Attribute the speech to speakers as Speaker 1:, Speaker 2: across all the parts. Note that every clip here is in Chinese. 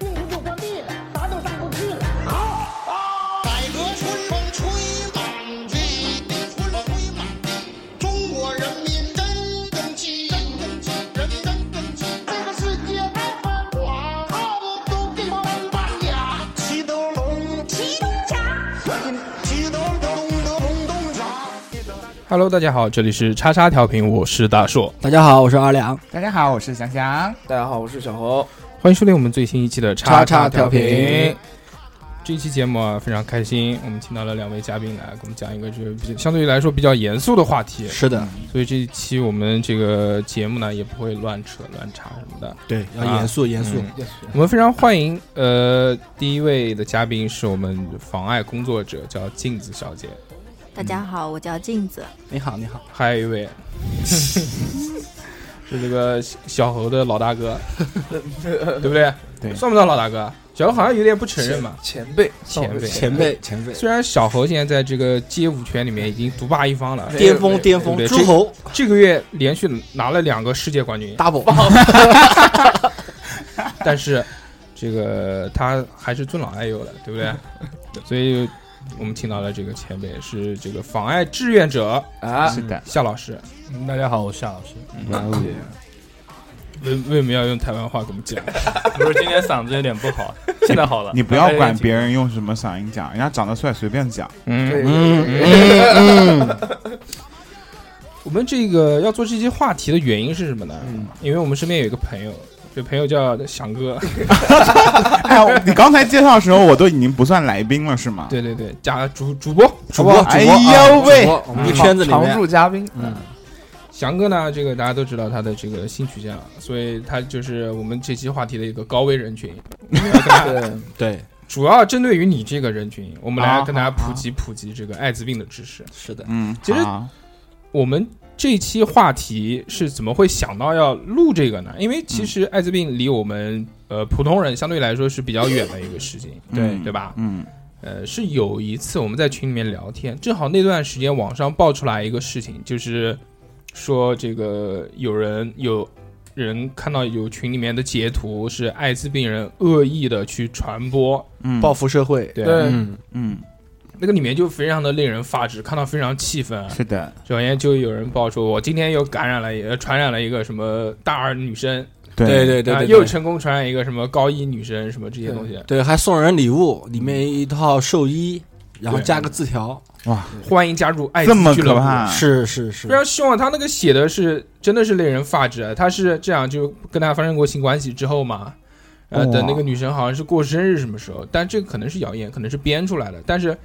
Speaker 1: 病毒就关闭了，啥都干不去了。好，
Speaker 2: 百合春风吹满地，春风吹满地，中国人民真争气，真争气，人民真争气。
Speaker 1: 这个世界太宽广，到处都地方大呀。
Speaker 2: 齐头龙，齐东墙，齐头龙的龙洞察。
Speaker 3: Hello，大家好，这里是叉叉调频，我是大硕，
Speaker 4: 大家好，我是二两，
Speaker 5: 大家好，我是翔翔。
Speaker 4: 大家好，我是小侯。
Speaker 3: 欢迎收听我们最新一期的叉
Speaker 4: 叉调
Speaker 3: 调
Speaker 4: 频
Speaker 3: 这一期节目啊，非常开心，我们请到了两位嘉宾来给我们讲一个就是比较相对于来说比较严肃的话题，
Speaker 4: 是的，
Speaker 3: 所以这一期我们这个节目呢也不会乱扯乱插什么的。
Speaker 4: 对，要
Speaker 3: 啊
Speaker 4: 严肃严肃
Speaker 3: 嗯。我们非常欢迎，呃，第一位的嘉宾是我们妨碍工作者，叫镜子小姐，
Speaker 6: 大家好，我叫镜子，
Speaker 4: 你好，你好，
Speaker 3: 还有一位是这个小猴的老大哥，对不对？
Speaker 5: 对
Speaker 3: 算不算老大哥？小猴好像有点不承认嘛。
Speaker 5: 前辈，
Speaker 3: 前辈
Speaker 4: 前辈，前辈，
Speaker 3: 虽然小猴现在在这个街舞圈里面已经独霸一方了，
Speaker 4: 巅峰，巅峰，
Speaker 3: 峰对
Speaker 4: 诸侯
Speaker 3: 这个月连续拿了两个世界冠军，
Speaker 4: double，
Speaker 3: 但是这个他还是尊老爱幼的，对不对？所以我们请到了这个前辈是这个妨碍志愿者
Speaker 5: 啊，
Speaker 4: 嗯
Speaker 5: 是的，
Speaker 3: 夏老师。
Speaker 7: 嗯
Speaker 3: 嗯
Speaker 7: 大家好，我是夏老师。
Speaker 3: 为为什么要用台湾话给我们讲？
Speaker 8: 不是今天嗓子有点不好，现在好了。
Speaker 5: 你不要管别人用什么嗓音讲，人家长得帅随便讲。
Speaker 3: 嗯，我们这个要做这些话题的原因是什么呢？
Speaker 5: 嗯
Speaker 3: 因为我们身边有一个朋友，这朋友叫翔哥，
Speaker 5: 哎呀，你刚才介绍的时候，我都已经不算来宾了，是吗？
Speaker 3: 对对对，加主主播
Speaker 4: 主播，嗯
Speaker 5: 哎
Speaker 4: 主播
Speaker 5: 呦喂，
Speaker 4: 啊一圈子里面，
Speaker 7: 驻嘉宾，
Speaker 3: 翔哥呢，这个大家都知道他的这个新曲线了，所以他就是我们这期话题的一个高危人群。
Speaker 4: 对，
Speaker 3: 主要针对于你这个人群，我们来
Speaker 5: 啊
Speaker 3: 跟大家
Speaker 5: 好
Speaker 3: 普
Speaker 5: 好
Speaker 3: 及普及这个艾滋病的知识。
Speaker 4: 是的，
Speaker 5: 嗯，
Speaker 3: 其实
Speaker 5: 好
Speaker 3: 我们这一期话题是怎么会想到要录这个呢？因为
Speaker 5: 嗯
Speaker 3: 其实艾滋病离我们呃普通人相对来说是比较远的一个事情，
Speaker 5: 对
Speaker 3: 对吧？
Speaker 5: 嗯
Speaker 3: 呃，是有一次我们在群里面聊天，正好那段时间网上爆出来一个事情，就是说这个有人有人看到有群里面的截图是艾滋病人恶意的去传播，
Speaker 5: 嗯，
Speaker 4: 报复社会，
Speaker 3: 对，
Speaker 4: 嗯，
Speaker 5: 嗯，
Speaker 3: 那个里面就非常的令人发指，看到非常气愤啊。
Speaker 5: 是的，
Speaker 3: 首先就有人爆出我今天又感染了一个传染了一个什么大二女生，
Speaker 4: 对对
Speaker 3: 啊
Speaker 4: 对，
Speaker 3: 又
Speaker 4: 对
Speaker 3: 成功传染一个什么高一女生什么这些东西，
Speaker 4: 对，还送人礼物，里面一套寿衣，然后
Speaker 3: 对
Speaker 4: 加个字条，
Speaker 3: 欢迎加入爱
Speaker 5: 这么
Speaker 3: 滋俱乐
Speaker 5: 可
Speaker 3: 部。
Speaker 5: 怕，
Speaker 4: 是是是
Speaker 3: 非，常希望他那个写的是真的是令人发指，啊，他是这样，就跟他发生过性关系之后嘛，呃，
Speaker 5: 哇
Speaker 3: 等那个女生好像是过生日什么时候，但这个可能是谣言，可能是编出来的，但是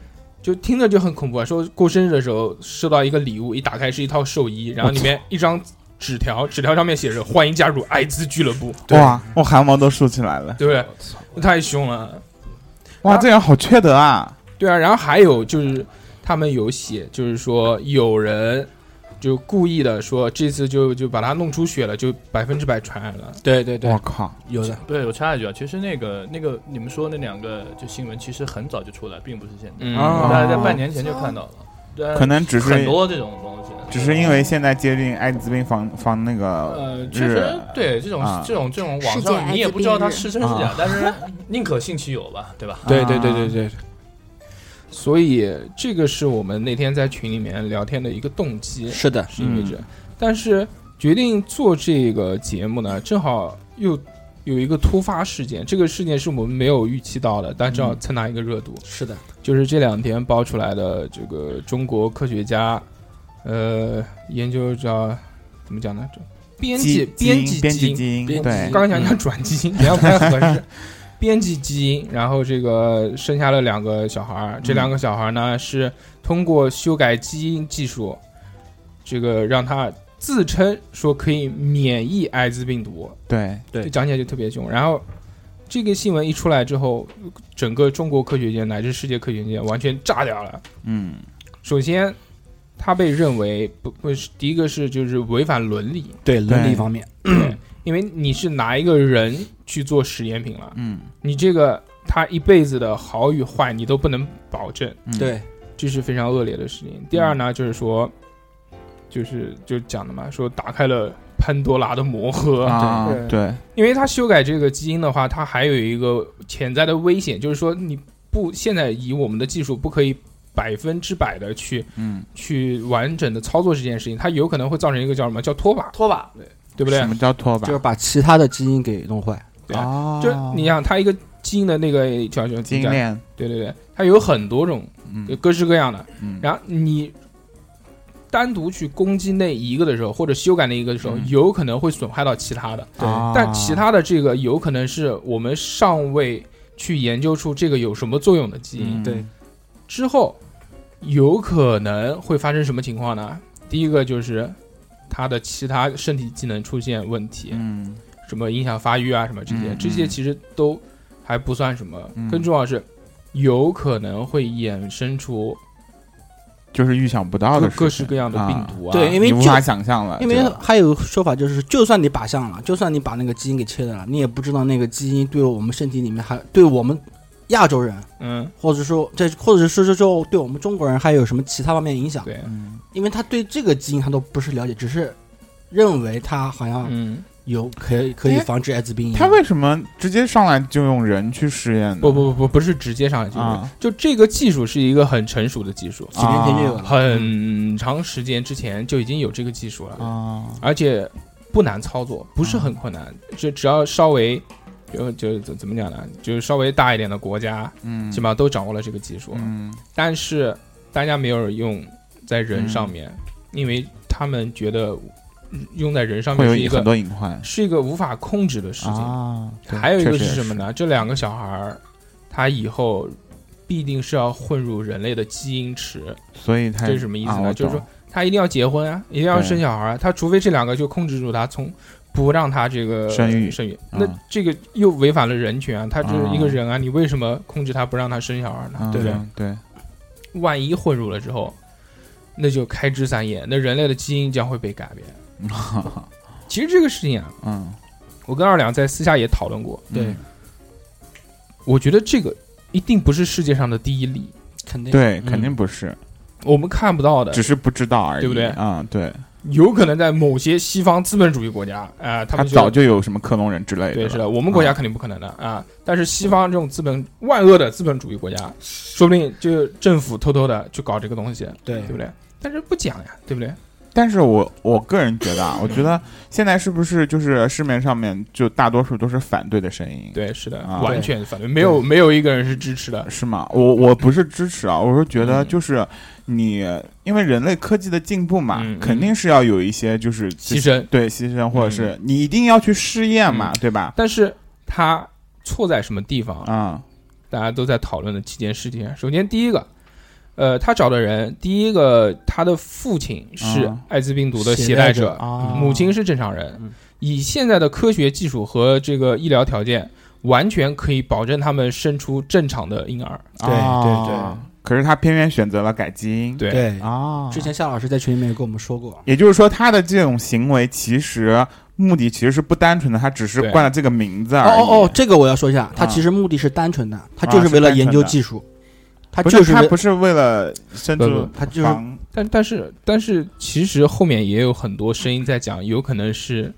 Speaker 3: 就听着就很恐怖啊，说过生日的时候收到一个礼物，一打开是一套寿衣，然后里面一张纸条，纸条上面写着欢迎加入艾滋俱乐部，
Speaker 5: 哇，我汗毛都竖起来了。
Speaker 3: 对不对？太凶了。
Speaker 5: 哇，这人好缺德啊！
Speaker 3: 对啊，然后还有就是他们有写，就是说有人就故意的说这次就就把他弄出血了，就百分之百传染了。
Speaker 4: 对对对
Speaker 5: 我，靠，
Speaker 4: 有的，
Speaker 8: 对，我插一句啊，其实那个那个你们说那两个就新闻，其实很早就出来，并不是现在，
Speaker 3: 嗯
Speaker 4: 啊
Speaker 8: 大概在半年前就看到了。对，
Speaker 5: 可能只
Speaker 8: 很
Speaker 5: 是
Speaker 8: 多这种东西，
Speaker 5: 只是因为现在接近艾滋病防防那个
Speaker 8: 呃，确
Speaker 5: 日
Speaker 8: 实，对这种
Speaker 5: 啊
Speaker 8: 这种这种
Speaker 6: 世
Speaker 8: 网
Speaker 6: 界艾滋病
Speaker 8: 上你也不知道它
Speaker 6: 日
Speaker 8: 是真是假，但是宁可信其有吧，对吧？
Speaker 4: 对对对
Speaker 5: 啊
Speaker 4: 对对，
Speaker 3: 所以这个是我们那天在群里面聊天的一个动机，
Speaker 4: 是的，
Speaker 3: 是因为这。但是决定做这个节目呢，正好又有一个突发事件，这个事件是我们没有预期到的，但正好蹭它一个热度。
Speaker 4: 是的，
Speaker 3: 就是这两天爆出来的这个中国科学家，呃，研究叫怎么讲呢？这编辑
Speaker 5: 基
Speaker 3: 编辑
Speaker 5: 编
Speaker 3: 基
Speaker 5: 辑
Speaker 3: 因，嗯
Speaker 5: 基因，
Speaker 4: 编辑
Speaker 5: 对
Speaker 4: 基因
Speaker 3: 刚刚想讲转基因，这样不太合适。编辑基因，然后这个生下了两个小孩儿，这两个小孩儿呢是通过修改基因技术，这个让他自称说可以免疫艾滋病毒，
Speaker 5: 对，
Speaker 4: 对
Speaker 3: 这讲起来就特别凶。然后这个新闻一出来之后，整个中国科学界乃至世界科学界完全炸掉了。
Speaker 5: 嗯，
Speaker 3: 首先，他被认为不不是第一个是就是违反伦理，
Speaker 9: 对伦
Speaker 5: 对
Speaker 9: 理方面，
Speaker 3: 因为你是拿一个人去做实验品了，
Speaker 5: 嗯，
Speaker 3: 你这个他一辈子的好与坏你都不能保证，
Speaker 5: 嗯，
Speaker 4: 对，
Speaker 3: 这是非常恶劣的事情。第二呢，就是说，就是就讲的嘛，说打开了潘多拉的魔盒，
Speaker 5: 啊，对，
Speaker 3: 因为它修改这个基因的话，它还有一个潜在的危险，就是说你不现在以我们的技术不可以百分之百的去
Speaker 5: 嗯，
Speaker 3: 去完整的操作这件事情，它有可能会造成一个叫什么叫拖把，
Speaker 4: 拖把，
Speaker 3: 对不对
Speaker 5: 什？么叫拖把
Speaker 4: 就是？把其他的基因给弄坏。
Speaker 3: 对
Speaker 5: 啊
Speaker 3: 就你想，它一个基因的那个叫叫
Speaker 5: 精炼，
Speaker 3: 对对对，它有很多种，有
Speaker 5: 嗯
Speaker 3: 各式各样的。
Speaker 5: 嗯，
Speaker 3: 然后你单独去攻击那一个的时候，或者修改那一个的时候，
Speaker 5: 嗯
Speaker 3: 有可能会损害到其他的。
Speaker 5: 对
Speaker 3: 但其他的这个有可能是我们尚未去研究出这个有什么作用的基因，
Speaker 5: 嗯
Speaker 4: 对，
Speaker 3: 之后有可能会发生什么情况呢？第一个就是他的其他身体机能出现问题，
Speaker 5: 嗯
Speaker 3: 什么影响发育啊，什么这些，
Speaker 5: 嗯
Speaker 3: 这些其实都还不算什么。
Speaker 5: 嗯
Speaker 3: 更重要的是，有可能会衍生出
Speaker 5: 就是预想不到
Speaker 3: 各
Speaker 5: 的
Speaker 3: 各式
Speaker 5: 事情
Speaker 3: 各样的病毒啊，
Speaker 9: 对，因为
Speaker 5: 你
Speaker 9: 就
Speaker 5: 无法想象了，
Speaker 9: 因为
Speaker 3: 嗯
Speaker 5: 这个
Speaker 9: 还有说法就是，就算你靶向了，就算你把那个基因给切掉了，你也不知道那个基因对我们身体里面还对我们亚洲人，
Speaker 3: 嗯，
Speaker 9: 或者说这或者是说说对我们中国人还有什么其他方面影响？
Speaker 3: 对，
Speaker 5: 嗯
Speaker 9: 因为他对这个基因他都不是了解，只是认为他好像
Speaker 3: 嗯，
Speaker 9: 有可以可以
Speaker 5: 哎
Speaker 9: 防治艾滋病一样。
Speaker 5: 他为什么直接上来就用人去试验呢？
Speaker 3: 不不不不，不是直接上来就是，
Speaker 5: 啊
Speaker 3: 就这个技术是一个很成熟的技术，
Speaker 9: 几年前就有
Speaker 3: 啊
Speaker 9: 了，
Speaker 3: 很长时间之前就已经有这个技术了，
Speaker 5: 啊，嗯
Speaker 3: 而且不难操作，不是很困难，这只要稍微就就怎怎么讲呢？就是稍微大一点的国家，
Speaker 5: 嗯，
Speaker 3: 起码都掌握了这个技术，
Speaker 5: 嗯
Speaker 3: 但是大家没有用在人上面，
Speaker 5: 嗯
Speaker 3: 因为他们觉得嗯用在人上
Speaker 5: 会
Speaker 3: 面是一
Speaker 5: 有很
Speaker 3: 个
Speaker 5: 多隐患
Speaker 3: 是一个无法控制的事情。
Speaker 5: 啊。对
Speaker 3: 还有一个
Speaker 5: 确实也
Speaker 3: 什么呢？这两个小孩儿，他以后必定是要混入人类的基因池。
Speaker 5: 所以他
Speaker 3: 这是什么意思
Speaker 5: 啊
Speaker 3: 呢？
Speaker 5: 我
Speaker 3: 就是说
Speaker 5: 懂哎
Speaker 3: 他一定要结婚啊，一定要
Speaker 5: 对
Speaker 3: 生小孩啊，他除非这两个就控制住他，从不让他这个
Speaker 5: 生育
Speaker 3: 生育，
Speaker 5: 嗯
Speaker 3: 那这个又违反了人权啊！他只是一个人啊，你为什么控制他不让他生小孩呢？
Speaker 5: 嗯
Speaker 3: 对不对？
Speaker 5: 对，
Speaker 3: 万一混入了之后，那就开枝散叶，那人类的基因将会被改变。其实这个事情啊，
Speaker 5: 嗯，
Speaker 3: 我跟二两在私下也讨论过，
Speaker 5: 对
Speaker 3: 我觉得这个一定不是世界上的第一例，
Speaker 9: 肯定
Speaker 5: 对，肯定不是，
Speaker 3: 我们看不到的
Speaker 5: 只，是不知道
Speaker 3: 嗯呃
Speaker 5: 而已，
Speaker 3: 对不对
Speaker 5: 啊，对，
Speaker 3: 有可能在某些西方资本主义国家，啊，他
Speaker 5: 他
Speaker 3: 们就
Speaker 5: 早就有什么克隆人之类的
Speaker 3: 对，
Speaker 5: 了，
Speaker 3: 是的，我们国家肯定不可能的啊。但是西方这种资本万恶的资本主义国家，说不定就政府偷偷的去搞这个东西，
Speaker 9: 对
Speaker 3: 对不对？但是不讲呀，对不对？
Speaker 5: 但是我我个人觉得啊，我觉得现在是不是就是市面上面就大多数都是反对的声音，
Speaker 3: 对，是的，
Speaker 5: 啊
Speaker 3: 完全反对，没有没有一个人是支持的。
Speaker 5: 是吗？我我不是支持啊，我是觉
Speaker 3: 嗯
Speaker 5: 得就是你，因为人类科技的进步嘛，
Speaker 3: 嗯嗯
Speaker 5: 肯定是要有一些就是
Speaker 3: 牺牲嗯
Speaker 5: 对牺牲，或者是你一定要去试验嘛，对吧？
Speaker 3: 但是他错在什么地方？
Speaker 5: 啊、
Speaker 3: 大家都在讨论的几件事情。啊首先，第一个，呃，他找的人，第一个他的父亲是
Speaker 5: 啊
Speaker 3: 艾滋病毒的携
Speaker 9: 携
Speaker 3: 带
Speaker 9: 带
Speaker 3: 者
Speaker 9: 者，
Speaker 5: 啊
Speaker 3: 母亲是正常人
Speaker 9: 嗯。
Speaker 3: 以现在的科学技术和这个医疗条件，完全可以保证他们生出正常的婴儿。
Speaker 9: 对对对
Speaker 5: 啊可是他偏偏选择了改基因，
Speaker 3: 对，
Speaker 9: 对。
Speaker 5: 啊，
Speaker 9: 之前夏老师在群里面也跟我们说过，
Speaker 5: 也就是说他的这种行为其实目的其实是不单纯的，他只是
Speaker 3: 对
Speaker 5: 冠了这个名字
Speaker 9: 哦
Speaker 5: 而已。
Speaker 9: 哦哦，这个我要说一下，他
Speaker 5: 啊
Speaker 9: 其实目的是单纯的，他就是为了研究技术，他
Speaker 5: 不
Speaker 9: 就是是
Speaker 5: 他
Speaker 9: 为
Speaker 5: 不啊是为了生
Speaker 3: 不不
Speaker 5: 出
Speaker 9: 他就是
Speaker 5: 防
Speaker 3: 但但是但是，其实后面也有很多声音在讲，有可能是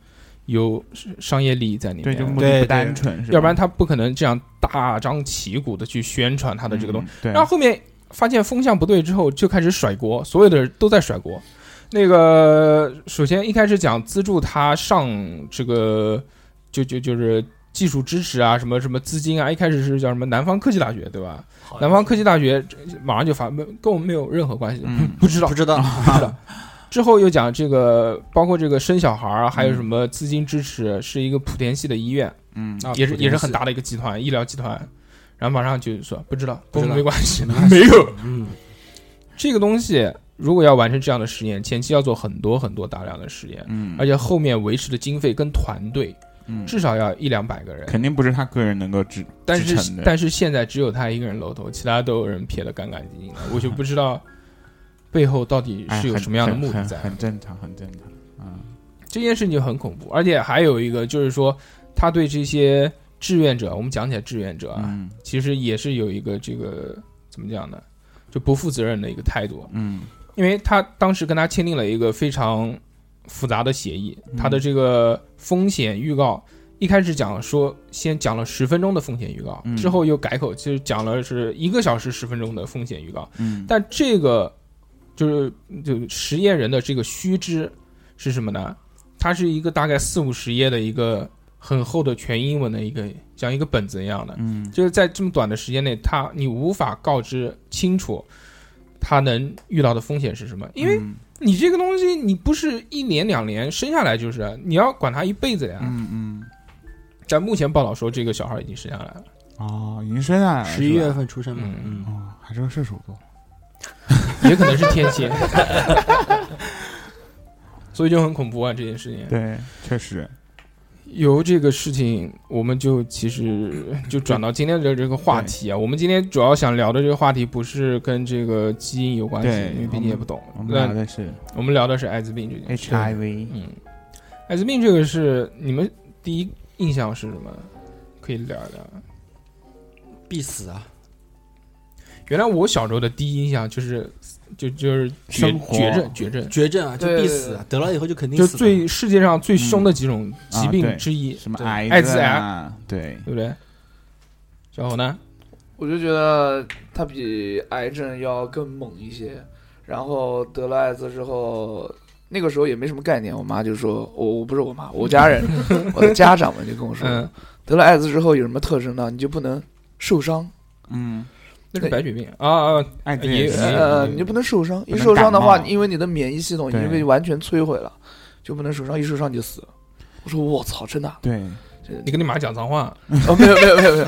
Speaker 3: 有商业利益在里
Speaker 5: 对，就
Speaker 3: 面
Speaker 5: 目
Speaker 3: 的，
Speaker 5: 的
Speaker 9: 对
Speaker 5: 不
Speaker 9: 对
Speaker 5: 单纯，
Speaker 3: 要不然
Speaker 5: 他
Speaker 3: 他不可能这样大张旗鼓的去宣传他的这个东西。
Speaker 5: 西，嗯对，
Speaker 3: 然后后面发现风向不对之后，就开始甩锅，所有的人都在甩锅。那个首先一开始讲资助他上这个，就就就是技术支持啊，什么什么资金啊，一开始是叫什么南方科技大学对吧？
Speaker 8: 好
Speaker 3: 南方科技大学这马上就发，没跟我们没有任何关系，
Speaker 5: 嗯
Speaker 3: 不知道啊
Speaker 9: 不知道，
Speaker 3: 不知道。之后又讲这个，包括这个生小孩儿啊，还
Speaker 9: 嗯
Speaker 3: 有什么资金支持，是一个莆田系的医院，
Speaker 5: 嗯
Speaker 9: 啊
Speaker 3: 也是
Speaker 9: 莆田
Speaker 3: 也是很
Speaker 9: 系
Speaker 3: 大的一个集团，医疗集团。然后马上就说不知道，
Speaker 9: 不
Speaker 3: 跟我们
Speaker 9: 知道
Speaker 3: 没关系，
Speaker 9: 没关系
Speaker 3: 没有
Speaker 9: 嗯，
Speaker 3: 这个东西如果要完成这样的实验，前期要做很多很多大量的实验，
Speaker 5: 嗯，
Speaker 3: 而且后面维持的经费跟团队
Speaker 5: 嗯
Speaker 3: 至少要一两百个人。
Speaker 5: 肯定不是他个人能够支，
Speaker 3: 但
Speaker 5: 支撑
Speaker 3: 是
Speaker 5: 的
Speaker 3: 但是现在只有他一个人露头，其他都有人撇得干干净净的，我就不知道背后到底
Speaker 5: 哎
Speaker 3: 是有
Speaker 5: 很
Speaker 3: 什么样的
Speaker 5: 很
Speaker 3: 目的
Speaker 5: 很
Speaker 3: 在。
Speaker 5: 很正常，很正常。嗯，
Speaker 3: 这件事情很恐怖，而且还有一个就是说，他对这些志愿者，我们讲起来志愿者啊，
Speaker 5: 嗯
Speaker 3: 其实也是有一个这个怎么讲呢，就不负责任的一个态度，啊
Speaker 5: 嗯
Speaker 3: 因为他当时跟他签订了一个非常复杂的协议，
Speaker 5: 嗯
Speaker 3: 他的这个风险预告。一开始讲说，先讲了十分钟的风险预告，
Speaker 5: 嗯
Speaker 3: 之后又改口，其实讲了是一个小时十分钟的风险预告。
Speaker 5: 嗯，
Speaker 3: 但这个就是就实验人的这个须知是什么呢？它是一个大概四五十页的一个很厚的全英文的一个像一个本子一样的，
Speaker 5: 嗯
Speaker 3: 就是在这么短的时间内，他你无法告知清楚他能遇到的风险是什么，因为
Speaker 5: 嗯
Speaker 3: 你这个东西你不是一年两年生下来就是，啊你要管他一辈子呀。
Speaker 5: 嗯嗯
Speaker 3: 但目前报道说这个小孩已经生下来了，
Speaker 5: 哦，已经生下来了，
Speaker 9: 十一月
Speaker 5: 份
Speaker 9: 份出生嘛，
Speaker 3: 嗯
Speaker 9: 嗯，
Speaker 5: 哦，还是个射手座。
Speaker 3: 也可能是天蝎。 所以就很恐怖啊，这件事情。
Speaker 5: 对，确实，
Speaker 3: 由这个事情，我们就其实就转到今天的这个话题啊。我们今天主要想聊的这个话题不是跟这个基因有关系，
Speaker 5: 对
Speaker 3: 因为毕竟也不懂
Speaker 5: 我。们聊
Speaker 3: 那
Speaker 5: 的是
Speaker 3: 我们聊的是艾滋病这件事。
Speaker 5: HIV，
Speaker 3: 嗯，艾滋病这个是你们第一印象是什么？可以聊一聊。
Speaker 9: 必死啊！
Speaker 3: 原来我小时候的第一印象就是，就就是绝
Speaker 5: 生活
Speaker 3: 绝症，绝症
Speaker 9: 绝症啊，就
Speaker 3: 对
Speaker 9: 必死啊，得了以后就肯定
Speaker 3: 就
Speaker 9: 死的。
Speaker 3: 最世界上最凶的几种疾
Speaker 5: 啊
Speaker 3: 病
Speaker 5: 对
Speaker 3: 之一，
Speaker 5: 什么
Speaker 9: 对
Speaker 5: 癌
Speaker 3: 艾
Speaker 5: 子
Speaker 3: 滋
Speaker 5: 啊？对，
Speaker 3: 对不对？小侯呢？
Speaker 10: 我就觉得它比癌症要更猛一些。然后得了艾滋之后，那个时候也没什么概念，我妈就说，我我不是我妈，我 家人，我的家长们就跟我说，
Speaker 3: 嗯，
Speaker 10: 得了艾滋之后有什么特征呢？你就不能受伤，
Speaker 5: 嗯，
Speaker 3: 那是白血病啊啊！
Speaker 5: 艾滋
Speaker 3: 也
Speaker 5: 也是
Speaker 3: 也
Speaker 10: 呃，
Speaker 3: 嗯
Speaker 10: 你就不能受伤，一
Speaker 5: 能
Speaker 10: 受伤的话，
Speaker 5: 感冒
Speaker 10: 因为你的免疫系统已经
Speaker 5: 对
Speaker 10: 被完全摧毁了，就不能受伤，一受伤你就死了。我说我操，真的啊？
Speaker 5: 对，
Speaker 3: 你跟你妈讲脏话，
Speaker 10: 哦，没有没有没有没有，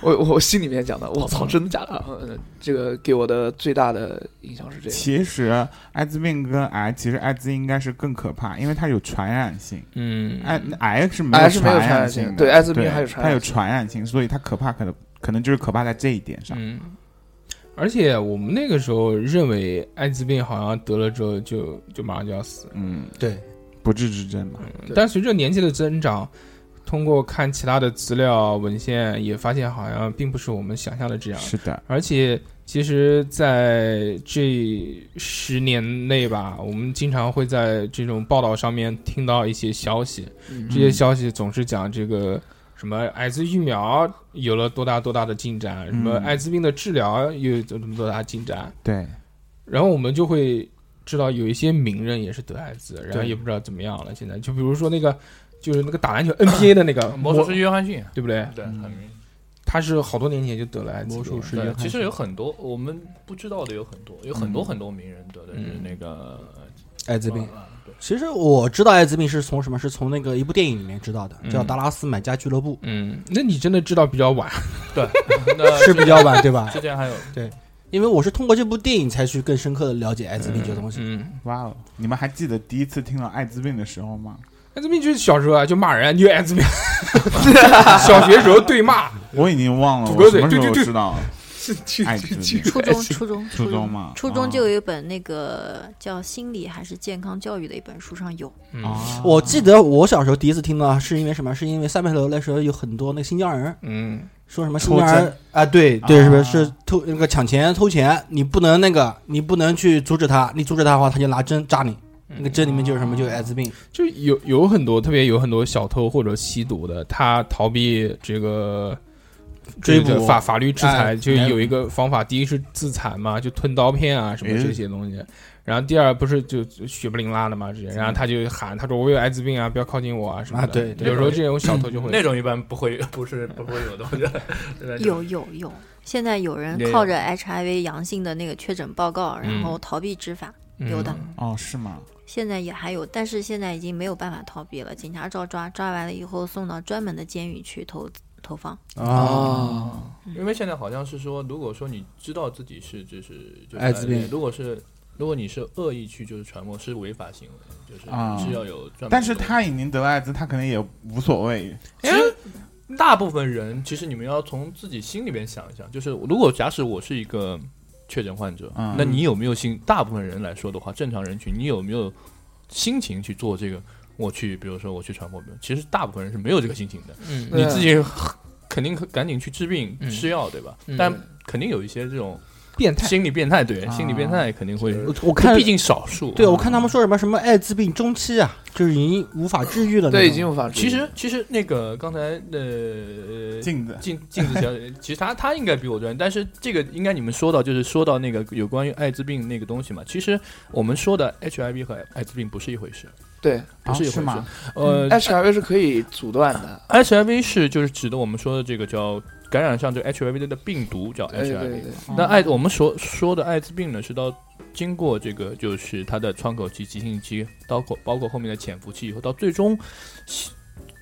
Speaker 10: 我我我心里面讲的，我操，真的假的？呃这个给我的最大的影响是这个。
Speaker 5: 其实艾滋病跟癌，其实艾滋应该是更可怕，因为它有传染性。
Speaker 3: 嗯，
Speaker 5: 癌癌是没
Speaker 10: 癌是没有
Speaker 5: 传
Speaker 10: 传染
Speaker 5: 性
Speaker 10: 性
Speaker 5: 的，
Speaker 10: 对艾滋病还有传
Speaker 5: 它有
Speaker 10: 染性
Speaker 5: 传染性，所以它可怕可能可能就是可怕在这一点上。
Speaker 3: 嗯，而且我们那个时候认为艾滋病好像得了之后就就马上就要死，
Speaker 5: 嗯，
Speaker 9: 对，
Speaker 5: 不治之症嘛。
Speaker 10: 对
Speaker 3: 但随着年纪的增长，通过看其他的资料文献也发现，好像并不是我们想象的这样。
Speaker 5: 是的，
Speaker 3: 而且，其实在这十年内吧，我们经常会在这种报道上面听到一些消息，
Speaker 10: 嗯
Speaker 3: 这些消息总是讲这个什么艾滋疫苗有了多大多大的进展，什么
Speaker 5: 嗯
Speaker 3: 艾滋病的治疗又有多么多大进展，
Speaker 5: 对，
Speaker 3: 然后我们就会知道有一些名人也是得艾滋，然后
Speaker 5: 对
Speaker 3: 也不知道怎么样了。现在就比如说那个，就是那个打篮球 NBA 的那个
Speaker 8: 魔术师约翰逊，啊
Speaker 3: 对不对？
Speaker 8: 对，
Speaker 5: 嗯
Speaker 8: 很明
Speaker 3: 他是好多年前就得了艾滋病，
Speaker 5: 魔术师
Speaker 8: 对
Speaker 5: 约，翰
Speaker 8: 其实
Speaker 5: 逊
Speaker 8: 有很多我们不知道的，有很多，有很多
Speaker 5: 嗯
Speaker 8: 很多名人得的是
Speaker 3: 嗯
Speaker 8: 那个
Speaker 9: 艾滋
Speaker 8: 疾
Speaker 9: 病。，
Speaker 8: 啊对，
Speaker 9: 其实我知道艾滋病是从什么？是从那个一部电影里面知道的，叫
Speaker 3: 嗯
Speaker 9: 《达拉斯买家俱乐部
Speaker 3: 嗯，那你真的知道比较晚，》，啊
Speaker 8: 那
Speaker 9: 是比较晚，对 吧？
Speaker 8: 之前还有
Speaker 9: 因为我是通过这部电影才去更深刻的了解艾滋病这个东西。
Speaker 3: 嗯，
Speaker 5: 哇哦！你们还记得第一次听到艾滋病的时候吗？
Speaker 3: 艾滋病就是小时候啊，就骂人，就艾滋病，小学时候对骂，
Speaker 5: 我已经忘了，
Speaker 3: 土
Speaker 5: 我
Speaker 3: 狗
Speaker 5: 什
Speaker 3: 嘴
Speaker 5: 么时
Speaker 3: 对对
Speaker 5: 候
Speaker 3: 对
Speaker 5: 知道艾滋病？
Speaker 6: 初中，初中，
Speaker 5: 初中嘛
Speaker 6: 初
Speaker 5: 哦
Speaker 6: 中就有一本那个叫《心理还是健康教育》的一本书上有，
Speaker 3: 嗯
Speaker 5: 啊
Speaker 9: 我记得我小时候第一次听到是因为什么？是因为三牌楼那时候有很多那个新疆人
Speaker 3: 嗯，
Speaker 9: 说什么新
Speaker 5: 抽
Speaker 9: 疆人
Speaker 5: 针
Speaker 9: 啊，对对，
Speaker 5: 啊
Speaker 9: 是不是是偷那个抢钱偷钱？你不能那个，你不能去阻止他，你阻止他的话，他就拿针扎你。那个针里面就是什么？就是艾滋病。
Speaker 3: 就有有很多，特别有很多小偷或者吸毒的，他逃避这个
Speaker 9: 追
Speaker 3: 这个
Speaker 9: 捕
Speaker 3: 法法律制裁，
Speaker 9: 哎
Speaker 3: 就有一个方法，第一是自残嘛，就吞刀片啊什么
Speaker 5: 哎
Speaker 9: 嗯
Speaker 3: 这些东西。然后第二不是就就血不淋拉的嘛，直接，然后他就喊，他说我有艾滋病啊，不要靠近我啊什么的。
Speaker 9: 嗯啊对对
Speaker 3: 有时候这种小偷就会
Speaker 8: 那种一般不会，不是不会有的，我觉得哎对吧
Speaker 6: 有有有。现在有人
Speaker 8: 也有
Speaker 6: 靠着 HIV 阳性的那个确诊报告，然
Speaker 8: 嗯
Speaker 6: 后逃避执法，有的。
Speaker 3: 嗯
Speaker 5: 哦，是吗？
Speaker 6: 现在也还有，但是现在已经没有办法逃避了。警察照抓，抓完了以后送到专门的监狱去投投放。
Speaker 8: 啊
Speaker 9: 哦，
Speaker 8: 因为现在好像是说，如果说你知道自己是就是就是
Speaker 9: 艾滋病
Speaker 8: 如果是如果你是恶意去就是传播，是违法行为，就是、
Speaker 5: 啊
Speaker 8: 是要有专门的。
Speaker 5: 但是他已经得了艾滋，他可能也无所谓。
Speaker 8: 其实大部分人，其实你们要从自己心里边想一想，就是如果假使我是一个确诊患者，
Speaker 5: 嗯
Speaker 8: 那你有没有心？大部分人来说的话，正常人群，你有没有心情去做这个？我去，比如说我去传播病，其实大部分人是没有这个心情的。
Speaker 3: 嗯
Speaker 10: 对
Speaker 8: 你
Speaker 10: 啊
Speaker 8: 自己肯定赶紧去治病、
Speaker 3: 嗯
Speaker 8: 吃药，对吧？
Speaker 3: 嗯
Speaker 8: 但肯定有一些这种
Speaker 3: 变态，
Speaker 8: 心理变态，对，
Speaker 5: 啊
Speaker 8: 心理变态肯定会，
Speaker 9: 我我看
Speaker 8: 毕竟少数。啊
Speaker 9: 对，我看他们说什么什么艾滋病中期啊，就是已经无法治愈了那种。
Speaker 10: 对，已经无法治愈
Speaker 8: 其实其实那个刚才呃
Speaker 5: 镜子，
Speaker 8: 镜镜子小姐，其实她她应该比我专业，但是这个应该你们说到就是说到那个有关于艾滋病那个东西嘛，其实我们说的 HIV 和艾滋病不是一回事，
Speaker 10: 对
Speaker 8: 不
Speaker 5: 啊
Speaker 8: 是一
Speaker 5: 是
Speaker 8: 回事。
Speaker 5: 吗？
Speaker 8: 呃、啊
Speaker 10: HIV 是可以阻断的，
Speaker 8: h i v 是就是指的我们说的这个叫感染上这个 HIV 的病毒叫 HIV，
Speaker 10: 哎对对对，
Speaker 8: 那艾我们所说的艾滋病呢，是到经过这个就是它的窗口期、急性期，包括包括后面的潜伏期以后，到最终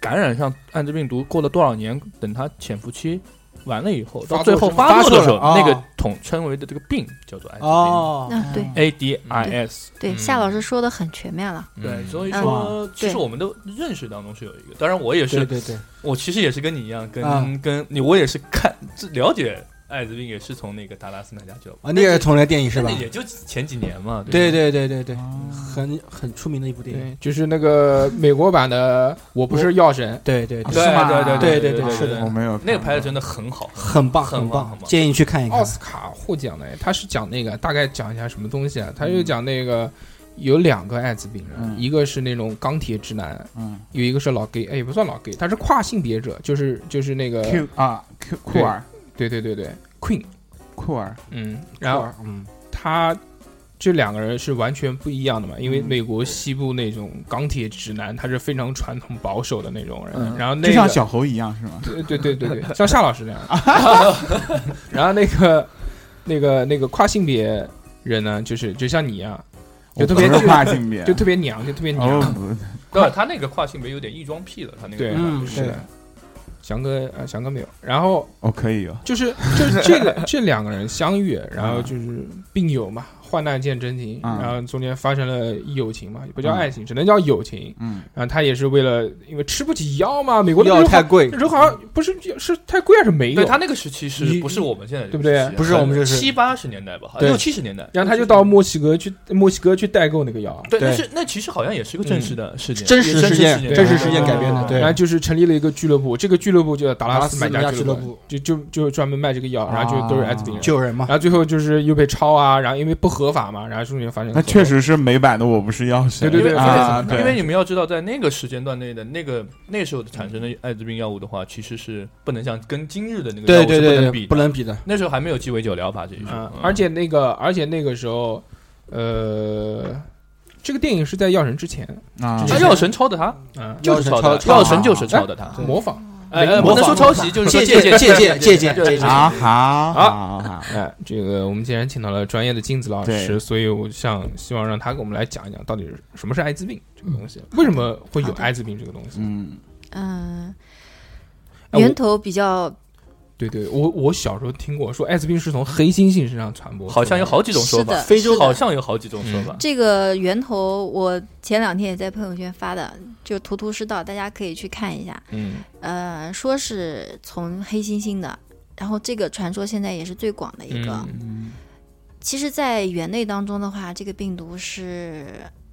Speaker 8: 感染上艾滋病毒过了多少年，等它潜伏期完了以后，到最后
Speaker 9: 发
Speaker 8: 发
Speaker 9: 作
Speaker 8: 作
Speaker 9: 的
Speaker 8: 的
Speaker 9: 时
Speaker 8: 时
Speaker 9: 候
Speaker 8: 候，
Speaker 9: 发作
Speaker 8: 那
Speaker 9: 了啊
Speaker 8: 个统称为的这个病叫做艾滋病。
Speaker 9: 哦，
Speaker 6: 那啊对
Speaker 8: A D I S，
Speaker 6: 对，
Speaker 3: 嗯
Speaker 6: 夏老师说的很全面了。
Speaker 8: 对，所
Speaker 3: 以
Speaker 8: 以
Speaker 6: 嗯
Speaker 8: 说，其实
Speaker 6: 对
Speaker 8: 我们的认识当中是有一个，当然我也
Speaker 9: 对
Speaker 8: 是，
Speaker 9: 对对，
Speaker 8: 我其实也是跟你一样，跟、
Speaker 9: 啊
Speaker 8: 跟你，我也是看自了解艾滋病，也是从那个达拉斯那家俱乐部
Speaker 9: 啊，你也是从那电影是吧
Speaker 8: 那？也就前几年嘛，
Speaker 9: 对
Speaker 8: 吧
Speaker 9: 对对对对，很很出名的一部电影。
Speaker 3: 对，就是那个美国版的《我不是药神
Speaker 9: 对对对，
Speaker 8: 对
Speaker 5: 是吗
Speaker 8: 对
Speaker 9: 对对
Speaker 8: 对
Speaker 9: 对是的
Speaker 5: 我没有看
Speaker 8: 那个拍的真的很好，
Speaker 9: 很棒
Speaker 8: 很棒
Speaker 9: 棒
Speaker 8: 很，棒
Speaker 9: 建议去看一》，
Speaker 3: 奥
Speaker 9: 看。
Speaker 3: 斯卡获奖的，他是讲那个，大概讲一下什么东西啊？他就讲那个有两个艾滋病人，
Speaker 5: 嗯
Speaker 3: 一个是那种钢铁直男，
Speaker 5: 嗯
Speaker 3: 有一个是老 gay，哎，也不算老 gay，他是跨性别者，就是就是那个，
Speaker 5: ，Q 啊，Q 酷儿
Speaker 3: 对对对对，Queen，
Speaker 5: 酷儿，
Speaker 3: 嗯，然后
Speaker 9: 嗯，
Speaker 3: 他这两个人是完全不一样的嘛，因为
Speaker 5: 嗯
Speaker 3: 美国西部那种钢铁直男，他是非常传统保守的那种人，
Speaker 10: 嗯
Speaker 3: 然后那
Speaker 5: 就
Speaker 3: 个
Speaker 5: 像小猴一样是吗？
Speaker 3: 对对对对对，像夏老师那样。 然后那个那个那个跨性别人呢，就是就像你一样，就
Speaker 5: 我
Speaker 3: 特
Speaker 5: 不
Speaker 3: 别
Speaker 5: 是跨性别，
Speaker 3: 就特别娘，就特别娘。
Speaker 5: 哦，不
Speaker 8: 对他那个跨性别有点异装癖了，他那个
Speaker 3: 对，
Speaker 9: 嗯
Speaker 3: 是的。翔哥啊，翔哥没有。然后
Speaker 5: 我哦可以有，
Speaker 3: 就是就是这个这两个人相遇，然后就是病友嘛，患难见真情，
Speaker 5: 嗯
Speaker 3: 然后中间发生了友情嘛，也不叫
Speaker 5: 嗯
Speaker 3: 爱情，只能叫友情。
Speaker 5: 嗯，
Speaker 3: 然后他也是为了，因为吃不起药嘛，美国的
Speaker 9: 药
Speaker 3: 人
Speaker 9: 太
Speaker 3: 好
Speaker 9: 贵，
Speaker 3: 人好像不是是太贵还是没有
Speaker 8: 对？他那个时期是
Speaker 3: 一
Speaker 8: 不是我们现在
Speaker 3: 对
Speaker 8: 这个
Speaker 3: 不对
Speaker 8: 时期啊
Speaker 9: 不是我们这是
Speaker 8: 七八十年代吧，
Speaker 9: 对
Speaker 8: 六七十年代，
Speaker 3: 然后他就到墨西哥去，墨西哥去代购那个药，
Speaker 8: 对，
Speaker 9: 对嗯
Speaker 8: 但是那其实好像也是个真实的事件，
Speaker 9: 真实
Speaker 8: 也
Speaker 9: 事
Speaker 8: 事
Speaker 9: 件
Speaker 3: 真实
Speaker 9: 事件改编的对
Speaker 3: 然后就是成立了一个俱乐部，这个俱乐部就叫达拉斯买
Speaker 9: 达
Speaker 3: 家
Speaker 9: 拉斯买家俱乐
Speaker 3: 部，就就就专门卖这个药，然后就都是艾滋病人，
Speaker 9: 救人嘛
Speaker 3: 然。后最后就是又被抄啊，然后因为不合法嘛，然后中间发生
Speaker 5: 那确实是美版的我不是药神，
Speaker 3: 对对对
Speaker 5: 啊，
Speaker 8: 因为因为
Speaker 5: 对，
Speaker 8: 你们要知道，在那个时间段内的那个那时候产生的艾滋病药物的话，其实是不能像跟今日的那个药
Speaker 9: 对对
Speaker 8: 物是不
Speaker 9: 对
Speaker 8: 能
Speaker 9: 对，
Speaker 8: 比
Speaker 9: 不
Speaker 8: 的。
Speaker 9: 能比的。
Speaker 8: 那时候还没有鸡尾酒疗法这一说
Speaker 3: 啊，，
Speaker 8: 嗯
Speaker 3: 而且那个而且那个时候，呃，这个电影是在药神之前，
Speaker 5: 啊
Speaker 8: 啊药神抄的他，
Speaker 3: 啊，
Speaker 8: 就是抄的，
Speaker 9: 药
Speaker 8: 药
Speaker 9: 神抄
Speaker 8: 神就
Speaker 9: 的
Speaker 8: 是抄的他。
Speaker 3: 模仿，
Speaker 8: 哎，哎
Speaker 9: 模
Speaker 8: 不能
Speaker 9: 仿
Speaker 8: 说抄袭，就是说
Speaker 9: 借
Speaker 8: 借
Speaker 9: 鉴借鉴借鉴借
Speaker 8: 对对
Speaker 9: 鉴
Speaker 5: 啊，好好好，
Speaker 3: 哎，这个我们既然请到了专业的金子老师，
Speaker 5: 对
Speaker 3: 所以我想希望让他给我们来讲一讲，到底是什么是艾滋病这个东西，为什么会有
Speaker 6: 好的
Speaker 3: 艾滋病这个东西？
Speaker 5: 嗯，
Speaker 6: 嗯，
Speaker 3: 哎
Speaker 6: 源
Speaker 3: 我
Speaker 6: 头比较
Speaker 3: 对对，我我小时候听过说艾滋病是从黑猩猩身上传播出来的，
Speaker 8: 好像有好几种说
Speaker 6: 是
Speaker 8: 法
Speaker 6: 的，
Speaker 8: 非洲
Speaker 6: 是的
Speaker 8: 好像有好几种说法。
Speaker 6: 这个源头，我前两天也在朋友圈发的，就图图师道，大家可以去看一下。
Speaker 3: 嗯
Speaker 6: 呃，说是从黑猩猩的，然后这个传说现在也是最广的一个。
Speaker 3: 嗯
Speaker 6: 其实，在猿类当中的话，这个病毒是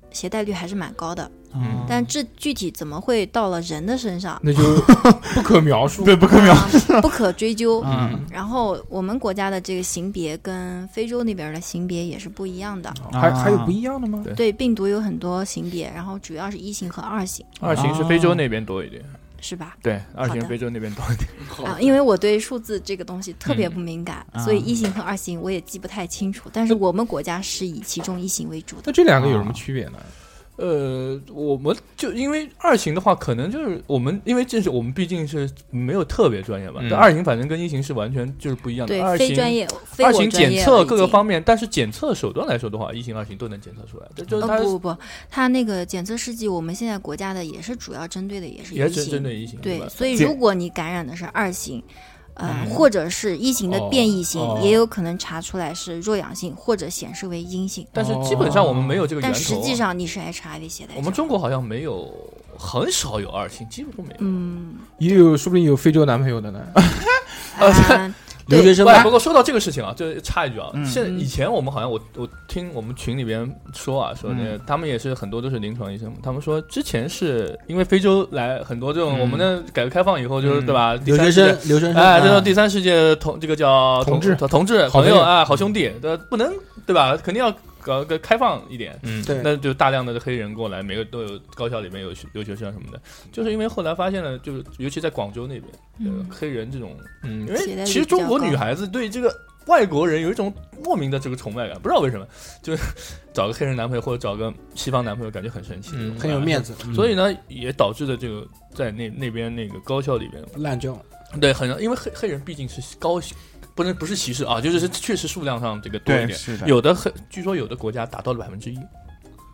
Speaker 6: 携带率还是蛮高的，
Speaker 5: 哦
Speaker 3: 嗯，
Speaker 6: 但这具体怎么会到了人的身上，
Speaker 3: 那就不可描述。
Speaker 5: 对，不可秒，
Speaker 6: 啊不可追究。
Speaker 3: 嗯，
Speaker 6: 然后我们国家的这个型别跟非洲那边的型别也是不一样的，
Speaker 3: 还还有不一样的吗？
Speaker 6: 对病毒有很多型别，然后主要是一型和二型，
Speaker 8: 二型是非洲那边多一点，
Speaker 6: 是吧？
Speaker 8: 对，二
Speaker 6: 好
Speaker 8: 型
Speaker 6: 的
Speaker 8: 非洲那边多一点。
Speaker 6: 啊，因为我对数字这个东西特别不敏感，
Speaker 5: 嗯
Speaker 6: 所以
Speaker 5: 啊
Speaker 6: 一型和二型我也记不太清楚。但是我们国家是以其中一型为主的
Speaker 3: 那，这两个有什么区别呢？
Speaker 8: 呃，我们就因为二型的话，可能就是我们，因为这是我们毕竟是没有特别专业吧。
Speaker 3: 嗯
Speaker 8: 但二型反正跟一型是完全就是不一样的。
Speaker 6: 对
Speaker 8: 嗯二
Speaker 6: 非
Speaker 8: 型
Speaker 6: 专业、非
Speaker 8: 二
Speaker 6: 我
Speaker 8: 型
Speaker 6: 专
Speaker 8: 检
Speaker 6: 业
Speaker 8: 测
Speaker 6: 了已
Speaker 8: 各个
Speaker 6: 经
Speaker 8: 方面，但是检测手段来说的话，一型、二型都能检测出来。这就是
Speaker 6: 呃、
Speaker 8: 它
Speaker 6: 不不不，它那个检测试剂，我们现在国家的也是主要针对的也是
Speaker 8: 也
Speaker 6: 一
Speaker 8: 是针
Speaker 6: 型，
Speaker 8: 对一型，吧
Speaker 6: 对，？所以
Speaker 5: 检
Speaker 6: 如果你感染的是二型。呃，
Speaker 3: 嗯
Speaker 6: 或者是一型的变异型，
Speaker 3: 哦哦
Speaker 6: 也有可能查出来是弱阳性，或者显示为阴性。
Speaker 8: 但是基本上我们没有这个源
Speaker 6: 但
Speaker 8: 头。啊
Speaker 6: 实际，上你是 HIV 携带者。
Speaker 8: 我们中国好像没有，很少有二型，基本都没有。
Speaker 6: 嗯，
Speaker 3: 也有，说不定有非洲男朋友的呢。
Speaker 6: 啊，
Speaker 9: 留学生
Speaker 8: 不
Speaker 9: 吧
Speaker 8: 不，过说到这个事情啊，就是插一句啊，
Speaker 5: 嗯
Speaker 8: 现在以前我们好像我我听我们群里边说啊，说那
Speaker 9: 嗯
Speaker 8: 个他们也是很多都是临床医生嘛，他们说之前是因为非洲来很多这种
Speaker 3: 嗯
Speaker 8: 我们的改革开放以后就是
Speaker 3: 嗯
Speaker 8: 对吧，第
Speaker 9: 留学
Speaker 8: 三世界
Speaker 9: 生，留学生，
Speaker 8: 哎，
Speaker 9: 嗯
Speaker 8: 这种第三世界同这个叫
Speaker 3: 同志
Speaker 8: 同志
Speaker 3: 好
Speaker 8: 朋
Speaker 3: 朋
Speaker 8: 友
Speaker 3: 友
Speaker 8: 啊，好兄弟，对吧，不能对吧？肯定要搞个开放一点，
Speaker 3: 嗯，
Speaker 9: 对
Speaker 8: 那就大量的黑人过来，每个都有高校里面有学留学生什么的，就是因为后来发现了，就是尤其在广州那边，
Speaker 6: 嗯
Speaker 8: 呃黑人这种，
Speaker 3: 嗯
Speaker 8: 因
Speaker 6: 起来
Speaker 8: 为
Speaker 6: 率
Speaker 8: 其实中国
Speaker 6: 比较高
Speaker 8: 女孩子对这个外国人有一种莫名的这个崇拜感，不知道为什么，就是找个黑人男朋友或者找个西方男朋友，感觉很神奇，
Speaker 3: 嗯
Speaker 9: 很有面子，嗯
Speaker 8: 所以呢，也导致了这个在那那边那个高校里边，
Speaker 9: 烂交。
Speaker 8: 对，很因为黑黑人毕竟是高，不能不是歧视啊，就是是确实数量上这个多一
Speaker 5: 对，
Speaker 8: 点。
Speaker 5: 是的，
Speaker 8: 有的很，据说有的国家达到了百分之一，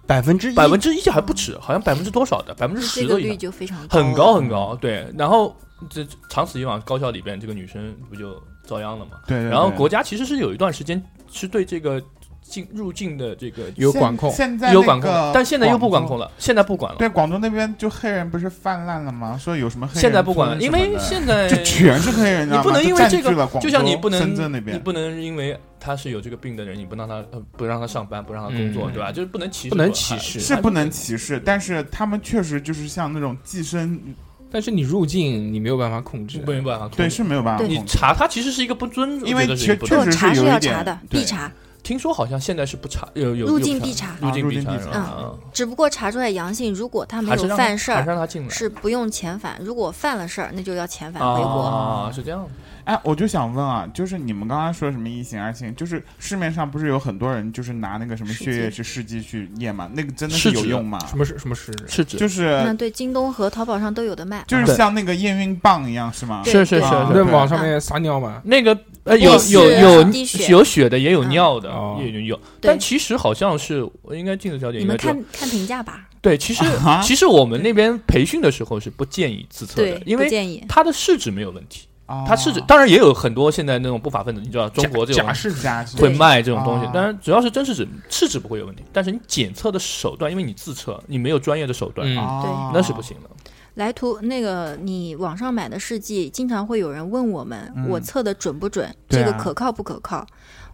Speaker 9: 百分之一，
Speaker 8: 百分之一还不止，好像百分之多少的，百分之
Speaker 6: 这
Speaker 8: 十
Speaker 6: 个
Speaker 8: 都
Speaker 6: 率
Speaker 8: 有，
Speaker 6: 就非常
Speaker 8: 很
Speaker 6: 高
Speaker 8: 高
Speaker 6: 了，嗯
Speaker 8: 很高。对，然后这长此以往，高校里边这个女生不就遭殃了嘛？
Speaker 5: 对，对
Speaker 8: 然后
Speaker 5: 对
Speaker 8: 国家其实是有一段时间是对这个进入境的这个
Speaker 3: 有管控，
Speaker 5: 现现在
Speaker 8: 有
Speaker 5: 那
Speaker 8: 管控
Speaker 5: 个
Speaker 8: 的，但现在又不管
Speaker 5: 广
Speaker 8: 控
Speaker 5: 州。
Speaker 8: 了，现在不管了，
Speaker 5: 对，广州那边就黑人不是泛滥了吗？说有什么黑人
Speaker 8: 现在不管了，
Speaker 5: 村
Speaker 8: 因
Speaker 5: 什么
Speaker 8: 为
Speaker 5: 的
Speaker 8: 现在
Speaker 5: 就全是黑人，
Speaker 8: 你不能因为这个
Speaker 5: 个
Speaker 8: 就像你不能
Speaker 5: 深圳那
Speaker 8: 你
Speaker 5: 边，
Speaker 8: 不能因为他是有这个病的人，你不让他呃不让他上班，不让他工作，
Speaker 3: 嗯
Speaker 8: 对吧？就是不能歧视，
Speaker 3: 不能歧视
Speaker 5: 是不能歧视，但是他们确实就是像那种寄生，
Speaker 3: 但是你入境你没有办法控制，
Speaker 8: 没有办法控制。
Speaker 5: 对，是没有办法
Speaker 6: 对
Speaker 8: 你
Speaker 5: 控制。
Speaker 8: 查他其实是一个不尊，
Speaker 5: 因为
Speaker 8: 我觉得
Speaker 5: 其
Speaker 8: 是一个不
Speaker 5: 确
Speaker 8: 尊
Speaker 6: 这种
Speaker 5: 实是
Speaker 6: 查
Speaker 5: 有
Speaker 6: 哦是
Speaker 5: 一
Speaker 6: 要
Speaker 5: 点
Speaker 6: 查的，
Speaker 5: 对
Speaker 6: 必查，
Speaker 8: 听说好像现在是不查，有有
Speaker 6: 入
Speaker 8: 有
Speaker 6: 境
Speaker 8: 查
Speaker 6: 必查
Speaker 8: 入境
Speaker 5: 啊
Speaker 8: 必查
Speaker 5: 入境必
Speaker 8: 是吧？
Speaker 5: 查
Speaker 8: 啊
Speaker 6: 只不过查出来阳性，如果他没
Speaker 8: 还是
Speaker 6: 有
Speaker 8: 让
Speaker 6: 犯事
Speaker 8: 还是
Speaker 6: 儿，
Speaker 8: 让他进来
Speaker 6: 是不用遣返；如果犯了事儿，那就要遣返回国。
Speaker 8: 啊，是这样的。
Speaker 5: 哎，我就想问啊，就是你们刚刚说什么一型二型，就是市面上不是有很多人就是拿那个什么血液去试剂去验嘛？那个真的是
Speaker 8: 试纸
Speaker 5: 有用吗？
Speaker 3: 什么是什么是
Speaker 8: 是指
Speaker 5: 就
Speaker 6: 那
Speaker 5: 是
Speaker 6: 对，京东和淘宝上都有的卖。
Speaker 5: 就是
Speaker 8: 对
Speaker 5: 像那个验孕棒一样是吗？
Speaker 6: 对
Speaker 8: 是是是
Speaker 5: 啊
Speaker 3: 你
Speaker 8: 是
Speaker 3: 在网上面撒尿嘛？
Speaker 8: 那个呃
Speaker 6: 滴
Speaker 8: 有
Speaker 6: 血
Speaker 8: 有有
Speaker 6: 滴血
Speaker 8: 有血的，也有
Speaker 6: 嗯
Speaker 8: 尿的
Speaker 3: 哦，
Speaker 8: 也有有。
Speaker 6: 对
Speaker 8: 但其实好像是我应该镜子小姐
Speaker 6: 你
Speaker 8: 应
Speaker 6: 们
Speaker 8: 该知道
Speaker 6: 看看评价吧，
Speaker 8: 对，其实
Speaker 5: 啊
Speaker 8: 其实我们那边培训的时候是不建议自测
Speaker 6: 对
Speaker 8: 的，，因
Speaker 6: 不
Speaker 8: 为
Speaker 6: 建议。
Speaker 8: 它的试纸没有问题，
Speaker 5: 啊
Speaker 8: 它试纸当然也有很多现在那种不法分子，你知道中国这种
Speaker 3: 哦假哦释
Speaker 5: 加是
Speaker 8: 会
Speaker 6: 对
Speaker 8: 卖这种东西
Speaker 5: 啊，
Speaker 8: 当然主要是真试纸，试纸不会有问题，但是你检测的手段，因为你自测，你没有专业的手段，
Speaker 3: 嗯
Speaker 5: 啊
Speaker 8: 那是不行的。
Speaker 6: 来途那个你网上买的试剂，经常会有人问我们，
Speaker 5: 嗯
Speaker 6: 我测的准不准？
Speaker 5: 对
Speaker 6: 这
Speaker 5: 啊
Speaker 6: 个可靠不可靠？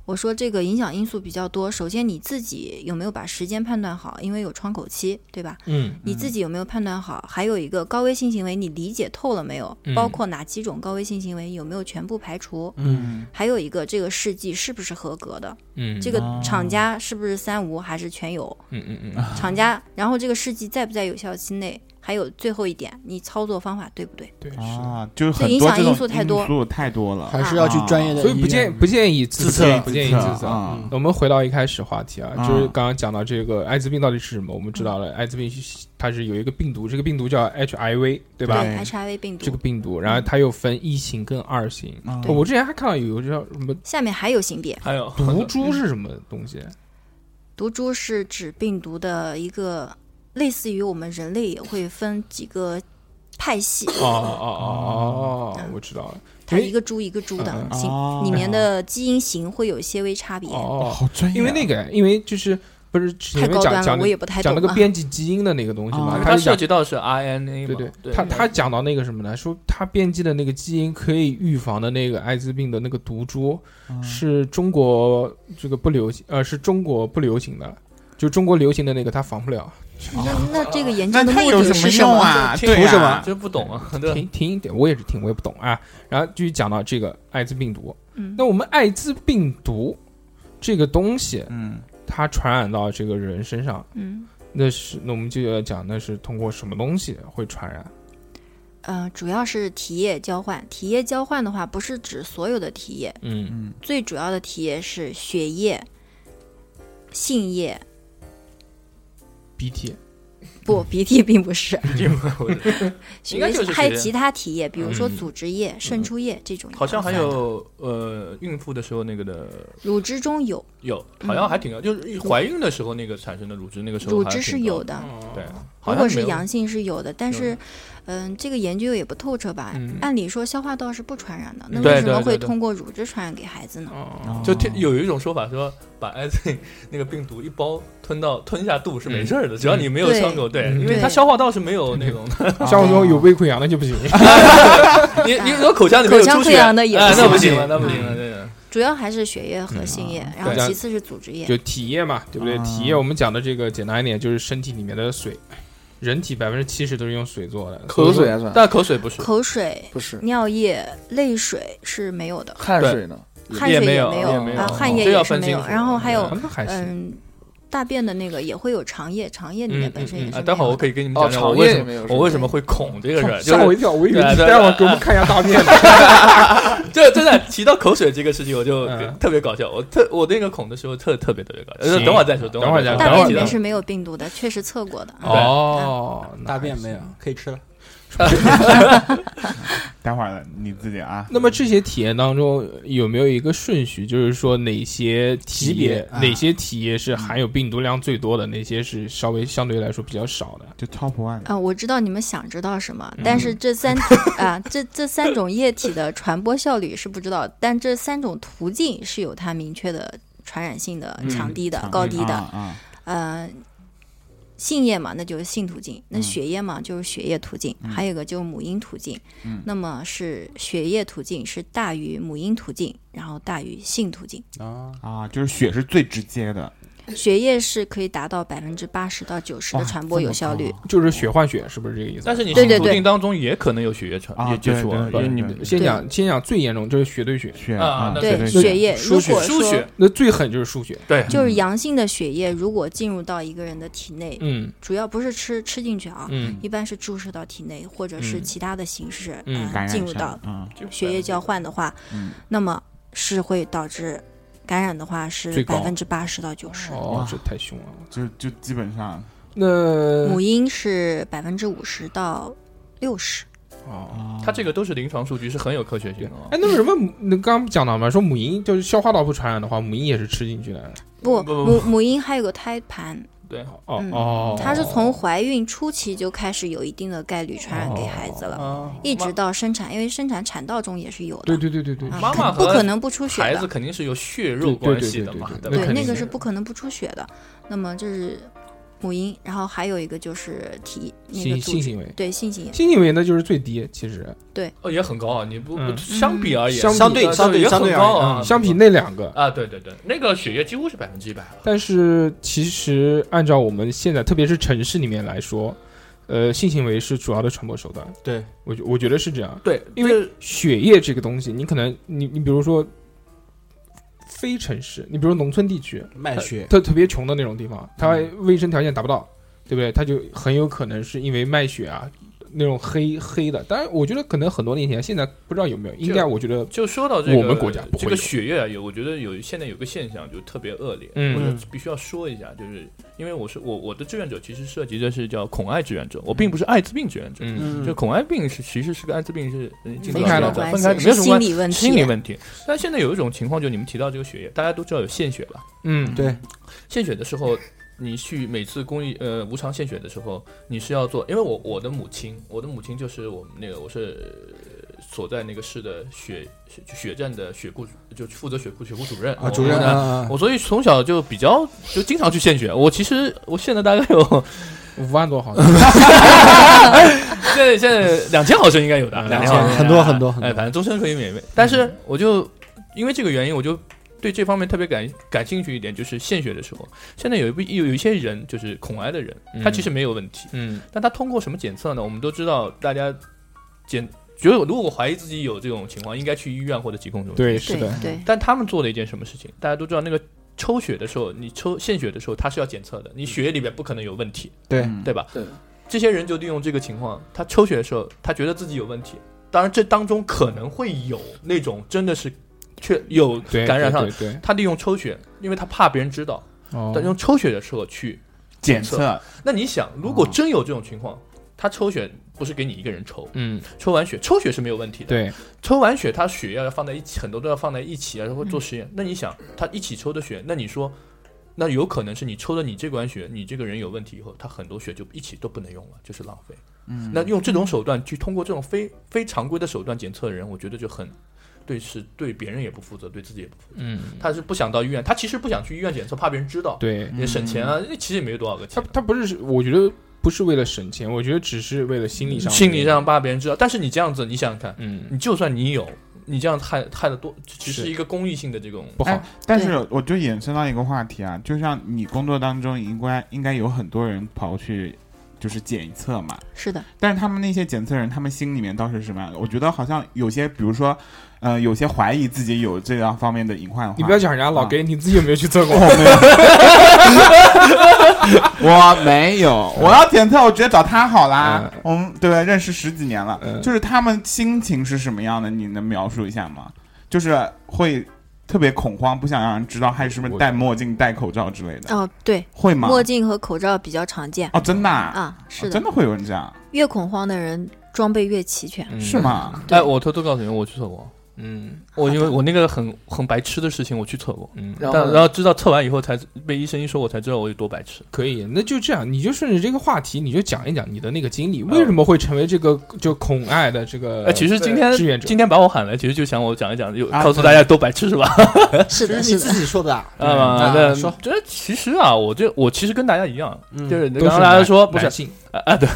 Speaker 6: 我说这个影响因素比较多，首先你自己有没有把时间判断好，因为有窗口期，对吧？
Speaker 3: 嗯，
Speaker 6: 你自己有没有判断好？还有一个高危性行为，你理解透了没有？
Speaker 3: 嗯
Speaker 6: 包括哪几种高危性行为，有没有全部排除？
Speaker 5: 嗯，
Speaker 6: 还有一个这个试剂是不是合格的？
Speaker 3: 嗯，
Speaker 6: 这
Speaker 3: 个，
Speaker 6: 个厂家是不是三无还是全有？
Speaker 3: 嗯嗯嗯，
Speaker 6: 厂家，然后这个试剂在不在有效期内？还有最后一点，你操作方法对不对？
Speaker 3: 对，是，
Speaker 5: 啊，就是很多这
Speaker 6: 这影响
Speaker 5: 种
Speaker 6: 因素太多
Speaker 5: 因素太多了，啊
Speaker 9: 还是要去专业的
Speaker 3: 啊
Speaker 9: 医
Speaker 3: 所
Speaker 9: 院，
Speaker 3: 以不建不建议
Speaker 9: 自
Speaker 3: 测，
Speaker 9: 测
Speaker 3: 不建议自测。
Speaker 5: 啊
Speaker 9: 嗯
Speaker 3: 我们回到一开始话题啊，就是
Speaker 5: 啊
Speaker 3: 刚刚讲到这个艾滋病到底是什么？我们知道了，艾滋病是它是有一个病毒，这个病毒叫 HIV，对吧？
Speaker 6: 对，HIV 病毒。
Speaker 3: 这个病毒，然后它又分一型跟二型。
Speaker 8: 嗯
Speaker 5: 啊
Speaker 3: 我之前还看到有一个叫什么嗯
Speaker 6: 下面还有型别，
Speaker 8: 还有
Speaker 3: 毒株是什么东西？
Speaker 6: 毒株是指病毒的一个类似于我们人类也会分几个派系，
Speaker 3: 哦哦哦哦哦，我知道了。
Speaker 6: 它一个株一个株的
Speaker 5: 嗯
Speaker 6: 型
Speaker 5: 哦，
Speaker 6: 里面的基因型会有一些微差别。
Speaker 5: 哦，
Speaker 3: 哦，
Speaker 5: 好专业啊，
Speaker 3: 因为那个，因为就是不是
Speaker 6: 太
Speaker 3: 前面
Speaker 6: 高
Speaker 3: 讲
Speaker 6: 端了，
Speaker 3: 讲
Speaker 6: 我
Speaker 3: 的
Speaker 6: 也不太
Speaker 3: 讲
Speaker 6: 懂
Speaker 3: 那个
Speaker 6: 啊。
Speaker 3: 编辑基因的那个东西嘛
Speaker 5: 啊，
Speaker 3: 他
Speaker 8: 它
Speaker 3: 就讲
Speaker 8: 涉及到是 RNA
Speaker 3: 对
Speaker 8: 嘛？
Speaker 3: 对，
Speaker 8: 对，
Speaker 3: 他他讲到那个什么呢？说他编辑的那个基因可以预防的那个艾滋病的那个毒株，
Speaker 5: 嗯
Speaker 3: 是中国这个不流行，呃，是中国不流行的，就中国流行的那个他防不了。
Speaker 6: 那那这个研究
Speaker 5: 那
Speaker 6: 的
Speaker 5: 它
Speaker 6: 目
Speaker 5: 有
Speaker 6: 的
Speaker 5: 什么
Speaker 6: 是什
Speaker 5: 用
Speaker 6: 么？
Speaker 5: 啊？
Speaker 8: 就
Speaker 5: 对
Speaker 8: 图
Speaker 5: 呀、
Speaker 8: 什
Speaker 5: 啊，
Speaker 8: 这不懂啊，对吧
Speaker 3: 听听一点，我也是听，我也不懂啊。然后继续讲到这个艾滋病毒，
Speaker 6: 嗯
Speaker 3: 那我们艾滋病毒这个东西，
Speaker 5: 嗯，
Speaker 3: 它传染到这个人身上，
Speaker 6: 嗯
Speaker 3: 那是那我们就要讲，那是通过什么东西会传染？嗯
Speaker 6: 呃，主要是体液交换。体液交换的话，不是指所有的体液，
Speaker 3: 嗯
Speaker 6: 最主要的体液是血液、性液。
Speaker 3: 鼻涕，
Speaker 6: 不，鼻涕并不 是， 血
Speaker 8: 应该
Speaker 6: 液
Speaker 8: 就是
Speaker 6: 还有
Speaker 8: 血液
Speaker 6: 其他体液，比如说
Speaker 3: 嗯
Speaker 6: 组织液、渗出液这种也包含的。
Speaker 8: 好像还有呃，孕妇的时候那个的
Speaker 6: 乳汁中有，
Speaker 8: 有，好像还挺高，就是怀孕的时候那个产生的乳汁，那个时候
Speaker 6: 乳
Speaker 8: 还
Speaker 6: 汁
Speaker 8: 挺
Speaker 6: 是
Speaker 8: 高
Speaker 6: 有
Speaker 8: 的，
Speaker 6: 的。
Speaker 8: 对，好
Speaker 6: 如
Speaker 8: 像
Speaker 6: 果
Speaker 8: 没
Speaker 6: 是
Speaker 8: 有
Speaker 6: 阳性是有的，但
Speaker 8: 有
Speaker 6: 是，嗯，这个研究也不透彻吧
Speaker 3: 嗯。
Speaker 6: 按理说消化道是不传染的，那
Speaker 3: 嗯
Speaker 6: 为
Speaker 8: 对
Speaker 6: 什么
Speaker 8: 对对
Speaker 6: 会
Speaker 8: 对
Speaker 6: 通过乳汁传染给孩子呢？
Speaker 3: 哦，
Speaker 8: 就听有一种说法说，把艾滋病那个病毒一包吞到吞下肚是没事儿的，只要你没有
Speaker 6: 对
Speaker 8: 伤口，对，
Speaker 3: 嗯
Speaker 8: 因为它
Speaker 6: 对
Speaker 8: 消化道是没有那种的，
Speaker 3: 像我这种有胃溃疡的就不行。
Speaker 8: 你你说口腔里面
Speaker 6: 口
Speaker 8: 有
Speaker 6: 腔
Speaker 8: 出
Speaker 6: 溃
Speaker 8: 血，
Speaker 6: 疡的也
Speaker 8: 哎
Speaker 6: 不
Speaker 8: 那不
Speaker 6: 行
Speaker 8: 行了，那不行了，这个。
Speaker 6: 主要还是血液
Speaker 8: 嗯
Speaker 6: 和心
Speaker 8: 啊
Speaker 6: 液，然后
Speaker 3: 对
Speaker 6: 其次是组织液。
Speaker 3: 就体液嘛，对不对？
Speaker 5: 啊
Speaker 3: 体液我们讲的这个简单一点，就是身体里面的水，人体百分之七十都是用水做的。
Speaker 10: 口
Speaker 3: 所以
Speaker 10: 水
Speaker 3: 说
Speaker 10: 还算
Speaker 8: 但口水不是，
Speaker 6: 口水、
Speaker 10: 不是
Speaker 6: 尿液、泪水是没有的，
Speaker 10: 汗水呢？
Speaker 6: 汗水
Speaker 8: 没有
Speaker 6: 没
Speaker 8: 也没有
Speaker 6: 啊，
Speaker 8: 哦
Speaker 6: 汗液
Speaker 8: 这要
Speaker 6: 也是
Speaker 8: 分
Speaker 6: 没
Speaker 8: 清
Speaker 6: 有。
Speaker 8: 楚
Speaker 6: 然后还有
Speaker 3: 啊，那还行。
Speaker 6: 嗯，大便的那个也会有肠液，肠液里面
Speaker 3: 嗯
Speaker 6: 本身也
Speaker 3: 嗯嗯
Speaker 6: 是没有
Speaker 8: 啊，
Speaker 6: 的。
Speaker 8: 待会儿我可以跟你们
Speaker 10: 哦
Speaker 8: 讲讲我
Speaker 10: 肠
Speaker 8: 为
Speaker 10: 液
Speaker 8: 什
Speaker 10: 没有
Speaker 8: 么
Speaker 10: 是吧
Speaker 8: 我为什么会恐这 个事儿，就
Speaker 3: 吓我一
Speaker 8: 是
Speaker 3: 跳，我以为
Speaker 8: 对啊
Speaker 3: 你
Speaker 8: 对啊
Speaker 3: 待会儿给我们看一下大便呢。
Speaker 8: 这真的提到口水这个事情，我就
Speaker 3: 嗯
Speaker 8: 特别搞笑。我特我那个恐的时候特特别特别搞笑，
Speaker 3: 行
Speaker 8: 等会儿再说，
Speaker 3: 等
Speaker 8: 会
Speaker 3: 会儿再
Speaker 8: 再
Speaker 3: 说
Speaker 6: 大
Speaker 8: 说
Speaker 3: 等会
Speaker 6: 便
Speaker 3: 儿
Speaker 6: 里
Speaker 3: 再
Speaker 6: 面
Speaker 3: 说
Speaker 6: 是没有病毒的，确实测过的。啊
Speaker 3: 哦，那
Speaker 9: 大便
Speaker 3: 还行
Speaker 9: 没有，可以吃了。
Speaker 5: 待会儿了你自己啊。
Speaker 3: 那么这些体验当中有没有一个顺序？就是说哪些体
Speaker 9: 级别
Speaker 3: 液
Speaker 9: 啊
Speaker 3: 哪些体液是含有病毒量最多的，哪些是稍微相对来说比较少的？
Speaker 5: 就 top one，
Speaker 6: 啊，我知道你们想知道什么，但是这三啊，这这三种液体的传播效率是不知道，但这三种途径是有它明确的传染性的强低的、高低的。
Speaker 5: 啊，
Speaker 6: 呃，性液嘛，那就是性途径；那
Speaker 5: 嗯
Speaker 6: 血液嘛，就是血液途径；还有一个就是母婴途径。
Speaker 5: 嗯
Speaker 6: 那么是血液途径是大于母婴途径，然后大于性途径。
Speaker 9: 啊，
Speaker 5: 啊，就是血是最直接的，
Speaker 6: 血液是可以达到百分之八十到九十的
Speaker 5: 哇
Speaker 6: 传播
Speaker 5: 这么
Speaker 6: 有效
Speaker 5: 高
Speaker 6: 率
Speaker 5: 啊。
Speaker 3: 就是血换血，是不是这个意思？
Speaker 8: 但是你
Speaker 6: 对
Speaker 8: 性
Speaker 6: 对
Speaker 8: 途
Speaker 6: 对
Speaker 8: 径当中也可能有血液传
Speaker 5: 啊
Speaker 8: 也接触啊，
Speaker 5: 对对
Speaker 8: 对
Speaker 5: 对
Speaker 8: 你
Speaker 5: 对
Speaker 8: 们
Speaker 3: 先
Speaker 6: 对
Speaker 3: 讲先讲最严重就是血对血，
Speaker 5: 血
Speaker 8: 啊那
Speaker 5: 血
Speaker 8: 对
Speaker 5: 对
Speaker 6: 血液，如
Speaker 3: 输血
Speaker 6: 果
Speaker 8: 输
Speaker 6: 说
Speaker 8: 血
Speaker 3: 那最狠就是输血。
Speaker 8: 对
Speaker 5: 嗯
Speaker 6: 就是阳性的血液，如果进入到一个人的体内，
Speaker 3: 嗯
Speaker 6: 主要不是吃吃进去啊，
Speaker 3: 嗯，
Speaker 6: 一般是注射到体内，或者是
Speaker 3: 嗯
Speaker 6: 其他的形式，
Speaker 3: 嗯
Speaker 6: 呃
Speaker 5: 感染
Speaker 6: 进入
Speaker 5: 上
Speaker 6: 到
Speaker 5: 嗯
Speaker 6: 血液交换的话，
Speaker 5: 嗯
Speaker 6: 那么是会导致感染的话是
Speaker 3: 最高
Speaker 6: 百分之八十到九十，
Speaker 3: 哦，这太凶了。
Speaker 5: 就就基本上
Speaker 3: 那
Speaker 6: 母婴是百分之五十到六十。
Speaker 3: 哦，
Speaker 5: 啊，
Speaker 8: 它这个都是临床数据，是很有科学性的啊。
Speaker 3: 哎，那为什么母那刚刚讲到嘛，说母婴就是消化道不传染的话，母婴也是吃进去的。
Speaker 6: 不，
Speaker 8: 不不
Speaker 6: 母母婴还有个胎盘，
Speaker 8: 对，
Speaker 3: 哦
Speaker 6: 嗯
Speaker 3: 哦，
Speaker 6: 它是从怀孕初期就开始有一定的概率传染给孩子了，
Speaker 8: 啊
Speaker 6: 嗯一直到生产，因为生产产道中也是有的。
Speaker 3: 哦对对对对对，
Speaker 6: 啊
Speaker 8: 妈妈
Speaker 6: 不
Speaker 8: 和
Speaker 6: 可能不出血
Speaker 8: 孩子
Speaker 6: 的，
Speaker 8: 肯定是有血肉关系的嘛，
Speaker 3: 对对对对
Speaker 8: 吧？
Speaker 3: 那
Speaker 6: 对，
Speaker 3: 肯
Speaker 6: 那
Speaker 3: 定
Speaker 6: 个
Speaker 3: 是
Speaker 6: 是不可能不出血的。那么这是母婴，然后还有一个就是体那个
Speaker 3: 性
Speaker 6: 组
Speaker 3: 性
Speaker 6: 织，
Speaker 3: 行为，
Speaker 6: 对性行为，
Speaker 3: 性行为那就是最低，其实
Speaker 8: 哦，也很高啊！你不
Speaker 3: 嗯
Speaker 8: 相比而言，
Speaker 3: 相
Speaker 9: 相对
Speaker 8: 呃
Speaker 9: 相对
Speaker 8: 也
Speaker 9: 相
Speaker 8: 很
Speaker 9: 对
Speaker 8: 高
Speaker 9: 而言
Speaker 8: 啊，
Speaker 3: 嗯相比那两个。
Speaker 8: 啊，对对对，那个血液几乎是百分之一百了。
Speaker 3: 但是其实按照我们现在，特别是城市里面来说，呃，性行为是主要的传播手段。
Speaker 9: 对
Speaker 3: 我觉我觉得是这样，
Speaker 8: 对，
Speaker 3: 因为血液这个东西，你可能你你比如说非城市，你比如农村地区，
Speaker 9: 卖血
Speaker 3: 特特别穷的那种地方，它
Speaker 8: 嗯
Speaker 3: 卫生条件达不到，对不对？它就很有可能是因为卖血啊，那种黑黑的。当然，我觉得可能很多年前，现在不知道有没有，应该我觉得
Speaker 8: 就说到这个，
Speaker 3: 我们国家不会
Speaker 8: 这
Speaker 3: 有
Speaker 8: 个血液啊，有我觉得有现在有个现象就特别恶劣，
Speaker 3: 嗯
Speaker 8: 我就必须要说一下，就是因为我是我我的志愿者其实涉及的是叫恐艾志愿者，我并不是艾滋病志愿者，
Speaker 3: 嗯
Speaker 8: 就恐艾病是其实是跟艾滋病是呃近
Speaker 3: 分
Speaker 8: 道
Speaker 3: 开
Speaker 8: 的
Speaker 3: 了
Speaker 8: 分
Speaker 6: 关
Speaker 8: 开
Speaker 6: 系，
Speaker 8: 没有
Speaker 6: 是
Speaker 8: 什么关
Speaker 6: 心理问题，啊
Speaker 8: 心理问题。但现在有一种情况，就你们提到这个血液，大家都知道有献血吧？
Speaker 3: 嗯
Speaker 9: 对啊
Speaker 8: 献血的时候，你去每次公益呃无偿献血的时候，你是要做，因为我我的母亲，我的母亲就是我们那个我是呃所在那个市的血血血站的血库，就负责血库血库主任
Speaker 9: 啊，主任
Speaker 8: 嗯我呢
Speaker 9: 啊，
Speaker 8: 我所以从小就比较就经常去献血。我其实我现在大概有
Speaker 3: 五万多好像
Speaker 8: 现在现在两千毫升应该有的，啊两千毫升
Speaker 9: 嗯很多很多很多
Speaker 8: 哎，反正终身可以免费。但是我就因为这个原因，我就对这方面特别感感兴趣一点，就是献血的时候，现在有一部有有一些人就是恐癌的人，他
Speaker 3: 嗯
Speaker 8: 其实没有问题，
Speaker 3: 嗯
Speaker 8: 但他通过什么检测呢？我们都知道，大家检觉得如果怀疑自己有这种情况，应该去医院或者疾控中心。
Speaker 3: 对
Speaker 6: 对
Speaker 3: 是的，
Speaker 6: 对，
Speaker 8: 但他们做了一件什么事情？大家都知道，那个抽血的时候，你抽献血的时候，它是要检测的，你血液里面不可能有问题。
Speaker 9: 对
Speaker 5: 嗯
Speaker 8: 对吧？
Speaker 10: 对，
Speaker 8: 这些人就利用这个情况，他抽血的时候，他觉得自己有问题，当然这当中可能会有那种真的是确有
Speaker 3: 对
Speaker 8: 感染上
Speaker 3: 对，对，对
Speaker 8: 他利用抽血，因为他怕别人知道，
Speaker 3: 哦
Speaker 8: 他用抽血的时候去。
Speaker 5: 检
Speaker 8: 测
Speaker 5: 测
Speaker 8: 那你想，如
Speaker 3: 哦
Speaker 8: 果真有这种情况，他抽血不是给你一个人抽，
Speaker 3: 嗯
Speaker 8: 抽完血抽血是没有问题的，
Speaker 3: 对
Speaker 8: 抽完血，他血要放在一起，很多都要放在一起
Speaker 3: 嗯
Speaker 8: 啊，然后做实验。那你想，他一起抽的血，那你说，那有可能是你抽的你这管血，你这个人有问题以后，他很多血就一起都不能用了，就是浪费。
Speaker 5: 嗯
Speaker 8: 那用这种手段去通过这种非非常规的手段检测人，我觉得就很对，是对别人也不负责，对自己也不负责。
Speaker 3: 嗯
Speaker 8: 他嗯是不想到医院，他其实不想去医院检测，怕别人知道，
Speaker 3: 对。嗯
Speaker 8: 也省钱啊，那其实也没有多少个
Speaker 3: 他
Speaker 8: 钱。
Speaker 3: 他不是，我觉得不是为了省钱，我觉得只是为了心理上
Speaker 8: 心理上怕别人知道。但是你这样子，你想想看，
Speaker 3: 嗯，
Speaker 8: 你就算你有，你这样害害的多，只
Speaker 3: 是
Speaker 8: 是一个公益性的这种
Speaker 3: 不好
Speaker 8: 哎
Speaker 5: 但是我就衍生到一个话题啊，就像你工作当中应该应该有很多人跑去就是检测嘛，
Speaker 6: 是
Speaker 8: 啊
Speaker 6: 的，
Speaker 5: 但是他们那些检测人，他们心里面倒是什么样的？我觉得好像有些，比如说，呃，有些怀疑自己有这样方面的隐患的话
Speaker 3: 你不要讲人家老
Speaker 5: 啊
Speaker 3: 给你自己有没有去测过？
Speaker 5: 我没有，我要检测，我直接找他好啦。我们对认识十几年了，
Speaker 3: 嗯
Speaker 5: 就是他们心情是什么样的？你能描述一下吗？就是会特别恐慌，不想让人知道，还是不是戴墨镜、戴口罩之类的？
Speaker 6: 哦，对，
Speaker 5: 会吗？
Speaker 6: 墨镜和口罩比较常见
Speaker 5: 哦，真的啊，
Speaker 6: 啊，是
Speaker 5: 真
Speaker 6: 的，
Speaker 5: 的会有人这样，
Speaker 6: 越恐慌的人装备越齐全。
Speaker 3: 嗯
Speaker 5: 是？吗？
Speaker 6: 对
Speaker 8: 哎，我偷偷告诉你，我去测过，
Speaker 3: 嗯
Speaker 8: 我因为我那个很很白痴的事情，我去测过，
Speaker 3: 嗯，
Speaker 10: 然
Speaker 8: 但
Speaker 10: 后
Speaker 8: 然后知道测完以后才被医生一说，我才知道我有多白痴。
Speaker 3: 可以，那就这样，你就顺着这个话题，你就讲一讲你的那个经历，为什么会成为这个就恐爱的这个？
Speaker 8: 哎，其实今天
Speaker 3: 呃志愿者
Speaker 8: 今天把我喊来，其实就想我讲一讲，就
Speaker 5: 啊
Speaker 8: 告诉大家多白痴是吧？
Speaker 6: 是
Speaker 9: 这
Speaker 6: 的，
Speaker 9: 是你
Speaker 6: 是
Speaker 9: 自
Speaker 6: 的，
Speaker 9: 己说的啊，
Speaker 3: 嗯
Speaker 8: 啊，
Speaker 9: 那
Speaker 8: 那
Speaker 9: 说
Speaker 8: 这其实啊，我这我其实跟大家一样，
Speaker 9: 嗯
Speaker 8: 就是
Speaker 3: 都
Speaker 8: 刚
Speaker 3: 是
Speaker 8: 刚大家
Speaker 3: 男
Speaker 8: 说不是
Speaker 3: 男性
Speaker 8: 啊啊，对，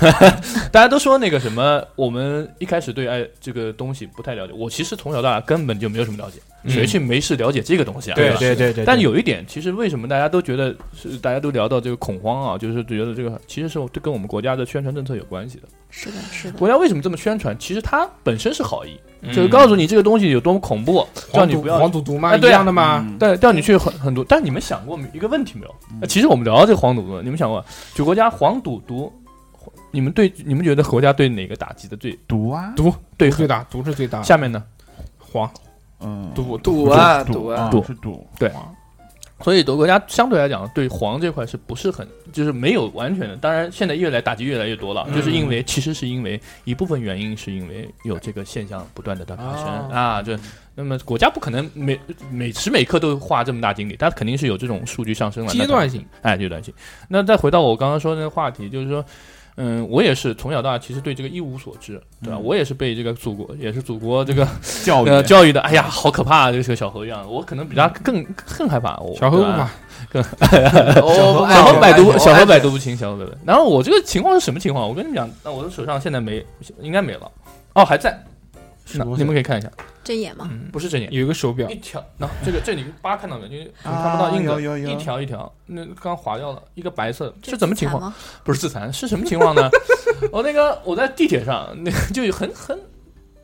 Speaker 8: 大家都说那个什么，我们一开始对爱这个东西不太了解，我其实从小到大根本就没有什么了解，
Speaker 3: 嗯
Speaker 8: 谁去没事了解这个东西啊？
Speaker 3: 对
Speaker 8: 吧
Speaker 3: 对
Speaker 9: 对对
Speaker 8: 但有一点，其实为什么大家都觉得是大家都聊到这个恐慌啊，就是觉得这个其实是跟我们国家的宣传政策有关系的。
Speaker 6: 是的，是的，
Speaker 8: 国家为什么这么宣传？其实它本身是好意，
Speaker 3: 嗯
Speaker 8: 就是告诉你这个东西有多么恐怖，叫
Speaker 3: 黄
Speaker 8: 你
Speaker 3: 赌
Speaker 8: 不要
Speaker 3: 黄赌毒嘛，
Speaker 8: 哎
Speaker 3: 一
Speaker 8: 对啊
Speaker 3: 样的嘛。
Speaker 5: 嗯
Speaker 8: 但让你去很很多，但你们想过一个问题没有？呃其实我们聊到这个黄赌毒，你们想过，就国家黄赌毒，你们对你们觉得国家对哪个打击的最
Speaker 5: 毒啊，
Speaker 3: 毒
Speaker 8: 对
Speaker 3: 最大，毒是最大。
Speaker 8: 下面呢？
Speaker 3: 黄
Speaker 5: 嗯，
Speaker 3: 赌赌
Speaker 10: 赌啊
Speaker 5: 赌
Speaker 10: 赌啊，
Speaker 8: 赌
Speaker 5: 是赌，
Speaker 8: 所以德国家相对来讲对黄这块是不是很就是没有完全的？当然现在越来打击越来越多了，
Speaker 3: 嗯
Speaker 8: 就是因为其实是因为一部分原因是因为有这个现象不断的在发生
Speaker 3: 哦
Speaker 8: 啊，这那么国家不可能每每时每刻都花这么大精力，它肯定是有这种数据上升了。那
Speaker 3: 阶
Speaker 8: 它
Speaker 3: 段性，
Speaker 8: 哎，阶段性。那再回到我刚刚说的那个话题，就是说，嗯，我也是从小到大其实对这个一无所知，对吧？
Speaker 5: 嗯
Speaker 8: 我也是被这个祖国，也是祖国这个
Speaker 5: 教育
Speaker 8: 呃教育的，哎呀，好可怕、啊，就是个小猴一样。我可能比他更更害怕。我
Speaker 3: 小何
Speaker 8: 对
Speaker 3: 不
Speaker 8: 吧
Speaker 3: 怕，
Speaker 10: 哦
Speaker 5: 哎
Speaker 8: 小何百毒，小何百
Speaker 10: 毒，
Speaker 8: 毒不侵，小何百毒。然后我这个情况是什么情况？我跟你讲，那我的手上现在没，应该没了。哦，还在，那
Speaker 9: 东西
Speaker 8: 你们可以看一下，
Speaker 6: 睁眼嘛，
Speaker 8: 不是这里。
Speaker 3: 有一个手表
Speaker 8: 嗯一，条，那、这个这里疤看到没有？因为
Speaker 5: 啊
Speaker 8: 看不到印
Speaker 5: 有
Speaker 8: 子，
Speaker 5: 有有
Speaker 8: 一条一条，那刚划掉了一个白色，
Speaker 6: 这
Speaker 8: 是怎么情
Speaker 6: 惨
Speaker 8: 况？
Speaker 6: 吗？
Speaker 8: 不是自残，是什么情况呢？ 我那个我在地铁上，那个就有很很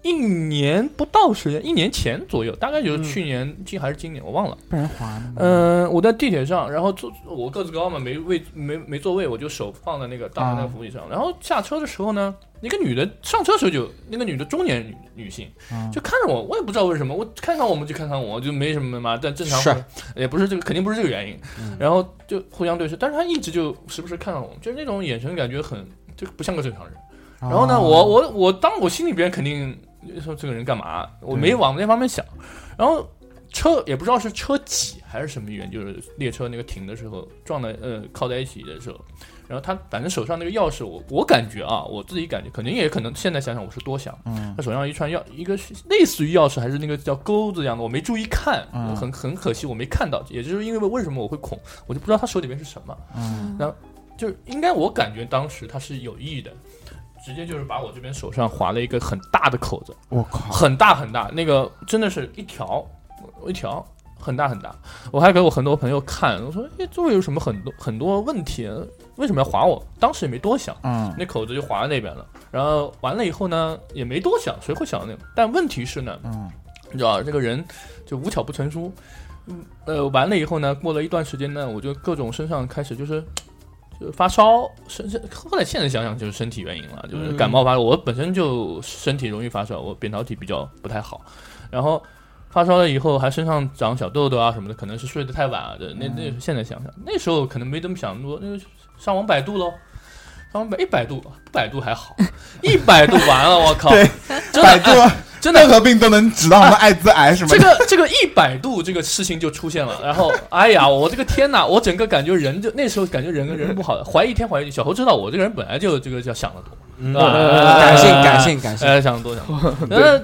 Speaker 8: 一年不到时间，一年前左右，大概就是去年今、还是今年，我忘了。
Speaker 5: 嗯被人划了吗？
Speaker 8: 嗯、我在地铁上，然后坐我个子高嘛，没位没没座位，我就手放在那个大
Speaker 5: 啊
Speaker 8: 堂那个扶椅上。然后下车的时候呢，那个女的上车的时候就那个女的中年女女性
Speaker 5: 啊
Speaker 8: 就看着我，我也不知道为什么，我看看我们就看看我，就没什么嘛。但正常
Speaker 9: 是
Speaker 8: 也不是这个，肯定不是这个原因。然后就互相对视，但是她一直就时不时看看我们，就是那种眼神感觉很就不像个正常人。
Speaker 9: 哦
Speaker 8: 然后呢，我我我当我心里边肯定说这个人干嘛，我没往那方面想。然后车也不知道是车挤还是什么原因，就是列车那个停的时候撞在呃靠在一起的时候，然后他反正手上那个钥匙，我我感觉啊，我自己感觉，肯定也可能现在想想我是多想，
Speaker 5: 嗯
Speaker 8: 他手上一串钥，一个是类似于钥匙还是那个叫钩子一样的，我没注意看，
Speaker 5: 嗯
Speaker 8: 很很可惜我没看到，也就是因为为什么我会恐，我就不知道他手里面是什么。
Speaker 5: 嗯
Speaker 8: 就是应该我感觉当时他是有意的，直接就是把我这边手上划了一个很大的口子，
Speaker 5: 我靠，
Speaker 8: 很大很大，那个真的是一条一条很大很大。我还给我很多朋友看，我说哎，这位有什么很多很多问题，为什么要划我？当时也没多想。
Speaker 5: 嗯
Speaker 8: 那口子就划到那边了，然后完了以后呢，也没多想，谁会想到那个？但问题是呢，
Speaker 5: 嗯
Speaker 8: 你知道这个人就无巧不成书，嗯呃，完了以后呢，过了一段时间呢，我就各种身上开始就是。就是发烧，身身后来现在想想就是身体原因了，就是感冒发烧。
Speaker 5: 嗯
Speaker 8: 我本身就身体容易发烧，我扁桃体比较不太好，然后发烧了以后还身上长小痘痘啊什么的，可能是睡得太晚了的。那
Speaker 5: 嗯
Speaker 8: 那现在想想，那时候可能没怎么想那么多，那就上网百度喽，上网百一百度，百度还好，一百度完了，我靠，
Speaker 5: 对
Speaker 8: 真的
Speaker 5: 百度
Speaker 8: 真的
Speaker 5: 任何病都能指导我们艾滋癌什么
Speaker 8: 这
Speaker 5: 的，
Speaker 8: 个这个一百度这个事情就出现了，然后哎呀，我这个天呐，我整个感觉人就那时候感觉人跟人不好，怀疑天怀疑地。小侯知道我这个人本来就这个叫想得多，
Speaker 9: 嗯
Speaker 8: 啊
Speaker 9: 感性感性感性，
Speaker 8: 哎，想得多想得多。呃，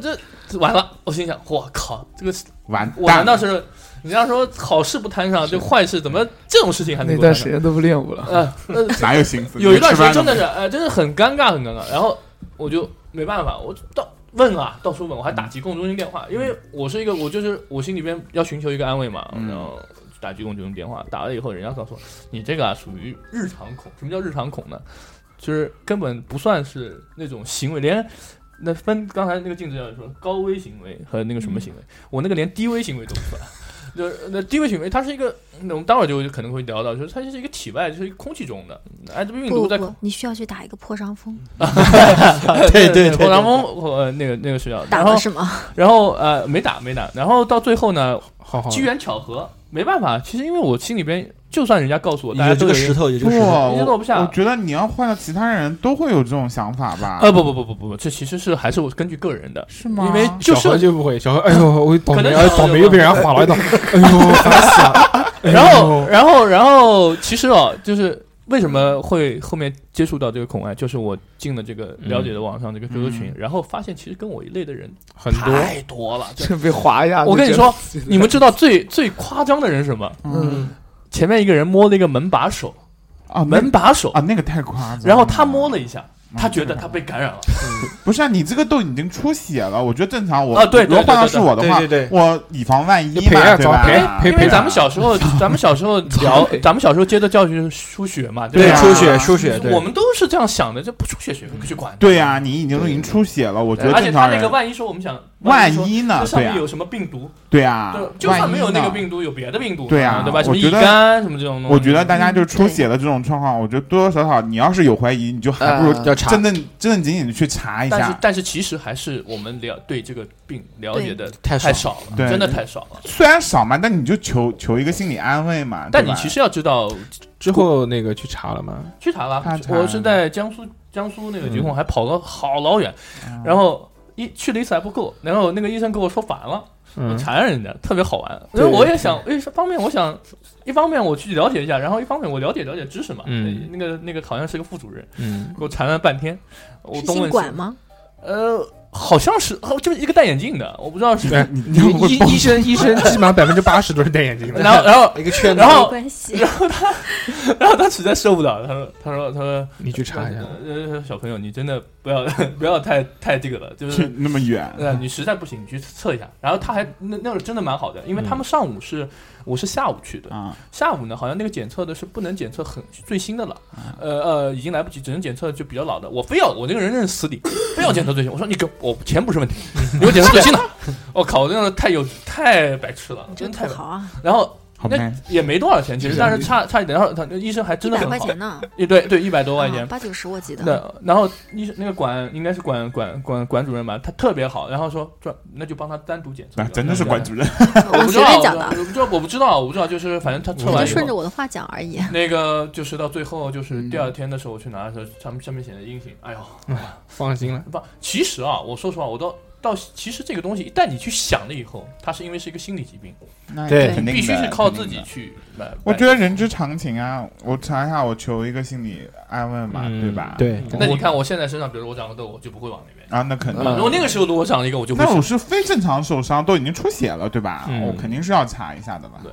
Speaker 8: 这完了，我心想，我靠，这个是
Speaker 5: 完
Speaker 8: 我
Speaker 5: 蛋
Speaker 8: 难道是人家说好事不摊上，这坏事怎么这种事情还能
Speaker 10: 那
Speaker 8: 够摊
Speaker 10: 段
Speaker 8: 上
Speaker 10: 时间都不练 舞了。
Speaker 8: 呃，那
Speaker 5: 哪有心思？
Speaker 8: 有一段时间
Speaker 5: 你吃
Speaker 8: 真
Speaker 5: 饭了
Speaker 8: 的
Speaker 5: 吗
Speaker 8: 是，哎，真是很尴尬，很尴尬。然后我就没办法，我到问啊，到处问，我还
Speaker 5: 嗯
Speaker 8: 打疾控中心电话，因为我是一个，我就是我心里边要寻求一个安慰嘛，
Speaker 5: 嗯
Speaker 8: 然后打疾控中心电话，打了以后，人家告诉我，你这个啊属于日常恐。什么叫日常恐呢？就是根本不算是那种行为，连。那分刚才那个镜子要说高危行为和那个什么行为，
Speaker 9: 嗯
Speaker 8: 我那个连低危行为都不算，就是那低危行为它是一个，那我们待会儿就可能会聊到，就是它就是一个体外，就是一个空气中的哎艾滋病病毒
Speaker 6: 不
Speaker 8: 在嗯
Speaker 6: 不，你需要去打一个破伤风，
Speaker 9: 对对对
Speaker 8: 破伤风，我呃那个那个是要，
Speaker 6: 打
Speaker 8: 然后
Speaker 6: 了是吗？
Speaker 8: 然后呃没打没打，然后到最后呢，
Speaker 3: 好
Speaker 9: 哦
Speaker 3: 好，
Speaker 8: 机缘巧合，没办法，其实因为我心里边，就算人家告诉我，大家
Speaker 9: 有这
Speaker 8: 都
Speaker 9: 个
Speaker 8: 有
Speaker 9: 石
Speaker 8: 人
Speaker 9: 头，有这
Speaker 5: 不，
Speaker 9: 个石头，
Speaker 8: 人家
Speaker 5: 我
Speaker 8: 落不下
Speaker 5: 我觉得你要换到其他人都会有这种想法吧？
Speaker 8: 呃不不不不不不，这其实是还是我根据个人的，
Speaker 5: 是吗？
Speaker 8: 因为就
Speaker 3: 小何
Speaker 8: 是
Speaker 3: 就不会，小何，哎呦，我倒
Speaker 8: 可
Speaker 3: 霉，
Speaker 8: 能
Speaker 3: 哎
Speaker 8: 小何
Speaker 3: 倒霉
Speaker 8: 就
Speaker 3: 又被人家划了一刀，哎呦，烦死了。哎呦
Speaker 8: 然后然后然后其实哦，就是为什么会后面接触到这个恐艾，就是我进了这个了解的网上这个 QQ 群
Speaker 5: 嗯，
Speaker 8: 然后发现其实跟我一类的人
Speaker 3: 很多
Speaker 8: 太多了，
Speaker 10: 这被划一下，
Speaker 8: 我
Speaker 10: 就
Speaker 8: 跟你
Speaker 10: 觉得
Speaker 8: 说，你们知道最最夸张的人是什么？
Speaker 5: 嗯
Speaker 8: 前面一个人摸了一个门把手，
Speaker 5: 啊那
Speaker 8: 门把手，
Speaker 5: 啊那个太夸张了，
Speaker 8: 然后他摸了一下，
Speaker 5: 嗯
Speaker 8: 他觉得他被感染了。
Speaker 5: 不是啊，你这个都已经出血了，我觉得正常我。
Speaker 8: 啊对
Speaker 5: 如果
Speaker 8: 对
Speaker 5: 换到
Speaker 8: 对哎
Speaker 5: 是我的话，
Speaker 9: 对对
Speaker 5: 我以防万一
Speaker 3: 赔
Speaker 5: 嘛，
Speaker 3: 啊
Speaker 5: 对
Speaker 3: 早
Speaker 5: 吧？
Speaker 3: 赔赔
Speaker 8: 因
Speaker 3: 赔
Speaker 8: 为
Speaker 3: 啊
Speaker 8: 咱们小时候，咱们小时候聊，咱们小时候接的教育就是输血嘛，
Speaker 5: 对
Speaker 8: 吧？
Speaker 5: 啊
Speaker 9: 出血出血，对
Speaker 8: 我，们都是这样想的，就不出血谁会去管？
Speaker 5: 对呀、你已经都已经出血了，我觉得
Speaker 8: 而且
Speaker 5: 正
Speaker 8: 他
Speaker 5: 常
Speaker 8: 那
Speaker 5: 人
Speaker 8: 个。万一说我们想，
Speaker 5: 万
Speaker 8: 说
Speaker 5: 一呢
Speaker 8: 这？上
Speaker 5: 对呀啊
Speaker 8: 面、有什么病毒？
Speaker 5: 对呀、
Speaker 8: 对
Speaker 5: 万，
Speaker 8: 就算没有那
Speaker 5: 一
Speaker 8: 个
Speaker 5: 呢
Speaker 8: 病毒，有别的病毒，
Speaker 5: 对
Speaker 8: 啊
Speaker 5: 啊，
Speaker 8: 对吧？什
Speaker 5: 我
Speaker 8: 么
Speaker 5: 觉
Speaker 8: 乙
Speaker 5: 得
Speaker 8: 肝什么这种东西，
Speaker 5: 我觉得大
Speaker 8: 嗯
Speaker 5: 家就是出血的这种状况，我觉得多多少少，你要是有怀疑，你就还不如
Speaker 10: 呃
Speaker 9: 要查
Speaker 5: 正正正正经经的去查一
Speaker 8: 但是
Speaker 5: 下。
Speaker 8: 但是其实还是我们了对这个病了解的
Speaker 9: 太
Speaker 8: 太
Speaker 9: 少
Speaker 8: 少了，
Speaker 5: 对
Speaker 8: 真的太少了。
Speaker 5: 虽然少嘛，但你就求求一个心理安慰嘛。
Speaker 8: 但
Speaker 5: 对
Speaker 8: 你
Speaker 5: 吧
Speaker 8: 其实要知道，
Speaker 3: 之后那个去查了吗？
Speaker 8: 去查了
Speaker 5: 他，查嗯
Speaker 8: 我是在江苏江苏那个疾控还跑了好老远，然后一去了一次还不够，然后那个医生跟我说烦了，我
Speaker 3: 嗯，
Speaker 8: 缠着人家特别好玩，因为我也想，一方面我想。一方面我去了解一下，然后一方面我了解了解知识嘛。
Speaker 3: 嗯
Speaker 8: 那个那个好像是个副主任，
Speaker 3: 嗯，
Speaker 8: 给我缠了半天。我
Speaker 6: 是
Speaker 8: 东
Speaker 6: 新
Speaker 8: 问
Speaker 6: 管
Speaker 8: 西？
Speaker 6: 吗？
Speaker 8: 呃，好像是，哦就是一个戴眼镜的，我不知道是。
Speaker 3: 对，你医医生医 生基本上百分之八十都是戴眼镜的。
Speaker 8: 然后然后
Speaker 9: 一个圈子
Speaker 8: 然后
Speaker 6: 没关系，
Speaker 8: 然后他实在受不了，他说他说他说
Speaker 3: 你去查一下，
Speaker 8: 呃小朋友你真的不要 不要太太这个了，就是
Speaker 5: 去那么远，
Speaker 8: 呃，你实在不行，你去测一下。然后他还那那会儿真的蛮好的，因为他们上午是、我是下午去的，
Speaker 5: 啊，
Speaker 8: 下午呢好像那个检测的是不能检测很最新的了，
Speaker 5: 啊
Speaker 8: 呃呃已经来不及，只能检测就比较老的。我非要我这个人认死理，非要检测最新。我说你给我钱不是问题， 你给我检测最新的。我靠，我真的太有太白痴了，真
Speaker 6: 真
Speaker 8: 的太
Speaker 6: 土
Speaker 8: 白痴
Speaker 6: 豪
Speaker 8: 了。
Speaker 6: 啊，
Speaker 8: 然后
Speaker 5: 好
Speaker 8: 那
Speaker 5: 呗。
Speaker 8: 也没多少钱，其实，但是差差一点。然后他那医生还
Speaker 6: 一
Speaker 8: 真的
Speaker 6: 百
Speaker 8: 很
Speaker 6: 块
Speaker 8: 好，
Speaker 6: 钱呢，
Speaker 8: 一对对一百多块钱
Speaker 6: 啊，八九十我记得。
Speaker 8: 那然后医那个管应该是管管管管主任吧，他特别好，然后说这那就帮他单独检测
Speaker 5: 那
Speaker 8: 一个。
Speaker 5: 啊真的是
Speaker 8: 然后
Speaker 5: 关主任，
Speaker 8: 我
Speaker 6: 我
Speaker 8: 不知
Speaker 6: 随
Speaker 8: 道
Speaker 6: 便讲的啊，
Speaker 8: 我不知道，我不知道，我不知道，就是反正他测
Speaker 6: 我
Speaker 8: 完
Speaker 6: 就
Speaker 8: 以
Speaker 6: 顺着
Speaker 8: 后，
Speaker 6: 我的话讲而已。
Speaker 8: 那个就是到最后就是
Speaker 5: 嗯
Speaker 8: 第二天的时候我去拿的时候，上面上面写的阴性，哎呦，
Speaker 3: 放心了，
Speaker 8: 不，其实啊，我说实话，我到到其实这个东西一旦你去想了以后，它是因为是一个心理疾病，
Speaker 5: 那
Speaker 9: 对
Speaker 5: 肯定的
Speaker 8: 必须是靠自。
Speaker 5: 肯定
Speaker 8: 己
Speaker 5: 的
Speaker 8: 去来。
Speaker 5: 我
Speaker 8: 来
Speaker 5: 觉得人之常情啊，我查一下，我求一个心理安慰嘛，
Speaker 3: 嗯
Speaker 5: 对吧？。
Speaker 9: 对，
Speaker 8: 那你看我现在身上，比如说我长个痘，我就不会往那边。
Speaker 5: 啊，那肯定。
Speaker 8: 如果那个时候如果长了一个，我就会
Speaker 5: 那
Speaker 8: 想
Speaker 5: 我是非正常受伤，都已经出血了，对吧？
Speaker 3: 嗯
Speaker 5: 我肯定是要查一下的吧。
Speaker 8: 对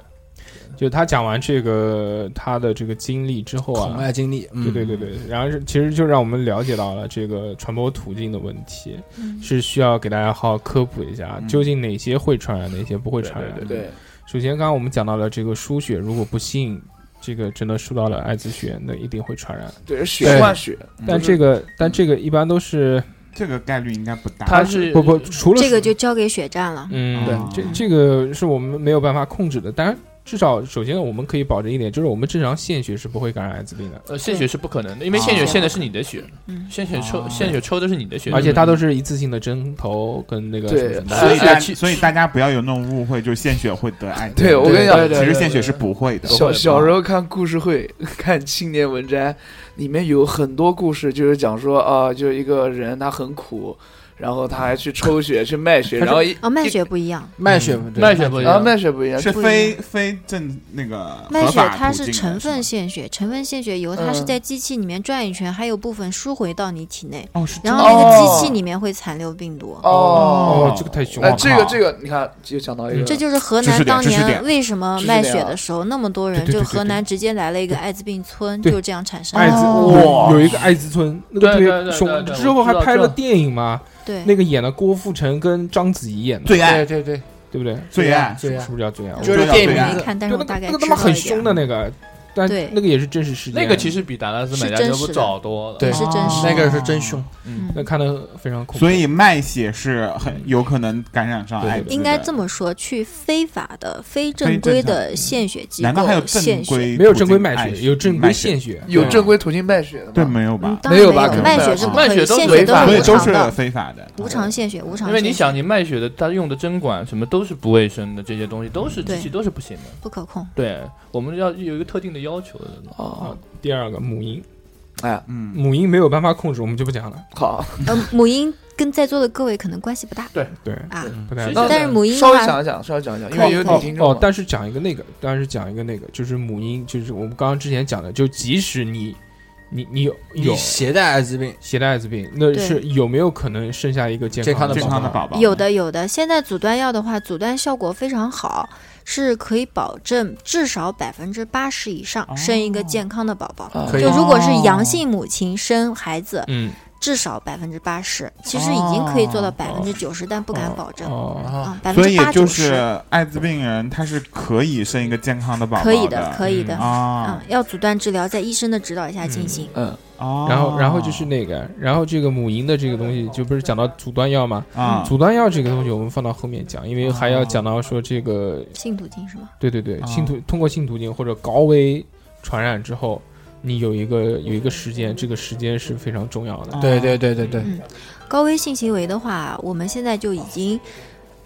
Speaker 3: 就他讲完这个他的这个经历之后
Speaker 9: 恐
Speaker 3: 啊，
Speaker 9: 爱经历，嗯
Speaker 3: 对对对对，然后是其实就让我们了解到了这个传播途径的问题，是需要给大家好好科普一下，
Speaker 5: 嗯
Speaker 3: 究竟哪些会传染，哪些不会传染。
Speaker 8: 对
Speaker 10: 对，
Speaker 3: 首先，刚刚我们讲到了这个输血，如果不幸这个真的输到了艾滋血，那一定会传染。
Speaker 10: 对，血换血，
Speaker 3: 但这个但这个一般都是
Speaker 5: 这个概率应该不大。
Speaker 8: 他是
Speaker 3: 不不除了
Speaker 6: 这个就交给血战了。
Speaker 3: 嗯，
Speaker 5: 对
Speaker 3: 这这个是我们没有办法控制的。当然，至少首先我们可以保证一点，就是我们正常献血是不会感染艾滋病的，
Speaker 8: 呃，献血是不可能的，因为献血
Speaker 5: 啊
Speaker 8: 献的是你的血，
Speaker 6: 嗯
Speaker 8: 献血抽献血抽的是你的血，
Speaker 3: 而且它都是一次性的针头跟那个
Speaker 10: 对
Speaker 3: 什么的
Speaker 8: 呃
Speaker 5: 所以大
Speaker 8: 其
Speaker 5: 所以大家不要有那种误会，就是献血会得癌症。
Speaker 10: 对我跟你讲对对
Speaker 5: 其实
Speaker 10: 对
Speaker 5: 献血
Speaker 10: 对
Speaker 5: 是不会的。
Speaker 10: 小小时候看故事会， 看青年文摘，里面有很多故事，就是讲说啊，就一个人他很苦，然后他还去抽血去卖血，
Speaker 6: 他是
Speaker 10: 然后一
Speaker 6: 哦，卖血不一样，
Speaker 9: 卖血
Speaker 10: 嗯
Speaker 9: 对
Speaker 10: 卖血不一样啊卖血不一样
Speaker 5: 是
Speaker 6: 不一样
Speaker 5: 非非正那个
Speaker 6: 卖
Speaker 5: 合
Speaker 6: 血
Speaker 5: 法
Speaker 6: 它
Speaker 5: 途
Speaker 6: 是
Speaker 5: 径的
Speaker 6: 成分献血，成分献血由它是
Speaker 10: 嗯
Speaker 6: 在机器里面转一圈，还有部分输回到你体内，
Speaker 5: 哦是
Speaker 6: 然
Speaker 5: 这
Speaker 6: 后那
Speaker 10: 样
Speaker 6: 个机器里面会残留病毒。
Speaker 10: 哦
Speaker 3: 哦这个太凶
Speaker 10: 哎
Speaker 3: 了，
Speaker 10: 这个这个，你看就讲到一个，
Speaker 6: 嗯这就是河
Speaker 5: 知识
Speaker 6: 南
Speaker 5: 点
Speaker 6: 当
Speaker 5: 知识
Speaker 6: 年
Speaker 5: 点
Speaker 6: 为什么
Speaker 10: 知识
Speaker 6: 卖
Speaker 10: 点
Speaker 6: 血
Speaker 10: 啊
Speaker 6: 的时候那么多人，
Speaker 3: 对对
Speaker 6: 就
Speaker 3: 对对
Speaker 6: 河
Speaker 3: 对
Speaker 6: 南直接来了一个艾滋病村，
Speaker 3: 对哎
Speaker 6: 就这样产生
Speaker 3: 艾滋
Speaker 6: 的。
Speaker 5: 哇
Speaker 3: 有有一个艾滋村，那个特
Speaker 8: 对对
Speaker 3: 别
Speaker 8: 对对对
Speaker 3: 凶，
Speaker 8: 对
Speaker 3: 之后还
Speaker 8: 我知道
Speaker 3: 拍了
Speaker 8: 知道
Speaker 3: 电影嘛，
Speaker 6: 对，
Speaker 3: 那个演的郭富城跟章子怡演的，
Speaker 5: 最
Speaker 6: 哎
Speaker 5: 爱
Speaker 9: 对对
Speaker 3: 对不对？
Speaker 5: 最
Speaker 6: 啊
Speaker 5: 爱
Speaker 9: 对
Speaker 3: 是不是叫最爱？
Speaker 9: 就
Speaker 3: 对，
Speaker 9: 是电影
Speaker 5: 对啊
Speaker 9: 名
Speaker 6: 没
Speaker 9: 字
Speaker 6: 看，但是
Speaker 3: 那
Speaker 6: 我
Speaker 3: 个
Speaker 6: 大概
Speaker 3: 那个他
Speaker 6: 知
Speaker 3: 妈
Speaker 6: 道
Speaker 3: 很
Speaker 6: 一点
Speaker 3: 凶的那个，但
Speaker 6: 对
Speaker 3: 那个也是真实事件。
Speaker 8: 那个其实比达拉斯买家
Speaker 6: 是真
Speaker 8: 牛
Speaker 6: 实的
Speaker 8: 找多了。
Speaker 9: 对
Speaker 6: 是真实的。
Speaker 9: 那个是真凶，
Speaker 8: 嗯，
Speaker 3: 那
Speaker 6: 嗯
Speaker 3: 看的非常恐怖。
Speaker 5: 所以卖血是很有可能感染上
Speaker 3: 对
Speaker 5: 艾滋。
Speaker 6: 应该这。么说，去非法的、非
Speaker 5: 非
Speaker 6: 正
Speaker 5: 正
Speaker 6: 规
Speaker 5: 常
Speaker 6: 的献血机
Speaker 5: 难道还有
Speaker 6: 构
Speaker 5: 正
Speaker 6: 献血，
Speaker 5: 规？
Speaker 3: 没有正规卖
Speaker 5: 艾
Speaker 3: 血，
Speaker 5: 滋
Speaker 3: 有正
Speaker 5: 卖
Speaker 3: 规
Speaker 5: 血
Speaker 3: 献血，
Speaker 10: 有正规途径卖血的吗？
Speaker 5: 对没有
Speaker 6: 嗯
Speaker 5: 吧？
Speaker 6: 当然
Speaker 10: 没有
Speaker 6: 没
Speaker 10: 吧可能
Speaker 6: 卖
Speaker 10: 没
Speaker 6: 血
Speaker 10: 有
Speaker 6: 是不
Speaker 10: 卖
Speaker 6: 可
Speaker 8: 血
Speaker 6: 以，
Speaker 8: 都
Speaker 6: 献
Speaker 8: 违
Speaker 6: 血都
Speaker 8: 法
Speaker 5: 所
Speaker 6: 是
Speaker 5: 以
Speaker 6: 无
Speaker 5: 都
Speaker 6: 偿
Speaker 5: 是
Speaker 6: 的，
Speaker 5: 非法的。
Speaker 6: 无偿献血，无偿
Speaker 8: 因为你
Speaker 6: 献
Speaker 8: 想，
Speaker 6: 血
Speaker 8: 你卖血的，他用的针管什么都是不卫生的，这些东西都是机器
Speaker 6: 对
Speaker 8: 都是不行的。
Speaker 6: 不可控。
Speaker 8: 对，我们要有一个特定的要求的。
Speaker 10: 哦，
Speaker 3: 第二个母婴，
Speaker 5: 嗯，
Speaker 3: 母婴没有办法控制，我们就不讲了。
Speaker 10: 好，
Speaker 6: 呃，母婴跟在座的各位可能关系不大
Speaker 3: 对，
Speaker 6: 啊，
Speaker 3: 不太
Speaker 8: 其实
Speaker 10: 那
Speaker 6: 但是母婴的
Speaker 10: 稍微
Speaker 6: 话，
Speaker 10: 讲一讲，稍微讲一讲，因为有女听众
Speaker 3: 哦
Speaker 10: 嘛，，
Speaker 3: 但是讲一个那个，但是讲一个那个，就是母婴，就是我们刚刚之前讲的，就即使你你你有有
Speaker 9: 你携带艾滋病，
Speaker 3: 携带艾滋病，那
Speaker 6: 对
Speaker 3: 是有没有可能生下一个健康
Speaker 9: 健
Speaker 5: 健康的宝宝
Speaker 6: 有的有的，现在阻断药的话，阻断效果非常好，是可以保证至少百分之八十以上生一个健康的宝宝。
Speaker 10: 啊
Speaker 9: 可以
Speaker 6: 就如果是阳性母亲生孩子，
Speaker 3: 嗯，
Speaker 6: 至少百分之八十，其实已经可以做到百分之九十，但不敢保证
Speaker 3: 哦，
Speaker 6: 啊，百分
Speaker 5: 所以
Speaker 6: 之八
Speaker 5: 就
Speaker 6: 九
Speaker 5: 是
Speaker 6: 十
Speaker 5: 艾滋病人他是可以生一个健康的宝宝
Speaker 6: 可以
Speaker 5: 的，
Speaker 6: 可以的，嗯
Speaker 5: 啊，
Speaker 6: 要阻断治疗，在医生的指导下进行。
Speaker 10: 嗯，
Speaker 5: 哦
Speaker 3: 然后然后就是那个，然后这个母婴的这个东西，就不是讲到阻断药吗？
Speaker 5: 啊，
Speaker 3: 阻断药这个东西我们放到后面讲，因为还要讲到说这个，
Speaker 6: 性途径是吗？
Speaker 3: 对对对，
Speaker 5: 啊
Speaker 3: 性途通过性途径或者高危传染之后，你有一个有一个时间，这个时间是非常重要
Speaker 5: 啊
Speaker 3: 的。
Speaker 9: 对对对对对，
Speaker 6: 高危性行为的话，我们现在就已经。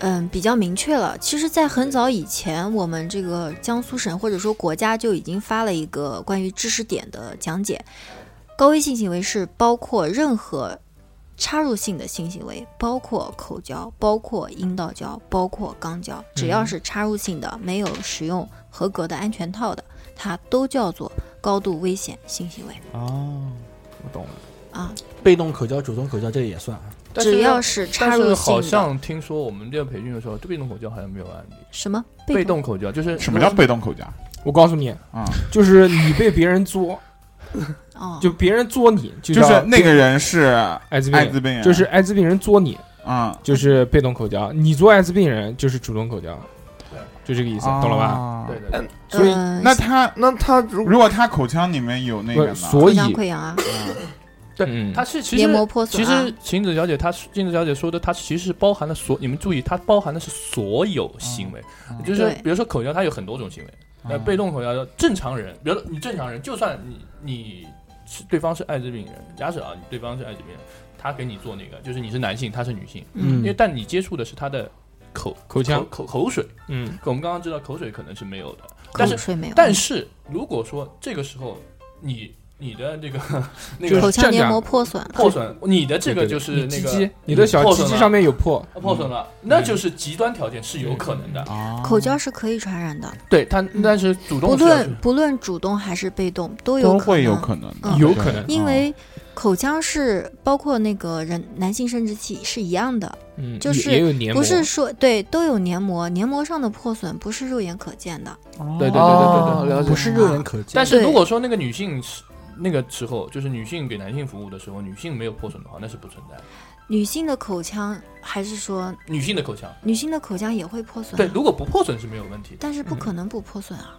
Speaker 6: 嗯，比较明确了。其实，在很早以前，我们这个江苏省或者说国家就已经发了一个关于知识点的讲解。高危性行为是包括任何插入性的性行为，包括口交、包括阴道交、包括肛交，只要是插入性的，没有使用合格的安全套的，它都叫做高度危险性行为
Speaker 5: 哦，
Speaker 3: 我懂了。
Speaker 6: 啊。
Speaker 9: 被动口交、主动口交这也算啊。
Speaker 8: 但是
Speaker 6: 只要是插
Speaker 8: 但
Speaker 6: 入
Speaker 8: 是
Speaker 6: 性
Speaker 8: 好
Speaker 6: 的，
Speaker 8: 像听说我们这个培训的时候，被动口交好像没有案例。
Speaker 6: 什么
Speaker 8: 被动口交就是
Speaker 5: 什么叫被动口交
Speaker 3: 我告诉你，
Speaker 5: 啊？
Speaker 3: 就是你被别人
Speaker 8: 啊
Speaker 3: 作，
Speaker 6: 哦，
Speaker 3: 就别人作你，就
Speaker 5: 就
Speaker 3: 叫
Speaker 5: 是那个人是
Speaker 3: 艾滋病
Speaker 5: 艾
Speaker 3: 人，
Speaker 5: 滋病人，
Speaker 3: 就是艾滋病人作你，
Speaker 5: 啊，
Speaker 3: 就是被动口交；你作艾滋病人就是主动口交，就这个意思，
Speaker 8: 啊
Speaker 3: 懂了吧？
Speaker 5: 吧
Speaker 8: 对对对，
Speaker 5: 所以
Speaker 6: 呃
Speaker 5: 啊那他
Speaker 10: 那他如
Speaker 5: 如果他口腔里面有那个
Speaker 3: 不，
Speaker 5: 呢？
Speaker 3: 所
Speaker 6: 口
Speaker 3: 以
Speaker 6: 腔溃疡啊，
Speaker 3: 嗯
Speaker 8: 它是其
Speaker 6: 黏膜
Speaker 8: 实
Speaker 6: 破损
Speaker 8: 其
Speaker 6: 啊
Speaker 8: 实，晴子小姐她晴子小姐说的，它其实包含了所你们注意，它包含的是所有行为，就是
Speaker 6: 嗯对嗯
Speaker 8: 比如说口交，它有很多种行为。那被动口交，正常人，比如说你正常人，就算你你是对方是艾滋病人，假设啊，你对方是艾滋病人，他给你做那个，就是你是男性，他是女性，因为
Speaker 9: 嗯，
Speaker 8: 但你接触的是他的口
Speaker 3: 口
Speaker 8: 口
Speaker 3: 腔，
Speaker 8: 口口水，
Speaker 3: 嗯，
Speaker 8: 我们刚刚知道口水可能是没有的，但
Speaker 6: 口
Speaker 8: 是
Speaker 6: 水没有，
Speaker 8: 但是如果说这个时候你你的这个那
Speaker 3: 就是
Speaker 8: 个
Speaker 6: 口腔
Speaker 3: 站
Speaker 6: 黏
Speaker 3: 长
Speaker 6: 膜破损啊了，
Speaker 8: 破损，你的这个就是
Speaker 3: 你
Speaker 8: 那
Speaker 3: 鸡
Speaker 8: 个
Speaker 3: 鸡，你的小
Speaker 8: 破
Speaker 3: 鸡
Speaker 8: 损
Speaker 3: 鸡
Speaker 8: 了
Speaker 3: 上面嗯有破，
Speaker 8: 破损了，那就是极端条件是有可能的，啊嗯
Speaker 6: 口交是可以传染的，
Speaker 8: 对他，但是
Speaker 6: 不
Speaker 8: 主动是要
Speaker 6: 论不论主动还是被动都有
Speaker 5: 都
Speaker 6: 可
Speaker 5: 会有
Speaker 6: 能，
Speaker 5: 可能的，
Speaker 8: 啊
Speaker 6: 嗯
Speaker 3: 有可能
Speaker 8: 哦
Speaker 6: 因为口腔是包括那个人男性生殖器是一样的，
Speaker 3: 嗯，
Speaker 6: 就
Speaker 3: 也
Speaker 6: 是
Speaker 3: 也有黏膜，
Speaker 6: 不是说对都有黏膜，黏膜上的破损不是肉眼可见的，
Speaker 8: 对对对对对
Speaker 10: 哦
Speaker 8: 对。
Speaker 10: 了解
Speaker 9: 不是肉眼可见，
Speaker 8: 但是
Speaker 6: 对
Speaker 8: 如果说那个女性是那个时候，就是女性给男性服务的时候，女性没有破损的话，那是不存在的。
Speaker 6: 女性的口腔还是说
Speaker 8: 女性的口腔，
Speaker 6: 女性的口腔也会破损
Speaker 8: 对，
Speaker 6: 啊，
Speaker 8: 如嗯果不破损是没有问题的。
Speaker 6: 但是不可能不破损啊，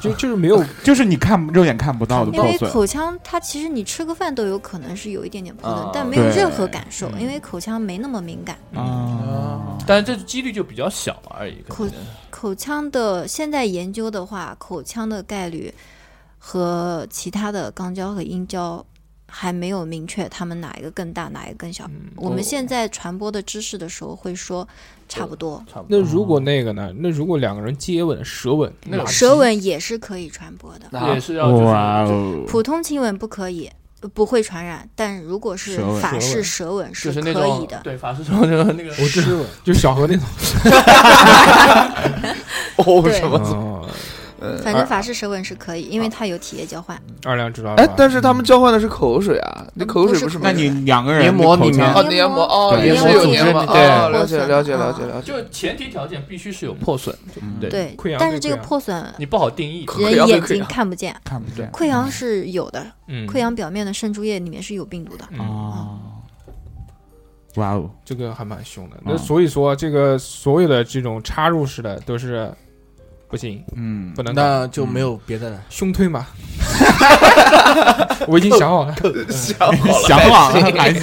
Speaker 3: 就就是没 有
Speaker 5: 就是你看肉眼看不到的
Speaker 6: 因
Speaker 5: 破
Speaker 6: 为
Speaker 5: 损，
Speaker 6: 口腔它其实你吃个饭都有可能是有一点点破损，
Speaker 10: 啊
Speaker 6: 但没有
Speaker 5: 对
Speaker 6: 任何感受，
Speaker 3: 嗯
Speaker 6: 因为口腔没那么敏感。
Speaker 10: 哦
Speaker 5: 啊，
Speaker 8: 但是这几率就比较小而已。可
Speaker 6: 口
Speaker 8: 能
Speaker 6: 口腔的现在研究的话，口腔的概率和其他的肛交和阴交还没有明确它们哪一个更大，哪一个更小。我们现在传播的知识的时候会说差不多，
Speaker 8: 差不多
Speaker 3: 那如果那个呢？那如果两个人接吻、舌吻，
Speaker 8: 那个
Speaker 6: 舌吻也是可以传播的，
Speaker 10: 啊
Speaker 8: 嗯也是要就是
Speaker 5: 哦
Speaker 6: 普通亲吻不可以，呃不会传染，但如果是
Speaker 8: 舌吻
Speaker 6: 法
Speaker 8: 舌
Speaker 6: 式
Speaker 8: 吻
Speaker 6: 舌吻
Speaker 8: 就是是那
Speaker 6: 可
Speaker 8: 种
Speaker 6: 以的。
Speaker 8: 对法式舌吻就是那个
Speaker 3: 我知
Speaker 8: 湿吻
Speaker 3: 就小何那种。
Speaker 10: 哦
Speaker 6: 对
Speaker 10: 什么怎么？
Speaker 3: 哦，
Speaker 10: 呃
Speaker 6: 反正法式舌吻是可以，因为它有体液交换。
Speaker 3: 二两知道了吧。
Speaker 10: 哎，但是他们交换的是口水啊，那口水
Speaker 6: 嗯不是
Speaker 10: 是
Speaker 6: 口啊
Speaker 5: 那
Speaker 10: 没
Speaker 5: 你
Speaker 10: 有
Speaker 5: 两个人
Speaker 4: 黏膜
Speaker 5: 的口
Speaker 4: 里
Speaker 5: 腔
Speaker 4: 面
Speaker 10: 哦黏膜哦
Speaker 4: 对
Speaker 10: 也是
Speaker 6: 黏膜
Speaker 10: 有
Speaker 6: 组
Speaker 10: 黏
Speaker 6: 织
Speaker 10: 膜
Speaker 6: 里
Speaker 3: 对
Speaker 10: 哦，了解
Speaker 6: 破损
Speaker 10: 了解了
Speaker 6: 啊
Speaker 10: 解了解，
Speaker 8: 就前提条件必须是有破损，
Speaker 5: 嗯
Speaker 8: 对
Speaker 6: 对
Speaker 3: 溃疡，
Speaker 6: 但
Speaker 3: 对
Speaker 6: 是这
Speaker 3: 溃
Speaker 6: 个
Speaker 3: 疡
Speaker 6: 破损
Speaker 8: 你不好定义。
Speaker 10: 溃
Speaker 6: 人
Speaker 10: 疡对
Speaker 6: 眼
Speaker 10: 溃
Speaker 6: 睛
Speaker 10: 疡
Speaker 6: 看不见，
Speaker 5: 看不见
Speaker 6: 溃疡是有的，
Speaker 3: 嗯，
Speaker 6: 溃疡表面的渗出液里面是有病毒的。
Speaker 3: 嗯，
Speaker 5: 哦，哇哦，
Speaker 3: 这个还蛮凶的。那
Speaker 5: 嗯
Speaker 3: 所以说，这个所有的这种插入式的都是不行，
Speaker 5: 嗯
Speaker 3: 不，能搞
Speaker 9: 那就没有别的了。
Speaker 3: 胸推嘛。我已经想好了，
Speaker 8: 嗯
Speaker 10: 想好了，
Speaker 5: 想好了还行，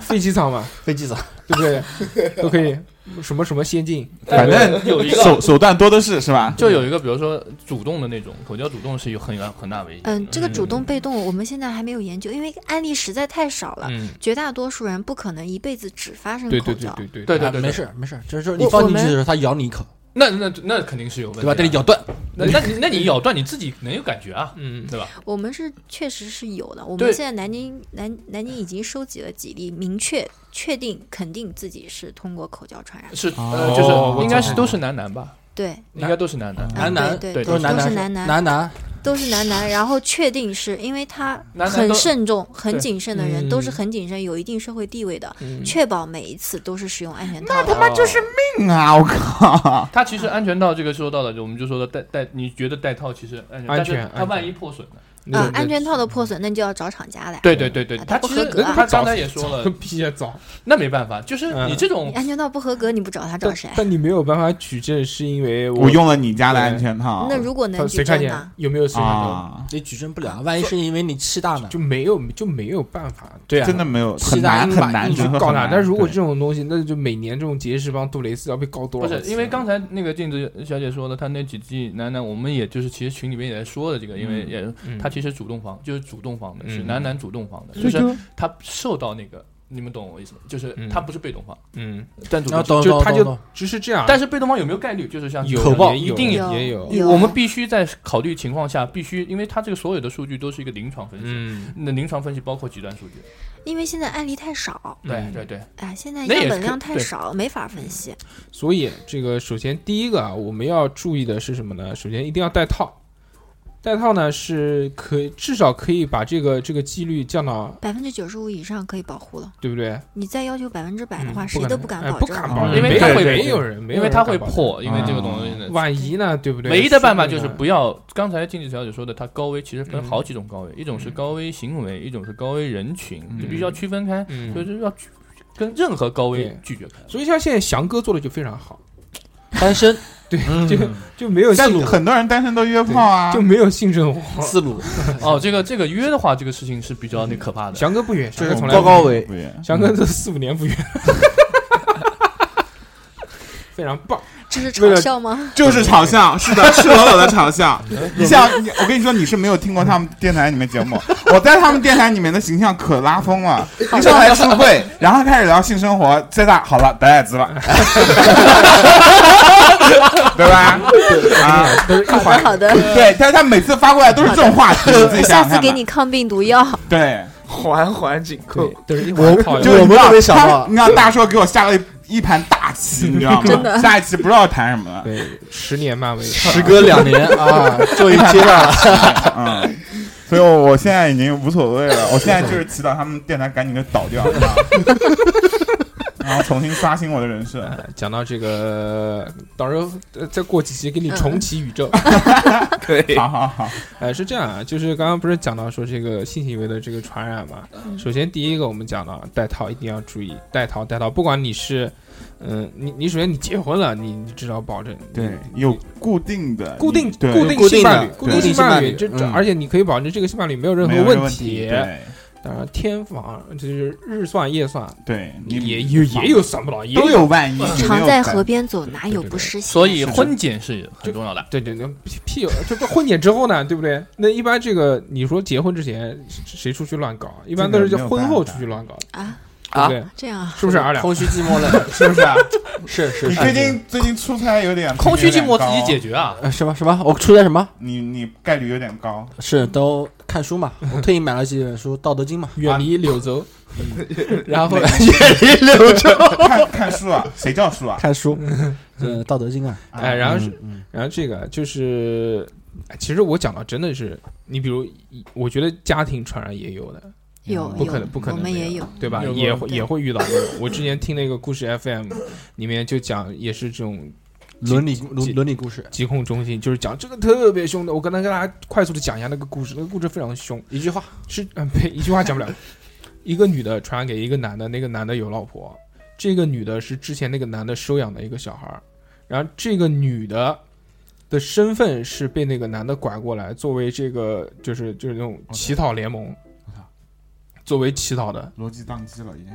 Speaker 3: 飞机场嘛，
Speaker 9: 飞机长，
Speaker 3: 对不对？都可以，什么什么先进，
Speaker 5: 反正
Speaker 8: 有一个
Speaker 5: 手手段多的是是吧？
Speaker 8: 就有一个，比如说主动的那种口交主动是有很很大危险的。
Speaker 6: 嗯，这个主动被动我们现在还没有研究，因为案例实在太少了，
Speaker 3: 嗯，
Speaker 6: 绝大多数人不可能一辈子只发生
Speaker 3: 对
Speaker 6: 口
Speaker 3: 对对
Speaker 6: 交。
Speaker 3: 对对
Speaker 8: 对对
Speaker 9: 啊
Speaker 8: 对，
Speaker 9: 没
Speaker 8: 对，
Speaker 9: 事没事，就是说你
Speaker 6: 我
Speaker 9: 放进去
Speaker 6: 我们
Speaker 9: 的时候，它咬你一口，
Speaker 8: 那那那肯定是有问题
Speaker 9: 对
Speaker 8: 啊，
Speaker 9: 吧？给你咬断，
Speaker 8: 那那你那你咬断你自己能有感觉啊，
Speaker 3: 嗯，
Speaker 8: 对吧？
Speaker 6: 我们是确实是有的，我
Speaker 8: 对
Speaker 6: 们现在南京南南京已经收集了几例，明确确定肯定自己是通过口交传染。
Speaker 8: 是呃，
Speaker 5: 哦
Speaker 8: 就是应该是都是男男吧，
Speaker 6: 对，
Speaker 8: 应该都是男男。
Speaker 6: 嗯
Speaker 9: 男男
Speaker 6: 对
Speaker 8: 对
Speaker 9: 都
Speaker 6: 都
Speaker 9: 是男
Speaker 6: 是
Speaker 9: 男
Speaker 6: 男男
Speaker 9: 男男，
Speaker 6: 都是男男，然后确定是因为他
Speaker 8: 男男
Speaker 6: 很
Speaker 8: 都
Speaker 6: 慎重、很
Speaker 8: 对
Speaker 6: 谨慎的人，
Speaker 3: 嗯
Speaker 6: 都是很谨慎、有一定社会地位的，
Speaker 3: 嗯
Speaker 6: 确保每一次都是使用安全套
Speaker 5: 他
Speaker 6: 的。
Speaker 5: 妈就是命啊！我靠，
Speaker 8: 他其实安全套这个说到了，就我们就说的戴戴，你觉得戴套其实安全，
Speaker 3: 安
Speaker 8: 但
Speaker 3: 全
Speaker 8: 是他万一破损呢？
Speaker 3: 那
Speaker 6: 啊
Speaker 3: 种，
Speaker 6: 安全套的破损，那就要找厂家来。
Speaker 8: 对对对对，
Speaker 6: 啊
Speaker 8: 他
Speaker 6: 不
Speaker 8: 其
Speaker 6: 合
Speaker 8: 实
Speaker 6: 格啊
Speaker 8: 他刚才也说 了，
Speaker 3: 屁也早，
Speaker 8: 那没办法，就是
Speaker 3: 嗯
Speaker 8: 你这种
Speaker 6: 你安全套不合格，你不找他找
Speaker 3: 但
Speaker 6: 谁？啊
Speaker 3: 但你没有办法举证，是因为
Speaker 5: 我用了你家的安全套，
Speaker 6: 那如果
Speaker 3: 他
Speaker 6: 能举
Speaker 3: 谁看
Speaker 6: 证
Speaker 3: 见啊
Speaker 6: 呢？
Speaker 3: 有没有谁看见，
Speaker 5: 啊，
Speaker 9: 你举证不了，万一是因为你气大呢？
Speaker 3: 就没有就没有办法
Speaker 9: 对啊，
Speaker 5: 真的没有
Speaker 9: 气
Speaker 5: 很
Speaker 9: 大
Speaker 5: 难
Speaker 9: 硬把
Speaker 5: 很难
Speaker 9: 硬
Speaker 3: 去
Speaker 5: 真的
Speaker 3: 告
Speaker 5: 很
Speaker 3: 他。
Speaker 5: 难
Speaker 3: 但如果
Speaker 5: 对
Speaker 3: 这种东西，那就每年这种杰士邦、杜蕾斯要被告多
Speaker 8: 不
Speaker 3: 少次
Speaker 8: 是
Speaker 3: 啊？，
Speaker 8: 因为刚才那个镜子小姐说的，她那几季男男，我们也就是其实群里面也在说的这个，因为也
Speaker 3: 嗯
Speaker 8: 她其实主动防，就是主动防的，
Speaker 3: 嗯
Speaker 8: 是男男主动防的，
Speaker 5: 对
Speaker 8: 就是她受到那个，你们懂我意思吗？就是
Speaker 3: 嗯
Speaker 8: 她不是被动防，
Speaker 3: 嗯，
Speaker 8: 但主
Speaker 9: 然后
Speaker 8: 动，
Speaker 9: 懂
Speaker 3: 就
Speaker 9: 懂
Speaker 3: 他
Speaker 9: 懂
Speaker 3: 就
Speaker 9: 懂，
Speaker 3: 只是这样，啊
Speaker 8: 但是被动防有没有概率？就是像
Speaker 3: 有
Speaker 9: 口爆
Speaker 3: 也有
Speaker 8: 一定
Speaker 3: 也有，
Speaker 6: 有
Speaker 8: 我们
Speaker 6: 啊
Speaker 8: 必须在考虑情况下，必须因为它这个所有的数据都是一个临床分析，
Speaker 3: 嗯，
Speaker 8: 那临床分析包括极端数据，
Speaker 6: 因为现在案例太少，
Speaker 8: 对
Speaker 3: 嗯
Speaker 8: 对对，
Speaker 6: 哎，现在
Speaker 8: 那
Speaker 6: 样
Speaker 8: 也是
Speaker 6: 本量
Speaker 8: 可
Speaker 6: 太
Speaker 8: 对
Speaker 6: 少，没法分析。
Speaker 3: 所以这个首先第一个啊，我们要注意的是什么呢？首先一定要戴套，戴套呢是可以至少可以把这个这个几率降到，
Speaker 6: 百分之九十五以上可以保护了，
Speaker 3: 对不对？
Speaker 6: 你再要求百分之百的
Speaker 3: 嗯
Speaker 6: 话，
Speaker 3: 不
Speaker 6: 谁
Speaker 3: 可
Speaker 6: 都
Speaker 3: 能
Speaker 6: 不敢
Speaker 3: 哎
Speaker 6: 保
Speaker 3: 不
Speaker 6: 证啊
Speaker 3: 敢
Speaker 6: 了。
Speaker 3: 保
Speaker 8: 嗯因为
Speaker 3: 没
Speaker 8: 它
Speaker 3: 有
Speaker 8: 会
Speaker 3: 人没
Speaker 8: 破
Speaker 3: 有人，没有
Speaker 8: 因为
Speaker 3: 人
Speaker 8: 它
Speaker 3: 敢啊
Speaker 8: 会
Speaker 3: 保证
Speaker 8: 破，因为这个
Speaker 5: 嗯
Speaker 8: 东西呢。
Speaker 3: 万一呢，对不对？
Speaker 8: 唯一的办法就
Speaker 3: 说
Speaker 8: 是
Speaker 3: 不定呢
Speaker 8: 不要。刚才静子小姐说的，它高危其实分
Speaker 3: 嗯
Speaker 8: 好几种高危，一种是
Speaker 9: 嗯
Speaker 8: 高危行为，一种是高危人群，你必须要区分开，
Speaker 3: 嗯
Speaker 8: 所以就是要去跟任何高危
Speaker 3: 对
Speaker 8: 拒绝开。
Speaker 3: 所以像现在翔哥做的就非常好，
Speaker 9: 单身
Speaker 3: 对，就就没有
Speaker 5: 但
Speaker 3: 性
Speaker 5: 很多人单身都约炮啊，
Speaker 3: 就没有性生活。
Speaker 9: 自鲁，
Speaker 8: 哦，这个这个约的话，这个事情是比较那可怕的。
Speaker 3: 翔哥不约，
Speaker 5: 嗯
Speaker 3: 翔哥从来
Speaker 9: 高
Speaker 3: 不约
Speaker 9: 高伟，
Speaker 5: 不约
Speaker 3: 翔哥这四五年不约，非常棒。
Speaker 6: 这是
Speaker 3: 为
Speaker 6: 嘲
Speaker 3: 了
Speaker 6: 笑吗？
Speaker 5: 就是 嘲笑，是的，赤裸裸的嘲笑。你想，你我跟你说，你是没有听过他们电台里面 节目，我在他们电台里面的形象可拉风了。一上来出柜，然后开始聊性生活，这大好了，白矮 子了，对吧？啊，
Speaker 6: 好的好的，
Speaker 5: 对，但是他每次发过来都是这种话题，你自己想
Speaker 6: 下
Speaker 5: 想
Speaker 6: 次
Speaker 5: 看
Speaker 6: 给
Speaker 5: 吧。
Speaker 6: 你抗病毒药。
Speaker 5: 对，
Speaker 10: 环环紧扣。
Speaker 3: 都是一会儿讨
Speaker 9: 我
Speaker 3: 厌
Speaker 5: 就
Speaker 9: 我
Speaker 5: 你
Speaker 9: 们
Speaker 5: 知道
Speaker 9: 都没想
Speaker 5: 他
Speaker 9: 到，
Speaker 5: 你知道大硕给我下了一一盘大棋，你知道吗？
Speaker 6: 真的
Speaker 5: 下一期不知道谈什么了。
Speaker 3: 对，十年漫威，
Speaker 9: 时隔两年啊，终于接上了。
Speaker 5: 嗯，所以我我现在已经无所谓了，我现在就是祈祷他们电台赶紧给倒掉，你知 道吗然后重新刷新我的人设。
Speaker 3: 呃讲到这个，到时候呃再过几期给你重启宇宙。
Speaker 10: 可以，
Speaker 5: 好好好，
Speaker 3: 呃，是这样啊，就是刚刚不是讲到说这个性行为的这个传染嘛？首先第一个我们讲到戴套一定要注意，戴套戴套，不管你是，嗯，你你首先你结婚了，你你至少保证你
Speaker 5: 对，有固定的
Speaker 3: 固定
Speaker 5: 对
Speaker 3: 固定
Speaker 9: 固
Speaker 3: 性
Speaker 9: 定的
Speaker 3: 伴侣，
Speaker 9: 对
Speaker 3: 固定性伴侣，
Speaker 9: 固定
Speaker 3: 这
Speaker 9: 性伴侣
Speaker 3: 这，
Speaker 9: 嗯
Speaker 3: 而且你可以保证这个性伴侣没有任
Speaker 5: 没
Speaker 3: 何
Speaker 5: 有
Speaker 3: 问
Speaker 5: 题。
Speaker 3: 题。
Speaker 5: 对
Speaker 3: 当然，天房就是日算夜算，
Speaker 5: 对，你
Speaker 3: 也有也有算不到，也
Speaker 5: 都有万一，就没
Speaker 6: 常
Speaker 5: 有
Speaker 6: 在
Speaker 5: 本
Speaker 6: 河。边走，哪有
Speaker 3: 对对
Speaker 6: 不湿鞋？啊
Speaker 8: 所以婚检是很重要的。
Speaker 3: 对对对，屁屁，这不婚检之后呢，对不对？那一般这个你说结婚之前谁出去乱搞？一般都是
Speaker 5: 这个没有
Speaker 3: 婚后
Speaker 5: 办法
Speaker 3: 出去乱搞，
Speaker 6: 啊，
Speaker 3: 对不对？
Speaker 6: 这样啊，
Speaker 3: 是不是二两？
Speaker 9: 空虚寂寞 冷，是不是啊？ 是是
Speaker 5: 你
Speaker 9: 是。
Speaker 5: 最近最近出差有点
Speaker 8: 空虚寂寞
Speaker 5: 有
Speaker 8: 自己
Speaker 5: 点高
Speaker 8: 解决啊！
Speaker 9: 呃什么什么？我出的什么？
Speaker 5: 你你概率有点高，
Speaker 9: 是都看书嘛，我特意买了几本书，《道德经》嘛，
Speaker 3: 远离柳州，
Speaker 9: 嗯
Speaker 3: 然后
Speaker 9: 远离柳州，
Speaker 5: 看看书啊，谁叫书啊？
Speaker 9: 看书，呃，《道德经》啊，
Speaker 3: 哎，然后是
Speaker 9: 嗯嗯
Speaker 3: 然后这个就是，哎其实我讲到真的是，你比如，我觉得家庭传染也有的，
Speaker 6: 有
Speaker 3: 不可能
Speaker 6: 有
Speaker 3: 不可能
Speaker 6: 我们
Speaker 3: 没有
Speaker 6: 也有
Speaker 3: 对吧？
Speaker 8: 有
Speaker 3: 也
Speaker 8: 过
Speaker 3: 会
Speaker 6: 对
Speaker 3: 也会遇到这种。我之前听那个故事 FM 里面就讲，也是这种
Speaker 9: 伦理
Speaker 3: 几哎
Speaker 9: 伦伦理故事，
Speaker 3: 疾控中心，就是讲这个特别凶的。我刚才跟大家快速的讲一下那个故事，那个故事非常凶，
Speaker 9: 一句话，
Speaker 3: 是嗯，呸，一句话 讲不了。一个女的传染给一个男的，那个男的有老婆，这个女的是之前那个男的收养的一个小孩儿，然后这个女的的身份是被那个男的拐过来，作为这个就是就是那种乞讨联盟
Speaker 5: 我操，
Speaker 3: 作为乞讨的。
Speaker 5: 逻辑宕机了，已经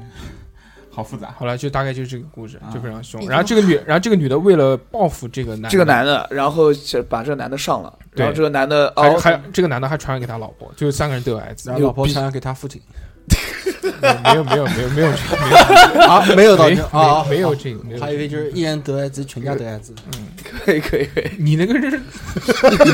Speaker 5: 好复杂。
Speaker 3: 好了，就大概就是这个故事，就
Speaker 5: 啊
Speaker 3: 非常凶。
Speaker 6: 你
Speaker 3: 然后这个女，然后这个女的为了报复这个男的，
Speaker 10: 这个男的，然后就把这个男的上了，
Speaker 3: 对
Speaker 10: 然后这个男的
Speaker 3: 还
Speaker 10: 哦，
Speaker 3: 还这个男的还传染给他老婆，就是三个人都有癌症
Speaker 9: 然。后老婆传染给他父亲
Speaker 3: 没有没有没有没有这个没有
Speaker 9: 啊，没有道
Speaker 3: 没
Speaker 9: 理
Speaker 3: 有
Speaker 9: 啊，
Speaker 3: 没有这个，没有这个
Speaker 9: 还有一个就是一人得艾滋，全家得艾滋，
Speaker 10: 可以可以可以，
Speaker 3: 你那个是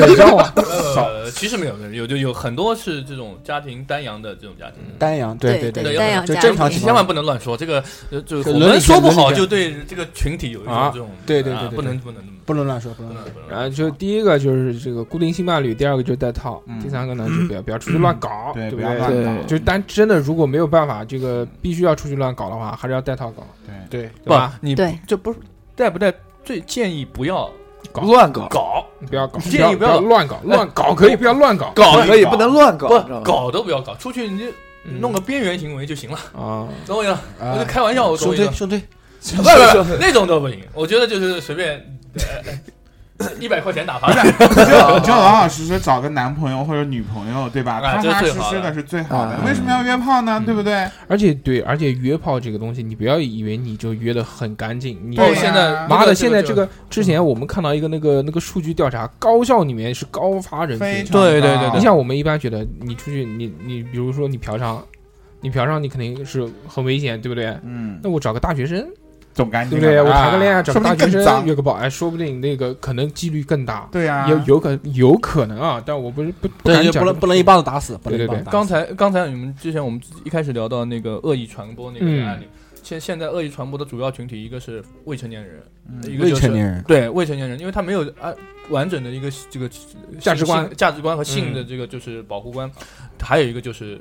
Speaker 3: 伪造啊？
Speaker 8: 呃，其实没有，有就有很多是这种家庭单阳的这种家庭，
Speaker 9: 丹阳，
Speaker 6: 对
Speaker 9: 对
Speaker 8: 对
Speaker 6: 丹阳
Speaker 9: 就
Speaker 6: 家
Speaker 9: 正常
Speaker 6: 庭啊
Speaker 9: 情
Speaker 8: 千万
Speaker 9: 况，
Speaker 8: 不能乱说，这个呃就是
Speaker 9: 就
Speaker 8: 我
Speaker 9: 伦理
Speaker 8: 们说不
Speaker 9: 伦理
Speaker 8: 好
Speaker 9: 这
Speaker 8: 就对这个群体有一种
Speaker 3: 啊
Speaker 8: 这种
Speaker 9: 对对
Speaker 8: 啊
Speaker 9: 对对
Speaker 8: 不能不能
Speaker 9: 不能乱说，不
Speaker 8: 不
Speaker 9: 能
Speaker 8: 能
Speaker 9: 乱说。
Speaker 8: 不能。
Speaker 3: 然后就第一个就是这个固定性伴侣，第二个就是戴套，
Speaker 5: 嗯
Speaker 3: 第三个呢就不要不要出去乱搞，
Speaker 5: 对，
Speaker 3: 不
Speaker 5: 不要乱搞。
Speaker 3: 就但真的如果没有办法，这个必须要出去乱搞的话，还是要戴套搞，
Speaker 5: 对，
Speaker 9: 对，
Speaker 3: 对吧？
Speaker 8: 你
Speaker 6: 对
Speaker 8: 这不是带不带？最建议不要
Speaker 3: 搞
Speaker 10: 乱搞
Speaker 8: 搞
Speaker 3: 不要搞，
Speaker 8: 建议
Speaker 3: 不
Speaker 8: 不要
Speaker 3: 要乱搞，乱搞
Speaker 8: 哎
Speaker 3: 可以不要乱搞
Speaker 8: 搞
Speaker 10: 可以不能乱搞，你知道
Speaker 8: 不
Speaker 10: 吗？
Speaker 8: 搞都不要搞，出去你就
Speaker 3: 嗯
Speaker 8: 弄个边缘行为就行了。
Speaker 3: 啊，
Speaker 8: 懂我意思吗？我就
Speaker 9: 啊，
Speaker 8: 开玩笑，我
Speaker 9: 胸
Speaker 8: 懂我意
Speaker 9: 推
Speaker 8: 思吗。
Speaker 9: 胸推，
Speaker 8: 不不不，那种都不行。我觉得就是随便呃一百块钱打发 的，
Speaker 3: 啊
Speaker 5: 就就老老实实找个男朋友或者女朋友，对吧？
Speaker 8: 哎
Speaker 5: 踏
Speaker 8: 这是
Speaker 5: 踏
Speaker 8: 最
Speaker 5: 实
Speaker 8: 好
Speaker 5: 实
Speaker 8: 的
Speaker 5: 的是最好
Speaker 3: 啊
Speaker 5: 的。
Speaker 10: 嗯
Speaker 5: 为什么要约炮呢？
Speaker 3: 嗯
Speaker 5: 对不对？
Speaker 3: 而且对，而且约炮这个东西，你不要以为你就约的很干净，你
Speaker 5: 对
Speaker 8: 哦
Speaker 5: 呀
Speaker 8: 现在
Speaker 3: 妈
Speaker 8: 这
Speaker 3: 的，
Speaker 8: 个
Speaker 3: 现在这
Speaker 8: 这
Speaker 3: 个之前我们看到一个那个那个数据调查，高校里面是高发人
Speaker 5: 非
Speaker 3: 群。
Speaker 5: 常
Speaker 8: 对对
Speaker 5: 高
Speaker 8: 对对
Speaker 3: 你想，我们一般觉得你出去，你你比如说你嫖娼，你嫖娼你肯定是很危险，对不对？
Speaker 5: 嗯，
Speaker 3: 那我找个大学生，
Speaker 5: 总干
Speaker 3: 对
Speaker 5: 净
Speaker 3: 不对？
Speaker 5: 了
Speaker 3: 我
Speaker 5: 吧
Speaker 3: 谈个恋爱，找
Speaker 5: 啊说
Speaker 3: 个大
Speaker 5: 明
Speaker 3: 学
Speaker 5: 更
Speaker 3: 生
Speaker 5: 脏。
Speaker 3: 约个炮，哎，说不定那个可能几率更大，
Speaker 5: 对啊，
Speaker 3: 有有可有可能啊，但我不是不不敢
Speaker 9: 对，就
Speaker 3: 讲
Speaker 9: 不能不能一棒子打死，不能
Speaker 3: 对对
Speaker 9: 一棒
Speaker 3: 对
Speaker 9: 子打死。
Speaker 8: 刚才刚才你们之前我们一开始聊到那个恶意传播那个案例，现现在恶意传播的主要群体一个是未成年人，
Speaker 5: 嗯
Speaker 3: 嗯
Speaker 8: 一个
Speaker 9: 未
Speaker 8: 就
Speaker 9: 成年
Speaker 8: 是
Speaker 9: 人，
Speaker 8: 对未成年人，因为他没有啊完整的一个这个
Speaker 3: 价值观
Speaker 8: 性价值观和
Speaker 9: 嗯
Speaker 8: 性的这个就是保护观，还有一个就是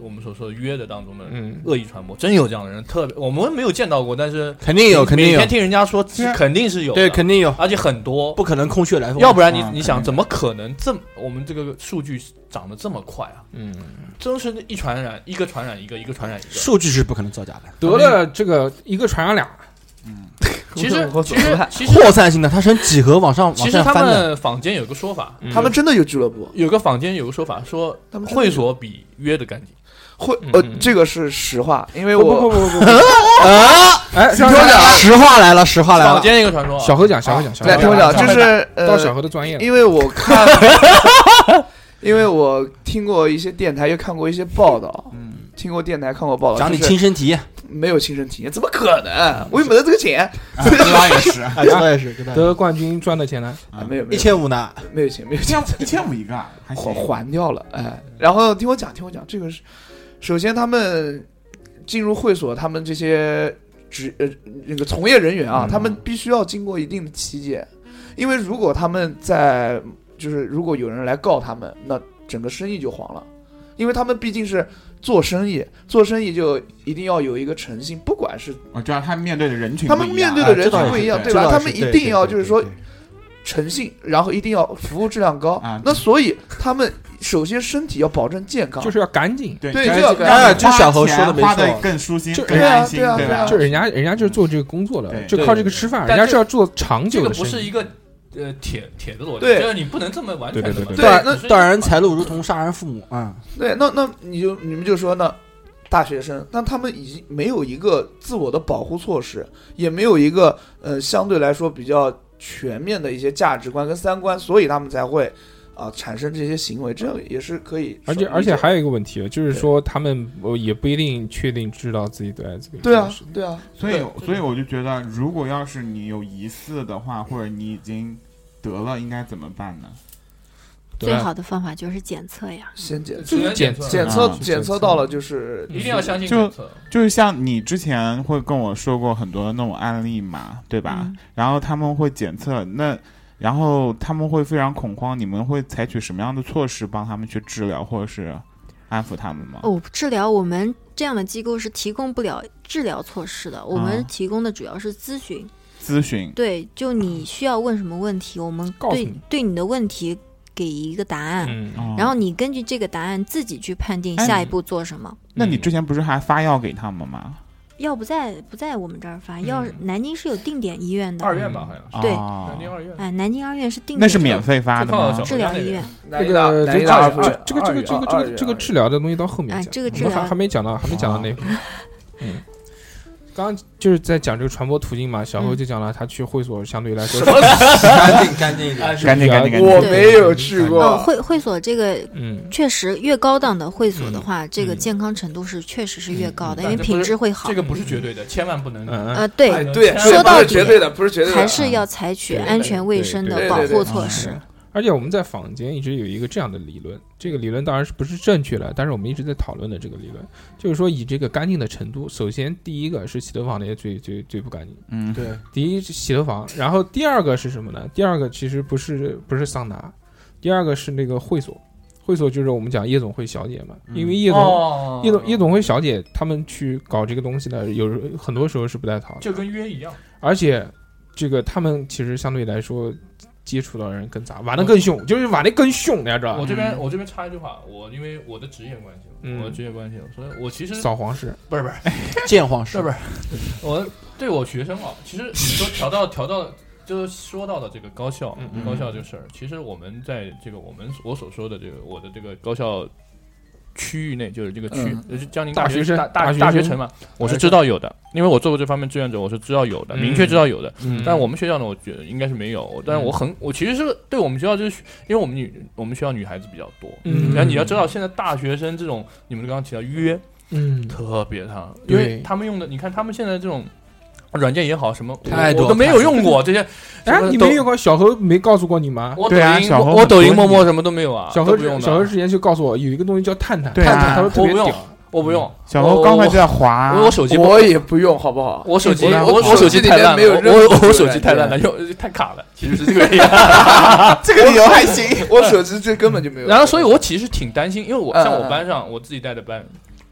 Speaker 8: 我们所说的约的当中的
Speaker 3: 嗯，
Speaker 8: 恶意传播，真有这样的人，特别我们没有见到过，但是
Speaker 9: 肯定有，肯定
Speaker 8: 每
Speaker 9: 有
Speaker 8: 天，听人家说
Speaker 5: 啊
Speaker 8: 肯定是有的，
Speaker 9: 对，肯定有，
Speaker 8: 而且很多
Speaker 9: 不可能空穴来风。
Speaker 8: 要不然你
Speaker 5: 啊
Speaker 8: 你
Speaker 5: 肯
Speaker 8: 想
Speaker 5: 定
Speaker 8: 怎么可能这么我们这个数据涨得这么快啊？
Speaker 3: 嗯，
Speaker 8: 真是一传染一个传染一个，一个传染一个。
Speaker 9: 数据是不可能造假的，
Speaker 3: 得了这个一个传染俩，
Speaker 8: 其实
Speaker 10: 我
Speaker 8: 其
Speaker 10: 怎么
Speaker 8: 实
Speaker 10: 办
Speaker 8: 其实
Speaker 9: 扩散性的，它是几何往上往
Speaker 8: 其实
Speaker 9: 上
Speaker 8: 他
Speaker 9: 翻的。嗯
Speaker 8: 们坊间有个说法，
Speaker 3: 嗯
Speaker 10: 他们真的有俱乐部，
Speaker 8: 有个坊间有个说法说
Speaker 10: 他们真的
Speaker 8: 会所比约的干净。
Speaker 10: 会
Speaker 3: 嗯
Speaker 10: 呃
Speaker 3: 嗯，
Speaker 10: 这个是实话，因
Speaker 9: 哦
Speaker 10: 为
Speaker 3: 不不不
Speaker 10: 我
Speaker 3: 不不不，哎， 让让
Speaker 9: 实话来了，实话来
Speaker 8: 坊
Speaker 9: 了，
Speaker 8: 间一个传说啊，
Speaker 3: 小何讲，小何讲，小何
Speaker 10: 来听我讲，就
Speaker 3: 小何
Speaker 10: 是
Speaker 3: 到小
Speaker 10: 呃，
Speaker 3: 何的专业了，
Speaker 10: 因为我 看，因为我听过一些电台，又看过一些报道，
Speaker 5: 嗯，
Speaker 10: 听过电台看过报道，
Speaker 9: 讲你
Speaker 10: 就是
Speaker 9: 亲身体验。
Speaker 10: 没有亲身体验，怎么可能？我又没得这个钱，
Speaker 5: 这倒也是，啊
Speaker 9: 哎，这倒也是，这倒
Speaker 3: 得了冠军赚的钱呢，
Speaker 10: 啊没有没
Speaker 9: 一
Speaker 10: 有
Speaker 9: 千五呢，
Speaker 10: 没有钱没有
Speaker 5: 一
Speaker 10: 钱，
Speaker 5: 千五一千五一个啊，还行
Speaker 10: 还。还掉了哎。然后听我讲，听我讲，这个是首先他们进入会所，他们这些职呃那个从业人员啊，他们必须要经过一定的体检，因为如果他们在就是如果有人来告他们，那整个生意就黄了，因为他们毕竟是做生意，做生意就一定要有一个诚信，不管是
Speaker 5: 我知道他们面对的人群不
Speaker 10: 他
Speaker 5: 一样，
Speaker 10: 们面对
Speaker 9: 啊
Speaker 10: 的
Speaker 9: 这
Speaker 10: 人
Speaker 9: 倒
Speaker 10: 群
Speaker 9: 也
Speaker 10: 不
Speaker 9: 是
Speaker 10: 一样，
Speaker 9: 对
Speaker 10: 对
Speaker 9: 这
Speaker 10: 吧？
Speaker 9: 倒
Speaker 10: 他
Speaker 9: 是
Speaker 10: 们
Speaker 9: 对
Speaker 10: 一定要
Speaker 9: 对
Speaker 10: 就是
Speaker 9: 对
Speaker 10: 说
Speaker 9: 对
Speaker 10: 诚信，然后一定要服务质量高
Speaker 5: 啊
Speaker 10: 那所以他们首先身体要保证健康，
Speaker 3: 就是要赶紧。
Speaker 5: 对
Speaker 10: 对
Speaker 5: 就是
Speaker 10: 这个
Speaker 5: 让你
Speaker 9: 哎这
Speaker 5: 花
Speaker 9: 小侯说
Speaker 5: 钱
Speaker 9: 的没
Speaker 5: 花
Speaker 9: 错
Speaker 5: 的更舒心，
Speaker 3: 就
Speaker 5: 更
Speaker 10: 对啊
Speaker 5: 安心，
Speaker 10: 对啊对啊
Speaker 5: 吧
Speaker 3: 就？人家，人家就是做这个工作的，
Speaker 5: 对
Speaker 3: 就靠这个吃饭，人
Speaker 8: 对
Speaker 3: 家是要做长
Speaker 8: 这
Speaker 3: 久
Speaker 8: 个
Speaker 3: 的
Speaker 8: 不
Speaker 3: 生
Speaker 8: 是
Speaker 3: 意。
Speaker 8: 一个呃铁铁的逻辑，
Speaker 10: 对
Speaker 8: 就是你不能这么完全的
Speaker 3: 对对
Speaker 8: 嘛
Speaker 3: 对
Speaker 10: 对那
Speaker 8: 只是
Speaker 9: 断啊人财路如同杀人父母啊！
Speaker 10: 对，那那你就你们就说那大学生，那他们已经没有一个自我的保护措施，也没有一个呃相对来说比较全面的一些价值观跟三观，所以他们才会啊、产生这些行为，这样也是可以说
Speaker 3: 而
Speaker 10: 理解
Speaker 3: 且
Speaker 10: 的。
Speaker 3: 而且还有一个问题，哦就是说他们呃也不一定确定知道自己得艾滋病。
Speaker 10: 对啊，对啊，
Speaker 5: 所以所以我就觉得，如果要是你有疑似的话，或者你已经得了，应该怎么办呢？
Speaker 6: 最好的方法就是检测呀。
Speaker 10: 先检
Speaker 5: 测先检测
Speaker 10: 检测
Speaker 5: 啊
Speaker 10: 检测到了就是
Speaker 8: 一定要相信
Speaker 5: 就
Speaker 8: 检测。
Speaker 5: 就是像你之前会跟我说过很多那种案例嘛，对吧？
Speaker 6: 嗯
Speaker 5: 然后他们会检测那。然后他们会非常恐慌，你们会采取什么样的措施帮他们去治疗或者是安抚他们吗？
Speaker 6: 哦，治疗我们这样的机构是提供不了治疗措施的，我们
Speaker 5: 啊
Speaker 6: 提供的主要是咨询。
Speaker 5: 咨询，
Speaker 6: 对，就你需要问什么问题，我们
Speaker 5: 嗯告诉
Speaker 6: 对
Speaker 5: 你
Speaker 6: 对你的问题给一个答案，
Speaker 5: 哦
Speaker 6: 然后你根据这个答案自己去判定
Speaker 5: 哎
Speaker 6: 下
Speaker 5: 你
Speaker 6: 一步做什么。
Speaker 5: 那你之前不是还发药给他们吗？
Speaker 6: 药不在不在我们这儿发，药
Speaker 5: 嗯
Speaker 6: 南京是有定点医院的，
Speaker 8: 二院吧，好像是。
Speaker 6: 对
Speaker 3: 嗯
Speaker 5: 哦
Speaker 8: 南京二院
Speaker 6: 哎，南京二院是定点，
Speaker 5: 那是免费发的
Speaker 8: 就放到
Speaker 5: 吗嗯
Speaker 8: 小？
Speaker 6: 治疗医院。
Speaker 10: 南
Speaker 3: 这
Speaker 10: 医大
Speaker 3: 个
Speaker 10: 南
Speaker 3: 这
Speaker 10: 医
Speaker 3: 个
Speaker 10: 大
Speaker 3: 二
Speaker 10: 附近
Speaker 3: 这个这个这个这
Speaker 10: 啊
Speaker 3: 个这个治疗的东西到后面
Speaker 6: 哎
Speaker 3: 讲，
Speaker 6: 这个治
Speaker 3: 我们还
Speaker 6: 疗哦
Speaker 3: 还没讲到，还没讲到那一步。嗯，刚刚就是在讲这个传播途径嘛，小
Speaker 6: 嗯
Speaker 3: 侯就讲了，他去会所相对来说
Speaker 9: 干净干净
Speaker 3: 嗯
Speaker 9: 一
Speaker 8: 哎
Speaker 9: 点，
Speaker 5: 赶紧赶紧赶紧！
Speaker 10: 我没有去
Speaker 6: 哦，
Speaker 10: 过，
Speaker 6: 会会所这个
Speaker 3: 嗯，
Speaker 6: 确实越高档的会所的
Speaker 3: 嗯
Speaker 6: 话，这个
Speaker 3: 嗯
Speaker 6: 健康程度是确实是越高的，
Speaker 8: 嗯
Speaker 6: 因为
Speaker 8: 但这不
Speaker 6: 品
Speaker 8: 是
Speaker 6: 质会好
Speaker 8: 这。个不是绝对的，千万不能。
Speaker 3: 嗯
Speaker 6: 呃，
Speaker 8: 哎
Speaker 6: 对，
Speaker 10: 对，
Speaker 6: 说到
Speaker 10: 不是
Speaker 6: 底
Speaker 10: 绝对的，不是绝对的，
Speaker 6: 还是要采取
Speaker 3: 对
Speaker 6: 安全卫
Speaker 3: 对
Speaker 6: 生
Speaker 3: 对
Speaker 6: 的
Speaker 10: 对
Speaker 6: 保
Speaker 10: 对
Speaker 6: 护
Speaker 10: 对
Speaker 6: 措
Speaker 5: 嗯
Speaker 6: 施。
Speaker 3: 哎而且我们在坊间一直有一个这样的理论，这个理论当然是不是正确的，但是我们一直在讨论的这个理论，就是说以这个干净的程度，首先第一个是洗头房那些最最最不干净，
Speaker 5: 嗯，
Speaker 9: 对，
Speaker 3: 第一是洗头房，然后第二个是什么呢？第二个其实不是不是桑拿，第二个是那个会所，会所就是我们讲夜总会小姐嘛，因为夜总、
Speaker 8: 哦
Speaker 3: 夜总夜总会小姐他们去搞这个东西呢，有时候很多时候是不带逃的，
Speaker 8: 就跟约一样，
Speaker 3: 而且这个他们其实相对来说接触到的人更杂，玩的更凶，就是玩的更凶，大家知道
Speaker 8: 我
Speaker 3: 吧？
Speaker 8: 这边我这边插一句话，我因为我的职业关系，
Speaker 3: 嗯
Speaker 8: 我的职业关系，所以我其实
Speaker 3: 扫黄是，
Speaker 8: 不是不是
Speaker 9: 鉴黄
Speaker 8: 是
Speaker 9: 师
Speaker 8: 不是，我对我学生啊，其实你说调到调到就是说到的这个高校啊
Speaker 3: 嗯嗯，
Speaker 8: 高校这个事儿，其实我们在这个我们我所说的这个我的这个高校。区域内就是这个区，就是江宁
Speaker 3: 嗯大
Speaker 8: 学
Speaker 3: 学生
Speaker 8: 大
Speaker 3: 大
Speaker 8: 大
Speaker 3: 学
Speaker 8: 大学
Speaker 3: 生
Speaker 8: 城嘛，我是知道有的，因为我做过这方面志愿者，我是知道有的，明确知道有的。
Speaker 3: 嗯
Speaker 8: 但我们学校呢，我觉得应该是没有。但我很，我其实是对我们学校，就是因为我们女我们学校女孩子比较多。
Speaker 3: 嗯
Speaker 8: 然后你要知道，现在大学生这种，你们刚刚提到约
Speaker 3: 嗯，
Speaker 8: 特别烫，
Speaker 3: 对
Speaker 8: 因为他们用的，你看他们现在这种软件也好，什么
Speaker 9: 太
Speaker 8: 我
Speaker 9: 多
Speaker 8: 我都没有用过这些。
Speaker 3: 哎
Speaker 8: 什，么
Speaker 3: 你
Speaker 8: 抖
Speaker 3: 没有过小何没告诉过你吗？
Speaker 8: 我抖
Speaker 5: 对啊
Speaker 8: 音，
Speaker 5: 小
Speaker 8: 我
Speaker 5: 红
Speaker 8: 我抖音、
Speaker 5: 很多
Speaker 8: 陌陌什么都没有啊，
Speaker 3: 小
Speaker 8: 都
Speaker 3: 何
Speaker 8: 不用的
Speaker 3: 小何之前就告诉我有一个东西叫探探，
Speaker 5: 对啊
Speaker 3: 探探他说特
Speaker 8: 我
Speaker 3: 别
Speaker 8: 不用
Speaker 3: 屌，
Speaker 8: 我不用。
Speaker 5: 小猴
Speaker 8: 我
Speaker 5: 刚才就在滑，
Speaker 8: 我我手机不
Speaker 10: 我也不用，好不好？
Speaker 8: 我手机
Speaker 10: 我
Speaker 8: 我
Speaker 10: 我
Speaker 8: 手机
Speaker 10: 手机
Speaker 8: 太烂
Speaker 10: 里面没有
Speaker 8: 了，
Speaker 10: 任何
Speaker 8: 我
Speaker 10: 软
Speaker 8: 我我手机
Speaker 10: 件
Speaker 8: 太烂了，用太卡了，其实是这个 原因。
Speaker 5: 这个理由还行。
Speaker 10: 我手机这根本就没有。
Speaker 8: 然后，所以我其实挺担心，因为我
Speaker 10: 嗯
Speaker 8: 像我
Speaker 10: 嗯
Speaker 8: 班上我自己带的班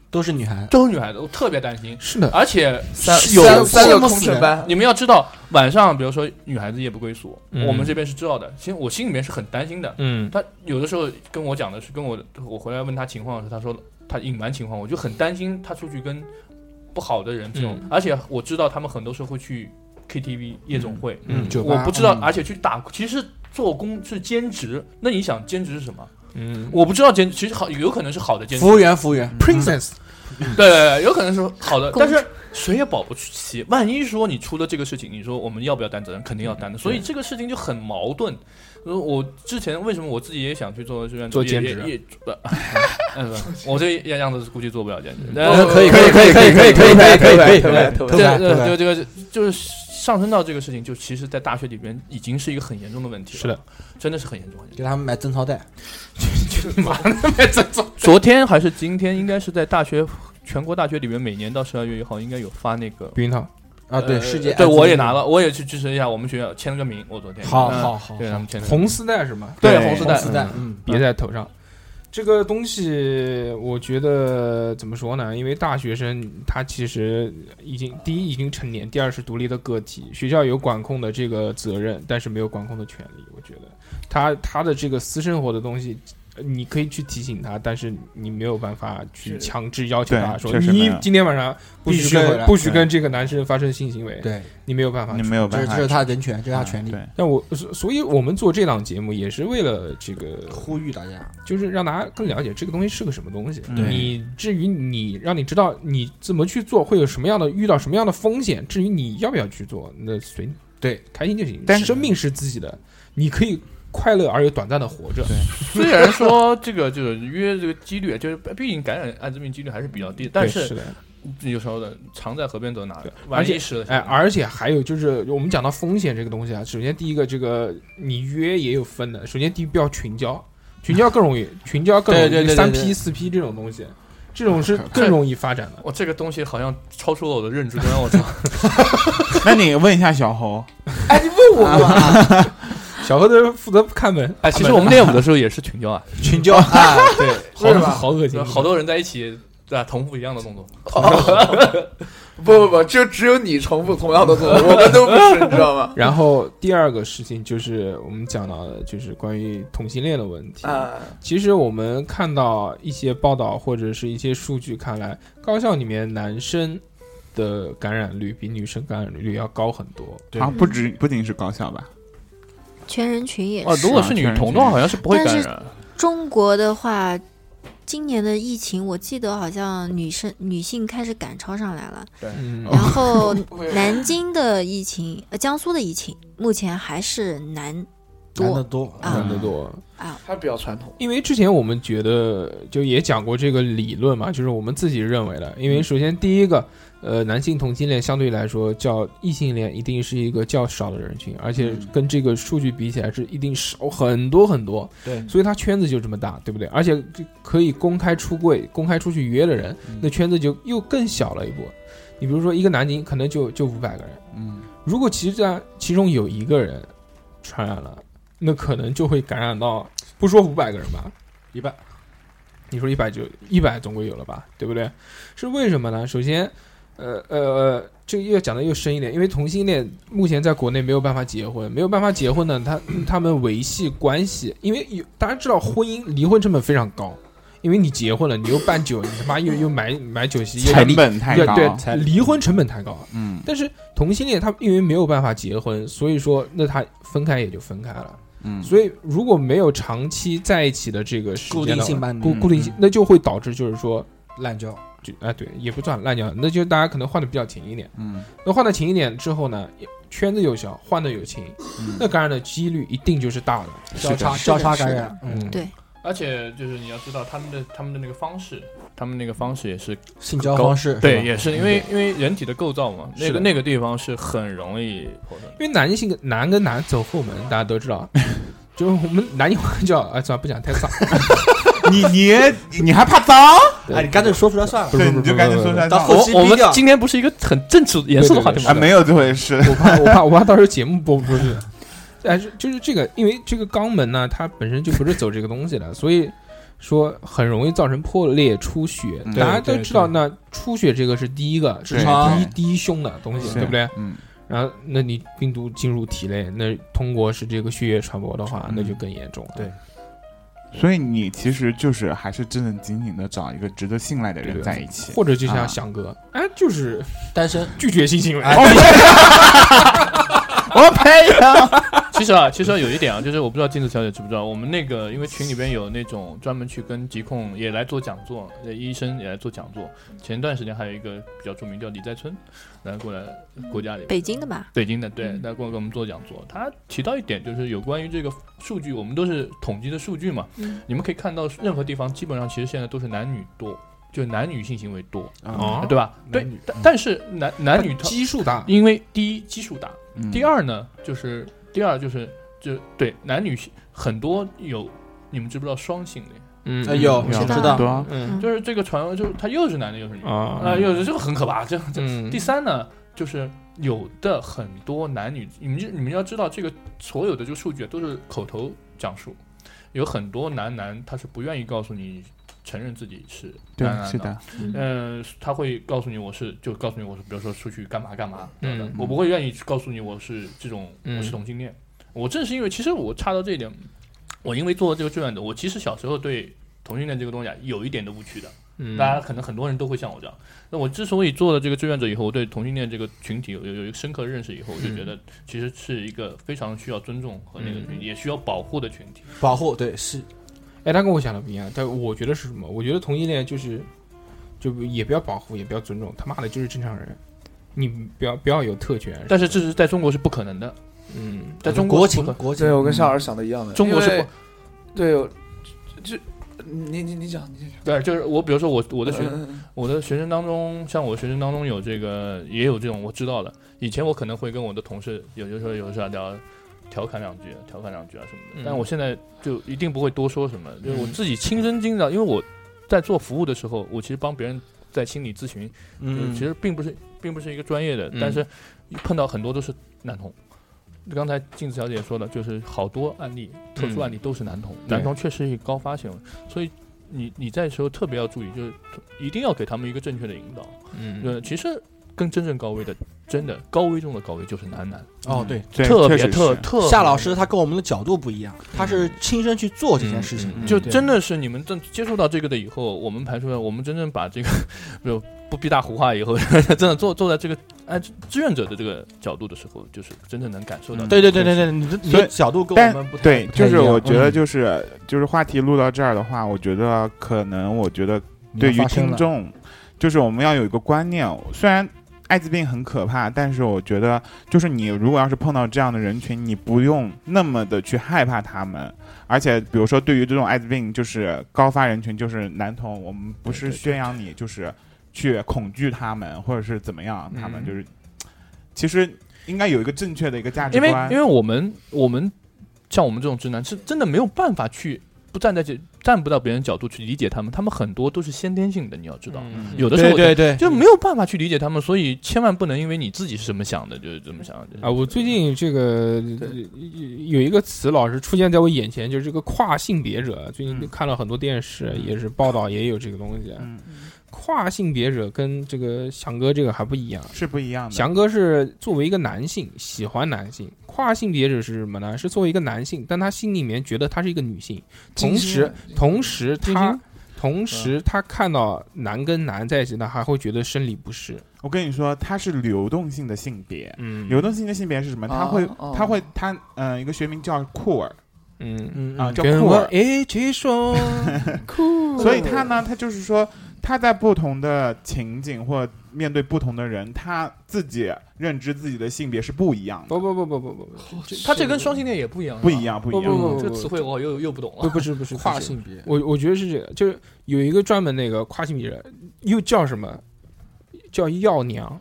Speaker 9: 都是女孩，
Speaker 8: 都是女孩子，我特别担心。
Speaker 3: 是的，
Speaker 8: 而且
Speaker 10: 三
Speaker 9: 是有
Speaker 10: 三三个
Speaker 9: 羡慕
Speaker 10: 空
Speaker 9: 死人
Speaker 10: 乘班，
Speaker 8: 你们要知道，晚上比如说女孩子夜不归宿，
Speaker 3: 嗯
Speaker 8: 我们这边是知道的。其实我心里面是很担心的。
Speaker 3: 嗯
Speaker 8: 他有的时候跟我讲的是，跟我我回来问他情况的时候，他说他隐瞒情况，我就很担心他出去跟不好的人这种。
Speaker 3: 嗯
Speaker 8: 而且我知道他们很多时候会去 KTV 夜总会，
Speaker 3: 嗯
Speaker 9: 酒
Speaker 8: 我
Speaker 9: 吧
Speaker 8: 不知道，
Speaker 9: 嗯
Speaker 8: 而且去打其实做工是兼职。那你想兼职是什么？
Speaker 3: 嗯
Speaker 8: 我不知道兼，其实好有可能是好的兼职
Speaker 9: 服，务员服务员，
Speaker 3: ，Princess，
Speaker 8: 对对对，有可能是好的，
Speaker 6: 公
Speaker 8: 但
Speaker 6: 主
Speaker 8: 是谁也保不齐。万一说你出了这个事情，你说我们要不要担责任？肯定要担的，所以这个事情就很矛盾。呃我之前为什么我自己也想去做志愿者，
Speaker 3: 做
Speaker 8: 也
Speaker 3: 兼
Speaker 8: 也
Speaker 3: 职啊
Speaker 8: 也不，嗯不我这样子估计做不了兼职。
Speaker 3: 嗯
Speaker 9: 呃
Speaker 8: 但
Speaker 9: 可以可以可以可以可以可以可以可以可以
Speaker 10: 投
Speaker 9: 投
Speaker 8: 对
Speaker 9: 篮
Speaker 8: 对
Speaker 9: 投篮
Speaker 8: 对，这个就是上升到这个事情，就其实，在大学里边已经是一个很严重的问题了。
Speaker 3: 是的，
Speaker 8: 真的是很严重。很严
Speaker 9: 给
Speaker 8: 重
Speaker 9: 他们买贞操带，
Speaker 8: 昨天还是今天，应该是在大学全国大学里面，每年到十二月一号应该有发那个
Speaker 3: 避孕套，
Speaker 9: 啊，对
Speaker 8: 呃
Speaker 9: 世界，
Speaker 8: 对我也拿，了，我也去支持一下我们学校签了个名，我昨天
Speaker 9: 好
Speaker 8: 嗯
Speaker 9: 好好，
Speaker 8: 对他们签 了个名
Speaker 3: 红丝带是吗？
Speaker 8: 对
Speaker 5: 对
Speaker 8: 红丝
Speaker 9: 红
Speaker 8: 带
Speaker 9: 丝带，嗯，
Speaker 3: 别在头上。这个东西，我觉得怎么说呢？因为大学生他其实已经第一已经成年，第二是独立的个体，学校有管控的这个责任，但是没有管控的权利。我觉得他他的这个私生活的东西，呃你可以去提醒他，但是你没有办法去
Speaker 10: 是
Speaker 3: 强制要求
Speaker 5: 对
Speaker 3: 他说
Speaker 5: 确实没
Speaker 3: 你
Speaker 5: 有
Speaker 3: 今天晚上不
Speaker 9: 必
Speaker 3: 许
Speaker 9: 须回
Speaker 3: 跟
Speaker 9: 来
Speaker 3: 不许
Speaker 5: 对
Speaker 3: 跟这个男生发生性行为，
Speaker 9: 嗯对，
Speaker 3: 你没有办法
Speaker 5: 你没有
Speaker 9: 这
Speaker 5: 办
Speaker 9: 是
Speaker 5: 法，
Speaker 9: 这是他的人权，这是他权利，
Speaker 5: 对，
Speaker 3: 但我所所以，我们做这档节目也是为了这个，
Speaker 9: 呼吁大家，
Speaker 3: 就是让大家更了解这个东西是个什么东西。
Speaker 8: 嗯
Speaker 5: 对
Speaker 3: 你至于你让你知道你怎么去做，会有什么样的遇到什么样的风险，至于你要不要去做，那随你，
Speaker 9: 对，
Speaker 3: 开心就行。
Speaker 5: 但是
Speaker 3: 生命是自己的，你可以快乐而又短暂的活着。
Speaker 8: 虽然说这个就是约这个几率，就是毕竟感染艾滋病几率还是比较低，但
Speaker 3: 对
Speaker 8: 是
Speaker 3: 是的，
Speaker 8: 有时候的常在河边走哪
Speaker 3: 对
Speaker 8: 儿，万
Speaker 3: 而且
Speaker 8: 一是
Speaker 3: 哎，而且还有就是，我们讲到风险这个东西啊，首先第一个，这个你约也有分的。首先第一，不要群交，群交更容 易，群交更容易，
Speaker 8: 对对对对
Speaker 3: 三
Speaker 8: 对
Speaker 3: P 四 P 这种东西，这种是更容易发展的。
Speaker 8: 我这个东西好像超出了我的认知，让我操！
Speaker 5: 那你问一下小侯，
Speaker 10: 哎，你问我
Speaker 9: 啊
Speaker 3: 嘛？小何的负责看门。
Speaker 8: 哎，其实我们练舞的时候也是群交啊，
Speaker 3: 群交啊对
Speaker 8: 好
Speaker 3: 是吧好恶心
Speaker 8: 好多人在一起，对吧？重复一样的动作。
Speaker 10: 不不不，就只有你重复同样的作，我们都不是，你知道 吗？
Speaker 3: 然后第二个事情就是我们讲到的，就是关于同性恋的问题。
Speaker 10: 啊
Speaker 3: 其实我们看到一些报道或者是一些数据，看来高校里面男生的感染率比女生感染率要高很多。
Speaker 5: 啊，不止不仅是高校吧，
Speaker 6: 全人群也是。
Speaker 8: 啊，如果是女同的话，好像是不会感
Speaker 6: 但是
Speaker 8: 染。啊
Speaker 6: 中国的话，今年的疫情，我记得好像女生女性开始赶超上来了。
Speaker 10: 对
Speaker 3: 嗯
Speaker 6: 然后南京的疫情，呃，江苏的疫情，目前还是男多。
Speaker 9: 男的多
Speaker 6: 啊
Speaker 3: 男的多。
Speaker 10: 他比较传统。
Speaker 3: 因为之前我们觉得就也讲过这个理论嘛，就是我们自己认为的。因为首先第一个，呃，男性同性恋相对来说较异性恋一定是一个较少的人群，而且跟这个数据比起来是一定少很多很多。
Speaker 9: 对
Speaker 3: 所以他圈子就这么大，对不对？而且这可以公开出柜、公开出去约的人，那圈子就又更小了一波。你比如说一个南京可能就就五百个人，
Speaker 5: 嗯，
Speaker 3: 如果其实啊其中有一个人传染了，那可能就会感染到，不说五百个人吧，
Speaker 9: 一半。
Speaker 3: 你说一百就一百总归有了吧，对不对？是为什么呢？首先，呃呃呃，这个又讲的又深一点，因为同性恋目前在国内没有办法结婚，没有办法结婚呢，他他们维系关系，因为有大家知道婚姻离婚成本非常高。因为你结婚了，你又办酒，你他妈又又买买酒席，又要离
Speaker 5: 成本太高
Speaker 3: 对对，离婚成本太高。
Speaker 5: 嗯，
Speaker 3: 但是同性恋他因为没有办法结婚，所以说那他分开也就分开了。
Speaker 5: 嗯
Speaker 3: 所以如果没有长期在一起的这个时间的话
Speaker 9: 固定性嗯伴侣
Speaker 3: 固固定性，那就会导致就是说
Speaker 9: 烂交，
Speaker 3: 就啊、对，也不算烂交，那就大家可能换的比较勤一点。
Speaker 5: 嗯，
Speaker 3: 那换的勤一点之后呢，圈子又小，换的又勤，那感染的几率一定就是大的，
Speaker 9: 嗯是的交叉交叉感染
Speaker 3: 嗯，
Speaker 6: 对，
Speaker 8: 而且就是你要知道他们的他们的那个方式，他们那个方式也是
Speaker 9: 性交方式是
Speaker 8: 对，
Speaker 9: 吧
Speaker 8: 也是因为因为人体的构造嘛，那
Speaker 3: 是
Speaker 8: 个
Speaker 3: 的
Speaker 8: 那个地方是很容易破的。
Speaker 3: 因为男性男跟男走后门，大家都知 道，就是我们南京话叫啊，算了，不讲太脏。
Speaker 5: 你你你还怕脏？
Speaker 9: 哎，你干脆说出来算了。
Speaker 5: 对，你就赶紧说出来
Speaker 9: 到
Speaker 5: 脏。
Speaker 9: 后期
Speaker 8: 我我
Speaker 9: 逼
Speaker 8: 们
Speaker 9: 掉
Speaker 8: 今天不是一个很正式严肃的话题
Speaker 3: 对对对
Speaker 8: 吗？
Speaker 5: 啊，没有这回事。
Speaker 3: 我怕我怕我怕到时候节目播不出去。但是就是这个，因为这个肛门呢，它本身就不是走这个东西的，所以说很容易造成破裂、出血。
Speaker 5: 嗯
Speaker 3: 大家
Speaker 9: 对
Speaker 3: 都
Speaker 9: 对
Speaker 3: 知道，
Speaker 9: 对
Speaker 3: 那出血这个是第一个，是
Speaker 5: 对
Speaker 3: 第一
Speaker 5: 对
Speaker 3: 第一凶的东西，
Speaker 5: 是
Speaker 3: 对不对？
Speaker 5: 嗯，
Speaker 3: 然后，那你病毒进入体内，那通过是这个血液传播的话，
Speaker 5: 嗯
Speaker 3: 那就更严重了。
Speaker 9: 对
Speaker 5: 所以你其实就是还是正正经经的找一个值得信赖的
Speaker 3: 对
Speaker 5: 人
Speaker 3: 对
Speaker 5: 在一起。
Speaker 3: 或者就
Speaker 5: 啊
Speaker 3: 像翔哥，哎，就是
Speaker 9: 单身，
Speaker 3: 拒绝性行为，
Speaker 5: 我呸呀！
Speaker 8: 其实啊，其实啊有一点啊，就是我不知道金子小姐知不知道，我们那个因为群里边有那种专门去跟疾控也来做讲座，呃医生也来做讲座。前段时间还有一个比较著名叫李在春，来过来国家里
Speaker 6: 北京的吧？
Speaker 8: 北京的，对，来过来给我们做讲座。他提到一点就是有关于这个数据，我们都是统计的数据嘛，
Speaker 6: 嗯
Speaker 8: 你们可以看到任何地方基本上其实现在都是男女多，就男女性行为多，
Speaker 3: 啊
Speaker 8: 对吧？对
Speaker 9: 男女，
Speaker 8: 但但是男男女他
Speaker 3: 基数大，
Speaker 8: 因为第一基数大。
Speaker 5: 嗯
Speaker 8: 第，二呢，就是第二就是就对男女很多有，你们知不知道双性恋？
Speaker 3: 嗯
Speaker 9: 哎有
Speaker 3: 嗯
Speaker 9: 我
Speaker 6: 知
Speaker 9: 知
Speaker 6: 道
Speaker 9: 道，
Speaker 5: 对啊，
Speaker 3: 嗯
Speaker 8: 就是这个传闻，就是他又是男的又是女的，
Speaker 3: 啊
Speaker 8: 啊，又是这个很可怕。这这
Speaker 3: 嗯
Speaker 8: 第三呢，就是有的很多男女，你们就你们要知道，这个所有的这个数据啊都是口头讲述，有很多男男他是不愿意告诉你承认自己是
Speaker 5: 对
Speaker 8: 男，男
Speaker 5: 是的，
Speaker 8: 嗯，他会告诉你我是，就告诉你我是，比如说出去干嘛干嘛，
Speaker 3: 嗯
Speaker 8: 嗯，我不会愿意告诉你我是这种，
Speaker 3: 嗯
Speaker 8: 我是同性恋。我正是因为，其实我差到这一点，我因为做了这个志愿者，我其实小时候对同性恋这个东西啊有一点的误区的，
Speaker 3: 嗯
Speaker 8: 大家可能很多人都会像我这样。那我之所以做了这个志愿者以后，我对同性恋这个群体有有有一个深刻认识以后，我
Speaker 3: 嗯
Speaker 8: 就觉得其实是一个非常需要尊重和那个群体也需要保护的群体。
Speaker 9: 保护对是
Speaker 3: 哎，他跟我想的不一样，但我觉得是什么？我觉得同性恋就是，就不也不要保护，也不要尊重，他妈的就是正常人，你不要不要有特权。
Speaker 8: 但是这是在中国是不可能的，
Speaker 3: 嗯，
Speaker 8: 在中国
Speaker 9: 国
Speaker 8: 是不
Speaker 9: 情
Speaker 8: 可
Speaker 9: 国情
Speaker 10: 对，，我跟夏老师想的一样的，
Speaker 8: 中国是
Speaker 10: 因为
Speaker 8: 不
Speaker 10: 对，我就就你你你讲，你先讲。
Speaker 8: 对，就是我比如说我我的学
Speaker 10: 嗯嗯
Speaker 8: 我的学生当中，像我学生当中有这个，也有这种我知道的。以前我可能会跟我的同事有些时候有时候聊，调侃两句，调侃两句啊什么
Speaker 3: 嗯
Speaker 8: 的。但我现在就一定不会多说什么，就是我
Speaker 3: 嗯
Speaker 8: 自己亲身经历到，因为我在做服务的时候，我其实帮别人在心理咨询，
Speaker 9: 嗯
Speaker 8: 其实并不是并不是一个专业的
Speaker 3: 嗯，
Speaker 8: 但是碰到很多都是男童。刚才镜子小姐也说了，就是好多案例，特殊案例都是男童，
Speaker 3: 对
Speaker 8: 男童确实也高发行为，所以你你在时候特别要注意，就是一定要给他们一个正确的引导。
Speaker 3: 嗯，
Speaker 8: 呃，其实跟真正高危的，真的高危中的高危就是男男，
Speaker 9: 哦，对，
Speaker 5: 对
Speaker 8: 特
Speaker 5: 确
Speaker 8: 别
Speaker 5: 实
Speaker 8: 特
Speaker 5: 是
Speaker 8: 特
Speaker 9: 夏老师他跟我们的角度不一样，他是亲身去做这件事情
Speaker 3: 嗯嗯嗯
Speaker 9: 的，
Speaker 8: 就
Speaker 9: 对
Speaker 8: 真的是你们正接触到这个的以后，我们排除了，我们真正把这个 就不必大胡话以后， 真的坐坐在这个哎志愿者的这个角度的时候，就是真正能感受到。
Speaker 9: 对对对对对，你的你
Speaker 5: 所
Speaker 9: 的
Speaker 5: 以
Speaker 9: 角度跟
Speaker 5: 但
Speaker 9: 我们不太
Speaker 5: 对，
Speaker 9: 不太
Speaker 5: 就是
Speaker 9: 一样
Speaker 5: 我觉
Speaker 9: 嗯
Speaker 5: 得就是就是话题录到这儿的话，我觉得可能我觉得
Speaker 9: 你
Speaker 5: 对
Speaker 9: 要
Speaker 5: 于
Speaker 9: 发声
Speaker 5: 听
Speaker 9: 了
Speaker 5: 众，就是我们要有一个观念，虽然。艾滋病很可怕，但是我觉得，就是你如果要是碰到这样的人群，你不用那么的去害怕他们。而且，比如说对于这种艾滋病，就是高发人群，就是男童，我们不是宣扬你就是去恐惧他们，或者是怎么样，他们
Speaker 3: 嗯
Speaker 5: 就是其实应该有一个正确的一个价值
Speaker 8: 因为
Speaker 5: 观。
Speaker 8: 因为我们我们像我们这种直男是真的没有办法去不站在这站不到别人角度去理解他们，他们很多都是先天性的，你要知道，
Speaker 3: 嗯
Speaker 8: 有的时候
Speaker 9: 对对对，
Speaker 8: 就没有办法去理解他们，所以千万不能因为你自己是怎么想的就是怎么想的
Speaker 3: 啊，我最近这个有一个词老是出现在我眼前，就是这个跨性别者。最
Speaker 8: 嗯
Speaker 3: 近看了很多电视，也是报道也有这个东西。啊
Speaker 5: 嗯
Speaker 3: 跨性别者跟这个翔哥这个还不一样，
Speaker 5: 是不一样的。
Speaker 3: 翔哥是作为一个男性喜欢男性，跨性别者是什么呢？是作为一个男性，但他心里面觉得他是一个女性，同时同时他同时他看到男跟男在一起，他还会觉得生理不适。
Speaker 5: 我跟你说，它是流动性的性别。
Speaker 3: 嗯
Speaker 5: 流动性的性别是什么？它
Speaker 10: 哦
Speaker 5: 会，
Speaker 10: 哦
Speaker 5: 它会，它，嗯、一个学名叫酷儿
Speaker 3: 嗯，
Speaker 9: 嗯
Speaker 5: 啊，
Speaker 9: 啊，
Speaker 5: 叫
Speaker 3: 跟
Speaker 5: 酷
Speaker 3: 我
Speaker 5: 儿。
Speaker 3: 一起说酷。
Speaker 5: 所以它呢，它就是说，它在不同的情景或面对不同的人，它自己认知自己的性别是不一样的，
Speaker 3: 不不不不不不不，
Speaker 10: 哦
Speaker 8: 他这跟双性恋也不一样，
Speaker 5: 不一。样，不
Speaker 3: 不
Speaker 5: 一
Speaker 3: 不不
Speaker 5: 样。
Speaker 3: 不
Speaker 8: 这个词汇我又又不懂
Speaker 3: 不
Speaker 8: 了。
Speaker 3: 不是不是
Speaker 9: 跨。
Speaker 3: 不是
Speaker 9: 性别，
Speaker 3: 我我觉得是这个，就是有一个专门那个跨性别人，又叫什么？叫药娘，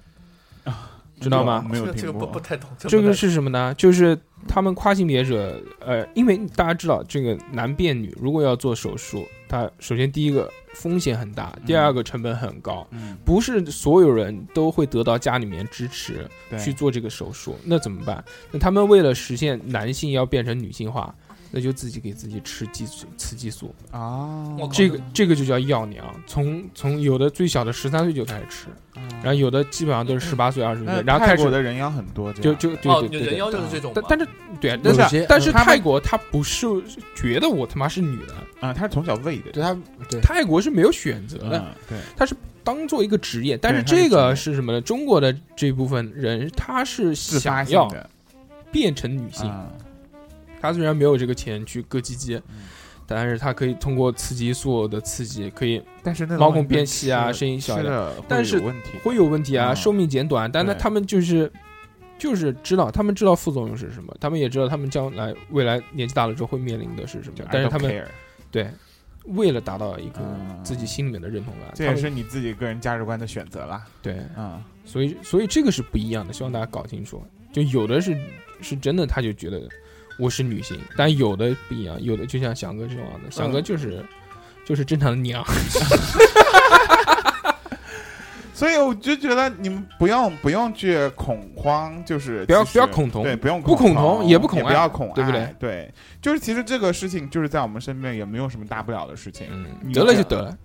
Speaker 3: 知道吗？
Speaker 5: 没有听过。
Speaker 8: 太懂。
Speaker 3: 这个是什么呢？就是他们跨性别者，呃，因为大家知道这个男变女，如果要做手术，它首先第一个风险很大，第二个成本很高，
Speaker 5: 嗯，
Speaker 3: 不是所有人都会得到家里面支持
Speaker 5: 对，
Speaker 3: 去做这个手术，那怎么办？那他们为了实现男性要变成女性化，那就自己给自己吃激素，雌激素，
Speaker 5: 啊，
Speaker 8: 我靠
Speaker 3: 这个这个就叫药娘，从从有的最小的十三岁就开始吃，然后有的基本上都是十八岁二十岁，
Speaker 5: 嗯那
Speaker 3: 然后
Speaker 5: 泰
Speaker 3: 开
Speaker 5: 国
Speaker 3: 始
Speaker 5: 的人妖很多，这
Speaker 3: 就
Speaker 5: 样
Speaker 3: 就
Speaker 8: 哦，
Speaker 3: 对对对
Speaker 8: 人
Speaker 3: 对。
Speaker 8: 妖就是这种嘛。
Speaker 3: 但但是对啊，
Speaker 5: 有
Speaker 3: 但是
Speaker 9: 些
Speaker 3: 但是
Speaker 5: 他们
Speaker 3: 泰国他不是觉得我他妈是女的，
Speaker 5: 啊，他是从小喂的，
Speaker 9: 对他对
Speaker 3: 泰国是没有选择的，
Speaker 5: 嗯，对，
Speaker 3: 当做一个职业。但是
Speaker 5: 对他是
Speaker 3: 这
Speaker 5: 职
Speaker 3: 个
Speaker 5: 业
Speaker 3: 是什么呢？中国的这部分人他是
Speaker 5: 自发
Speaker 3: 想
Speaker 5: 性
Speaker 3: 要
Speaker 5: 的，
Speaker 3: 变成女性，
Speaker 5: 啊，
Speaker 3: 他虽然没有这个钱去割鸡鸡，
Speaker 5: 嗯
Speaker 3: 但是他可以通过雌激素的刺激，可以
Speaker 5: 但是那
Speaker 3: 毛孔变细啊，声音小一
Speaker 5: 吃
Speaker 3: 点，
Speaker 5: 了会
Speaker 3: 但
Speaker 5: 有
Speaker 3: 是
Speaker 5: 问题，
Speaker 3: 会有问题啊，
Speaker 5: 嗯
Speaker 3: 寿命减短。但那
Speaker 5: 对
Speaker 3: 他们就是就是知道，他们知道副作用是什么，他们也知道他们将来未来年纪大了之后会面临的是什么
Speaker 5: 就，
Speaker 3: 但
Speaker 5: I
Speaker 3: 是
Speaker 5: don't
Speaker 3: 他们
Speaker 5: care
Speaker 3: 对，为了达到一个
Speaker 5: 嗯
Speaker 3: 自己心里面的认同感，
Speaker 5: 这
Speaker 3: 啊他
Speaker 5: 也
Speaker 3: 们
Speaker 5: 是你自己个人价值观的选择啦。
Speaker 3: 对，
Speaker 5: 嗯，
Speaker 3: 所以所以这个是不一样的，希望大家搞清楚。就有的是是真的，他就觉得我是女性，但有的不一样，有的就像翔哥这种
Speaker 5: 嗯
Speaker 3: 样的，翔哥就是、就是正常的 娘，
Speaker 5: 所以我就觉得你们不用不用去恐慌，就是
Speaker 3: 不要
Speaker 5: 其实
Speaker 3: 不要恐同
Speaker 5: 对，不用
Speaker 3: 不恐同也不恐
Speaker 5: 恐
Speaker 3: 爱
Speaker 5: 不要恐爱，
Speaker 3: 对不对？
Speaker 5: 对，就是其实这个事情就是在我们身边也没有什么大不了的事情，
Speaker 3: 嗯，得了就得了，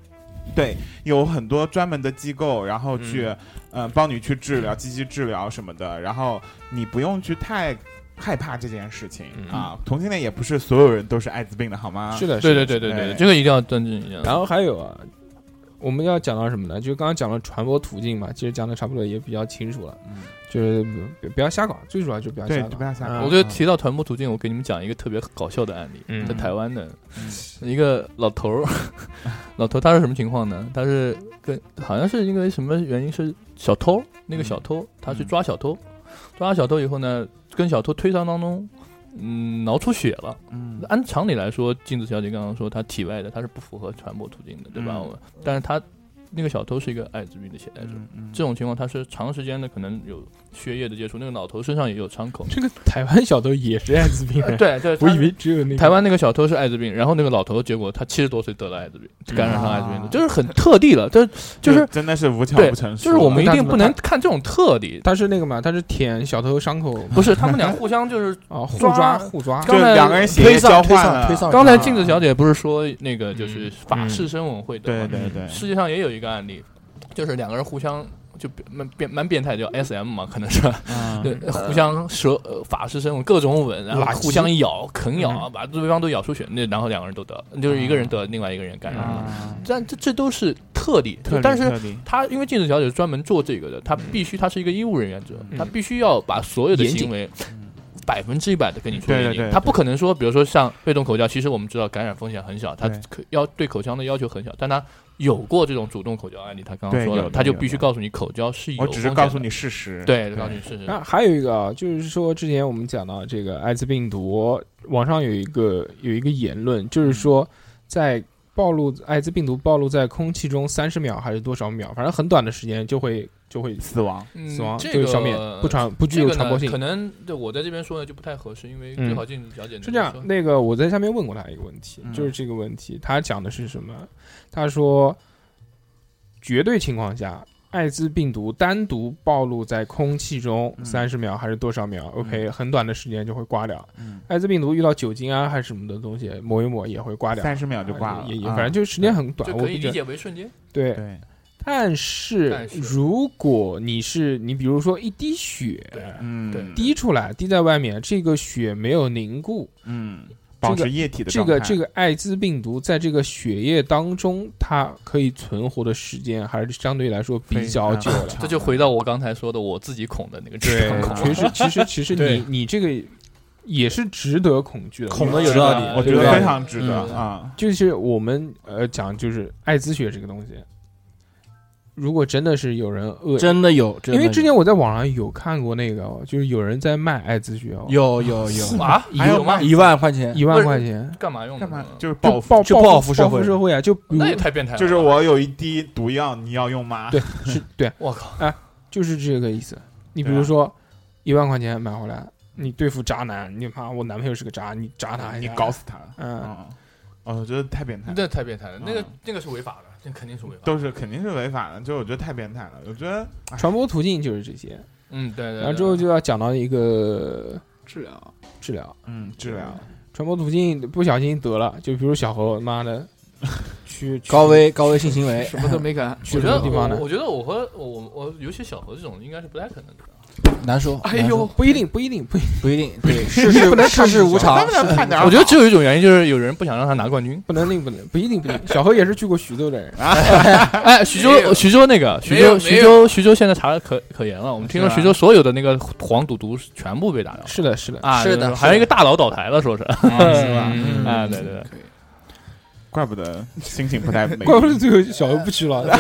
Speaker 5: 对，有很多专门的机构，然后去
Speaker 3: 嗯
Speaker 5: 嗯、呃帮你去治疗、积极治疗什么的，然后你不用去太。害怕这件事情、
Speaker 3: 嗯
Speaker 5: 啊，同性恋也不是所有人都是艾滋啊病的，好吗？
Speaker 3: 是的，
Speaker 8: 对
Speaker 3: 是的
Speaker 8: 对对对对，
Speaker 5: 哎
Speaker 8: 这个一定要端正一下。
Speaker 3: 然后还有啊，我们要讲到什么呢？就是刚刚讲了传播途径嘛，其实讲的差不多也比较清楚了，
Speaker 5: 嗯
Speaker 3: 就是不不要瞎搞，最主要就不要
Speaker 5: 对
Speaker 3: 瞎，
Speaker 5: 就
Speaker 3: 搞
Speaker 5: 不。要瞎搞。
Speaker 3: 嗯
Speaker 8: 我觉得提到传播途径，我给你们讲一个特别搞笑的案例，
Speaker 3: 嗯
Speaker 8: 在台湾的
Speaker 5: 嗯
Speaker 8: 一个老头儿， 老头儿他是什么情况呢？他是跟好像是因为什么原因是小偷，那个小偷他去抓小偷，抓小偷以后呢，跟小偷推搡当中，嗯，挠出血了。
Speaker 5: 嗯
Speaker 8: 按常理来说，镜子小姐刚刚说她体外的，她是不符合传播途径的，对吧？
Speaker 5: 嗯
Speaker 8: 我但是她那个小偷是一个艾滋病的携带者。这种情况，他是长时间的可能有血液的接触，那个老头身上也有伤口。
Speaker 3: 这个台湾小偷也是艾滋病 人，
Speaker 8: 对对，
Speaker 3: 我
Speaker 8: 他
Speaker 3: 以为只有那个
Speaker 8: 台湾那个小偷是艾滋病，然后那个老头结果他七十多岁得了艾滋病，
Speaker 3: 嗯
Speaker 8: 感染上艾滋病的，就是很特例了，这就是
Speaker 5: 真的是无巧
Speaker 8: 对
Speaker 5: 不成，书，
Speaker 8: 就是我们一定不能看这种特例。
Speaker 3: 他是那个嘛，他是舔小偷伤口
Speaker 8: 不是，他们俩互相 就是
Speaker 3: 啊，互
Speaker 8: 抓
Speaker 3: 抓互抓，
Speaker 8: 刚才
Speaker 5: 就两个人血
Speaker 9: 推
Speaker 5: 液
Speaker 9: 上
Speaker 5: 交
Speaker 9: 推
Speaker 5: 换
Speaker 9: 上
Speaker 5: 了
Speaker 9: 推。上，
Speaker 8: 刚才镜子小姐不是说那个就是法
Speaker 3: 嗯
Speaker 8: 式生文会的
Speaker 5: 对
Speaker 8: 吗？
Speaker 5: 对对，
Speaker 8: 世界上也有一个案例，就是两个人互相就蛮变蛮变态，叫 S M 嘛，可能是对
Speaker 5: 嗯，
Speaker 8: 互相舌呃法式生吻各种吻，然后
Speaker 3: 垃圾
Speaker 8: 互相咬
Speaker 5: 嗯
Speaker 8: 啃咬，把对方都咬出血，那然后两个人都得了，就是一个人得，另外一个人感染了。但这这都是特例，
Speaker 5: 嗯特例
Speaker 8: 嗯但是
Speaker 5: 特例嗯
Speaker 8: 他因为镜子小姐是专门做这个的，她必须她是一个医务人员者，她必须要把所有的
Speaker 3: 严谨
Speaker 8: 行为百分之一百的跟你
Speaker 5: 嗯
Speaker 8: 说
Speaker 5: 对
Speaker 8: 明
Speaker 5: 对对
Speaker 8: 她不可能说，比如说像被动口交，其实我们知道感染风险很小，她
Speaker 5: 对
Speaker 8: 可要对口腔的要求很小，但她有过这种主动口交案例，她刚刚
Speaker 5: 对
Speaker 8: 说了，
Speaker 5: 有的
Speaker 8: 她就
Speaker 5: 有的
Speaker 8: 必须告诉你口交是有
Speaker 5: 我
Speaker 8: 风
Speaker 5: 只是
Speaker 8: 险的，
Speaker 5: 告诉你事实。
Speaker 8: 对，告诉你是是
Speaker 3: 那还有一个啊，就是说之前我们讲到这个艾滋病毒，网上有一个有一个言论，就是说在暴露艾滋病毒暴露在空气中三十秒还是多少秒，反正很短的时间就会就会
Speaker 5: 死亡，
Speaker 8: 嗯
Speaker 3: 死亡，
Speaker 8: 这
Speaker 3: 就
Speaker 8: 个
Speaker 3: 是消灭，不传不具
Speaker 8: 这
Speaker 3: 有
Speaker 8: 个
Speaker 3: 传播
Speaker 8: 呢，
Speaker 3: 性
Speaker 8: 可。能对我在这边说呢就不太合适，因为
Speaker 3: 嗯
Speaker 8: 最好静子小姐能
Speaker 3: 是这样
Speaker 8: 说，
Speaker 3: 那个我在下面问过他一个问题，
Speaker 9: 嗯
Speaker 3: 就是这个问题，他讲的是什么？他说，绝对情况下，艾滋病毒单独暴露在空气中三十秒还是多少秒、o k 很短的时间就会挂掉。
Speaker 5: 嗯
Speaker 3: 艾滋病毒遇到酒精啊还是什么的东西抹一抹也会挂掉，
Speaker 5: 三十秒就挂了，
Speaker 3: 也也
Speaker 5: 啊
Speaker 3: 反正就时间很短，
Speaker 8: 就
Speaker 3: 我
Speaker 8: 可
Speaker 3: 比
Speaker 8: 以理
Speaker 3: 较
Speaker 8: 解为瞬间。
Speaker 3: 对。
Speaker 5: 对，
Speaker 3: 但是
Speaker 8: 但是
Speaker 3: 如果你是你，比如说一滴血
Speaker 8: 对
Speaker 5: 嗯，
Speaker 8: 对
Speaker 3: 滴出来，滴在外面，这个血没有凝固，
Speaker 5: 嗯，保持液体的
Speaker 3: 这
Speaker 5: 状
Speaker 3: 个
Speaker 5: 态
Speaker 3: 这个艾滋病毒在这个血液当中，它可以存活的时间还是相对来说比较久
Speaker 5: 非
Speaker 3: 了
Speaker 5: 常。
Speaker 8: 这就回到我刚才说的我自己恐的那个
Speaker 3: 对
Speaker 8: 地方，
Speaker 3: 其实其实 其实
Speaker 8: 对
Speaker 3: 你你这个也是值得恐惧的，
Speaker 9: 恐
Speaker 3: 的
Speaker 9: 得有
Speaker 8: 道
Speaker 9: 道理
Speaker 5: 我觉
Speaker 3: 对
Speaker 5: 得
Speaker 3: 吧
Speaker 5: 非常值得
Speaker 8: 嗯
Speaker 5: 啊。
Speaker 3: 就是我们呃讲就是艾滋血这个东西，如果真的是有人恶，
Speaker 9: 真的有，真
Speaker 3: 因
Speaker 9: 的
Speaker 3: 为之
Speaker 9: 有
Speaker 3: 前我在网上有看过那个哦，就是有人在卖艾滋血哦，
Speaker 9: 有有有
Speaker 8: 啊，
Speaker 9: 还有
Speaker 8: 吗？
Speaker 9: 一万块钱，
Speaker 3: 一万块钱
Speaker 8: 干嘛用的
Speaker 5: 干
Speaker 8: 呢？
Speaker 5: 嘛？就是
Speaker 3: 就
Speaker 5: 报复，
Speaker 3: 报
Speaker 9: 就
Speaker 3: 报
Speaker 9: 报
Speaker 3: 复
Speaker 9: 复社会
Speaker 3: 社会啊，就比如
Speaker 8: 那也太变态了。
Speaker 5: 就是，我有一滴毒药，你要用吗？
Speaker 3: 对是对。
Speaker 8: 我靠，
Speaker 3: 就是这个意思。你比
Speaker 5: 对
Speaker 3: 如
Speaker 5: 啊
Speaker 3: 说，一万块钱买回来，你对付渣男，你怕我男朋友是个渣，你渣他一
Speaker 5: 你
Speaker 3: 下
Speaker 5: 搞。死他。
Speaker 3: 哎嗯，
Speaker 5: 嗯，哦，我觉得太变态了，
Speaker 8: 那太变态了，那个
Speaker 5: 嗯
Speaker 8: 那个是违法的，那肯定是违法的。
Speaker 5: 都是肯定是违法的，就是我觉得太变态了。我觉得
Speaker 3: 传播途径就是这些。
Speaker 8: 嗯，对对对。
Speaker 3: 然后之后就要讲到一个
Speaker 10: 治疗
Speaker 3: 治疗，
Speaker 5: 嗯，治疗
Speaker 3: 传播途径不小心得了，就比如小猴，妈的，去，
Speaker 9: 高，危高危性行为，
Speaker 10: 什么都没敢
Speaker 3: 去
Speaker 8: 我
Speaker 3: 什
Speaker 8: 觉得
Speaker 3: 么地方呢
Speaker 8: 我？我觉得我和我我我，尤其小何这种应该是不太可能的。
Speaker 9: 难说。
Speaker 10: 哎
Speaker 9: 难
Speaker 10: 呦
Speaker 9: 说，
Speaker 3: 不一定，不一定，不一定，
Speaker 9: 不一定，对，世事
Speaker 3: 不能看
Speaker 9: 世事无常，
Speaker 5: 判点儿
Speaker 8: 我觉得只有一种原因，就是有人不想让他拿冠军。
Speaker 3: 不能定，不能，不一定，不一定。小何也是去过徐州的人，
Speaker 8: 哎，徐
Speaker 10: 没有
Speaker 8: 州，徐州那个，徐
Speaker 10: 没有
Speaker 8: 州，
Speaker 10: 没
Speaker 8: 徐州，徐州现在查的可可严了。我们听说徐州所有的那个黄赌毒全部被打掉了
Speaker 3: 是的，是的，
Speaker 8: 啊，
Speaker 9: 是的
Speaker 8: 还有一个大佬倒台了，说是
Speaker 10: 啊
Speaker 5: 是吧？
Speaker 3: 嗯
Speaker 8: 啊，对对对，
Speaker 10: 可以。
Speaker 5: 怪不得心情不太 美。
Speaker 3: 怪不得最后小何不去
Speaker 10: 啊
Speaker 3: 了。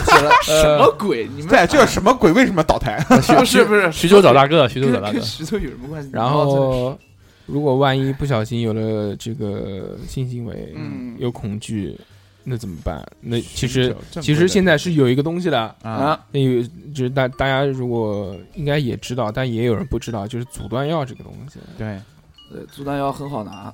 Speaker 10: 什么鬼？你们
Speaker 5: 对，这是什么鬼？为什么倒台？
Speaker 10: 不 是不是
Speaker 8: 徐州找大哥，徐州
Speaker 10: 跟
Speaker 8: 找大哥
Speaker 10: 跟。石头有什么关系？
Speaker 3: 然后，如果万一不小心有了这个性行为，
Speaker 10: 嗯
Speaker 3: 有恐惧，那怎么办？ 那其
Speaker 5: 寻
Speaker 3: 实
Speaker 5: 求正
Speaker 3: 其
Speaker 5: 规的
Speaker 3: 实现在是有一个东西的，
Speaker 5: 啊，
Speaker 10: 啊，
Speaker 3: 那有就是大大家如果应该也知道，但也有人不知道，就是阻断药这个东西。
Speaker 5: 对，
Speaker 10: 对，阻断药很好拿，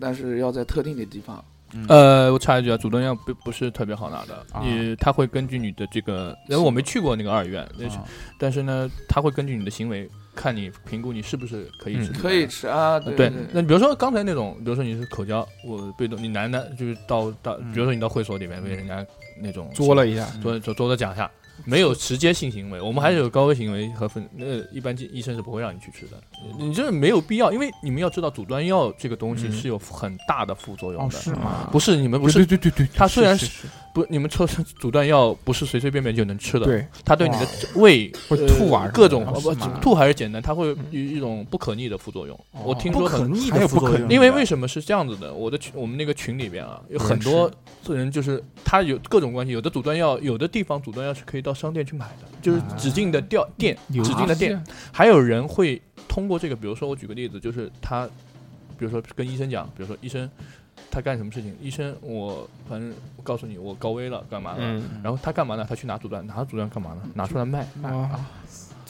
Speaker 10: 但是要在特定的地方。
Speaker 8: 呃，我插一句啊，主动药不不是特别好拿的，
Speaker 5: 啊
Speaker 8: 你他会根据你的这个，因为我没去过那个二院，但是、
Speaker 5: 啊
Speaker 8: 但是呢，他会根据你的行为看你评估你是不是可以吃、
Speaker 3: 嗯
Speaker 10: 可以。吃啊，
Speaker 8: 呃
Speaker 10: 对
Speaker 8: 对
Speaker 10: 对，
Speaker 8: 那比如说刚才那种，比如说你是口交，我被动，你男的就是到到，
Speaker 5: 嗯
Speaker 8: 比如说你到会所里面被人家那种
Speaker 3: 作了，一下，
Speaker 8: 作作作了讲一下，没有直接性行为，我们还是有高危行为和分，那一般医生是不会让你去吃的，你这没有必要，因为你们要知道阻断药这个东西
Speaker 3: 嗯
Speaker 8: 是有很大的副作用
Speaker 5: 哦，
Speaker 8: 的，
Speaker 5: 是吗？
Speaker 8: 不是你们不是
Speaker 3: 对对对对，
Speaker 8: 它虽然
Speaker 3: 是
Speaker 8: 是不，你们抽阻断药不是随随便便就能吃的，
Speaker 3: 对
Speaker 8: 它对你的胃
Speaker 3: 会
Speaker 8: 呃
Speaker 3: 吐啊什么的
Speaker 8: 各种
Speaker 3: 哦
Speaker 8: 呃
Speaker 5: 是
Speaker 8: 不
Speaker 5: 吗
Speaker 8: 吐还是简单，它会有一种不可逆的副作用。我听
Speaker 9: 不
Speaker 8: 说
Speaker 9: 可
Speaker 8: 很，
Speaker 9: 逆
Speaker 5: 还有
Speaker 9: 的副
Speaker 5: 不可
Speaker 9: 作用
Speaker 5: 逆。
Speaker 8: 因为为什么是这样子的？我的群我们那个群里边啊，有很多人就是他有各种关系，有的阻断药，有的地方阻断药是可以到商店去买的，就是指定的调店，
Speaker 3: 啊有啊
Speaker 8: 指定的店，还有人会通过这个，比如说我举个例子，就是他，比如说跟医生讲，比如说医生，他干什么事情？医生，我反正我告诉你，我高危了，干嘛了？
Speaker 3: 嗯
Speaker 8: 然后他干嘛呢？他去拿阻断，拿阻断干嘛呢？拿出来卖，卖
Speaker 3: 哦
Speaker 8: 啊，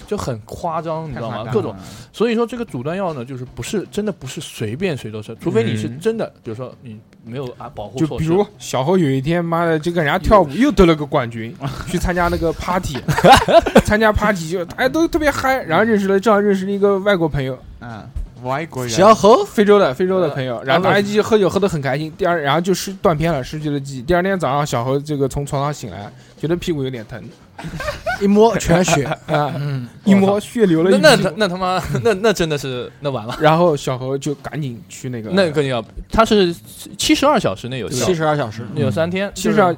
Speaker 8: 就很夸张，你知道
Speaker 3: 太夸张
Speaker 8: 吗？
Speaker 3: 了
Speaker 8: 各种，所以说这个阻断药呢，就是不是真的不是随便谁都吃，除非你是真的，比如说你没有啊保护
Speaker 3: 嗯就
Speaker 8: 措
Speaker 3: 比
Speaker 8: 施，
Speaker 3: 如小侯有一天妈的就跟人家跳舞又得了个冠军， 去参加那个 party，参加 party 就哎都特别嗨，然后认识了正好认识了一个外国朋友，
Speaker 5: 嗯，外国人
Speaker 3: 小侯非洲的非洲的朋友，然后大家一起喝酒喝得很开心，第二然后就失断片了，失去了记忆。第二天早上小侯这个从床上醒来，觉得屁股有点疼，
Speaker 9: 一摸全血
Speaker 3: 啊，一摸血流了
Speaker 8: 那
Speaker 3: 一
Speaker 8: 那
Speaker 3: 屁股
Speaker 8: 那那他妈那那真的是那完了。
Speaker 3: 然后小侯就赶紧去那个
Speaker 8: 那更要，它是七十二小时内有效，
Speaker 9: 七十二小时，
Speaker 8: 有三天，
Speaker 3: 七十二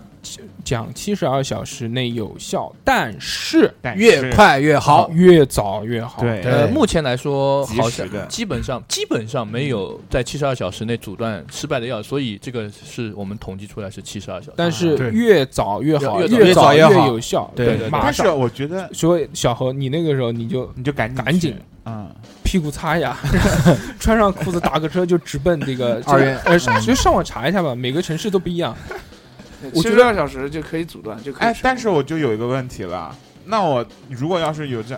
Speaker 3: 讲七十二小时内有效，但是
Speaker 9: 越快越好。
Speaker 3: 越早越好。
Speaker 5: 对
Speaker 8: 呃，目前来说
Speaker 5: 及时
Speaker 8: 好像
Speaker 5: 的
Speaker 8: 基本上基本上没有在七十二小时内阻断失败的药，所以这个是我们统计出来是七十二小时。
Speaker 3: 但是
Speaker 5: 对
Speaker 3: 越早越好，
Speaker 8: 越
Speaker 3: 越
Speaker 8: 越
Speaker 3: 早
Speaker 9: 早越好
Speaker 3: 有效。
Speaker 9: 对
Speaker 8: 对
Speaker 3: 马
Speaker 5: 但是
Speaker 3: 上。
Speaker 5: 我觉得
Speaker 3: 所以小何，你那个时候你就
Speaker 5: 你就赶紧
Speaker 3: 赶紧
Speaker 5: 去，嗯，
Speaker 3: 屁股擦一下， 穿上裤子打个车就直奔这 个
Speaker 9: 二院
Speaker 3: 呃，是就上网查一下吧，每个城市都不一样。我觉
Speaker 10: 七
Speaker 3: 得
Speaker 10: 十二小时就可以阻断，就可以
Speaker 5: 哎
Speaker 10: 吃。，
Speaker 5: 但是我就有一个问题了，那我如果要是有这，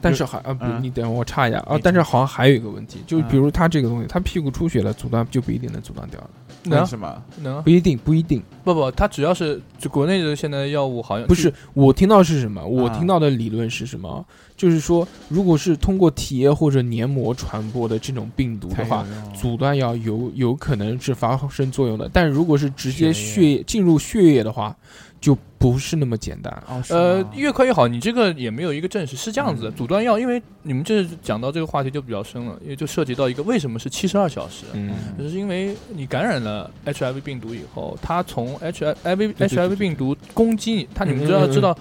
Speaker 3: 但是还啊不，
Speaker 5: 嗯
Speaker 3: 你等我查一下啊
Speaker 5: 没。
Speaker 3: 但是好像还有一个问题，就
Speaker 5: 嗯
Speaker 3: 比如他这个东西，他屁股出血了，阻断就不一定能阻断掉了，
Speaker 5: 为
Speaker 8: 能啊
Speaker 5: 什么？
Speaker 8: 能啊
Speaker 3: 不一定，不一定。
Speaker 8: 不不，它只要是就国内的现在的药物好像
Speaker 3: 呃不是我听到是什么？我
Speaker 5: 啊
Speaker 3: 听到的理论是什么？就是说，如果是通过体液或者黏膜传播的这种病毒的话，
Speaker 5: 啊
Speaker 3: 阻断药有有可能是发生作用的，但如果是直接血
Speaker 5: 血
Speaker 3: 液进入血液的话，就不是嗯那么简单。
Speaker 5: 哦，是
Speaker 8: 呃
Speaker 5: 吗，
Speaker 8: 越快越好。你这个也没有一个证实，是这样子的。阻断药，因为你们这讲到这个话题就比较深了，因为就涉及到一个为什么是七十二小时，
Speaker 3: 嗯，
Speaker 8: 就是因为你感染了 HIV 病毒以后，它从 HIV
Speaker 3: 嗯对对
Speaker 8: HIV 病毒攻击你，它你们
Speaker 3: 嗯
Speaker 8: 知道
Speaker 3: 嗯嗯
Speaker 8: 知道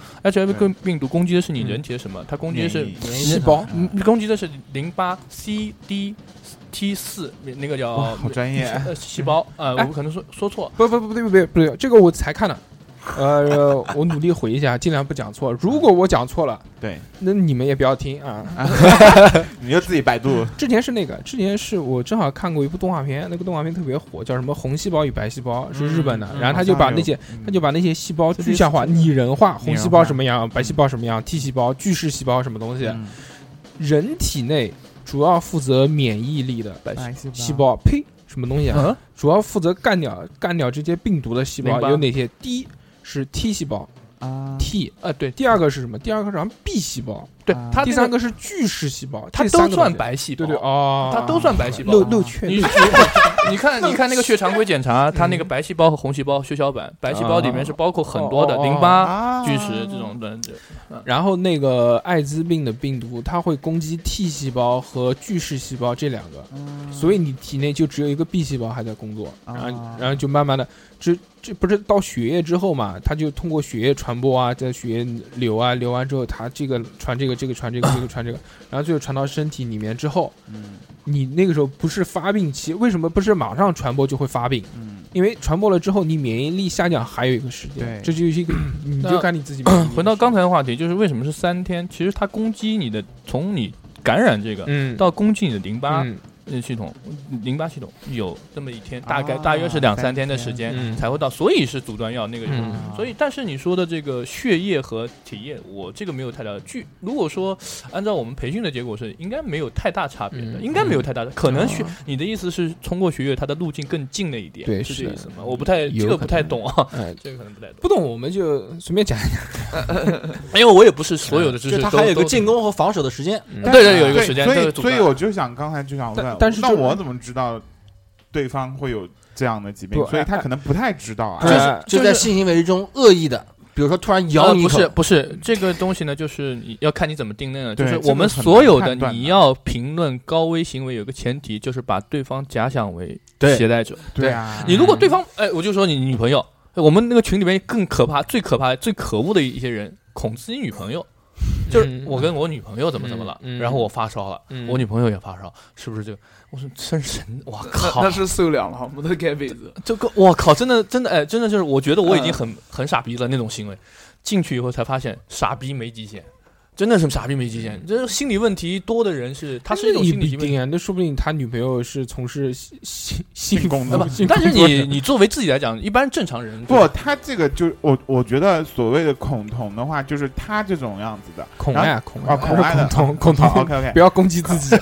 Speaker 5: 对
Speaker 8: HIV 病病毒攻击的是你人体的什么？它攻击的是
Speaker 5: 免疫
Speaker 3: 细胞
Speaker 8: 嗯攻击的是淋巴 CD。T 四那个
Speaker 5: 哇
Speaker 8: 叫
Speaker 5: 哦好专业，
Speaker 8: 呃细胞啊，
Speaker 3: 哎
Speaker 8: 我可能说说错，
Speaker 3: 不不不对不对不对，这个我才看的，呃，我努力回一下，尽量不讲错。如果我讲错了，
Speaker 5: 对，
Speaker 3: 那你们也不要听啊。
Speaker 5: 你就自己百度。
Speaker 3: 之前是那个，之前是我正好看过一部动画片，那个动画片特别火，叫什么《红细胞与白细胞》，是日本的。然后他就把那些，
Speaker 5: 嗯
Speaker 3: 他就把那些细胞具象化、拟人化，红细胞什么样，白细胞什么样，T 细胞、巨噬细胞什么东西。人体内主要负责免疫力的白
Speaker 5: 细
Speaker 3: 细胞，呸，什么东西啊？
Speaker 8: 啊嗯，
Speaker 3: 主要负责干掉干掉这些病毒的细胞
Speaker 8: 淋巴
Speaker 3: 有哪些？第一是 T 细胞
Speaker 8: 嗯
Speaker 5: 啊，
Speaker 3: T，呃
Speaker 8: 啊对
Speaker 3: 第二个是什么？第二个是好像 B 细胞，
Speaker 8: 对，
Speaker 10: 啊
Speaker 8: 它
Speaker 3: 第
Speaker 8: 那
Speaker 3: 三个是巨噬细胞，
Speaker 8: 它
Speaker 3: 这三
Speaker 8: 都
Speaker 3: 个
Speaker 8: 算
Speaker 3: 东西，
Speaker 8: 白细胞，
Speaker 3: 对对哦，
Speaker 8: 它都算白细胞，
Speaker 3: 漏漏 缺
Speaker 8: 你你看你看那个血常规检查，它
Speaker 3: 嗯
Speaker 8: 那个白细胞和红细胞血小板，白细胞里面是包括很多的
Speaker 3: 哦哦哦嗯
Speaker 8: 淋巴、
Speaker 5: 啊
Speaker 8: 巨石这种的。
Speaker 3: 然后那个艾滋病的病毒，它会攻击 T 细胞和巨噬细胞这两个，
Speaker 5: 嗯
Speaker 3: 所以你体内就只有一个 B 细胞还在工作，然后
Speaker 5: 啊
Speaker 3: 然后就慢慢的，这这不是到血液之后嘛，它就通过血液传播啊，在血液流啊，流完之后，它这个传这个，这个传这个，这个传这个，然后最后传到身体里面之后，
Speaker 5: 嗯
Speaker 3: 你那个时候不是发病期，为什么不是马上传播就会发病？
Speaker 5: 嗯，
Speaker 3: 因为传播了之后，你免疫力下降还有一个时间，
Speaker 5: 对
Speaker 3: 这就是一个，你
Speaker 8: 那
Speaker 3: 就看你自己 免疫力的
Speaker 8: 回到
Speaker 3: 时间
Speaker 8: 刚才的话题，就是为什么是三天？其实它攻击你的，从你感染这个
Speaker 3: 嗯
Speaker 8: 到攻击你的淋巴
Speaker 3: 嗯
Speaker 8: 呃系统，淋巴系统有这么一天，大概
Speaker 5: 啊
Speaker 8: 大约是两三
Speaker 5: 三
Speaker 8: 天的时
Speaker 5: 天
Speaker 8: 间
Speaker 3: 嗯
Speaker 8: 才会到，所以是阻断药那个
Speaker 3: 嗯
Speaker 8: 所以，但是你说的这个血液和体液，我这个没有太大的据。如果说按照我们培训的结果是，应该没有太大差别的，
Speaker 3: 嗯
Speaker 8: 应该没有太大的。可能血，你的意思是通过血液，它的路径更近了一点，
Speaker 3: 对
Speaker 8: 是
Speaker 3: 是的
Speaker 8: 这个意思吗？我不太
Speaker 3: 有
Speaker 8: 这个
Speaker 3: 可
Speaker 8: 不太
Speaker 3: 能
Speaker 8: 懂 啊，
Speaker 3: 哎，
Speaker 8: 这个可能不太懂，
Speaker 3: 不懂我们就随便讲一讲。
Speaker 8: 因为我也不是所有的知识
Speaker 9: 嗯就
Speaker 8: 都
Speaker 9: 它还有一个
Speaker 8: 都嗯
Speaker 9: 进攻和防守的时间，
Speaker 8: 对对有一个时间
Speaker 5: 所
Speaker 8: 都
Speaker 5: 以
Speaker 8: 是阻
Speaker 5: 所以
Speaker 8: 断
Speaker 5: 我就想刚才就想问
Speaker 3: 但，但是
Speaker 5: 那
Speaker 3: 就
Speaker 5: 我怎么知道对方会有这样的疾病
Speaker 3: 不？
Speaker 5: 所以他可能不太知道啊
Speaker 3: 哎。
Speaker 9: 就是
Speaker 3: 就
Speaker 9: 就在性行为中恶意的，比如说突然咬
Speaker 8: 呃
Speaker 9: 你一
Speaker 8: 不
Speaker 9: 口
Speaker 8: 是不是这个东西呢，就是你要看你怎么定论了。就
Speaker 5: 对
Speaker 8: 是
Speaker 5: 这
Speaker 8: 我们
Speaker 5: 个很
Speaker 8: 所有
Speaker 5: 难
Speaker 8: 的
Speaker 5: 判断的
Speaker 8: 你要评论高危行为，有个前提就是把对方假想为
Speaker 9: 对
Speaker 8: 携带者。
Speaker 5: 对啊，
Speaker 8: 你如果对方，哎，我就说你女朋友，哎我们那个群里面更可怕、最可怕、最可恶的一些人，恐自己女朋友，就是
Speaker 3: 嗯
Speaker 8: 我跟我女朋友怎么怎么了，
Speaker 3: 嗯嗯
Speaker 8: 然后我发烧了，
Speaker 3: 嗯
Speaker 8: 我女朋友也发烧，是不是就？我说真神，我
Speaker 10: 那
Speaker 8: 靠
Speaker 10: 那，是受凉了，我们的盖被子。
Speaker 8: 这个我靠，真的真的，哎，真的就是，我觉得我已经
Speaker 10: 嗯
Speaker 8: 很、很傻逼了那种行为，进去以后才发现傻逼没极限。真的是傻逼没极限，这心理问题多嗯的人是，他是一种
Speaker 3: 也不
Speaker 8: 心理
Speaker 3: 一
Speaker 8: 疾病
Speaker 3: 定。啊，那说不定他女朋友是从事性性性工
Speaker 8: 啊
Speaker 3: 作
Speaker 8: 不，但是你你作为自己来讲，一般正常人
Speaker 5: 不，他这个就是我我觉得所谓的恐同的话，就是他这种样子的
Speaker 3: 恐
Speaker 5: 然后
Speaker 3: 爱啊恐爱
Speaker 5: 啊恐爱的
Speaker 3: 不是恐同恐同
Speaker 5: OK OK，
Speaker 3: 不要攻击自己。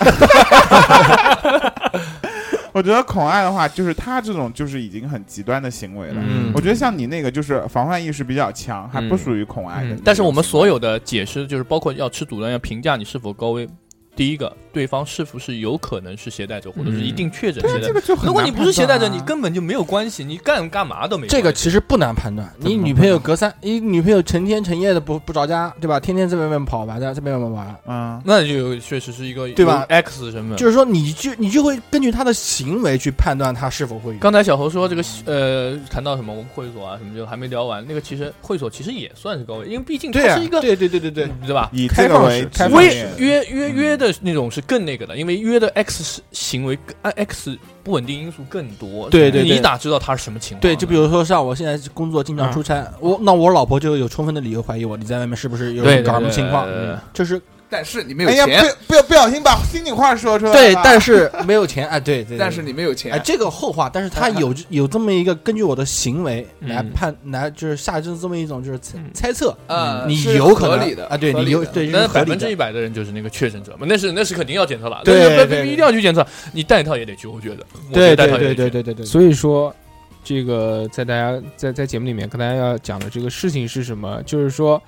Speaker 5: 我觉得恐爱的话，就是他这种就是已经很极端的行为了。
Speaker 8: 嗯
Speaker 5: 我觉得像你那个就是防范意识比较强，还不
Speaker 8: 嗯
Speaker 5: 属于恐爱的那种行为。
Speaker 8: 但是我们所有的解释，就是包括要吃阻断，要评价你是否高危。第一个，对方是不是有可能是携带者，或者是一定确诊携带
Speaker 5: 啊这个
Speaker 8: 者？
Speaker 5: 就很
Speaker 8: 嗯如果
Speaker 5: 难
Speaker 8: 你不是携带
Speaker 5: 判
Speaker 8: 者，
Speaker 5: 断
Speaker 8: 你
Speaker 5: 啊
Speaker 8: 根本就没有关系，你干干嘛都没关系。
Speaker 9: 这个其实不难判断。你女朋友隔三，你女朋友成天成夜的不不着家，对吧？天天在外面跑吧，在这边跑吧，
Speaker 5: 嗯，
Speaker 8: 那就有确实是一个
Speaker 9: 对吧
Speaker 8: 有？X 身份
Speaker 9: 就是说你就你就会根据她的行为去判断她是否会有。
Speaker 8: 刚才小侯说这个呃，谈到什么会所啊什么，就还没聊完。那个其实会所其实也算是高危，因为毕竟它
Speaker 9: 对啊
Speaker 8: 是一个
Speaker 9: 对对对对对，
Speaker 8: 对吧？
Speaker 5: 以
Speaker 9: 开
Speaker 5: 这个
Speaker 9: 放
Speaker 5: 为
Speaker 9: 式开
Speaker 5: 基
Speaker 9: 放
Speaker 5: 本
Speaker 9: 式
Speaker 8: 约
Speaker 5: 面
Speaker 8: 约约约的那种是更那个的，因为约的 X 行为更啊 X 不稳定因素更多。
Speaker 9: 对对对
Speaker 8: 你哪知道他是什么情况呢？
Speaker 9: 对，就比如说像我现在工作经常
Speaker 8: 嗯
Speaker 9: 出差，我那我老婆就有充分的理由怀疑我你在外面是不是有
Speaker 8: 对对
Speaker 9: 搞什么
Speaker 8: 对
Speaker 9: 情况
Speaker 8: 对对对，
Speaker 9: 就是
Speaker 10: 但是你没有
Speaker 5: 哎呀，
Speaker 10: 钱，
Speaker 5: 不不要不小心把心里话说出来了。
Speaker 9: 对，但是没有钱，哎，对对，
Speaker 10: 但是你没有
Speaker 9: 哎，
Speaker 10: 钱，
Speaker 9: 这个后话，但是他有有这么一个根据我的行为来
Speaker 8: 嗯
Speaker 9: 判，来就是下这这么一种就是猜
Speaker 3: 嗯
Speaker 9: 猜测，
Speaker 10: 呃，
Speaker 9: 你
Speaker 10: 是
Speaker 9: 有可能
Speaker 10: 合理的
Speaker 9: 啊，对
Speaker 10: 合理
Speaker 9: 你有
Speaker 10: 的
Speaker 9: 对，这
Speaker 8: 那
Speaker 9: 是合
Speaker 8: 百
Speaker 9: 理
Speaker 8: 分之一
Speaker 9: 的。
Speaker 8: 百的人就是那个确诊者嘛，那是那是肯定要检测了，
Speaker 9: 对
Speaker 8: 那
Speaker 9: 对
Speaker 8: 那
Speaker 9: 对
Speaker 8: 那一定要去检测，你带一套也得去，我觉得，我觉
Speaker 9: 对
Speaker 8: 得带
Speaker 9: 对
Speaker 8: 套也
Speaker 9: 对
Speaker 8: 得去
Speaker 9: 对对对对，
Speaker 3: 所以说，这个在大家在在节目里面跟大家要讲的这个事情是什么？就是说，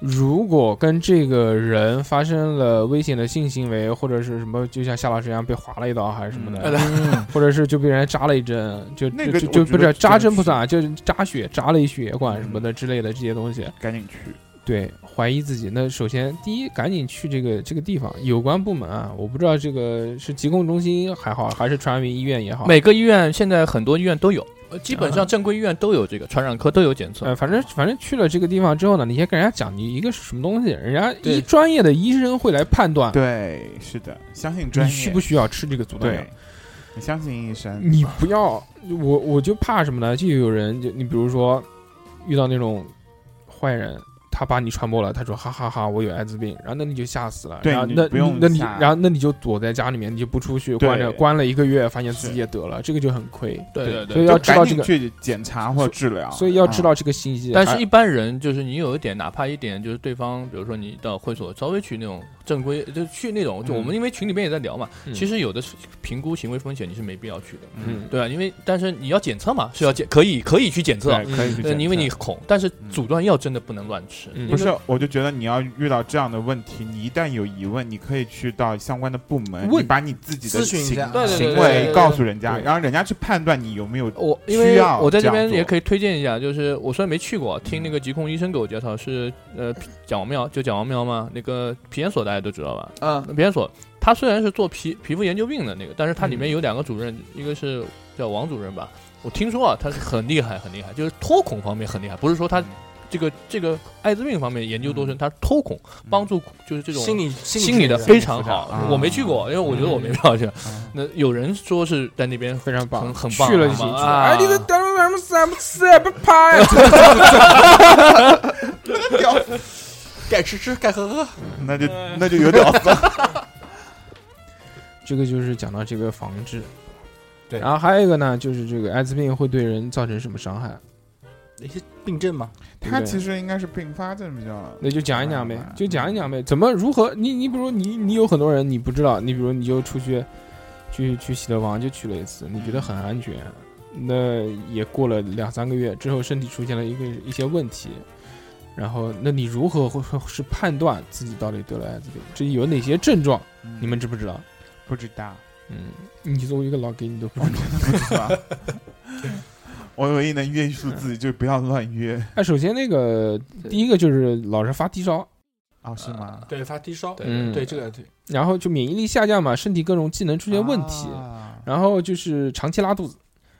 Speaker 3: 如果跟这个人发生了危险的性行为，或者是什么，就像夏老师一样被划了一刀还是什么的，或者是就被人家扎了一针，就
Speaker 5: 嗯哎那
Speaker 3: 就
Speaker 5: 个
Speaker 3: 就
Speaker 5: 我
Speaker 3: 就
Speaker 5: 觉
Speaker 3: 不
Speaker 5: 得
Speaker 3: 是扎
Speaker 5: 真
Speaker 3: 针不
Speaker 5: 是嗯
Speaker 3: 算啊，就是扎血、扎了一血管什么的之类的这些东西。
Speaker 5: 赶紧去。
Speaker 3: 对，怀疑自己。那首先第一，赶紧去这个这个地方，有关部门啊，我不知道这个是疾控中心还好，还是传染病医院也好，
Speaker 8: 每个医院现在很多医院都有，呃基本上正规医院都有这个传染科都有检测
Speaker 3: 呃，。反正反正去了这个地方之后呢，你先跟人家讲你一个是什么东西，人家医专业的医生会来判断
Speaker 5: 对，是的，相信专
Speaker 3: 你
Speaker 5: 业。
Speaker 3: 需不需要吃这个阻断药
Speaker 5: 对。，你相信医生。
Speaker 3: 你不要我我就怕什么呢？就有人就你比如说遇到那种坏人。他把你传播了，他说哈哈哈我有艾滋病，然后那你就吓死了，
Speaker 5: 对
Speaker 3: 然后
Speaker 5: 你
Speaker 3: 那
Speaker 5: 不用
Speaker 3: 那你
Speaker 5: 吓
Speaker 3: 然后那你就躲在家里面，你就不出去，关着
Speaker 5: 对
Speaker 3: 关了一个月，发现自己
Speaker 5: 是
Speaker 3: 也得了，这个就很亏，
Speaker 8: 对对对
Speaker 3: 所以
Speaker 5: 就
Speaker 3: 要知道
Speaker 5: 赶
Speaker 3: 这
Speaker 5: 紧
Speaker 3: 个，
Speaker 5: 去检查或治疗，
Speaker 3: 所以要知
Speaker 5: 啊
Speaker 3: 道这个信息。
Speaker 8: 但
Speaker 3: 还
Speaker 8: 是，一般人就是你有一点，哪怕一点，就是对方，比如说你到会所稍微去那种正规，就去那种，就我们因为群里面也在聊嘛，
Speaker 3: 嗯
Speaker 8: 其实有的是评估行为风险你是没必要去的，
Speaker 3: 嗯，
Speaker 8: 对啊，因为但是你要检测嘛，是要检，可以可以去检测，
Speaker 5: 对可以去
Speaker 8: 呃，
Speaker 5: 检
Speaker 8: 因为
Speaker 5: 测
Speaker 8: 你恐，但是阻断药真的不能乱吃，
Speaker 3: 嗯
Speaker 5: 不是，我就觉得你要遇到这样的问题，你一旦有疑问，你可以去到相关的部门，
Speaker 8: 问
Speaker 5: 你把你自己的
Speaker 9: 咨询一
Speaker 5: 行
Speaker 9: 下啊
Speaker 8: 对对对
Speaker 5: 行
Speaker 8: 对对
Speaker 5: 为
Speaker 8: 对
Speaker 5: 告诉人家，
Speaker 8: 对哦
Speaker 5: 然后人家去判断你有没有。
Speaker 8: 我因
Speaker 5: 需
Speaker 8: 为
Speaker 5: 要
Speaker 8: 我在这
Speaker 5: 这样
Speaker 8: 边
Speaker 5: 做
Speaker 8: 也可以推荐一下，就是我虽然没去过，听那个疾控医生给我介绍是呃蒋王庙，就蒋王庙嘛，那个皮研所大家都知道吧？
Speaker 10: 啊，
Speaker 8: 那皮研所他虽然是做皮皮肤研究病的那个，但是它里面有两个主任，一个是叫王主任吧，我听说啊他是很厉害很厉害，就是脱孔方面很厉害，不是说
Speaker 5: 嗯
Speaker 8: 他这个这个艾滋病方面研究多深，他脱孔帮助就是这种
Speaker 9: 心理
Speaker 8: 心理的
Speaker 9: 非
Speaker 8: 非常
Speaker 5: 心理
Speaker 8: 好
Speaker 5: 辅导，
Speaker 8: 我没去过，因为我觉得我没必要去。那有人说是在那边
Speaker 3: 非常棒，
Speaker 8: 很很棒，
Speaker 3: 去了
Speaker 8: 很
Speaker 3: 几
Speaker 8: 棒
Speaker 3: 次，
Speaker 8: 啊
Speaker 3: 哎，你这什么什么啊什么趴呀？
Speaker 9: 该吃吃该喝喝，
Speaker 5: 那就那就有点 儿
Speaker 3: 这个就是讲到这个防治。
Speaker 9: 对
Speaker 3: 然后还有一个呢，就是这个艾滋病会对人造成什么伤害，
Speaker 9: 一些病症嘛，
Speaker 3: 对
Speaker 5: 他
Speaker 3: 不对
Speaker 5: 其实应该是并发症比较。
Speaker 3: 那就讲一讲呗
Speaker 5: 嗯，
Speaker 3: 就讲一讲呗，怎么如何？你你比如你你有很多人你不知道，你比如你就出去去去洗头房就去了一次，你觉得很安全，那也过了两三个月之后，身体出现了一个一些问题，然后那你如何会会是判断自己到底得了艾滋病？这有哪些症状？
Speaker 5: 嗯
Speaker 3: 你们知不知道？
Speaker 5: 不知道，
Speaker 3: 嗯，你作为一个老 gay，你都 不知道。
Speaker 5: 不知道。 我唯一能约束自己就是不要乱约
Speaker 3: 那哎首先那个第一个就是老是发低烧，
Speaker 5: 啊，是吗？
Speaker 9: 对，发低烧，
Speaker 3: 嗯
Speaker 9: 对这个对，
Speaker 3: 然后就免疫力下降嘛，身体各种机能出现问题，
Speaker 5: 啊
Speaker 3: 然后就是长期拉肚子。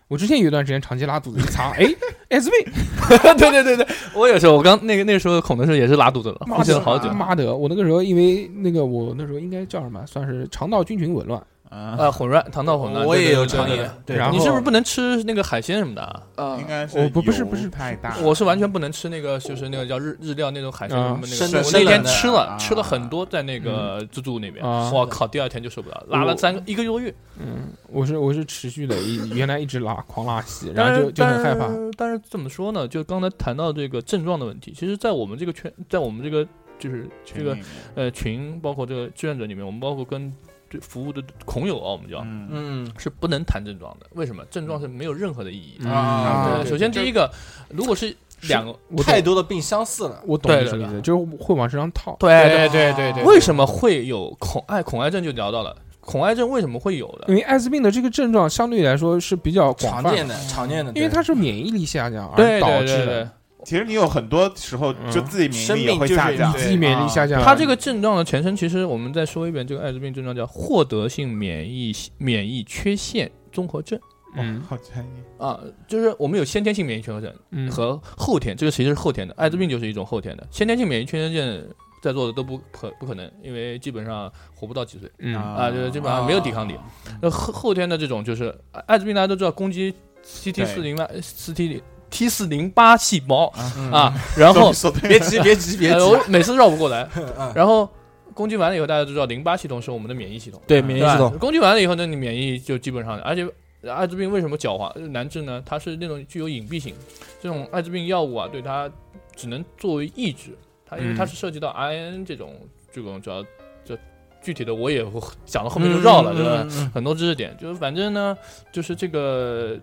Speaker 3: 我之前有一段时间长期拉肚子，一查，哎，艾滋病，
Speaker 8: 对对对对，我也是，我刚那个那时候恐的时候也是拉肚子了，
Speaker 3: 妈啊
Speaker 8: 记了好久
Speaker 3: 的，。妈的！我那个时候因为那个我那时候应该叫什么，算是肠道菌群紊乱，
Speaker 8: 呃，混乱，肠道混乱，
Speaker 4: 我也
Speaker 8: 对对
Speaker 4: 有
Speaker 8: 对
Speaker 4: 肠
Speaker 8: 对
Speaker 4: 炎
Speaker 8: 对
Speaker 4: 对
Speaker 3: 然后
Speaker 8: 你是不是不能吃那个海鲜什么的啊？
Speaker 10: 啊，
Speaker 5: 应该是
Speaker 3: 我哦不不是
Speaker 5: 油
Speaker 3: 不是
Speaker 5: 太
Speaker 4: 啊
Speaker 5: 大，
Speaker 8: 我是完全不能吃那个，就是那个叫日日料那种海鲜
Speaker 3: 啊
Speaker 8: 什么那
Speaker 4: 生
Speaker 8: 个。
Speaker 4: 的
Speaker 8: 我
Speaker 4: 生
Speaker 8: 那天
Speaker 4: 冷的
Speaker 8: 吃
Speaker 4: 啊
Speaker 8: 了，吃了很多，在那个自助那边，
Speaker 3: 啊
Speaker 8: 我靠，第二天就受不了了，拉了三个一个多月。
Speaker 3: 嗯，我是我是持续的，一原来一直拉狂拉稀，然
Speaker 8: 但
Speaker 3: 后
Speaker 8: 是
Speaker 3: 就就很害怕
Speaker 8: 但。是但是怎么说呢？就刚才谈到这个症状的问题，其实，在我们这个圈，在我们这个就是这
Speaker 5: 群里
Speaker 8: 个
Speaker 5: 面
Speaker 8: 呃群，包括这个志愿者里面，我们包括跟这服务的孔友啊，我们叫
Speaker 5: 嗯
Speaker 9: 嗯，
Speaker 8: 是不能谈症状的。为什么？症状是没有任何的意义
Speaker 3: 嗯
Speaker 8: 的。
Speaker 5: 啊
Speaker 8: 呃
Speaker 5: 对
Speaker 8: 首先第一个，如果是两个，
Speaker 3: 我
Speaker 9: 太
Speaker 3: 懂，
Speaker 9: 多的病相似了，
Speaker 3: 我懂你
Speaker 8: 对
Speaker 3: 什么意
Speaker 8: 对对
Speaker 3: 思，就是会往身上套。
Speaker 8: 哎对
Speaker 9: 对对对
Speaker 8: 为什么会有恐哎恐癌症就聊到了恐癌症为什么会有
Speaker 3: 因
Speaker 8: 的？
Speaker 3: 为艾滋病的这个症状相对来说是比较广
Speaker 9: 常
Speaker 3: 泛
Speaker 9: 见，的常见的，
Speaker 3: 因为
Speaker 9: 对
Speaker 3: 它是免疫力下降而
Speaker 8: 对
Speaker 3: 导
Speaker 8: 对
Speaker 3: 致
Speaker 8: 对
Speaker 3: 的哦
Speaker 8: 对，，
Speaker 5: 其实你有很多时候就自己免疫力也会下降
Speaker 9: 嗯生病
Speaker 5: 啊
Speaker 9: 就是
Speaker 3: 自己免疫力下降。
Speaker 8: 它这个症状的前身，其实我们再说一遍，这个艾滋病症状叫获得性免疫免疫缺陷综合症
Speaker 3: 嗯
Speaker 5: 哦好专业，
Speaker 8: 啊，就是我们有先天性免疫缺陷
Speaker 3: 嗯
Speaker 8: 和后天，这个其实是后天的，艾滋病就是一种后天的，先天性免疫缺陷症。在座的都不可不可能，因为基本上活不到几岁
Speaker 3: 嗯
Speaker 8: 啊，就是基本上没有抵抗力。那后后天的这种就是艾艾滋病，大家都知道攻击 CT 四零八 CT T 四零八细胞
Speaker 3: 嗯
Speaker 8: 啊，然后
Speaker 5: 说对
Speaker 9: 别急别急
Speaker 10: 哎
Speaker 9: 嗯别
Speaker 8: 呃，
Speaker 9: 急
Speaker 8: 我，每次绕不 过来。然后攻击完了以后，大家都知道淋巴系统是我们的免疫系统，
Speaker 9: 对免疫
Speaker 8: 对吧
Speaker 9: 系统，
Speaker 8: 攻击完了以后，那你免疫就基本上，而且艾滋病为什么狡猾难治呢？它是那种具有隐蔽性，这种艾滋病药物啊，对它只能作为抑制，它因
Speaker 3: 嗯
Speaker 8: 为它是涉及到 RNA 这种这种主要就具体的我也讲到后
Speaker 9: 嗯
Speaker 8: 面就绕了，对吧？
Speaker 9: 吧？
Speaker 8: 很多知识点，就是反正呢，就是这个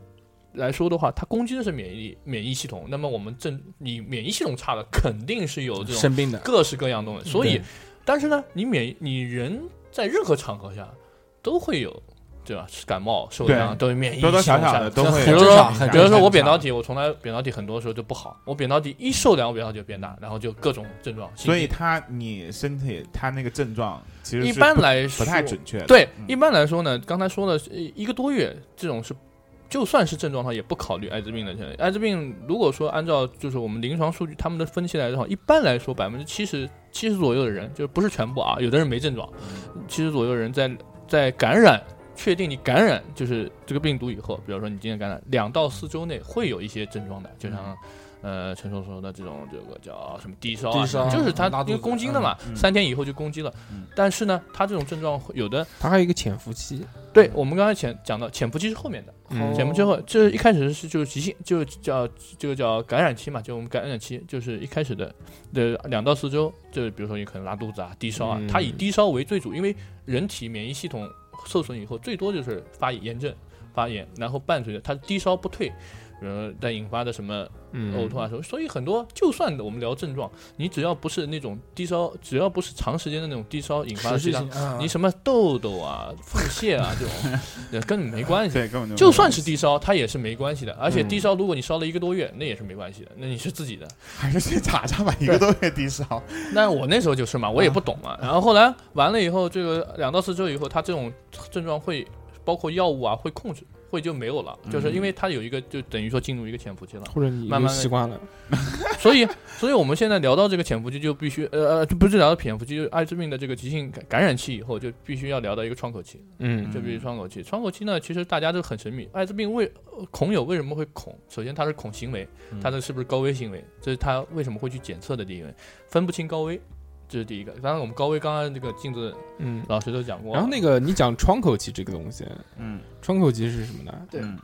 Speaker 8: 来说的话，它攻击的是免疫力免疫系统。那么我们正你免疫系统差了，肯定是有这种
Speaker 9: 生病的，
Speaker 8: 各式各样的东西。所以
Speaker 9: 对，
Speaker 8: 但是呢，你免你人在任何场合下都会有，对吧？感冒、受伤
Speaker 5: 对
Speaker 8: 都有免疫系
Speaker 5: 多
Speaker 8: 统
Speaker 5: 多少
Speaker 8: 下
Speaker 5: 少的都会
Speaker 8: 比
Speaker 5: 有
Speaker 8: 如
Speaker 5: 这
Speaker 9: 正
Speaker 5: 种
Speaker 8: 说
Speaker 9: 常很
Speaker 5: 影响，
Speaker 8: 比如说我扁
Speaker 5: 正常
Speaker 8: 桃体，我从来扁桃体很多时候就不好，我扁桃体一受凉，我扁桃体就变大，然后就各种症状。
Speaker 5: 所以
Speaker 8: 心悸
Speaker 5: 他你身体他那个症状其实
Speaker 8: 一
Speaker 5: 是
Speaker 8: 般
Speaker 5: 不
Speaker 8: 来
Speaker 5: 不
Speaker 8: 说
Speaker 5: 太准确的，
Speaker 8: 对，
Speaker 5: 嗯
Speaker 8: 一般来说呢，刚才说了呃一个多月，这种是就算是症状的话，也不考虑艾滋病的。艾滋病如果说按照就是我们临床数据他们的分析来的话，一般来说百分之七十七十左右的人，就是不是全部啊，有的人没症状，
Speaker 5: 嗯
Speaker 8: 七十左右的人在在感染。确定你感染就是这个病毒以后，比如说你今天感染两到四周内会有一些症状的，就
Speaker 5: 嗯
Speaker 8: 像，呃，陈叔说的这种这个叫什么低烧啊，
Speaker 9: 低烧
Speaker 8: 就是它
Speaker 9: 拉肚
Speaker 8: 因为
Speaker 9: 子
Speaker 8: 攻击了嘛，
Speaker 5: 嗯嗯
Speaker 8: 三天以后就攻击了。
Speaker 5: 嗯
Speaker 8: 但是呢，它这种症状会有的
Speaker 3: 它还有一个潜伏期，
Speaker 8: 对，我们刚才前讲到潜伏期是后面的，
Speaker 3: 嗯
Speaker 8: 潜伏期后这一开始是就是急性，就叫这个叫感染期嘛，就我们感染期就是一开始的的两到四周，就是比如说你可能拉肚子啊、低烧啊，
Speaker 3: 嗯
Speaker 8: 它以低烧为最主，因为人体免疫系统受损以后，最多就是发炎症、发炎，然后伴随着它低烧不退，呃，再引发的什么
Speaker 3: 嗯
Speaker 8: 呕吐啊什么，所以很多就算我们聊症状，你只要不是那种低烧，只要不是长时间的那种低烧引发的
Speaker 9: 持续
Speaker 8: 其他
Speaker 9: 性，嗯
Speaker 8: 你什么痘痘啊、腹泻啊 这种，呃跟你没关系。
Speaker 5: 对根本就
Speaker 8: 就
Speaker 5: 没
Speaker 8: 算
Speaker 5: 有
Speaker 8: 是低烧，它也是没关系的。而且
Speaker 3: 嗯
Speaker 8: 低烧，如果你烧了一个多月，那也是没关系的，那你是自己的。
Speaker 5: 还是去查查吧，一个多月低烧，
Speaker 8: 那我那时候就是嘛，我也不懂
Speaker 9: 啊
Speaker 8: 嘛。然后后来完了以后，这个两到四周以后，它这种症状会包括药物啊会控制，会就没有了，
Speaker 9: 嗯
Speaker 8: 就是因为它有一个就等于说进入一个潜伏期了。
Speaker 3: 或者你已
Speaker 8: 慢
Speaker 3: 经
Speaker 8: 慢地
Speaker 3: 习惯了，
Speaker 8: 所以，所以我们现在聊到这个潜伏期，就必须呃呃，就不是聊到潜伏期，就是艾滋病的这个急性感感染期以后，就必须要聊到一个窗口期。
Speaker 3: 嗯
Speaker 8: 就比如窗口期，窗口期呢，其实大家都很神秘。艾滋病为呃恐友为什么会恐？首先，它是恐行为，
Speaker 3: 嗯
Speaker 8: 它的是不是高危行为？这是它为什么会去检测的第一个，分不清高危，这是第一个。当然，我们高危刚刚那个镜子
Speaker 3: 嗯。
Speaker 8: 老师都讲过。
Speaker 3: 然后那个你讲窗口期这个东西，
Speaker 5: 嗯，
Speaker 3: 窗口期是什么呢？
Speaker 10: 对
Speaker 5: 嗯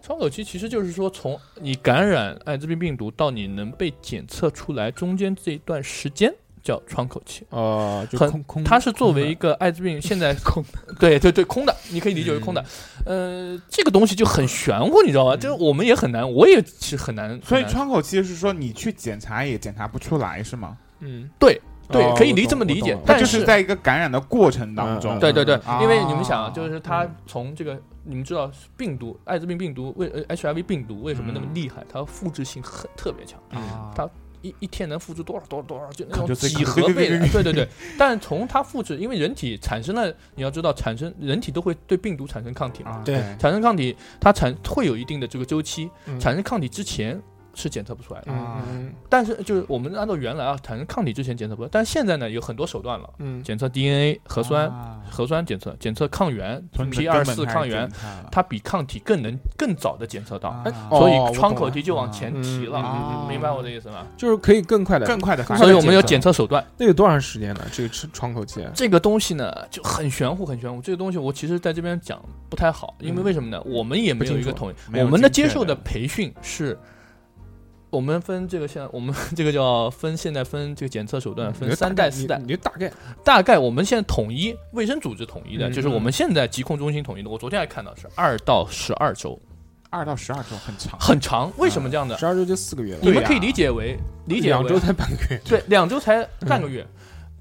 Speaker 8: 窗口期其实就是说，从你感染艾滋病病毒到你能被检测出来中间这一段时间叫窗口期。
Speaker 3: 呃，就
Speaker 8: 很
Speaker 3: 空空，
Speaker 8: 它是作
Speaker 3: 空
Speaker 8: 为
Speaker 3: 的
Speaker 8: 一个艾滋病现在空， 对对对，空的，你可以理解为空的。
Speaker 3: 嗯
Speaker 8: 呃，这个东西就很玄乎，你知道吧？就是我们也很难，我也其实很难。
Speaker 5: 所以
Speaker 8: 很难
Speaker 5: 窗口期是说你去检查也检查不出来是吗？
Speaker 3: 嗯，
Speaker 8: 对
Speaker 3: 哦
Speaker 8: 对，可以理
Speaker 3: 我
Speaker 8: 这么
Speaker 3: 懂
Speaker 8: 理
Speaker 3: 我
Speaker 8: 解
Speaker 3: 懂，
Speaker 8: 但
Speaker 5: 就是
Speaker 8: 是
Speaker 5: 在一个感染的过程当中，
Speaker 3: 嗯
Speaker 8: 对对对，
Speaker 5: 啊
Speaker 8: 因为你们想啊，就是它从这个，你们知道病毒，艾滋病病毒为呃 HIV 病毒为什么那么厉害？它复制性很特别强。
Speaker 3: 嗯
Speaker 8: 一一天能复制多少多少多少，就那
Speaker 5: 就
Speaker 8: 种
Speaker 5: 最
Speaker 8: 几
Speaker 5: 高
Speaker 8: 何
Speaker 5: 对对
Speaker 8: 倍的
Speaker 5: 对，
Speaker 8: 对对对。但从它复制，因为人体产生了，你要知道，产生人体都会对病毒产生抗体嘛，
Speaker 5: 啊
Speaker 9: 对
Speaker 8: 产生抗体它产会有一定的这个周期，
Speaker 3: 嗯
Speaker 8: 产生抗体之前是检测不出来的。
Speaker 3: 嗯嗯
Speaker 8: 但是就是我们按照原来啊产生抗体之前检测不到，但是现在呢有很多手段了，
Speaker 3: 嗯啊
Speaker 8: 检测 DNA 核酸、核酸检测、检测抗原
Speaker 5: 啊从你的
Speaker 8: P 二
Speaker 5: 根本
Speaker 8: 四
Speaker 5: 开始
Speaker 8: 抗原
Speaker 5: 检，测了
Speaker 8: 它比抗体更能更早的检测到，
Speaker 5: 啊
Speaker 8: 哎
Speaker 5: 哦
Speaker 8: 所
Speaker 3: 我
Speaker 8: 以窗
Speaker 3: 懂
Speaker 8: 口
Speaker 3: 了
Speaker 8: 期就往前提了，
Speaker 3: 嗯
Speaker 8: 明白我的意思吗？
Speaker 3: 就是可以更快的，
Speaker 5: 更快的发现
Speaker 8: 所以我们有检测手段。
Speaker 3: 那有多长时间呢？这个窗窗口期，
Speaker 8: 这个东西呢就很玄乎，很玄乎。这个东西我其实在这边讲不太好，因为为什么呢？我们也没有一个统一
Speaker 5: 不清楚没，有
Speaker 8: 我们的
Speaker 5: 精
Speaker 8: 接
Speaker 5: 确
Speaker 8: 受的
Speaker 5: 的
Speaker 8: 培训是。我们分这个现，我们这个叫分，现在分这个检测手段
Speaker 3: 你
Speaker 8: 分
Speaker 3: 就
Speaker 8: 三
Speaker 3: 大
Speaker 8: 代、
Speaker 3: 概
Speaker 8: 四代
Speaker 3: 你，你就大概
Speaker 8: 大概我们现在统一卫生组织统一的，
Speaker 3: 嗯
Speaker 8: 就是我们现在疾控中心统一的。我昨天还看到是二到十二周，
Speaker 5: 二到十二周很长，
Speaker 8: 很长。为什么这样的？
Speaker 3: 十二周就四个月了，
Speaker 8: 你们
Speaker 5: 对啊
Speaker 8: 可以理解为理解
Speaker 3: 两
Speaker 8: 为
Speaker 3: 周才半个 月，
Speaker 8: 对两周才半个月。
Speaker 3: 嗯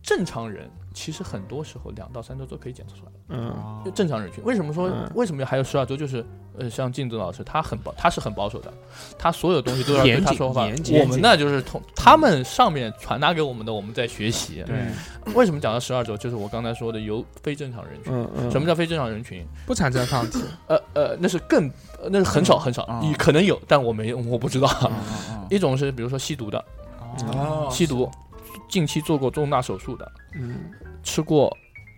Speaker 8: 正常人其实很多时候两到三周都可以检测出来。
Speaker 3: 嗯
Speaker 5: 啊
Speaker 8: 就正常人群。为什么说、
Speaker 3: 嗯
Speaker 8: 为什么还有十二周？就是呃，像靳东老师，他很保，他是很保守的，他所有东西都要对
Speaker 3: 严
Speaker 8: 他
Speaker 3: 谨
Speaker 8: 说话
Speaker 3: 严。谨嗯
Speaker 8: 我们呢，就是从他们上面传达给我们的，我们在学习。
Speaker 5: 对，
Speaker 8: 为什么讲到十二周？就是我刚才说的，由非正常人群。
Speaker 3: 嗯嗯，
Speaker 8: 什么叫非正常人群？
Speaker 3: 不产生抗体？
Speaker 8: 呃呃，那是更，呃那是很
Speaker 3: 嗯
Speaker 8: 少很少，
Speaker 3: 哦
Speaker 5: 啊
Speaker 8: 你可能有，但我没，我不知道。
Speaker 5: 嗯嗯
Speaker 8: 一种是比如说吸毒的，
Speaker 3: 啊
Speaker 5: 哦
Speaker 8: 吸毒，近期做过重大手术的，
Speaker 3: 嗯，
Speaker 8: 吃过，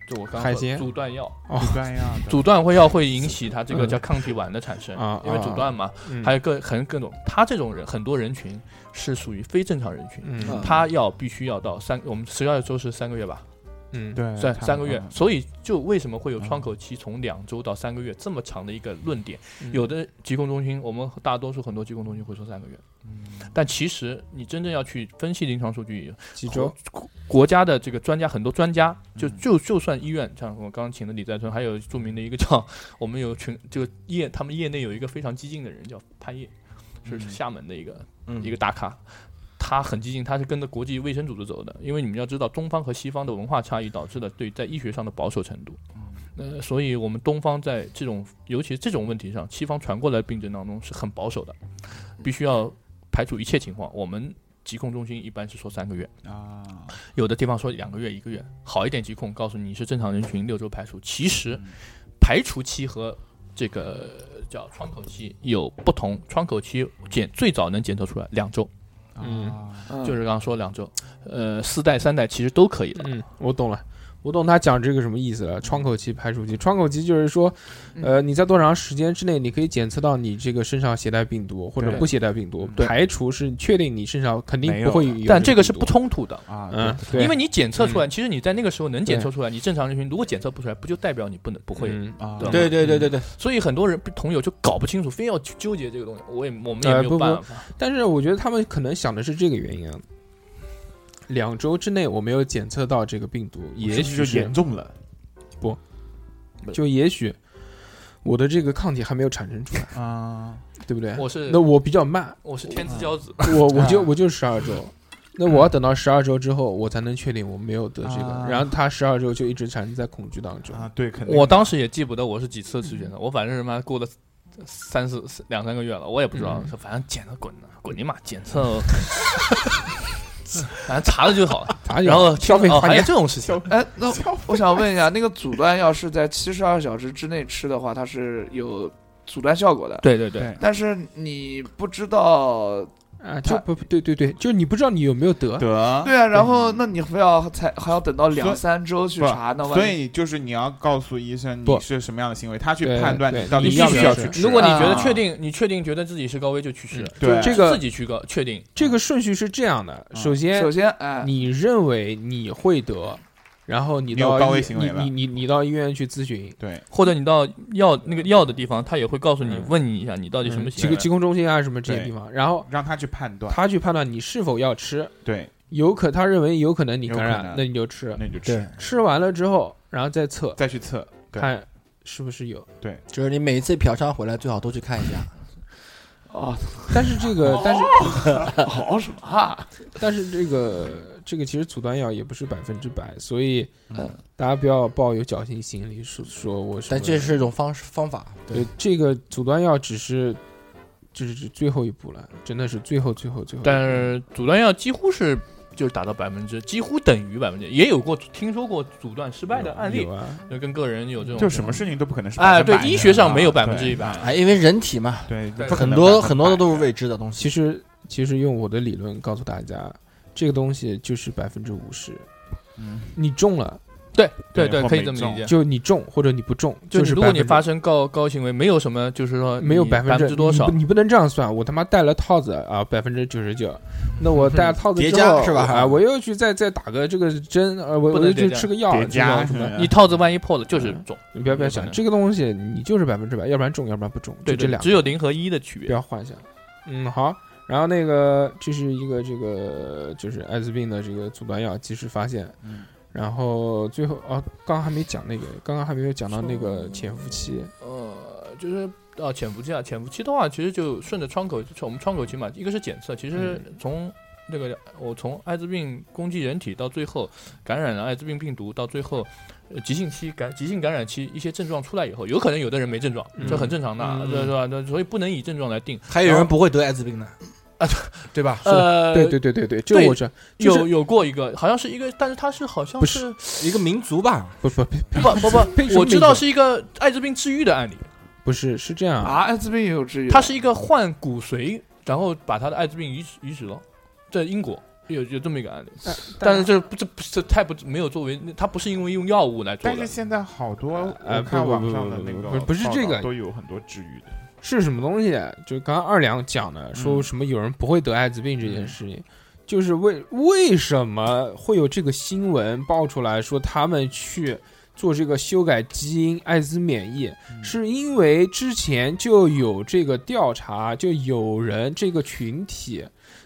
Speaker 8: 就我刚刚
Speaker 3: 海
Speaker 8: 说
Speaker 3: 鲜
Speaker 8: 阻断药，
Speaker 3: 哦
Speaker 5: 不专业啊对
Speaker 8: 阻断会药会引起它这个
Speaker 3: 嗯
Speaker 8: 叫抗体丸的产生，
Speaker 3: 啊
Speaker 8: 因为阻断嘛，
Speaker 3: 嗯
Speaker 8: 还有各很各种，他这种人很多人群是属于非正常人群，
Speaker 3: 嗯
Speaker 10: 啊
Speaker 8: 他要必须要到三，我们十二周是三个月吧，
Speaker 3: 嗯，
Speaker 5: 对
Speaker 8: 算
Speaker 5: 差不多
Speaker 8: 三个月，所以就为什么会有
Speaker 5: 嗯
Speaker 8: 窗口期从两周到三个月这么长的一个论点？
Speaker 3: 嗯
Speaker 8: 有的疾控中心，我们大多数很多疾控中心会说三个月，
Speaker 3: 嗯
Speaker 8: 但其实你真正要去分析临床数据，
Speaker 3: 几周，
Speaker 8: 国家的这个专家，很多专家，就
Speaker 5: 嗯
Speaker 8: 就就算医院，像我刚刚请的李在春，还有著名的一个叫 我们有群，就业他们业内有一个非常激进的人叫潘烨，是
Speaker 5: 嗯
Speaker 8: 厦门的一个、
Speaker 4: 嗯
Speaker 8: 一个大咖。他很激进，他是跟着国际卫生组织走的，因为你们要知道，东方和西方的文化差异导致了对在医学上的保守程度。
Speaker 5: 嗯
Speaker 8: 呃，所以我们东方在这种，尤其是这种问题上，西方传过来的病症当中是很保守的，必须要排除一切情况。我们疾控中心一般是说三个月，
Speaker 5: 啊，
Speaker 8: 有的地方说两个月、一个月，好一点疾控告诉你是正常人群六周排除，其实
Speaker 3: 嗯
Speaker 8: 排除期和这个叫窗口期有不同。窗口期检最早能检测出来两周，
Speaker 5: 啊
Speaker 3: 嗯
Speaker 10: 嗯
Speaker 8: 就是刚刚说两周，呃，四代、三代其实都可以的。
Speaker 3: 嗯，我懂了。我懂他讲这个什么意思了。窗口期、排除期，窗口期就是说，呃，你在多长时间之内，你可以检测到你这个身上携带病毒或者
Speaker 5: 对
Speaker 3: 不携带病毒。
Speaker 8: 对
Speaker 3: 排除是确定你身上肯定
Speaker 5: 没
Speaker 3: 不
Speaker 5: 有
Speaker 3: 会
Speaker 5: 的
Speaker 3: 有，
Speaker 8: 但这个是不，冲突的，
Speaker 5: 啊，
Speaker 3: 嗯，对嗯
Speaker 8: 因为你检测出来，其实你在那个时候能检测出来，你正常人群如果检测不出来，不就代表你不能不会？
Speaker 3: 嗯
Speaker 5: 啊，
Speaker 9: 对
Speaker 8: 对
Speaker 9: 对对对对，
Speaker 8: 所以很多人同友就搞不清楚，非要去纠结这个东西，我也我们也
Speaker 3: 呃
Speaker 8: 没有
Speaker 3: 不不
Speaker 8: 办法。
Speaker 3: 但是我觉得他们可能想的是这个原因啊。两周之内我没有检测到这个病毒，也许
Speaker 5: 是不是就是严重了
Speaker 3: 就也许我的这个抗体还没有产生出来，
Speaker 5: 啊，
Speaker 3: 对不对？
Speaker 8: 我是
Speaker 3: 那我比较慢，
Speaker 8: 我是天之骄子，
Speaker 3: 我 我就我就十二周，
Speaker 8: 嗯
Speaker 3: 那我要等到十二周之后，我才能确定我没有得这个
Speaker 5: 啊。
Speaker 3: 然后他十二周就一直产生在恐惧当中。
Speaker 5: 啊，对，肯定
Speaker 8: 我当时也记不得我是几次去检测，我反正是妈过了三四四两三个月了，我也不知道，反正检测滚呢，滚你妈检测，反正查了就好了。
Speaker 3: 而且
Speaker 8: 然后
Speaker 3: 消费
Speaker 8: 哦，
Speaker 3: 花
Speaker 8: 还有
Speaker 3: 钱，
Speaker 8: 这种事情，
Speaker 10: 哎，那我想问一下，那个阻断药是在七十二小时之内吃的话，它是有阻断效果的。
Speaker 8: 对对对，
Speaker 5: 对
Speaker 10: 但是你不知道，
Speaker 3: 啊，就不对对对，就是你不知道你有没有得，
Speaker 5: 得
Speaker 10: 对啊，然后那你非要才还要等到两三周去
Speaker 5: 不
Speaker 10: 查，那万一
Speaker 5: 所以就是你要告诉医生
Speaker 3: 不
Speaker 5: 你是什么样的行为，他去
Speaker 3: 对
Speaker 5: 判断
Speaker 3: 对
Speaker 5: 你到底
Speaker 3: 你
Speaker 5: 要
Speaker 3: 必
Speaker 5: 不
Speaker 3: 须
Speaker 5: 要
Speaker 3: 是
Speaker 5: 去吃。
Speaker 8: 如果你觉得
Speaker 10: 啊
Speaker 8: 确定，你确定觉得自己是高危就去吃
Speaker 3: 嗯，
Speaker 5: 对
Speaker 3: 这个
Speaker 8: 自己去嗯高确定，
Speaker 3: 这个顺序是这样的：首先
Speaker 10: 首，先，哎，
Speaker 3: 你认为你会得，然后你
Speaker 5: 你有
Speaker 3: 到
Speaker 5: 高危
Speaker 3: 医
Speaker 5: 行为
Speaker 3: 你
Speaker 5: 了
Speaker 3: 你你你到医院去咨询，
Speaker 5: 对，
Speaker 8: 或者你到药那个药的地方，他也会告诉你
Speaker 3: 嗯，
Speaker 8: 问你一下你到底什么
Speaker 3: 嗯疾
Speaker 8: 行
Speaker 3: 控
Speaker 8: 为。
Speaker 3: 疾控中心啊什么这些
Speaker 5: 对
Speaker 3: 地方，然后
Speaker 5: 让他去判断，
Speaker 3: 他去判断你是否要吃，
Speaker 5: 对，
Speaker 3: 有可他认为有可能你
Speaker 5: 有
Speaker 3: 感
Speaker 5: 可
Speaker 3: 染，
Speaker 5: 能
Speaker 3: 那你就吃，
Speaker 5: 那你就吃，
Speaker 3: 吃完了之后，然后再测
Speaker 5: 再去测。对
Speaker 3: 看是不是有。
Speaker 9: 就是你每一次嫖娼回来最好都去看一下。
Speaker 10: 哦，
Speaker 3: 但是这 个，但是
Speaker 10: 好什么啊？
Speaker 3: 但是这个这个其实阻断药也不是百分之百，所以
Speaker 10: 嗯
Speaker 3: 大家不要抱有侥幸心理，说说我什么
Speaker 9: 但这是一种方式方法，
Speaker 3: 对这个阻断药只是这是最后一步了，真的是最后最后最后一步。
Speaker 8: 但是阻断药几乎是就是达到百分之，几乎等于百分之，也有过听说过阻断失败的案例
Speaker 3: 有，啊，
Speaker 8: 就跟个人有这种
Speaker 5: 就什么事情都不可能是
Speaker 8: 哎
Speaker 5: 百分百
Speaker 8: 对
Speaker 5: 的
Speaker 8: 医学上没有
Speaker 5: 啊
Speaker 8: 百分之一百
Speaker 9: 哎，因为人体嘛，
Speaker 5: 对，对
Speaker 8: 对
Speaker 5: 不可
Speaker 9: 很
Speaker 5: 能
Speaker 9: 多
Speaker 5: 百分
Speaker 9: 很多
Speaker 5: 百
Speaker 9: 的都是未知的东西。
Speaker 3: 其实其实用我的理论告诉大家，这个东西就是百分之五十，
Speaker 8: 嗯，
Speaker 3: 你中了，
Speaker 8: 对对对，可以这么理解。
Speaker 3: 就你中或者你不中，
Speaker 8: 就是如果你
Speaker 3: 百分之
Speaker 8: 发生高高行为，没有什么，就是说
Speaker 3: 没有
Speaker 8: 百
Speaker 3: 分嗯
Speaker 8: 之多少
Speaker 3: 你不，你不能这样算。我他妈戴了套子啊，百分之九十 九。那我戴了套子
Speaker 9: 叠
Speaker 3: 之后
Speaker 9: 加是吧
Speaker 3: 啊，我又去再再打个这个针，呃，我
Speaker 8: 不
Speaker 3: 我
Speaker 8: 能
Speaker 3: 又
Speaker 8: 叠
Speaker 3: 去
Speaker 8: 加
Speaker 3: 吃个药，
Speaker 5: 叠加
Speaker 3: 这种啊 什么
Speaker 5: 是吧
Speaker 8: 你套子万一破了就是中，
Speaker 3: 嗯你不要不要
Speaker 8: 有可
Speaker 3: 想
Speaker 8: 能
Speaker 3: 这个东西，你就是百分之百，要不然中，要不然不中，
Speaker 8: 对
Speaker 3: 就这
Speaker 8: 对，
Speaker 3: 两
Speaker 8: 只
Speaker 3: 个，
Speaker 8: 有零和一的区
Speaker 3: 不
Speaker 8: 别。
Speaker 3: 要幻想。嗯，好。然后那个这是一个这个就是艾滋病的这个阻断药，及时发现。
Speaker 8: 嗯。
Speaker 3: 然后最后哦，刚刚还没讲那个，刚刚还没有讲到那个潜伏期。
Speaker 8: 呃，就是啊，潜伏期啊，潜伏期的话，其实就顺着窗口，就是我们窗口期嘛，一个是检测，其实
Speaker 3: 嗯
Speaker 8: 从那个我从艾滋病攻击人体到最后感染了艾滋病病毒，到最后呃急性期感急性感染期一些症状出来以后，有可能有的人没症状，这很正常的，啊
Speaker 3: 嗯
Speaker 8: 对是吧？那所以不能以症状来定，
Speaker 9: 还有人不会得艾滋病的，对吧？
Speaker 8: 呃，
Speaker 3: 对对对对对，这
Speaker 8: 对
Speaker 3: 我知道，就
Speaker 8: 有
Speaker 3: 是
Speaker 8: 有过一个，好像是一个，但是他是好像
Speaker 3: 不
Speaker 8: 是
Speaker 9: 一个民族吧，
Speaker 3: 不不不
Speaker 8: 不不
Speaker 3: 被什
Speaker 8: 不，
Speaker 3: 么
Speaker 8: 我知道
Speaker 3: 名字
Speaker 8: 是一个艾滋病治愈的案例，
Speaker 3: 不是是这样，
Speaker 10: 啊，艾滋病也有治愈，
Speaker 8: 他是一个患骨髓，然后把他的艾滋病移植移植了，在英国有有这么一个案例，但是这不这不这太不没有作为，他不是因为用药物来做
Speaker 5: 但
Speaker 8: 的
Speaker 5: 是，现在好多
Speaker 3: 呃
Speaker 5: 我看
Speaker 3: 不不不
Speaker 5: 网上的
Speaker 3: 不
Speaker 5: 那
Speaker 3: 不
Speaker 5: 个
Speaker 3: 不不是
Speaker 5: 报
Speaker 3: 这
Speaker 5: 道
Speaker 3: 个
Speaker 5: 都有很多治愈的，
Speaker 3: 是什么东西？就刚刚二两讲的，说什么有人不会得艾滋病这件事情，就是为为什么会有这个新闻爆出来说他们去做这个修改基因艾滋免疫，是因为之前就有这个调查，就有人这个群体，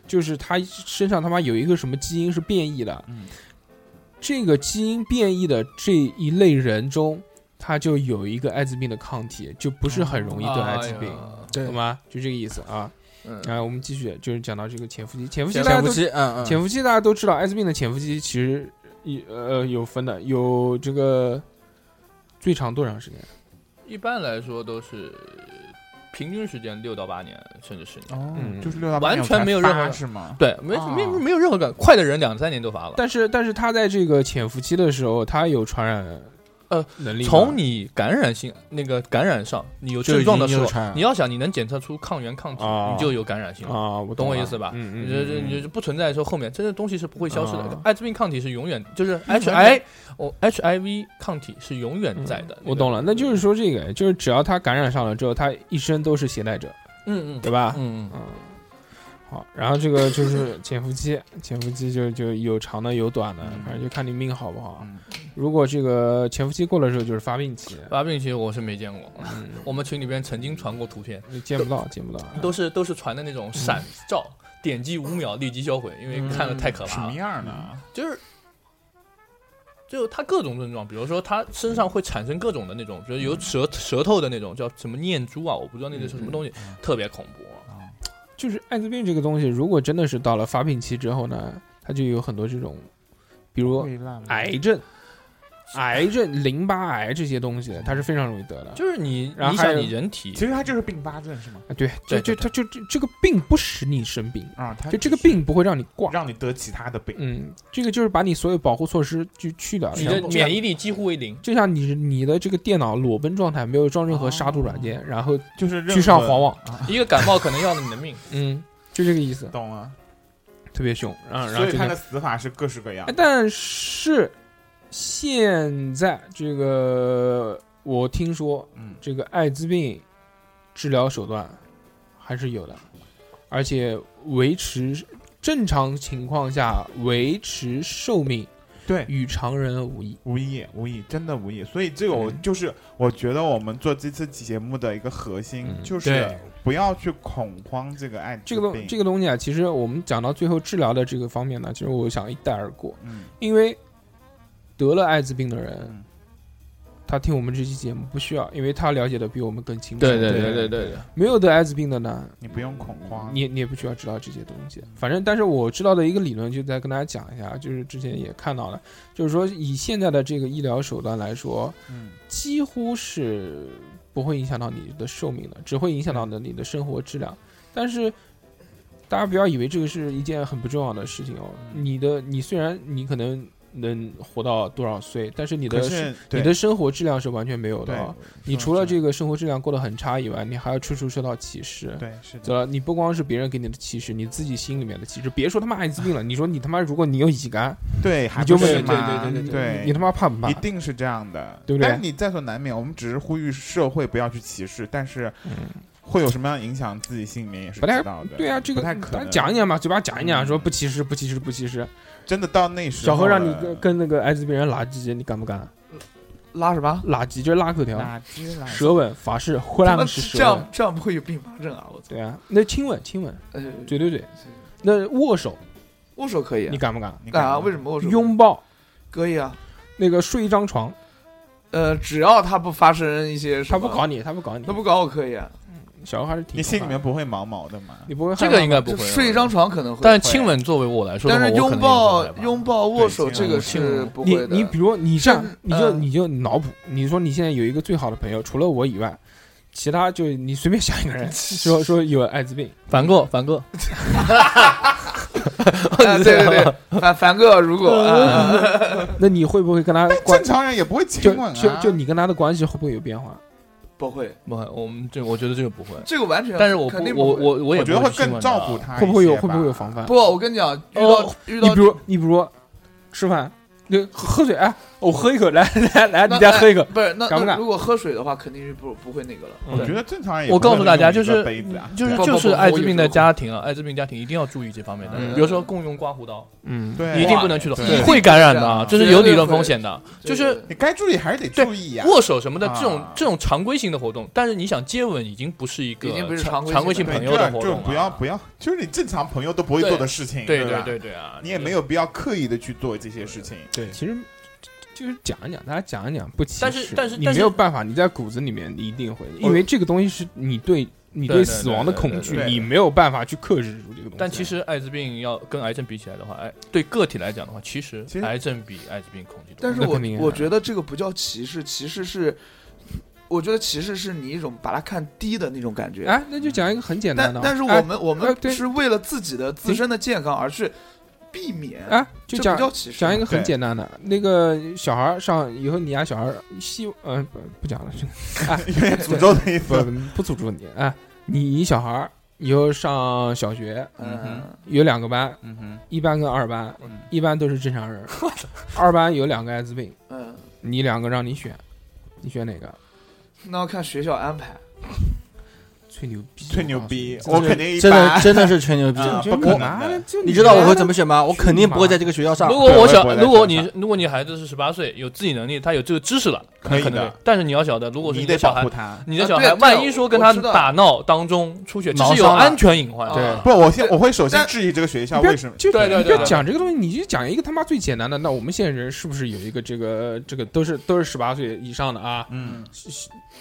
Speaker 3: 就是他身上他妈有一个什么基因是变异的，这个基因变异的这一类人中。他就有一个艾滋病的抗体，就不是很容易得艾滋病。
Speaker 9: 对
Speaker 3: 懂吗？就这个意思啊。
Speaker 8: 哎嗯
Speaker 3: 啊，我们继续，就是讲到这个潜伏期，潜伏期大家
Speaker 9: 潜伏
Speaker 3: 都
Speaker 9: 期，嗯嗯，
Speaker 3: 潜伏期大家都知道，艾滋病的潜伏期其实一呃有分的，有这个最长多长时间？
Speaker 8: 一般来说都是平均时间六到八年，甚至十年。
Speaker 5: 哦
Speaker 3: 嗯
Speaker 5: 就是六到八
Speaker 8: 完
Speaker 5: 年我
Speaker 8: 全
Speaker 5: 才
Speaker 8: 没有任
Speaker 5: 发
Speaker 8: 何
Speaker 5: 是吗？
Speaker 8: 对，没没没有任何感，快的人两三年都发了。
Speaker 3: 哦但是但是他在这个潜伏期的时候，他有传染
Speaker 8: 呃
Speaker 3: 能力吗
Speaker 8: 从你感染性那个感染上，你有
Speaker 9: 就已
Speaker 8: 症状的时
Speaker 9: 经有
Speaker 8: 候
Speaker 9: 传，染
Speaker 8: 你要想你能检测出抗原抗体，
Speaker 3: 嗯哦
Speaker 8: 你就有感染性了。
Speaker 3: 啊，我
Speaker 8: 懂我
Speaker 3: 了
Speaker 8: 意思吧
Speaker 3: 嗯
Speaker 8: 你
Speaker 3: 嗯，
Speaker 8: 这这你
Speaker 3: 嗯
Speaker 8: 这不存在的时候，后面这些东西是不会消失
Speaker 3: 啊
Speaker 8: 的。艾滋病抗体是永远，就是 H I 我 H I V 抗体是永远在的。
Speaker 3: 嗯我懂
Speaker 8: 了，
Speaker 3: 了，那就是说这个，就是只要他感染上了之后，他一生都是携带者，
Speaker 8: 嗯嗯
Speaker 3: 对吧？
Speaker 8: 嗯嗯，
Speaker 3: 嗯，好，然后这个就是潜伏期， 潜伏期就就有长的有短的，
Speaker 8: 嗯
Speaker 3: 反正就看你命好不好。如果这个潜伏期过了之后，就是发病期，嗯
Speaker 8: 发病期我是没见过，我们群里边曾经传过图片，
Speaker 3: 你见不到，见不到。
Speaker 8: 都是都是传的那种闪
Speaker 3: 嗯
Speaker 8: 照，点击五秒立即销毁，因为看了太可
Speaker 5: 什
Speaker 8: 怕
Speaker 5: 么
Speaker 8: 了。
Speaker 5: 样呢？
Speaker 8: 就是就他各种症状，比如说他身上会产生各种的那种，就是有舌舌头的那种叫什么念珠啊，我不知道那个是什么东西，特别恐怖。啊
Speaker 3: 就是艾滋病这个东西，如果真的是到了发病期之后呢，它就有很多这种，比如
Speaker 5: 溃烂吗
Speaker 3: 癌症、癌症、淋巴癌这些东西，它是非常容易得的。
Speaker 8: 就是你
Speaker 3: 然后
Speaker 8: 你
Speaker 3: 还
Speaker 8: 想
Speaker 3: 有
Speaker 8: 你人体
Speaker 5: 其实它就是并发症是吗？
Speaker 3: 啊，对，就
Speaker 8: 对
Speaker 3: 就
Speaker 8: 对
Speaker 3: 它就这这个病不使你生病，
Speaker 5: 啊，它
Speaker 3: 就这个
Speaker 5: 是
Speaker 3: 病不会让你挂。
Speaker 5: 让你得其他的病。
Speaker 3: 嗯，这个就是把你所有保护措施就去掉，
Speaker 8: 你
Speaker 3: 全
Speaker 8: 的
Speaker 3: 部
Speaker 8: 免疫力几乎为零。
Speaker 3: 就像你你的这个电脑裸奔状态，没有装任何杀毒软件，然后
Speaker 5: 就是任
Speaker 3: 去上
Speaker 5: 何
Speaker 3: 黄网，
Speaker 8: 一个感冒可能要了你的命。
Speaker 3: 嗯，就这个意思，
Speaker 5: 懂了。
Speaker 3: 特别凶。然后然后
Speaker 5: 所以
Speaker 3: 就
Speaker 5: 它
Speaker 3: 能
Speaker 5: 的死法是各式各样
Speaker 3: 哎。但是现在这个我听说，
Speaker 5: 嗯
Speaker 3: 这个艾滋病治疗手段还是有的，而且维持正常情况下维持寿命
Speaker 5: 对，
Speaker 3: 与常人无异。
Speaker 5: 无异，无异，真的无异。所以这个
Speaker 3: 嗯
Speaker 5: 我就是，我觉得我们做这次节目的一个核心
Speaker 3: 嗯
Speaker 5: 就是啊
Speaker 9: 对
Speaker 5: 不要去恐慌这个艾滋
Speaker 3: 这个东
Speaker 5: 病。
Speaker 3: 这个东西啊，其实我们讲到最后治疗的这个方面呢，其实我想一带而过，
Speaker 5: 嗯
Speaker 3: 因为得了艾滋病的人
Speaker 5: 嗯，
Speaker 3: 他听我们这期节目不需要，因为他了解的比我们更清楚。
Speaker 5: 对对对
Speaker 8: 对对，
Speaker 3: 没有得艾滋病的呢，
Speaker 5: 你不用恐慌。
Speaker 3: 你也你也不需要知道这些东西。反正，但是我知道的一个理论，就再跟大家讲一下，就是之前也看到了，就是说以现在的这个医疗手段来说，
Speaker 5: 嗯
Speaker 3: 几乎是不会影响到你的寿命的，只会影响到的你的生活质量。但是
Speaker 5: 嗯
Speaker 3: 大家不要以为这个是一件很不重要的事情哦。你的你虽然你可能能活到多少岁，但是你的
Speaker 5: 可是
Speaker 3: 生
Speaker 5: 对
Speaker 3: 你的生活质量是完全没有的啊。
Speaker 5: 对
Speaker 3: 你除了这个生活质量过得很差以外，你还要处处受到歧视。
Speaker 5: 对，是的
Speaker 3: 对啊吧？你不光是别人给你的歧视，你自己心里面的歧视。别说他妈艾滋病了，你说你他妈如果你有乙肝，
Speaker 5: 对，还
Speaker 3: 你就
Speaker 5: 不
Speaker 3: 没
Speaker 5: 是
Speaker 3: 有
Speaker 5: 嘛
Speaker 3: 对对对对
Speaker 5: 对，
Speaker 3: 你他妈怕不怕
Speaker 5: 一？定是这样的，
Speaker 3: 对不对
Speaker 5: 但是你在所难免，我们只是呼吁社会不要去歧视，但是会有什么样影响自己心里面也是
Speaker 3: 不太
Speaker 5: 知道的。
Speaker 3: 对啊，这个
Speaker 5: 不太可能
Speaker 3: 讲一讲嘛，嘴巴讲一讲，说不歧视，不歧视，不歧视。
Speaker 5: 真的到那时候
Speaker 3: 小何让你
Speaker 5: 了
Speaker 3: 跟跟那个艾滋病人拉鸡，你敢不敢？
Speaker 10: 拉什么？
Speaker 3: 拉鸡就是拉口条，
Speaker 10: 拉鸡拉鸡
Speaker 3: 舌吻、法式、呼兰式
Speaker 10: 这
Speaker 3: 舌吻
Speaker 10: 样。这样不会有并发症啊！我操，
Speaker 3: 对啊，那亲吻亲吻，
Speaker 10: 呃
Speaker 3: 嘴对嘴。那握手
Speaker 10: 握手可以啊，
Speaker 3: 你敢不敢？
Speaker 10: 敢啊？为什么握手？
Speaker 3: 拥抱
Speaker 10: 可以啊，
Speaker 3: 那个睡一张床，
Speaker 10: 呃，只要他不发生一些什
Speaker 3: 他
Speaker 10: 么，
Speaker 3: 不搞你，他不搞你，
Speaker 10: 他不搞我可以啊。
Speaker 3: 小何还是挺。
Speaker 5: 你心里面不会毛毛的吗？
Speaker 3: 你不会
Speaker 8: 这个应该不会
Speaker 10: 睡一张床可能会，啊
Speaker 8: 但是亲吻作为我来说的
Speaker 10: 但
Speaker 8: 话，
Speaker 10: 是
Speaker 8: 我可
Speaker 10: 拥
Speaker 8: 能
Speaker 10: 抱
Speaker 8: 也会害怕
Speaker 10: 拥抱握手这个
Speaker 8: 亲
Speaker 10: 是
Speaker 8: 吻
Speaker 10: 不
Speaker 3: 你
Speaker 10: 会的。
Speaker 3: 你 比如你这样，你就
Speaker 10: 嗯
Speaker 3: 你就脑补，你说你现在有一个最好的朋友，除了我以外，其他就你随便想一个 人，说说有艾滋病，
Speaker 8: 反过反过，
Speaker 10: 啊对对对，凡凡哥，如果
Speaker 3: 嗯呃
Speaker 10: 啊
Speaker 3: 那你会不会跟他关
Speaker 5: 正？常人也不会
Speaker 3: 就
Speaker 5: 亲吻啊，
Speaker 3: 就就你跟他的关系会不会有变化？
Speaker 10: 不会，
Speaker 8: 不会，我们这我觉得这个不会，
Speaker 10: 这个完全，
Speaker 8: 但是我不
Speaker 10: 肯定
Speaker 8: 我
Speaker 10: 不会。
Speaker 8: 我我也
Speaker 5: 我觉得
Speaker 8: 不
Speaker 5: 会
Speaker 8: 去亲
Speaker 5: 更
Speaker 8: 吻
Speaker 5: 照
Speaker 8: 的啊
Speaker 5: 顾他一些吧，
Speaker 3: 会不会有会不会有防范
Speaker 10: 不，？我跟你讲，遇
Speaker 3: 哦
Speaker 10: 到遇
Speaker 3: 你
Speaker 10: 到
Speaker 3: 比如你比如吃饭，就喝水，哎，我喝一口，来来来，
Speaker 10: 那
Speaker 3: 你再喝一口，
Speaker 10: 不是那
Speaker 3: 敢不
Speaker 10: 那
Speaker 3: 敢
Speaker 10: 如果喝水的话，肯定是不不会那个了。
Speaker 3: 嗯
Speaker 5: 我觉得正常人也
Speaker 8: 我
Speaker 5: 不会
Speaker 8: 告诉大家，
Speaker 5: 用
Speaker 8: 就
Speaker 5: 一个
Speaker 8: 是
Speaker 5: 杯子啊
Speaker 8: 就是
Speaker 10: 不不
Speaker 8: 就
Speaker 10: 不
Speaker 8: 是
Speaker 10: 我
Speaker 8: 艾
Speaker 10: 有
Speaker 8: 滋
Speaker 10: 时
Speaker 8: 病的
Speaker 10: 候
Speaker 8: 家庭啊，艾滋滋病家庭一定要注意这方面的
Speaker 5: 嗯，
Speaker 8: 比如说共用刮胡刀，
Speaker 3: 嗯，
Speaker 5: 对，
Speaker 8: 你一定不能去
Speaker 5: 对
Speaker 8: 动，会感染的啊，
Speaker 10: 哎对
Speaker 8: 这是有理论风险的，就是
Speaker 5: 你该注意还是得
Speaker 8: 对
Speaker 5: 注意呀。
Speaker 8: 握手什么的这种
Speaker 5: 啊
Speaker 8: 这种常规性的活动，但是你想接吻已经不是一个
Speaker 10: 已经不是常
Speaker 8: 常
Speaker 10: 规性
Speaker 8: 常
Speaker 5: 对，
Speaker 8: 规性朋
Speaker 10: 的
Speaker 5: 这
Speaker 8: 友的
Speaker 5: 样
Speaker 8: 活
Speaker 5: 就
Speaker 8: 动，
Speaker 5: 不要。不要，就是你正常朋友都不会
Speaker 8: 对
Speaker 5: 做的事情，
Speaker 8: 对
Speaker 5: 对
Speaker 8: 对
Speaker 5: 吧，
Speaker 8: 对对啊，
Speaker 5: 你也没有必要刻意的去做这些事情。
Speaker 3: 对，其实。就是讲一讲，大家讲一讲，不歧视。
Speaker 8: 但是但是
Speaker 3: 你
Speaker 8: 但
Speaker 3: 没
Speaker 8: 是
Speaker 3: 有办法，你在骨子里面你一定会，因为这个东西是你对你
Speaker 8: 对对
Speaker 3: 死亡的
Speaker 8: 对对
Speaker 3: 恐
Speaker 8: 对
Speaker 3: 惧
Speaker 5: 对，
Speaker 3: 你没有办法去克制住这个东西。
Speaker 8: 但其实艾滋病要跟癌症比起来的话，哎，对个体来讲的话，其实
Speaker 5: 其实
Speaker 8: 癌症比艾滋病恐惧多。嗯
Speaker 10: 但是
Speaker 3: 那
Speaker 10: 我
Speaker 3: 肯定啊
Speaker 10: 我觉得这个不叫歧视，歧视是，我觉得歧视是你一种把它看低的那种感觉。
Speaker 3: 哎，那就讲一个很简单
Speaker 10: 但
Speaker 3: 的啊，
Speaker 10: 但是我
Speaker 3: 哎
Speaker 10: 们我
Speaker 3: 哎
Speaker 10: 们
Speaker 3: 对
Speaker 10: 是为了自己的自身的健康而去避免，
Speaker 3: 哎，就
Speaker 10: 这
Speaker 3: 讲
Speaker 10: 不叫歧视。
Speaker 3: 讲一个很
Speaker 5: 对
Speaker 3: 简单的，那个小孩儿上以后，你家小孩儿希呃不不讲了， 这
Speaker 5: 有点诅咒的意
Speaker 3: 个
Speaker 5: 思。
Speaker 3: 不不诅咒你哎，你小孩儿以后上小学
Speaker 10: 嗯，
Speaker 3: 有两个班，
Speaker 5: 嗯哼，
Speaker 3: 一班跟二班
Speaker 5: 嗯，
Speaker 3: 一班都是正常人，二班有两个艾滋病，
Speaker 10: 嗯，
Speaker 3: 你两个让你选，你选哪个？
Speaker 10: 那要看学校安排。
Speaker 3: 吹牛逼，
Speaker 5: 吹牛逼，
Speaker 3: 我告
Speaker 5: 我
Speaker 3: 诉
Speaker 5: 肯定一
Speaker 9: 真的
Speaker 5: 般。
Speaker 9: 真的是吹牛逼。
Speaker 5: 啊
Speaker 3: 你，
Speaker 5: 不可能的。
Speaker 3: 我
Speaker 9: 你知道我会怎
Speaker 3: 么？
Speaker 9: 么选 吗？我肯定不会在这个学校上
Speaker 8: 如。果我
Speaker 5: 对
Speaker 8: 想
Speaker 5: 我也不会，再
Speaker 8: 如果
Speaker 5: 想
Speaker 8: 你如果你孩子是十八岁，有自己能力，他有这个知识了，
Speaker 5: 可以
Speaker 8: 能
Speaker 5: 的
Speaker 8: 能但是你要晓得，如果是
Speaker 5: 你
Speaker 8: 的
Speaker 5: 得
Speaker 8: 小
Speaker 5: 保
Speaker 8: 孩
Speaker 5: 护，他。
Speaker 8: 你的
Speaker 10: 啊
Speaker 8: 小
Speaker 10: 对
Speaker 8: 孩
Speaker 10: 对
Speaker 8: 万一说跟
Speaker 10: 我
Speaker 8: 他
Speaker 10: 知道
Speaker 8: 打闹当中出血，其
Speaker 9: 挠
Speaker 8: 实有
Speaker 9: 伤了
Speaker 8: 安全隐患啊的。
Speaker 10: 对
Speaker 5: 不，我先我会首先
Speaker 10: 但
Speaker 5: 质疑这个学校
Speaker 3: 你不要
Speaker 5: 为什么。
Speaker 3: 就
Speaker 8: 对对对
Speaker 3: 你不要
Speaker 8: 对
Speaker 3: 讲这个东西，你就讲一个他妈最简单的。那我们现在人是不是有一个这个这个都是都是十八岁以上的啊？
Speaker 5: 嗯，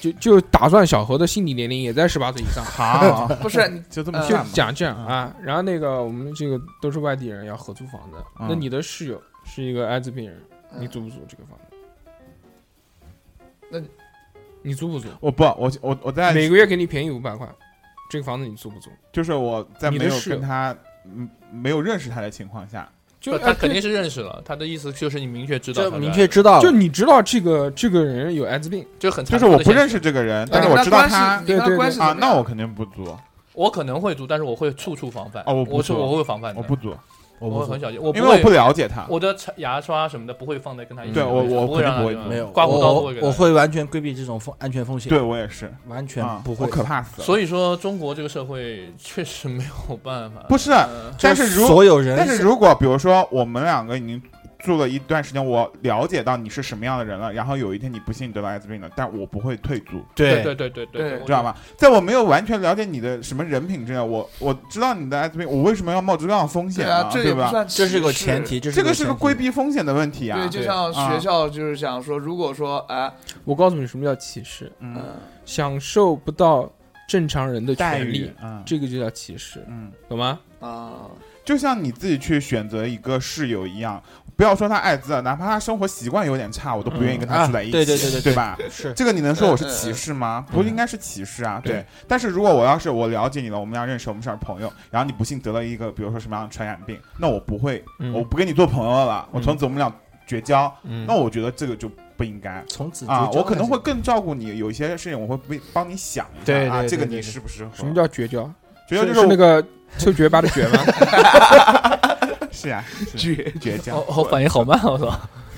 Speaker 3: 就就打算小何的心理年龄也在十八岁以上。
Speaker 5: 好，
Speaker 10: 不是你
Speaker 5: 就这么
Speaker 10: 呃
Speaker 3: 就
Speaker 5: 算吧。
Speaker 3: 讲这样啊，然后那个我们这个都是外地人，要合租房子。
Speaker 5: 嗯
Speaker 3: 那你的室友是一个艾滋病人，你
Speaker 10: 嗯
Speaker 3: 租不租这个房子？
Speaker 10: 那
Speaker 3: 你租不租？
Speaker 5: 我不，我我我在
Speaker 3: 每个月给你便宜五百块，这个房子你租不租？
Speaker 5: 就是我在
Speaker 3: 你
Speaker 5: 没
Speaker 3: 的
Speaker 5: 有
Speaker 3: 室友
Speaker 5: 跟他嗯没有认识他的情况下，
Speaker 3: 就
Speaker 8: 他
Speaker 3: 哎
Speaker 8: 肯定是认识了，他的意思就是你明确知道
Speaker 9: 这
Speaker 8: 他的，
Speaker 9: 明确知道
Speaker 3: 就，你知道这个这个人有艾滋病，
Speaker 8: 就很
Speaker 5: 就
Speaker 8: 残
Speaker 5: 是
Speaker 8: 酷
Speaker 5: 我
Speaker 8: 的
Speaker 5: 不
Speaker 8: 现
Speaker 5: 认
Speaker 8: 实
Speaker 5: 识这个人，
Speaker 10: 那
Speaker 5: 但是我知道他
Speaker 10: 那关系你跟
Speaker 3: 对对
Speaker 10: 他关系
Speaker 5: 啊
Speaker 10: 怎，么样
Speaker 5: 那我肯定不租，
Speaker 8: 我可能会租，但是我会处处防范。
Speaker 5: 哦我不
Speaker 8: 我
Speaker 5: 租
Speaker 8: 是我会防范的，
Speaker 5: 我不租，
Speaker 8: 我会很小心，嗯我
Speaker 5: 因为
Speaker 8: 不
Speaker 5: 我
Speaker 8: 会
Speaker 5: 不了解他。
Speaker 8: 我的牙牙刷什么的不会放在跟他一起
Speaker 5: 对
Speaker 8: 的位置，
Speaker 5: 我我
Speaker 8: 不会
Speaker 5: 肯定
Speaker 8: 让他
Speaker 5: 不会
Speaker 8: 用
Speaker 9: 没有，
Speaker 8: 刮胡刀不
Speaker 9: 我
Speaker 8: 会给他
Speaker 9: 我会完全规避这种风安全风险，
Speaker 5: 对，我也是，
Speaker 9: 完全
Speaker 5: 啊
Speaker 9: 不会
Speaker 5: 我。可怕死了。
Speaker 8: 所以说，中国这个社会确实没有办法。
Speaker 5: 不是
Speaker 8: 呃
Speaker 5: 但是如
Speaker 9: 所有人，
Speaker 5: 但是如果比如说我们两个已经住了一段时间，我了解到你是什么样的人了，然后有一天你不幸得了艾滋病了，但我不会退租，
Speaker 8: 对
Speaker 9: 对
Speaker 8: 对对对
Speaker 10: 对
Speaker 8: 对，我
Speaker 5: 知道？吗？在我没有完全了解你的什么人品之前，我我知道你的艾滋病，我为什么要冒这样的风
Speaker 10: 对
Speaker 5: 险
Speaker 10: 啊
Speaker 5: 呢？，
Speaker 10: 这也
Speaker 5: 对
Speaker 10: 不
Speaker 5: 吧？
Speaker 10: 算
Speaker 9: 这是个
Speaker 10: 歧视
Speaker 9: 前。提，这
Speaker 5: 这
Speaker 9: 个
Speaker 5: 个是
Speaker 9: 前
Speaker 5: 个
Speaker 9: 提
Speaker 5: 规。避风险的问题啊
Speaker 10: 对，。就像学校就是想说，如果说哎，
Speaker 3: 我告诉你什么叫歧视，
Speaker 5: 嗯，
Speaker 10: 嗯，
Speaker 3: 享受不到正常人的
Speaker 5: 待
Speaker 3: 权
Speaker 5: 遇
Speaker 3: 利，，
Speaker 5: 嗯
Speaker 3: 这个就叫歧视，
Speaker 5: 嗯，
Speaker 3: 懂吗？
Speaker 10: 啊，
Speaker 5: 就像你自己去选择一个室友一样，不要说他艾滋了，啊哪怕他生活习惯有点差，我都不愿意跟他住在一
Speaker 9: 嗯
Speaker 5: 起，
Speaker 9: 啊对对对对对
Speaker 5: 对吧？
Speaker 9: 是嗯
Speaker 5: 这个你能说我是歧视吗？不应该是歧视啊，对。但是如果我要是我了解你了，我们俩认识，我们是朋友，然后你不幸得了一个，比如说什么样的传染病，那我不会，
Speaker 3: 嗯
Speaker 9: 嗯
Speaker 5: 我不跟你做朋友了，我从此我们俩绝交，
Speaker 3: 嗯
Speaker 5: 哦那我觉得这个就不应该。
Speaker 9: 从此
Speaker 5: 啊，我可能会更照顾你，有一些事情我会为帮你想一下
Speaker 3: 对
Speaker 5: 啊，
Speaker 3: 对
Speaker 5: 这个
Speaker 3: 对对
Speaker 5: 你
Speaker 3: 对
Speaker 5: 适不适合？
Speaker 3: 什么叫绝交？
Speaker 5: 绝交就是我
Speaker 3: 那个臭绝巴的绝吗？
Speaker 5: 是啊，
Speaker 10: 绝
Speaker 5: 倔强
Speaker 8: 哦，哦反应好慢，我操！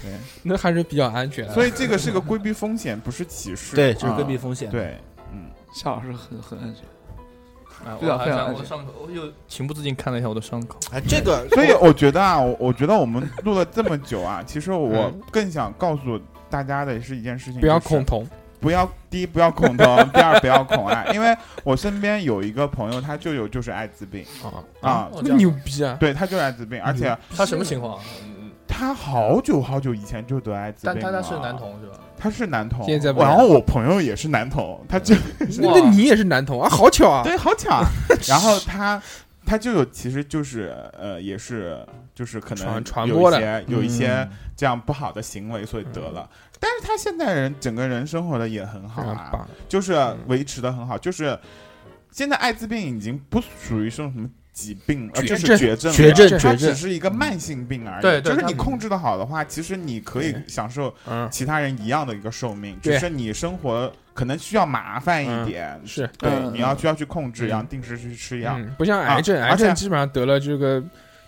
Speaker 5: 对，
Speaker 3: 那还是比较安全的。啊
Speaker 5: 所以这个是个规避风险，不是歧视。
Speaker 9: 对，这是
Speaker 5: 啊
Speaker 9: 规避风险。
Speaker 5: 对，嗯，
Speaker 10: 夏老师很很安全，
Speaker 8: 啊，
Speaker 10: 非常
Speaker 8: 我还
Speaker 10: 非常
Speaker 8: 想我
Speaker 10: 安
Speaker 8: 的
Speaker 10: 全
Speaker 8: 伤口，我又情不自禁看了一下我的伤口。
Speaker 9: 哎，这个
Speaker 5: 所以我觉得啊，我我觉得我们录了这么久啊，其实我更想告诉大家的是一件事情，
Speaker 3: 不要
Speaker 5: 就是
Speaker 3: 恐同，
Speaker 5: 不要第一不要恐同，第二不要恐爱，因为我身边有一个朋友，他舅舅就是艾滋病
Speaker 3: 啊
Speaker 5: 啊，
Speaker 8: 哦这
Speaker 3: 那
Speaker 8: 样
Speaker 3: 牛逼 啊！
Speaker 5: 对他就是艾滋病，而且
Speaker 8: 他什么情况？啊
Speaker 5: 他好久好久以前就得艾滋病
Speaker 8: 但
Speaker 5: 了，
Speaker 8: 他他是男，同是吧？
Speaker 5: 他是男同，
Speaker 3: 现在不
Speaker 5: 然
Speaker 3: 然
Speaker 5: 后我朋友也是男同，他就
Speaker 3: 那
Speaker 8: 哇
Speaker 3: 你也是男同啊？好巧啊！
Speaker 5: 对，好巧，然后他。他舅舅其实就是呃，也是就是可能
Speaker 3: 传传
Speaker 5: 有一
Speaker 3: 播嗯的
Speaker 5: 些有一些这样不好的行为，所以得了。但是他现在人整个人生活的也很好
Speaker 3: 非常
Speaker 5: 啊，
Speaker 3: 棒，
Speaker 5: 就是维持的很好，就是现在艾滋病已经不属于是什么疾病，呃，
Speaker 3: 绝
Speaker 5: 就是
Speaker 3: 症
Speaker 5: 绝症了，
Speaker 9: 绝症
Speaker 5: 它
Speaker 9: 绝
Speaker 5: 只
Speaker 9: 症
Speaker 5: 是一个慢性病而已。
Speaker 8: 对对
Speaker 5: 就是
Speaker 8: 它
Speaker 5: 你控制的好的话，其实你可以
Speaker 3: 对
Speaker 5: 享受
Speaker 3: 嗯，
Speaker 5: 其他人一样的一个寿命，只
Speaker 3: 对
Speaker 5: 是你生活可能需要麻烦一点，
Speaker 3: 是，
Speaker 5: 对，
Speaker 10: 嗯
Speaker 5: 你要需要去控制，
Speaker 3: 嗯
Speaker 5: 然后定时去吃药。
Speaker 3: 嗯，不像癌症，
Speaker 5: 啊
Speaker 3: 癌
Speaker 5: 而且
Speaker 3: 症基本上得了这个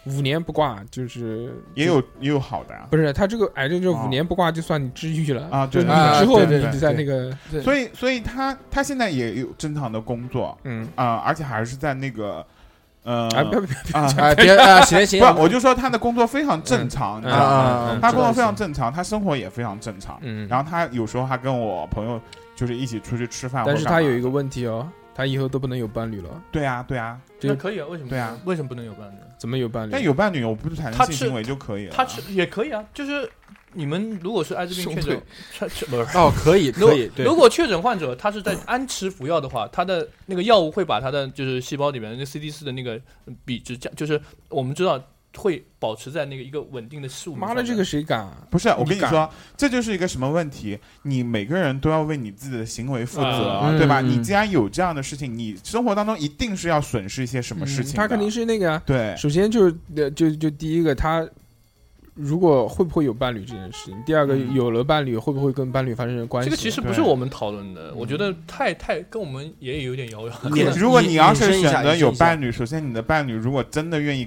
Speaker 3: 五年不挂，就是
Speaker 5: 也有也有好的啊，
Speaker 3: 不是他这个癌症就
Speaker 5: 啊
Speaker 3: 五年不挂就算你治愈了
Speaker 5: 啊
Speaker 3: 就
Speaker 5: 对
Speaker 3: 你
Speaker 8: 啊
Speaker 3: 之后
Speaker 8: 对
Speaker 3: 你
Speaker 5: 对
Speaker 3: 在那
Speaker 9: 对
Speaker 3: 个
Speaker 10: 对，
Speaker 5: 所
Speaker 10: 以
Speaker 5: 以所以他他现在也有正常的工作
Speaker 3: 嗯，
Speaker 5: 啊、而且还是在那个呃
Speaker 3: 啊，不要不要
Speaker 5: 啊
Speaker 9: 啊，
Speaker 8: 哎
Speaker 9: 别啊，行行，
Speaker 5: 不，我就说他的工作非常正常，你知
Speaker 3: 嗯
Speaker 5: 道吗？
Speaker 9: 啊
Speaker 3: 嗯
Speaker 5: 他工作
Speaker 9: 知道
Speaker 5: 非常正常，他生活也非常正常。
Speaker 3: 嗯，
Speaker 5: 然后他有时候还跟我朋友就是一起出去吃饭或
Speaker 3: 但
Speaker 5: 干嘛，
Speaker 3: 是他有一个问题哦，他以后都不能有伴侣了，哦
Speaker 5: 对啊对啊，
Speaker 3: 这
Speaker 8: 那
Speaker 3: 个
Speaker 8: 可以啊，为什么？
Speaker 5: 对啊，
Speaker 8: 为什么不能有伴侣？
Speaker 3: 怎么有伴侣？
Speaker 5: 但有伴侣我不是产
Speaker 8: 他
Speaker 5: 生
Speaker 8: 吃
Speaker 5: 性行为就可以了。
Speaker 8: 他吃也可以啊，就是你们如果是艾滋病确
Speaker 3: 胸
Speaker 8: 诊，确确不是。
Speaker 9: 哦，可以
Speaker 8: 如
Speaker 9: 可以，对
Speaker 8: 如，果确诊患者他是在安吃服药的话，他的那个药物会把他的就是细胞里面的那 CD 四的那个比值降，就是我们知道会保持在那个一个稳定的数。
Speaker 5: 嗯
Speaker 3: 妈的，这个谁敢啊？
Speaker 5: 不是，我
Speaker 3: 你
Speaker 5: 跟你
Speaker 3: 敢
Speaker 5: 说，这就是一个什么问题？你每个人都要为你自己的行为负责，
Speaker 9: 嗯
Speaker 5: 对吧？
Speaker 9: 嗯
Speaker 5: 你既然有这样的事情，你生活当中一定是要损失一些什么事情的、
Speaker 3: 他肯定是那个啊，
Speaker 5: 对
Speaker 3: 首先就是呃，就就第一个，他如果会不会有伴侣这件事情；第二个，
Speaker 5: 嗯
Speaker 3: 有了伴侣会不会跟伴侣发生关系？
Speaker 8: 这个其实不是我们讨论的，我觉得太太跟我们也有点遥远。
Speaker 5: 嗯你
Speaker 9: 衍
Speaker 5: 如果
Speaker 9: 引
Speaker 5: 你要
Speaker 9: 引
Speaker 5: 是
Speaker 9: 申一
Speaker 5: 选
Speaker 9: 下
Speaker 5: 择
Speaker 9: 引
Speaker 5: 有
Speaker 9: 申一下
Speaker 5: 伴侣，首先你的伴侣如果真的愿意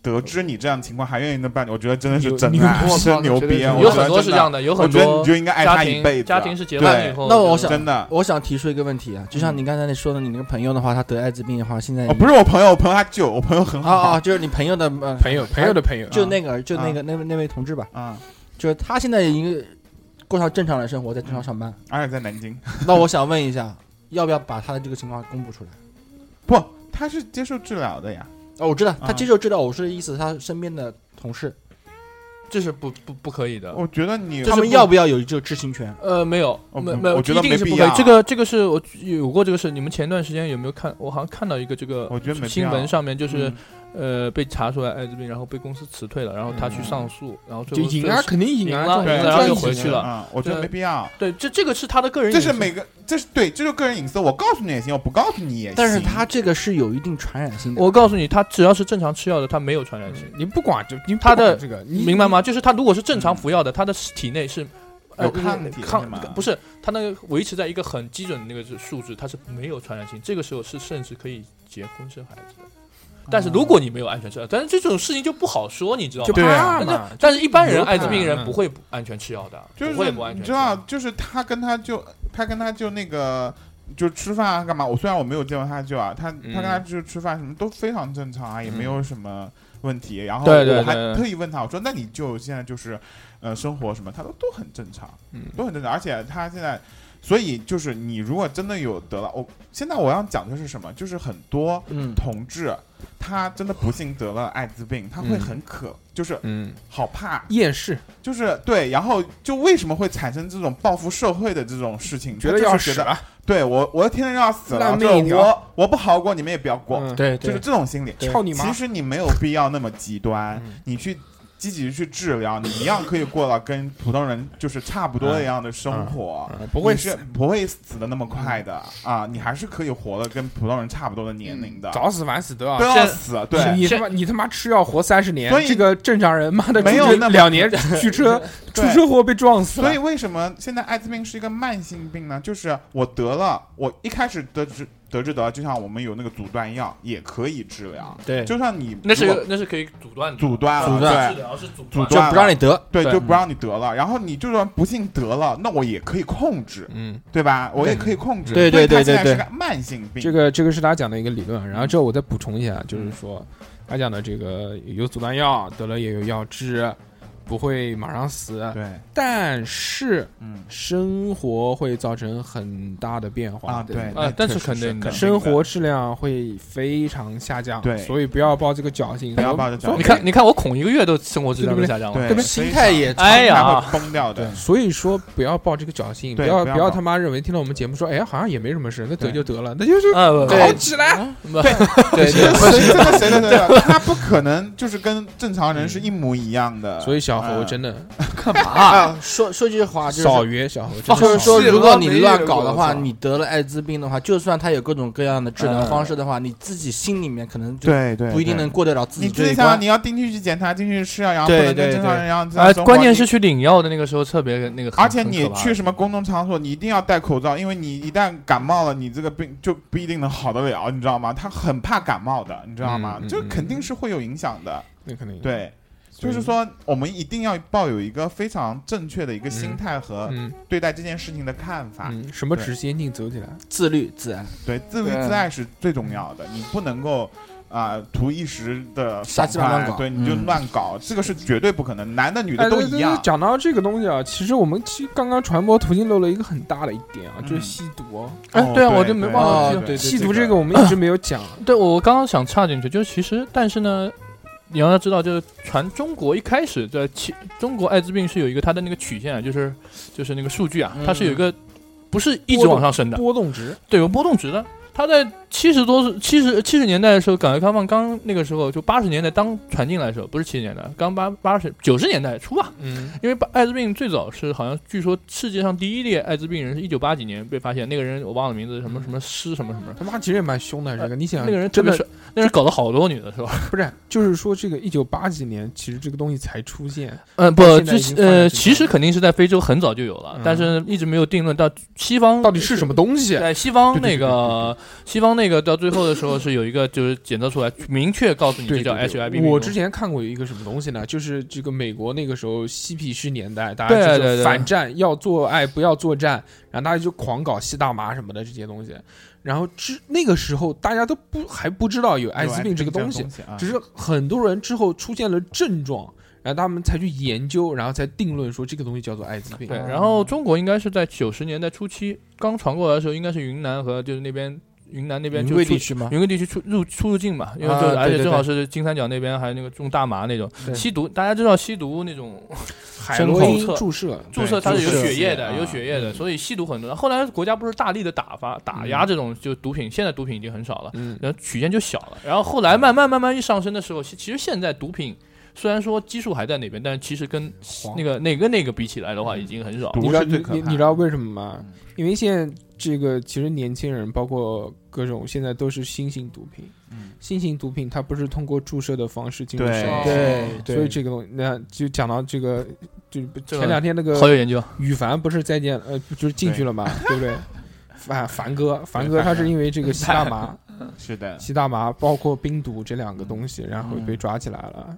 Speaker 5: 得知你这样的情况，还愿意的伴侣，我觉得真的是
Speaker 3: 牛
Speaker 5: 真
Speaker 3: 牛
Speaker 5: 爱，
Speaker 10: 我
Speaker 5: 真
Speaker 10: 靠
Speaker 5: 牛
Speaker 10: 绝对
Speaker 5: 逼！啊
Speaker 10: 是
Speaker 5: 我
Speaker 8: 有
Speaker 5: 觉得
Speaker 8: 很多
Speaker 5: 真
Speaker 8: 是这
Speaker 5: 的
Speaker 8: 样的，有
Speaker 5: 我
Speaker 8: 很
Speaker 5: 觉得
Speaker 8: 多
Speaker 5: 你就应该爱
Speaker 8: 家
Speaker 5: 他一
Speaker 8: 庭
Speaker 5: 辈子。啊
Speaker 8: 家庭是结婚以后，
Speaker 9: 那我
Speaker 8: 就是
Speaker 9: 想
Speaker 5: 真的
Speaker 9: 我想提出一个问题啊，就像你刚才那说的，你那个朋友的话，他得艾滋病的话，现在
Speaker 5: 嗯哦，不是我朋友，我朋友他舅，我朋友很
Speaker 9: 啊啊，
Speaker 5: 好
Speaker 9: 就是你朋友的呃，
Speaker 3: 朋友朋友的朋友，
Speaker 9: 就
Speaker 3: 啊
Speaker 9: 那个就那个那位那位同志吧，
Speaker 5: 啊，
Speaker 9: 就是他现在已经过上正常的生活，在正常上班。
Speaker 5: 而且在南京，
Speaker 9: 那我想问一下，要不要把他的这个情况公布出来？
Speaker 5: 不，他是接受治疗的呀。
Speaker 9: 哦，我知道
Speaker 5: 啊
Speaker 9: 他接受治疗，我是意思他身边的同事，
Speaker 8: 这是不不不可以的。
Speaker 5: 我觉得你
Speaker 9: 他们要不哎要有这个知情权？
Speaker 8: 呃，没有，
Speaker 5: 哦
Speaker 8: 没
Speaker 5: 不
Speaker 8: 没有，
Speaker 5: 我觉得
Speaker 8: 一定
Speaker 5: 没
Speaker 8: 是
Speaker 5: 必
Speaker 8: 不可以
Speaker 5: 要。啊
Speaker 8: 这个这个是我有过这个事，你们前段时间有没有看？我好像看到一个这个
Speaker 5: 我觉得没必
Speaker 8: 新
Speaker 5: 要啊
Speaker 8: 闻上面，就是
Speaker 5: 嗯、
Speaker 8: 呃被查出来艾滋病，然后被公司辞退了，然后他去上诉，然后最
Speaker 3: 就
Speaker 8: 后
Speaker 3: 赢啊，肯定赢啊，
Speaker 8: 赢了
Speaker 3: 这种
Speaker 5: 对
Speaker 3: 人
Speaker 8: 然后就
Speaker 3: 赚
Speaker 8: 回
Speaker 3: 钱
Speaker 8: 去了
Speaker 5: 啊，我觉得
Speaker 8: 对
Speaker 5: 没必要。
Speaker 8: 对，这这个是他的个人
Speaker 5: 这
Speaker 8: 隐私，
Speaker 5: 是每个，这是对，这就是个人隐私。我告诉你也行，我不告诉你也行。
Speaker 9: 但是他这个是有一定传染性的。
Speaker 8: 我告诉你，他只要是正常吃药的，他没有传染性，
Speaker 3: 你不管就你不
Speaker 8: 他的
Speaker 3: 管这个，你
Speaker 8: 明白？吗？就是他如果是正常服药的，他的体内是。呃
Speaker 5: 有抗体是
Speaker 8: 抗
Speaker 5: 吗
Speaker 8: 不是他那个维持在一个很基准的那个是数值，它是没有传染性。这个时候是甚至可以结婚生孩子的。
Speaker 5: 哦
Speaker 8: 但是如果你没有安全吃药，但是这种事情就不好说，你知道
Speaker 3: 就
Speaker 8: 吗？
Speaker 3: 怕
Speaker 8: 但是
Speaker 3: 嘛，
Speaker 8: 但是一般
Speaker 3: 流
Speaker 8: 人艾滋
Speaker 3: 感
Speaker 8: 病人
Speaker 3: 嗯
Speaker 8: 不会不安全吃药的，
Speaker 5: 就是
Speaker 8: 不会不安
Speaker 5: 你
Speaker 8: 全。
Speaker 5: 知道，，就是他跟他就他跟他就那个就吃饭啊干嘛？我虽然我没有见过他舅啊，他、
Speaker 3: 嗯
Speaker 5: 他跟他就吃饭什么都非常正常啊，也没有什么问题。然后
Speaker 8: 嗯对对
Speaker 5: 我还
Speaker 8: 对对
Speaker 5: 特意问他，我说那你就现在就是呃生活什么，他说都很正常，
Speaker 3: 嗯
Speaker 5: 都很正常。而且他现在，所以就是你如果真的有得了，我、现在我要讲的是什么？就是很多
Speaker 9: 嗯，
Speaker 5: 同志他真的不幸得了艾滋病，他会
Speaker 3: 嗯
Speaker 5: 很可，就是
Speaker 3: 嗯，
Speaker 5: 好怕，
Speaker 3: 厌世，
Speaker 5: 就是对，然后就为什么会产生这种报复社会的这种事情？
Speaker 3: 觉得
Speaker 5: 他就是
Speaker 3: 要
Speaker 5: 觉
Speaker 3: 死
Speaker 5: 得，
Speaker 3: 了，
Speaker 5: 对我，我天天要死了，
Speaker 3: 烂
Speaker 5: 就
Speaker 3: 命一
Speaker 5: 是
Speaker 3: 条
Speaker 5: 我我不好过，你们也不要过，
Speaker 3: 嗯
Speaker 9: 对
Speaker 5: 就是
Speaker 9: 对，
Speaker 5: 这种心理。
Speaker 3: 操你妈
Speaker 5: 其！实你没有必要那么极端，
Speaker 3: 嗯
Speaker 5: 你去积极去治疗，你一样可以过了跟普通人就是差
Speaker 3: 嗯
Speaker 5: 不多一样的生活，啊不会是不会死的那么快
Speaker 3: 嗯
Speaker 5: 的啊，你还是可以活的跟普通人差不多的年龄的，
Speaker 3: 嗯早死晚死都要
Speaker 5: 都要
Speaker 3: 这
Speaker 5: 死对
Speaker 3: 你他妈你他妈吃药活三十年
Speaker 5: 所，以
Speaker 3: 这个正常人妈的
Speaker 5: 没有
Speaker 3: 出去
Speaker 5: 那么
Speaker 3: 两 年去车出
Speaker 5: 对
Speaker 3: 车祸被撞死了
Speaker 5: 所以为什么现在艾滋病是一个慢性病呢？就是我得了，我一开始得知得知得了，就像我们有那个阻断药也可以治
Speaker 10: 啊
Speaker 5: 疗，
Speaker 9: 对
Speaker 5: 就像你
Speaker 8: 那
Speaker 5: 如果
Speaker 8: 是那是可以阻断的，
Speaker 5: 阻断了
Speaker 8: 阻
Speaker 5: 对
Speaker 8: 治疗是阻
Speaker 5: 阻
Speaker 8: 断，
Speaker 5: 断了
Speaker 9: 就不让你得
Speaker 5: 对，
Speaker 8: 对
Speaker 5: 就不让你得了。然后你就算不幸得了，那我也可以控制，
Speaker 3: 嗯，
Speaker 5: 对吧？我也可以控制。
Speaker 9: 对
Speaker 5: 所以
Speaker 9: 对对对
Speaker 5: 它现在是
Speaker 9: 对
Speaker 5: 个慢性病。
Speaker 3: 这个这个是他讲的一个理论，然后这我再补充一下，
Speaker 5: 嗯
Speaker 3: 就是说他讲的这个有阻断药，得了也有药治，不会马上死，
Speaker 5: 对，
Speaker 3: 但是
Speaker 5: 嗯
Speaker 3: 生活会造成很大的变化
Speaker 5: 啊，对，
Speaker 8: 呃
Speaker 5: 那
Speaker 8: 但是
Speaker 5: 确实
Speaker 8: 肯定的
Speaker 5: 是
Speaker 3: 生活质量会非常下降，
Speaker 5: 对
Speaker 3: 所以不要抱这个侥幸，
Speaker 5: 不要抱着侥幸
Speaker 8: 你看，你看我恐一个月都生活质量都下降了，
Speaker 5: 对，
Speaker 9: 心态也
Speaker 8: 哎
Speaker 5: 非常
Speaker 8: 呀
Speaker 5: 它，会崩掉的。
Speaker 3: 所以说不要抱这个侥幸，不
Speaker 5: 对
Speaker 3: 要
Speaker 5: 不要
Speaker 3: 不要
Speaker 5: 抱
Speaker 3: 他妈认为听了我们节目说，哎呀，好像也没什么事，那得
Speaker 5: 对
Speaker 3: 就得 了，那就是
Speaker 8: 嗯，
Speaker 3: 搞起来。
Speaker 8: 对 对
Speaker 5: 这谁真的谁的谁的，他不可能就是跟正常人是一模一样 的。
Speaker 3: 所以小
Speaker 5: 嗯
Speaker 3: 猴真的
Speaker 9: 啊，说说句话就是
Speaker 3: 少约小猴，
Speaker 9: 就
Speaker 5: 哦
Speaker 3: 真的
Speaker 9: 是说，
Speaker 3: 少约
Speaker 9: 如果你乱搞的
Speaker 10: 我
Speaker 9: 话，
Speaker 10: 操
Speaker 9: 你得了艾滋病的话，就算他有各种各样的治疗方式的话，你自己心里面可能就
Speaker 5: 对对，
Speaker 9: 不一定
Speaker 5: 对
Speaker 9: 能过得了自己
Speaker 5: 你
Speaker 9: 这
Speaker 5: 最
Speaker 9: 一
Speaker 5: 想
Speaker 9: 关
Speaker 5: 你。要定期去检查，定期去吃药，然后不
Speaker 9: 对
Speaker 5: 能跟
Speaker 9: 对
Speaker 5: 正常
Speaker 9: 对
Speaker 5: 人一样这样
Speaker 8: 啊，
Speaker 5: 生活。
Speaker 8: 关键是去领药的那个时候特别那个很，
Speaker 5: 而且你
Speaker 8: 很可怕
Speaker 5: 去什么公众场所，你一定要戴口罩，因为你一旦感冒了，你这个病就不一定能好得了，你知道吗？他很怕感冒的，你知道吗？
Speaker 3: 嗯嗯
Speaker 5: 这
Speaker 3: 嗯
Speaker 5: 肯定是会有影响的。
Speaker 3: 那肯定，
Speaker 5: 对，
Speaker 3: 所以
Speaker 5: 就是，说我们一定要抱有一个非常正确的一个心态和
Speaker 3: 嗯
Speaker 5: 对待这件事情的看法。
Speaker 3: 嗯，什么直先进走起来，
Speaker 9: 自律自爱，
Speaker 5: 对，自律
Speaker 10: 对
Speaker 5: 自爱是最重要的，你不能够。啊、图一时的
Speaker 9: 瞎
Speaker 5: 爽
Speaker 9: 鸡巴乱
Speaker 5: 快
Speaker 9: 搞
Speaker 5: 对，你就
Speaker 9: 嗯
Speaker 5: 乱搞，这个是绝对不可能，男的女
Speaker 3: 哎
Speaker 5: 的都
Speaker 3: 对对
Speaker 5: 一
Speaker 3: 对
Speaker 5: 样。
Speaker 3: 讲到这个东西啊，其实我们其实刚刚传播途径漏了一个很大的一点啊，
Speaker 5: 嗯
Speaker 3: 就是吸毒哦。
Speaker 5: 哦
Speaker 3: 哎，对啊，我就没
Speaker 5: 对
Speaker 3: 忘
Speaker 5: 对
Speaker 3: 了
Speaker 5: 对对
Speaker 3: 吸
Speaker 5: 这
Speaker 3: 毒
Speaker 5: 个
Speaker 3: 这个我们一直没有讲。
Speaker 8: 对我刚刚想插进去，就是其实，但是呢，你要知道，就是传中国一开始在其中国艾滋病是有一个它的那个曲线啊，就是就是那个数据啊，它是有一个不是一直往上升的，
Speaker 3: 嗯 波动值，
Speaker 8: 对，有波动值的。它在七十多七十七十年代的时候，改革开放刚那个时候，就八十年代当传进来的时候，不是七十年代，刚八八十九十年代初吧，
Speaker 3: 嗯，
Speaker 8: 因为把艾滋病最早是好像据说世界上第一例艾滋病人是一九八几年被发现，那个人我忘了名字，什么什么诗什么什么。
Speaker 3: 他妈其实也蛮凶的。这个你想，
Speaker 8: 那个
Speaker 3: 嗯
Speaker 8: 人
Speaker 3: 啊真
Speaker 8: 特别
Speaker 3: 的
Speaker 8: 帅，那人搞了好多女的是吧？
Speaker 3: 不是，就是说这个一九八几年，其实这个东西才出现。
Speaker 8: 嗯，不
Speaker 3: 到，现在
Speaker 8: 这
Speaker 3: 已经发展
Speaker 8: 呃，
Speaker 3: 成
Speaker 8: 其实肯定是在非洲很早就有了，
Speaker 3: 嗯
Speaker 8: 但是一直没有定论到西方
Speaker 3: 到底是什么东西？
Speaker 8: 在西方
Speaker 3: 对对
Speaker 8: 那
Speaker 3: 对
Speaker 8: 个西方那个到最后的时候是有一个就是检测出来，明确告诉你
Speaker 3: 对
Speaker 8: 这叫
Speaker 3: 对对
Speaker 8: HIV 病毒。
Speaker 3: 我之前看过一个什么东西呢？就是这个美国那个时候嬉皮士年代，大
Speaker 8: 对
Speaker 3: 家就
Speaker 8: 对
Speaker 3: 是
Speaker 8: 对
Speaker 3: 反战，要做爱不要作战，然后大家就狂搞吸大麻什么的这些东西。然后之那个时候大家都不还不知道有艾滋病这个东西，
Speaker 5: 啊
Speaker 3: 只是很多人之后出现了症状，然后他们才去研究，然后才定论说这个东西叫做艾滋病。啊
Speaker 8: 对，然后中国应该是在九十年代初期刚传过来的时候，应该是云南和就是那边云南那边
Speaker 9: 云
Speaker 8: 就
Speaker 9: 贵
Speaker 8: 出
Speaker 9: 地区吗？
Speaker 8: 云贵地区出入出入境嘛，因为
Speaker 9: 啊
Speaker 8: 就是、而
Speaker 9: 对
Speaker 8: 且
Speaker 9: 对
Speaker 8: 正好是金三角那边还有那个种大麻那种
Speaker 3: 对
Speaker 8: 吸毒，大家知道吸毒那种
Speaker 3: 海
Speaker 8: 真
Speaker 3: 洛
Speaker 8: 口
Speaker 3: 因
Speaker 8: 测
Speaker 3: 注射，
Speaker 8: 注射它是有血液的，
Speaker 5: 注射
Speaker 8: 有血液的，所以吸毒很多。后来国家不是大力的打发打压这种就毒品，现在毒品已经很少了，
Speaker 3: 嗯，
Speaker 8: 然后曲线就小了。然后后来慢慢慢慢一上升的时候，其其实现在毒品虽然说基数还在那边，但是其实跟那个哪个那个比起来的话，已经很少。
Speaker 3: 你
Speaker 5: 毒
Speaker 3: 知道
Speaker 5: 是
Speaker 3: 你
Speaker 5: 最可
Speaker 3: 你
Speaker 5: 怕
Speaker 3: 你知
Speaker 5: 的。
Speaker 3: 道为什么吗？
Speaker 8: 嗯
Speaker 3: 因为现在这个其实年轻人，包括各种现在都是新型毒品，
Speaker 5: 嗯
Speaker 3: 新型毒品它不是通过注射的方式进入
Speaker 5: 对
Speaker 3: 身体，
Speaker 9: 对
Speaker 8: 哦
Speaker 3: 所以这个东西那就讲到这个，就
Speaker 8: 这
Speaker 3: 前两天那
Speaker 8: 好
Speaker 3: 个
Speaker 8: 有研究，
Speaker 3: 羽凡不是再见呃就是进去了嘛，对不对？ 凡凡哥，凡哥
Speaker 5: 凡哥
Speaker 3: 他是因为 这个吸大麻、
Speaker 5: 是的，
Speaker 3: 吸大麻，包括冰毒这两个东西，然后被抓起来了。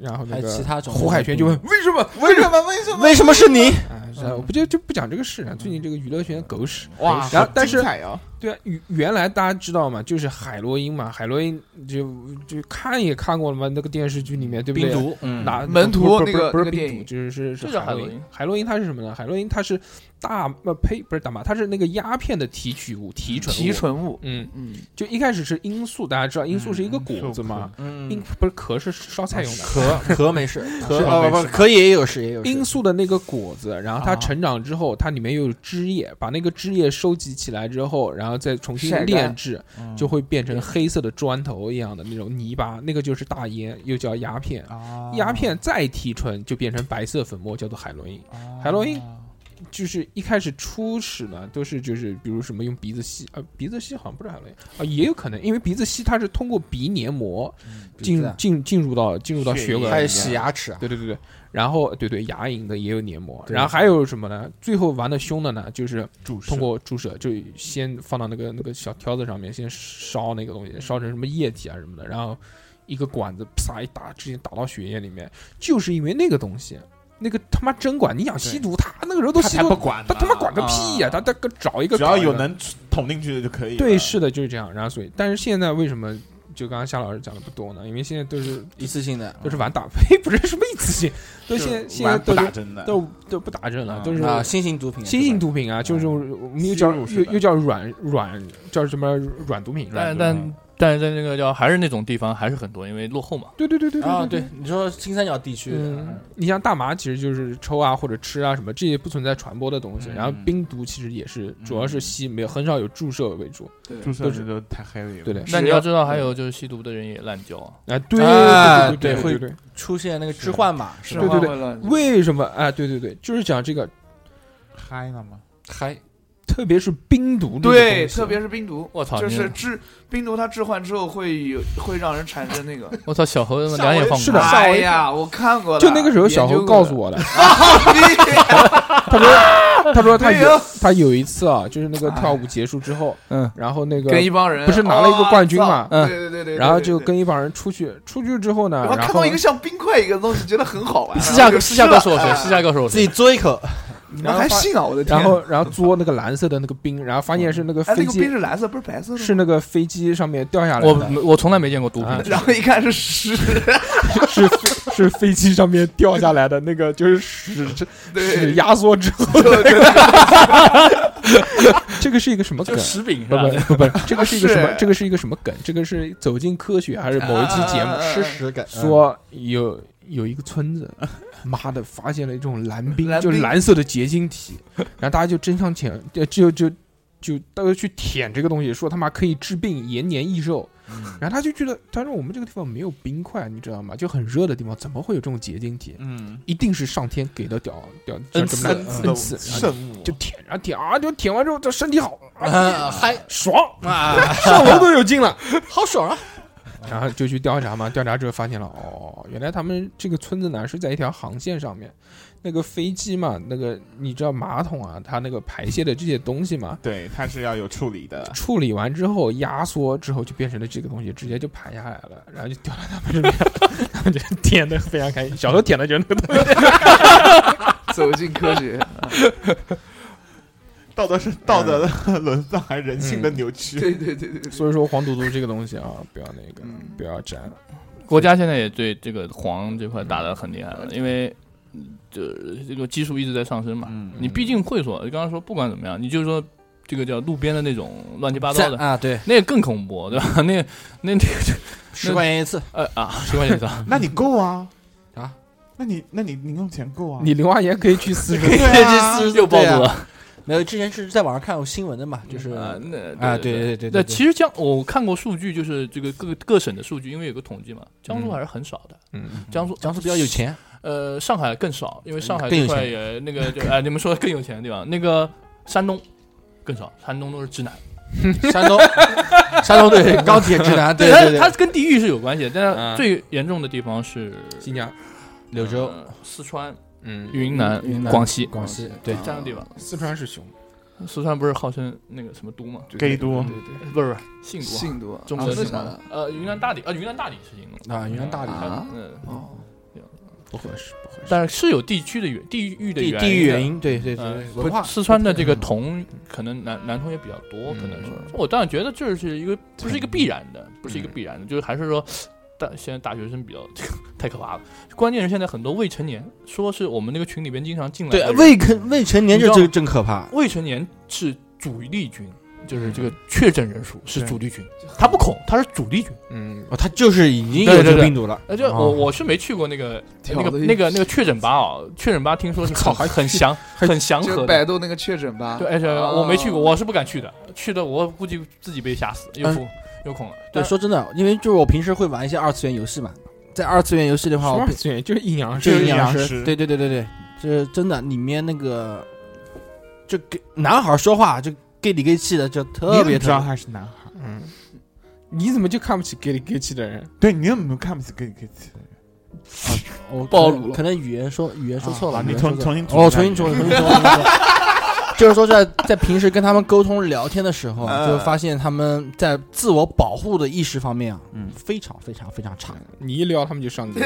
Speaker 3: 然后那
Speaker 9: 还有
Speaker 3: 个
Speaker 9: 其他种
Speaker 3: 胡海泉就问为什么
Speaker 5: 为什么？为什么？
Speaker 9: 为什么是你？
Speaker 3: 啊？是啊我不就就不讲这个事了。最近这个娱乐圈狗屎，
Speaker 5: 哇！
Speaker 3: 然后
Speaker 5: 好
Speaker 3: 但是
Speaker 5: 精彩哦
Speaker 3: 对啊，原原来大家知道嘛，就是海洛因嘛，海洛因就就看也看过了嘛，那个电视剧里面对不对？
Speaker 9: 病毒，嗯，
Speaker 3: 拿
Speaker 10: 门徒
Speaker 3: 不是
Speaker 10: 那个
Speaker 3: 不是不
Speaker 10: 那个
Speaker 3: 是
Speaker 10: 电
Speaker 3: 冰毒，
Speaker 10: 影
Speaker 3: 就是是
Speaker 8: 就是
Speaker 3: 海
Speaker 8: 海
Speaker 3: 洛
Speaker 8: 洛
Speaker 3: 因
Speaker 8: 因。
Speaker 3: 海洛因它是什么呢？海洛因它是大呃呸不是大麻，它是那个鸦片的提取物提纯物
Speaker 10: 提。纯物，
Speaker 3: 嗯，
Speaker 10: 嗯，
Speaker 3: 就一开始是罂粟，大家知道罂粟是一个果子嘛，罂
Speaker 9: 嗯，
Speaker 3: 不是壳是烧菜用的。啊
Speaker 9: 咳咳没 事，咳
Speaker 5: 是
Speaker 9: 哦
Speaker 5: 没
Speaker 9: 不
Speaker 5: 事
Speaker 9: 可以也有事也有事
Speaker 3: 罂粟的那个果子，然后它成长之后，它里面又有汁液，把那个汁液收集起来之后，然后后再重新
Speaker 10: 晒干
Speaker 3: 炼制，
Speaker 10: 嗯
Speaker 3: 就会变成黑色的砖头一样的那种泥巴，那个就是大烟，又叫鸦
Speaker 9: 啊
Speaker 3: 片。鸦片再提纯就变成白色粉末，叫做海洛因。海洛因就是一开始初始呢，都是就是比如什么用鼻子吸，呃，鼻子吸好像不是海洛因啊，也有可能，因为鼻子吸它是通过鼻黏膜
Speaker 9: 鼻
Speaker 3: 进
Speaker 9: 子啊
Speaker 3: 进进入到进入到
Speaker 9: 血
Speaker 3: 血
Speaker 9: 液
Speaker 3: 管，
Speaker 9: 还有洗牙齿啊
Speaker 3: 对对对对，然后对对牙龈的也有黏膜，
Speaker 9: 对
Speaker 3: 然后还有什么呢？最后玩的凶的呢，就是
Speaker 5: 注射
Speaker 3: 通过注射，就先放到那个那个小挑子上面，先烧那个东西，烧成什么液体啊什么的，然后一个管子啪一打，直接打到血液里面，就是因为那个东西。那个他妈针管，你想吸毒，他那个时候都
Speaker 11: 他
Speaker 3: 吸
Speaker 11: 才
Speaker 3: 毒
Speaker 11: 不管
Speaker 3: 他
Speaker 11: 呢
Speaker 3: 他妈管个
Speaker 11: 啊
Speaker 3: 屁呀！他他个找一个，
Speaker 11: 只要
Speaker 3: 搞一
Speaker 11: 有
Speaker 3: 个
Speaker 11: 能捅进去就可以了。
Speaker 3: 对，是的，就是这样。然后所以，但是现在为什么就刚刚夏老师讲的不多呢？因为现在都是
Speaker 9: 一次性的，
Speaker 3: 都
Speaker 11: 啊
Speaker 3: 是玩打呸，不是什么一次性，都
Speaker 9: 是
Speaker 3: 现在现在
Speaker 9: 玩
Speaker 3: 都
Speaker 9: 不打
Speaker 3: 是
Speaker 9: 针的
Speaker 3: 都都不打针了，都是
Speaker 9: 啊新型毒品
Speaker 3: 新型毒品啊，就是我们又
Speaker 8: 吸
Speaker 3: 叫
Speaker 8: 入式
Speaker 3: 又
Speaker 8: 的
Speaker 3: 又叫软软叫什么软毒品，
Speaker 8: 但但但是在那个叫还是那种地方还是很多，因为落后嘛。
Speaker 3: 对对对对
Speaker 9: 啊，
Speaker 3: 对
Speaker 9: 对，你说金三角地区，
Speaker 3: 嗯，你像大麻其实就是抽啊或者吃啊什么，这些不存在传播的东西。然后冰毒其实也是，主要是吸，没有很少有注射为主，
Speaker 10: 对
Speaker 5: 注射
Speaker 3: 都
Speaker 5: 这
Speaker 3: 是
Speaker 5: 都太 heavy 了
Speaker 3: 对的，
Speaker 8: 那
Speaker 10: 啊
Speaker 8: 你要知道，还有就是吸毒的人也滥交啊。
Speaker 3: 啊，
Speaker 9: 哎
Speaker 3: 对对对对对
Speaker 9: 会
Speaker 3: 对对
Speaker 9: 出现那个置换嘛，是吧
Speaker 3: 对对对，为什么？哎，对对对，就是讲这个
Speaker 5: 嗨了吗？
Speaker 9: 嗨，
Speaker 3: 特别是冰毒这个
Speaker 10: 对，
Speaker 3: 东西
Speaker 10: 特别是冰毒，
Speaker 3: 我操
Speaker 10: 就是
Speaker 3: 你
Speaker 10: 治冰毒，它置换之后会有会让人产生那个。
Speaker 8: 我操，小猴他妈
Speaker 10: 吓
Speaker 8: 两眼
Speaker 10: 我一
Speaker 8: 放
Speaker 10: 是
Speaker 8: 光。
Speaker 10: 的吓我一哎呀跳我看过了
Speaker 3: 就那个时候小
Speaker 10: 研
Speaker 3: 猴
Speaker 10: 究
Speaker 3: 告
Speaker 10: 过的
Speaker 3: 诉 我的，
Speaker 10: 他
Speaker 3: 说他说他
Speaker 10: 没有
Speaker 3: 有他有一次啊，就是那个跳舞结束之后，嗯，然后那个
Speaker 10: 跟一帮人
Speaker 3: 不是拿了一个冠军嘛嗯
Speaker 10: 哦，操对对对对
Speaker 3: 然后
Speaker 10: 对对
Speaker 3: 就跟一帮人出去，出去之后呢，
Speaker 10: 我
Speaker 3: 然
Speaker 10: 看
Speaker 3: 后
Speaker 10: 到一个像冰块一个东西，觉得 很好玩。
Speaker 3: 私下
Speaker 10: 然后就
Speaker 3: 私下
Speaker 10: 吃
Speaker 3: 告
Speaker 10: 了
Speaker 3: 诉我谁
Speaker 10: 哎
Speaker 3: 私下告诉我谁
Speaker 9: 嘬一口，
Speaker 10: 你们还信啊！我的天！
Speaker 3: 然后然后嘬那个蓝色的那个冰，然后发现是那个
Speaker 10: 哎，那
Speaker 3: 飞
Speaker 10: 个
Speaker 3: 机
Speaker 10: 冰是蓝色，不是白色的吗。
Speaker 3: 是那个飞机上面掉下来的，
Speaker 8: 我我从来没见过毒品
Speaker 3: 啊，
Speaker 10: 然后一看是 屎，
Speaker 3: 是飞是飞机上面掉下来的那个，就是屎
Speaker 10: 对
Speaker 3: 屎压缩之后的那
Speaker 10: 对
Speaker 3: 个。这个是一个什么梗？
Speaker 8: 就屎饼是
Speaker 3: 不
Speaker 10: 啊
Speaker 8: 吧
Speaker 3: 不不不，这个是一个什 么
Speaker 8: 是？
Speaker 3: 这个是一个什么梗？这个是走进科学还是 某一期节目
Speaker 10: 嗯
Speaker 9: 啊吃屎梗
Speaker 11: 嗯
Speaker 3: 说有有一个 村子，妈的发现了一种蓝冰，
Speaker 9: 蓝冰
Speaker 3: 就是蓝色的结晶体，然后大家就争相舔，呃就就就大家去舔这个东西，说他妈可以治病，延年益寿。
Speaker 11: 嗯
Speaker 3: 然后他就觉得，他说我们这个地方没有冰块，你知道吗？就很热的地方，怎么会有这种结晶体？
Speaker 11: 嗯，
Speaker 3: 一定是上天给的屌屌叫
Speaker 11: 恩
Speaker 3: 什
Speaker 11: 赐
Speaker 3: 么来着
Speaker 11: 恩赐
Speaker 3: 恩赐
Speaker 11: 圣物
Speaker 3: 就舔啊舔啊，就舔完之后，这身体好
Speaker 9: 啊嗨
Speaker 3: 爽
Speaker 9: 啊
Speaker 3: 上楼都有劲了，
Speaker 9: 好爽啊！
Speaker 3: 然后就去调查嘛，调查之后发现了，哦，原来他们这个村子呢是在一条航线上面，那个飞机嘛，那个你知道马桶啊，它那个排泄的这些东西嘛，
Speaker 5: 对，它是要有处理的。
Speaker 3: 处理完之后压缩之后就变成了这个东西，直接就排下来了，然后就掉到他们这边， 他们就舔的非常开心，小时候舔的就是那个东西，
Speaker 10: 嗯走进科学，啊
Speaker 5: 道德是道德的沦丧，还是人性的扭曲？
Speaker 3: 嗯
Speaker 10: 对对对对对
Speaker 3: 所以说黄赌毒这个东西啊，不要那个，
Speaker 9: 嗯
Speaker 3: 不要沾。
Speaker 8: 国家现在也对这个黄这块打得很厉害了，因为嗯就这个基数一直在上升
Speaker 5: 嗯
Speaker 8: 嘛。你毕竟会所，你刚刚说不管怎么样，你就是说这个叫路边的那种乱七八糟的
Speaker 9: 在啊对
Speaker 8: 那个更恐怖，对吧？ 那个那那个就
Speaker 9: 10块钱一次，
Speaker 8: 呃啊，十块钱一次啊，
Speaker 5: 那你够啊
Speaker 9: 啊？
Speaker 5: 那你那你零用钱够啊？
Speaker 3: 你零花钱可以去四十，
Speaker 9: 可以去四十
Speaker 8: 又暴露了。
Speaker 9: 没有，之前是在网上看过新闻的嘛，就是啊，
Speaker 8: 啊，
Speaker 9: 对对对
Speaker 8: 那
Speaker 9: 对，
Speaker 8: 其实江我看过数据，就是这个各各省的数据，因为有个统计嘛，江苏还是很少的。
Speaker 3: 嗯，
Speaker 8: 江苏
Speaker 9: 江苏比较有钱。
Speaker 8: 呃，上海更少，因为上
Speaker 9: 更
Speaker 8: 海这
Speaker 9: 有
Speaker 8: 块
Speaker 9: 钱
Speaker 8: 也那个就哎，你们说更有钱的地方，那 个山东更少，山东都是直男。
Speaker 9: 山东 山东对钢铁直男 对
Speaker 8: 它
Speaker 9: 对对
Speaker 8: 它跟地域是有关系的，但
Speaker 9: 嗯
Speaker 8: 是最严重的地方是呃
Speaker 3: 新疆、
Speaker 9: 柳州、
Speaker 8: 四川、
Speaker 3: 嗯
Speaker 8: 云南、
Speaker 9: 云南
Speaker 8: 广西、
Speaker 9: 广西对
Speaker 8: 这样的地方。
Speaker 3: 四川是熊，
Speaker 8: 四川不是号称那个什么都吗？
Speaker 5: gay 都
Speaker 8: 对对，不是不是信都，
Speaker 10: 信都
Speaker 8: 中国
Speaker 10: 啊
Speaker 8: 的
Speaker 10: 那
Speaker 8: 信都
Speaker 10: 啥
Speaker 8: 呃，云南大理啊，云南大理是信都
Speaker 9: 啊云南大理
Speaker 8: 嗯
Speaker 9: 啊
Speaker 8: 嗯
Speaker 10: 哦，
Speaker 3: 不合适不合适。
Speaker 8: 但是是有地区的原地域的
Speaker 9: 地
Speaker 8: 原
Speaker 9: 地域
Speaker 8: 因的
Speaker 9: 原因对对对
Speaker 8: 呃
Speaker 9: 对文化
Speaker 5: 啊
Speaker 8: 四川的这个同可能男男同也比较多，可能是。我当然觉得这是一个不是一个必然的，不是一个必然的，就是还是说。大现在大学生比较 太可怕了，关键是现在很多未成年，说是我们那个群里边经常进来的
Speaker 9: 对
Speaker 8: 人
Speaker 9: 未成未成年
Speaker 8: 嗯你知
Speaker 9: 这
Speaker 8: 道
Speaker 9: 这个真可怕。
Speaker 8: 未成年是主力军，就是这个确诊人数是主力军，他不恐，他是主力军。
Speaker 3: 嗯，
Speaker 9: 哦，他就是已经
Speaker 8: 对
Speaker 9: 有这
Speaker 8: 对对
Speaker 9: 个病毒了。
Speaker 8: 而且
Speaker 9: 哦
Speaker 8: 我我是没去过那个
Speaker 10: 挑
Speaker 8: 那个
Speaker 10: 的
Speaker 8: 那个那个确诊吧哦，确诊吧听说是很很祥很祥
Speaker 10: 就
Speaker 8: 和的
Speaker 10: 百。度那个确诊吧。
Speaker 8: 对，而且
Speaker 10: 哦
Speaker 3: 啊
Speaker 8: 我没去过，我是不敢去的。去的，我估计自己被吓死，有
Speaker 9: 嗯
Speaker 8: 恐有恐了。
Speaker 9: 对，
Speaker 8: 但
Speaker 9: 说真的，因为就是我平时会玩一些二次元游戏嘛，在二次元游戏的话，
Speaker 3: 什么
Speaker 9: 我
Speaker 3: 二次元啊就是阴阳师
Speaker 9: 就是阴
Speaker 3: 阴阳
Speaker 9: 阳
Speaker 3: 师
Speaker 9: 对对对对对，这真的里面那个，就给男孩说话就 gay 里 gay 气的，就特
Speaker 3: 你怎
Speaker 9: 别
Speaker 3: 么知道他
Speaker 11: 是男孩？
Speaker 3: 嗯，你怎么就看不起 gay 里 gay 气的人？
Speaker 11: 对，你怎么看不起 gay 里 gay 气的
Speaker 9: 人？我
Speaker 3: 暴露了
Speaker 9: 哦可能语言说语言说错了，
Speaker 11: 啊
Speaker 9: 语言
Speaker 11: 你重
Speaker 9: 说错了
Speaker 11: 重新组
Speaker 9: 哦，
Speaker 11: 织一下语
Speaker 9: 重新重新
Speaker 11: 言
Speaker 9: 重新重新重新。 就是说在，在平时跟他们沟通聊天的时候，啊
Speaker 11: 呃
Speaker 9: 就发现他们在自我保护的意识方面啊，嗯，非常非常非常差。
Speaker 3: 你一撩他们就上你，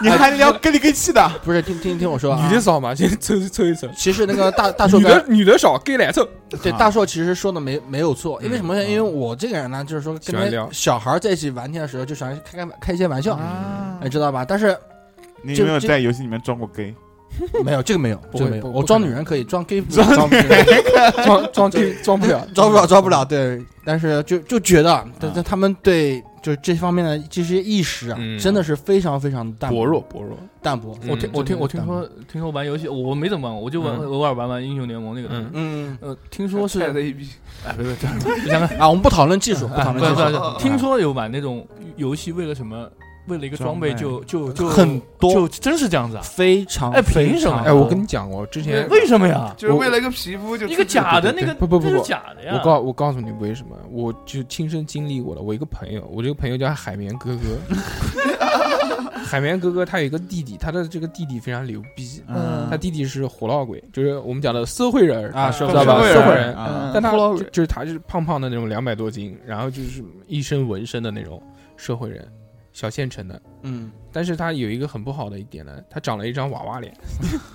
Speaker 9: 你还聊
Speaker 11: 跟里跟气的？
Speaker 9: 不是，听听听我说啊，
Speaker 3: 女的少嘛，先凑凑一凑。
Speaker 9: 其实那个大大硕
Speaker 3: 女
Speaker 9: 哥
Speaker 3: 的女的少，gay 来凑。
Speaker 9: 对，大硕其实说的没没有错，
Speaker 3: 嗯
Speaker 9: 因为什么呢？因为我这个人呢，就是说
Speaker 3: 喜
Speaker 9: 跟
Speaker 3: 欢
Speaker 9: 那
Speaker 3: 撩
Speaker 9: 小孩在一起玩天的时候，就喜欢开开开一些玩
Speaker 10: 啊
Speaker 9: 笑，
Speaker 10: 哎
Speaker 9: 你知道吧？但是
Speaker 5: 你
Speaker 9: 就
Speaker 5: 有没有
Speaker 9: 这
Speaker 5: 在游戏里面装过 gay？
Speaker 9: 没有这个没有，
Speaker 5: 不
Speaker 9: 这
Speaker 5: 会
Speaker 9: 个没有，
Speaker 5: 不
Speaker 9: 我
Speaker 5: 不
Speaker 9: 装
Speaker 5: 可
Speaker 9: 女
Speaker 5: 能
Speaker 9: 人可以，装 gay 不
Speaker 5: 装
Speaker 9: 装不
Speaker 5: 女人
Speaker 9: 了
Speaker 5: 装装
Speaker 9: 对
Speaker 5: gay 装不 了
Speaker 9: 装不
Speaker 8: 嗯
Speaker 9: 了，装不了。对，但是就就觉得，但但他们对就是这方面的这些意识啊，
Speaker 8: 嗯
Speaker 9: 真的是非常非常淡
Speaker 8: 薄弱嗯薄弱
Speaker 9: 淡薄。
Speaker 8: 我
Speaker 3: 嗯
Speaker 8: 听我听我听
Speaker 9: 真的是淡薄
Speaker 8: 说听说玩游戏，我我没怎么玩过，我就玩
Speaker 9: 嗯
Speaker 8: 偶尔玩玩英雄联盟那个。
Speaker 3: 嗯
Speaker 9: 嗯
Speaker 8: 呃，听说 是
Speaker 10: 菜的一逼，
Speaker 8: 哎，别别这 样，不想看
Speaker 9: 啊我们不讨论技术
Speaker 8: 哎
Speaker 9: 不讨论技术
Speaker 8: 不要不要
Speaker 9: 啊
Speaker 8: 听说有玩那种游戏，为了什么？为了一个装备
Speaker 9: 装
Speaker 8: 就
Speaker 9: 备
Speaker 8: 就就
Speaker 9: 很多
Speaker 8: 就真是这样子啊！
Speaker 9: 非常
Speaker 8: 哎，凭
Speaker 9: 非
Speaker 8: 什么
Speaker 9: 常
Speaker 8: 呀？
Speaker 3: 哎，我跟你讲过，之前
Speaker 8: 为什么呀？
Speaker 10: 就是为了一个皮肤就
Speaker 8: 一个假的那个，
Speaker 3: 不不不
Speaker 8: 这
Speaker 3: 不
Speaker 8: 是假的呀！
Speaker 3: 我告我告诉你为什么，我就亲身经历过的。我一个朋友，我这个朋友叫海绵哥 哥，海绵哥哥他有一个弟弟，他的这个弟弟非常牛逼，
Speaker 11: 嗯
Speaker 3: 他弟弟是活老鬼，就是我们讲的社会人儿
Speaker 11: 啊
Speaker 3: 知
Speaker 11: 社
Speaker 3: 道吧？
Speaker 11: 会人
Speaker 3: 社会人
Speaker 5: 嗯
Speaker 8: 嗯
Speaker 11: 啊，
Speaker 3: 但他
Speaker 11: 活老
Speaker 3: 就就是他就是胖胖的那种，两百多斤，然后就是一身纹身的那种社会人，小县城的，
Speaker 9: 嗯。
Speaker 3: 但是他有一个很不好的一点呢，他长了一张娃娃脸，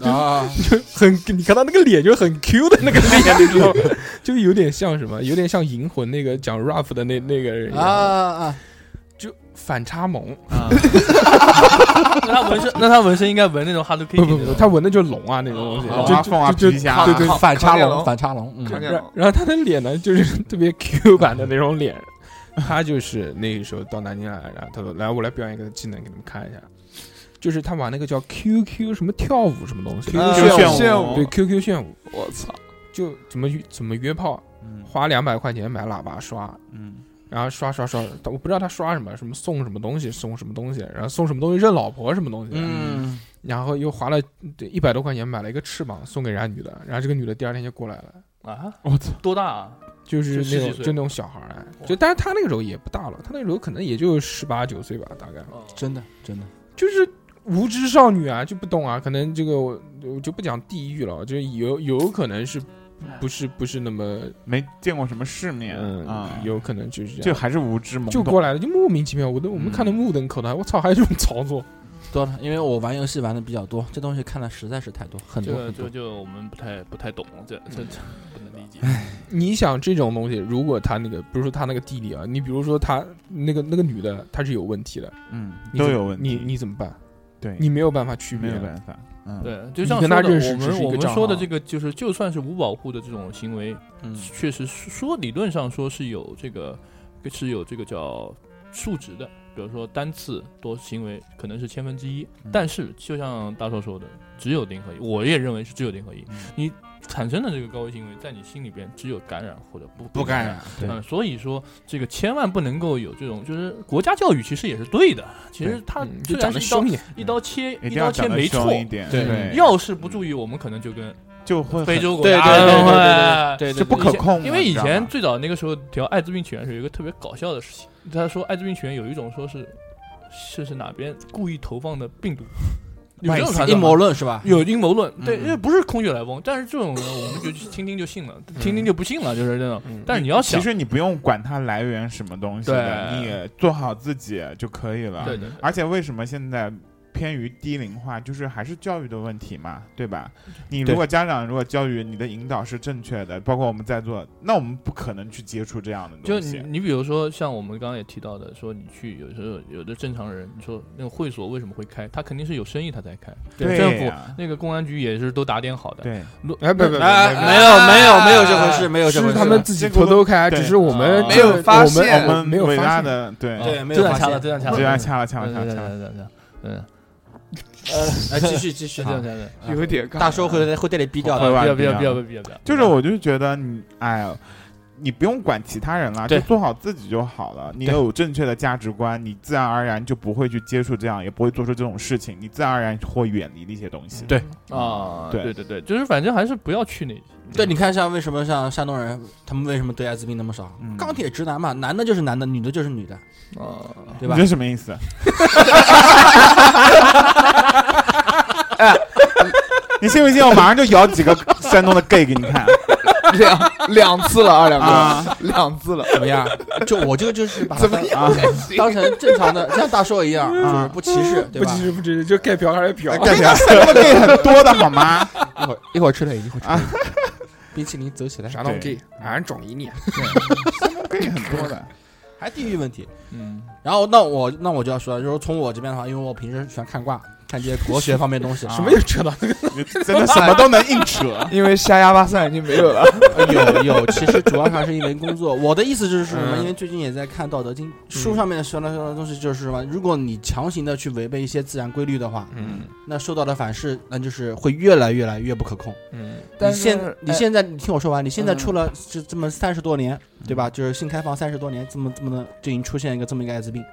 Speaker 9: 啊，
Speaker 3: 就很，你看他那个脸就很 Q 的那个脸，你知道吗？ 就有点像什么，有点像银魂那个讲 rap 的那那个人
Speaker 9: 啊啊啊！
Speaker 3: 就反差萌
Speaker 8: 啊那他纹身，那他纹身应该纹那种 Hello
Speaker 3: 不
Speaker 8: Kitty
Speaker 3: 不
Speaker 8: 那
Speaker 3: 不，
Speaker 8: 种
Speaker 3: 他纹的就是龙啊那种东西，
Speaker 8: 哦
Speaker 3: 就
Speaker 8: 啊凤啊
Speaker 3: 就就
Speaker 8: 皮
Speaker 3: 就
Speaker 8: 虾
Speaker 3: 对对
Speaker 8: 康
Speaker 9: 反差
Speaker 8: 康健
Speaker 9: 龙，
Speaker 8: 龙
Speaker 9: 反差 龙，嗯，
Speaker 10: 康健
Speaker 3: 然然后他的脸呢，就是特别 Q 版的那种脸。他就是那个时候到南京来，然后他说：“来，我来表演一个技能给你们看一下。”就是他玩那个叫 QQ 什么跳舞什么东西
Speaker 10: QQ 啊炫舞炫舞
Speaker 3: 对 QQ 炫舞，
Speaker 10: 我操！
Speaker 3: 就怎么约怎么约炮，
Speaker 5: 嗯
Speaker 3: 花两百块钱买喇叭刷，
Speaker 11: 嗯，
Speaker 3: 然后刷刷刷，他我不知道他刷什么，什么送什么东西，送什么东西，然后送什么东西认老婆什么东西，
Speaker 9: 嗯，
Speaker 3: 然后又花了一百多块钱买了一个翅膀送给人家女的，然后这个女的第二天就过来了，
Speaker 8: 啊，
Speaker 3: 我操，
Speaker 8: 多大啊？
Speaker 3: 就是
Speaker 8: 十
Speaker 3: 那
Speaker 8: 几
Speaker 3: 种
Speaker 8: 岁
Speaker 3: 就那种小孩儿，就但是他那个时候也不大了，他那个时候可能也就十八九岁吧，大概
Speaker 9: 真的真的，
Speaker 3: 就是无知少女啊，就不懂啊，可能这个我我就不讲地域了，就是有有可能是
Speaker 5: 哎
Speaker 3: 不是不是那么
Speaker 5: 没见过什么世面
Speaker 3: 嗯
Speaker 5: 啊，
Speaker 3: 有可能就是这样，
Speaker 5: 就还是无知懵懂，
Speaker 3: 就过来了，就莫名其妙，我都我们
Speaker 8: 嗯
Speaker 3: 看的目瞪口呆，我操，还有这种操作，
Speaker 9: 多了，因为我玩游戏玩的比较多，这东西看的实在是太多，很
Speaker 8: 这
Speaker 9: 多
Speaker 8: 个
Speaker 9: 很
Speaker 8: 这
Speaker 9: 多
Speaker 8: 个。就我们不太不太懂，这这
Speaker 3: 嗯
Speaker 8: 这不能理解。
Speaker 3: 哎你想这种东西，如果他那个，比如说他那个弟弟啊，你比如说他那个那个女的，她是有问题的，
Speaker 5: 嗯
Speaker 3: 你怎么
Speaker 5: 都有问题
Speaker 3: 你你怎么办？
Speaker 5: 对
Speaker 3: 你没有办法区
Speaker 5: 没
Speaker 3: 别，啊
Speaker 5: 有办法，嗯，
Speaker 8: 对，就像
Speaker 3: 你跟他
Speaker 8: 说的
Speaker 3: 认识
Speaker 8: 我
Speaker 3: 只是
Speaker 8: 们
Speaker 3: 一
Speaker 8: 我
Speaker 3: 个
Speaker 8: 们
Speaker 3: 账
Speaker 8: 说的
Speaker 3: 号
Speaker 8: 这个，就是就算是无保护的这种行为，
Speaker 9: 嗯
Speaker 8: 确实是说理论上说是有这个是有这个叫数值的，比如说单次多行为可能是千分之一，
Speaker 3: 嗯
Speaker 8: 但是就像大硕说的，只有零和一，我也认为是只有零和一，
Speaker 3: 嗯
Speaker 8: 你产生的这个高危行为在你心里边只有感染或者不
Speaker 9: 不感染对
Speaker 8: 嗯，所以说这个千万不能够有这种，就是国家教育其实也是对的，其实
Speaker 3: 对
Speaker 8: 它
Speaker 3: 嗯
Speaker 8: 虽
Speaker 3: 就
Speaker 8: 然
Speaker 3: 讲
Speaker 8: 是
Speaker 3: 得
Speaker 8: 一刀
Speaker 3: 凶一点
Speaker 8: 一刀切
Speaker 5: 一定
Speaker 8: 刀
Speaker 5: 要
Speaker 8: 切
Speaker 5: 讲得
Speaker 8: 没错
Speaker 5: 凶一点，对
Speaker 8: 要是不注意，我们可能就跟
Speaker 5: 就会
Speaker 8: 非洲
Speaker 5: 很
Speaker 8: 国家
Speaker 5: 对对对对对
Speaker 8: 哎
Speaker 5: 对对对这不可控的
Speaker 8: 因为以
Speaker 5: 你知道
Speaker 8: 前
Speaker 5: 吗
Speaker 8: 最早那个时候聊艾滋病起源时，有一个特别搞笑的事情，他说艾滋病起源有一种说是是是哪边故意投放的病毒。有这种传说吗
Speaker 9: 阴谋论是吧
Speaker 8: 有阴谋论，对，
Speaker 9: 嗯
Speaker 8: 因为不是空穴来风，但是这种人我们就听听就信了，
Speaker 5: 嗯
Speaker 8: 听听就不信了，就是这种。但是你要想，
Speaker 5: 其实你不用管它来源什么东西的，
Speaker 8: 对
Speaker 5: 你也做好自己就可以了。
Speaker 8: 对对对
Speaker 5: 而且为什么现在偏于低龄化，就是还是教育的问题嘛，对吧？你如果家长如果教育你的引导是正确的，包括我们在座，那我们不可能去接触这样的
Speaker 8: 就
Speaker 5: 东
Speaker 8: 你
Speaker 5: 西。
Speaker 8: 你比如说像我们刚刚也提到的，说你去有时候有的正常人，你说那个会所为什么会开？他肯定是有生意他才开，
Speaker 3: 对
Speaker 8: 政府
Speaker 3: 呀
Speaker 8: 那个公安局也是都打点好的。
Speaker 5: 对，
Speaker 3: 哎不不不
Speaker 8: 哎
Speaker 9: 啊
Speaker 3: 不
Speaker 8: 没
Speaker 3: 不
Speaker 8: 有没有没有
Speaker 3: 哎
Speaker 8: 这回事没有这回
Speaker 3: 是
Speaker 8: 事
Speaker 3: 他们自己偷偷开，
Speaker 8: 这个
Speaker 3: 只是我们
Speaker 8: 对
Speaker 3: 这
Speaker 8: 没有发现
Speaker 3: 我们呃哎我们没有
Speaker 5: 伟
Speaker 3: 发
Speaker 5: 大
Speaker 3: 现
Speaker 5: 的对啊
Speaker 8: 这样掐了，这样掐了，
Speaker 5: 这样掐了掐了掐了掐
Speaker 8: 对对
Speaker 5: 了。
Speaker 8: 对对对对。
Speaker 4: 呃，继续继续，
Speaker 5: 好
Speaker 4: 对对对，啊
Speaker 5: 有点尬
Speaker 4: 大叔会会带你逼掉的，
Speaker 5: 会吧
Speaker 8: 不要不要
Speaker 5: 就是我就觉得你，哎呀，你不用管其他人了，就
Speaker 4: 对
Speaker 5: 做好自己就好了。你
Speaker 4: 对
Speaker 5: 有正确的价值观，你自然而然就不会去接触这样，也不会做出这种事情，你自然而然会远离那些东西。
Speaker 4: 对
Speaker 8: 啊，
Speaker 5: 对
Speaker 8: 对对对，就是反正还是不要去那。
Speaker 9: 对，你看像为什么像山东人，他们为什么对艾滋病那么少？钢铁直男嘛，男的就是男的，女的就是女的，
Speaker 8: 哦，
Speaker 10: 啊
Speaker 9: 对吧？
Speaker 5: 你这什么意思？哎你信不信？我马上就摇几个山东的 gay 给你看。
Speaker 10: 两两次了啊，两
Speaker 5: 啊
Speaker 10: 个两次了，
Speaker 9: 怎么样？就我这个就是把它
Speaker 10: 怎么样
Speaker 5: 啊
Speaker 9: 当当成正常的，像大硕一样，就是不歧视，对
Speaker 3: 不
Speaker 9: 吧？
Speaker 3: 只是不只是就盖瓢还是
Speaker 5: 哎
Speaker 3: 瓢，
Speaker 9: 盖瓢
Speaker 5: 山东的 gay 很多的好吗？
Speaker 9: 一会儿一会儿吃了，一会儿吃了。冰淇淋走起来，
Speaker 3: 啥东西？俺肿 一脸，
Speaker 5: gay 很多的，
Speaker 9: 还地域问题。
Speaker 8: 嗯，
Speaker 9: 然后那我那我就要说了，就是从我这边的话，因为我平时喜欢看卦，看这些国学方面的东西，
Speaker 5: 什么又
Speaker 3: 扯到那
Speaker 5: 个？真的什么都能硬扯。
Speaker 10: 因为瞎压巴散已经没有了。
Speaker 9: 呃有有，其实主要还是因为工作。我的意思就是什么？
Speaker 10: 嗯
Speaker 9: 因为最近也在看《道德经》书上面的说的说的东西，就是什么？如果你强行的去违背一些自然规律的话，
Speaker 3: 嗯，
Speaker 9: 那受到的反噬，那就是会越来越来越不可控。
Speaker 3: 嗯
Speaker 9: 你
Speaker 10: 但是
Speaker 9: 现
Speaker 10: 哎
Speaker 9: 你现在你听我说完，你现在
Speaker 10: 嗯
Speaker 9: 出了这这么三十多年，对吧？就是性开放三十多年，这么这么的就已经出现一个这么一个艾滋病，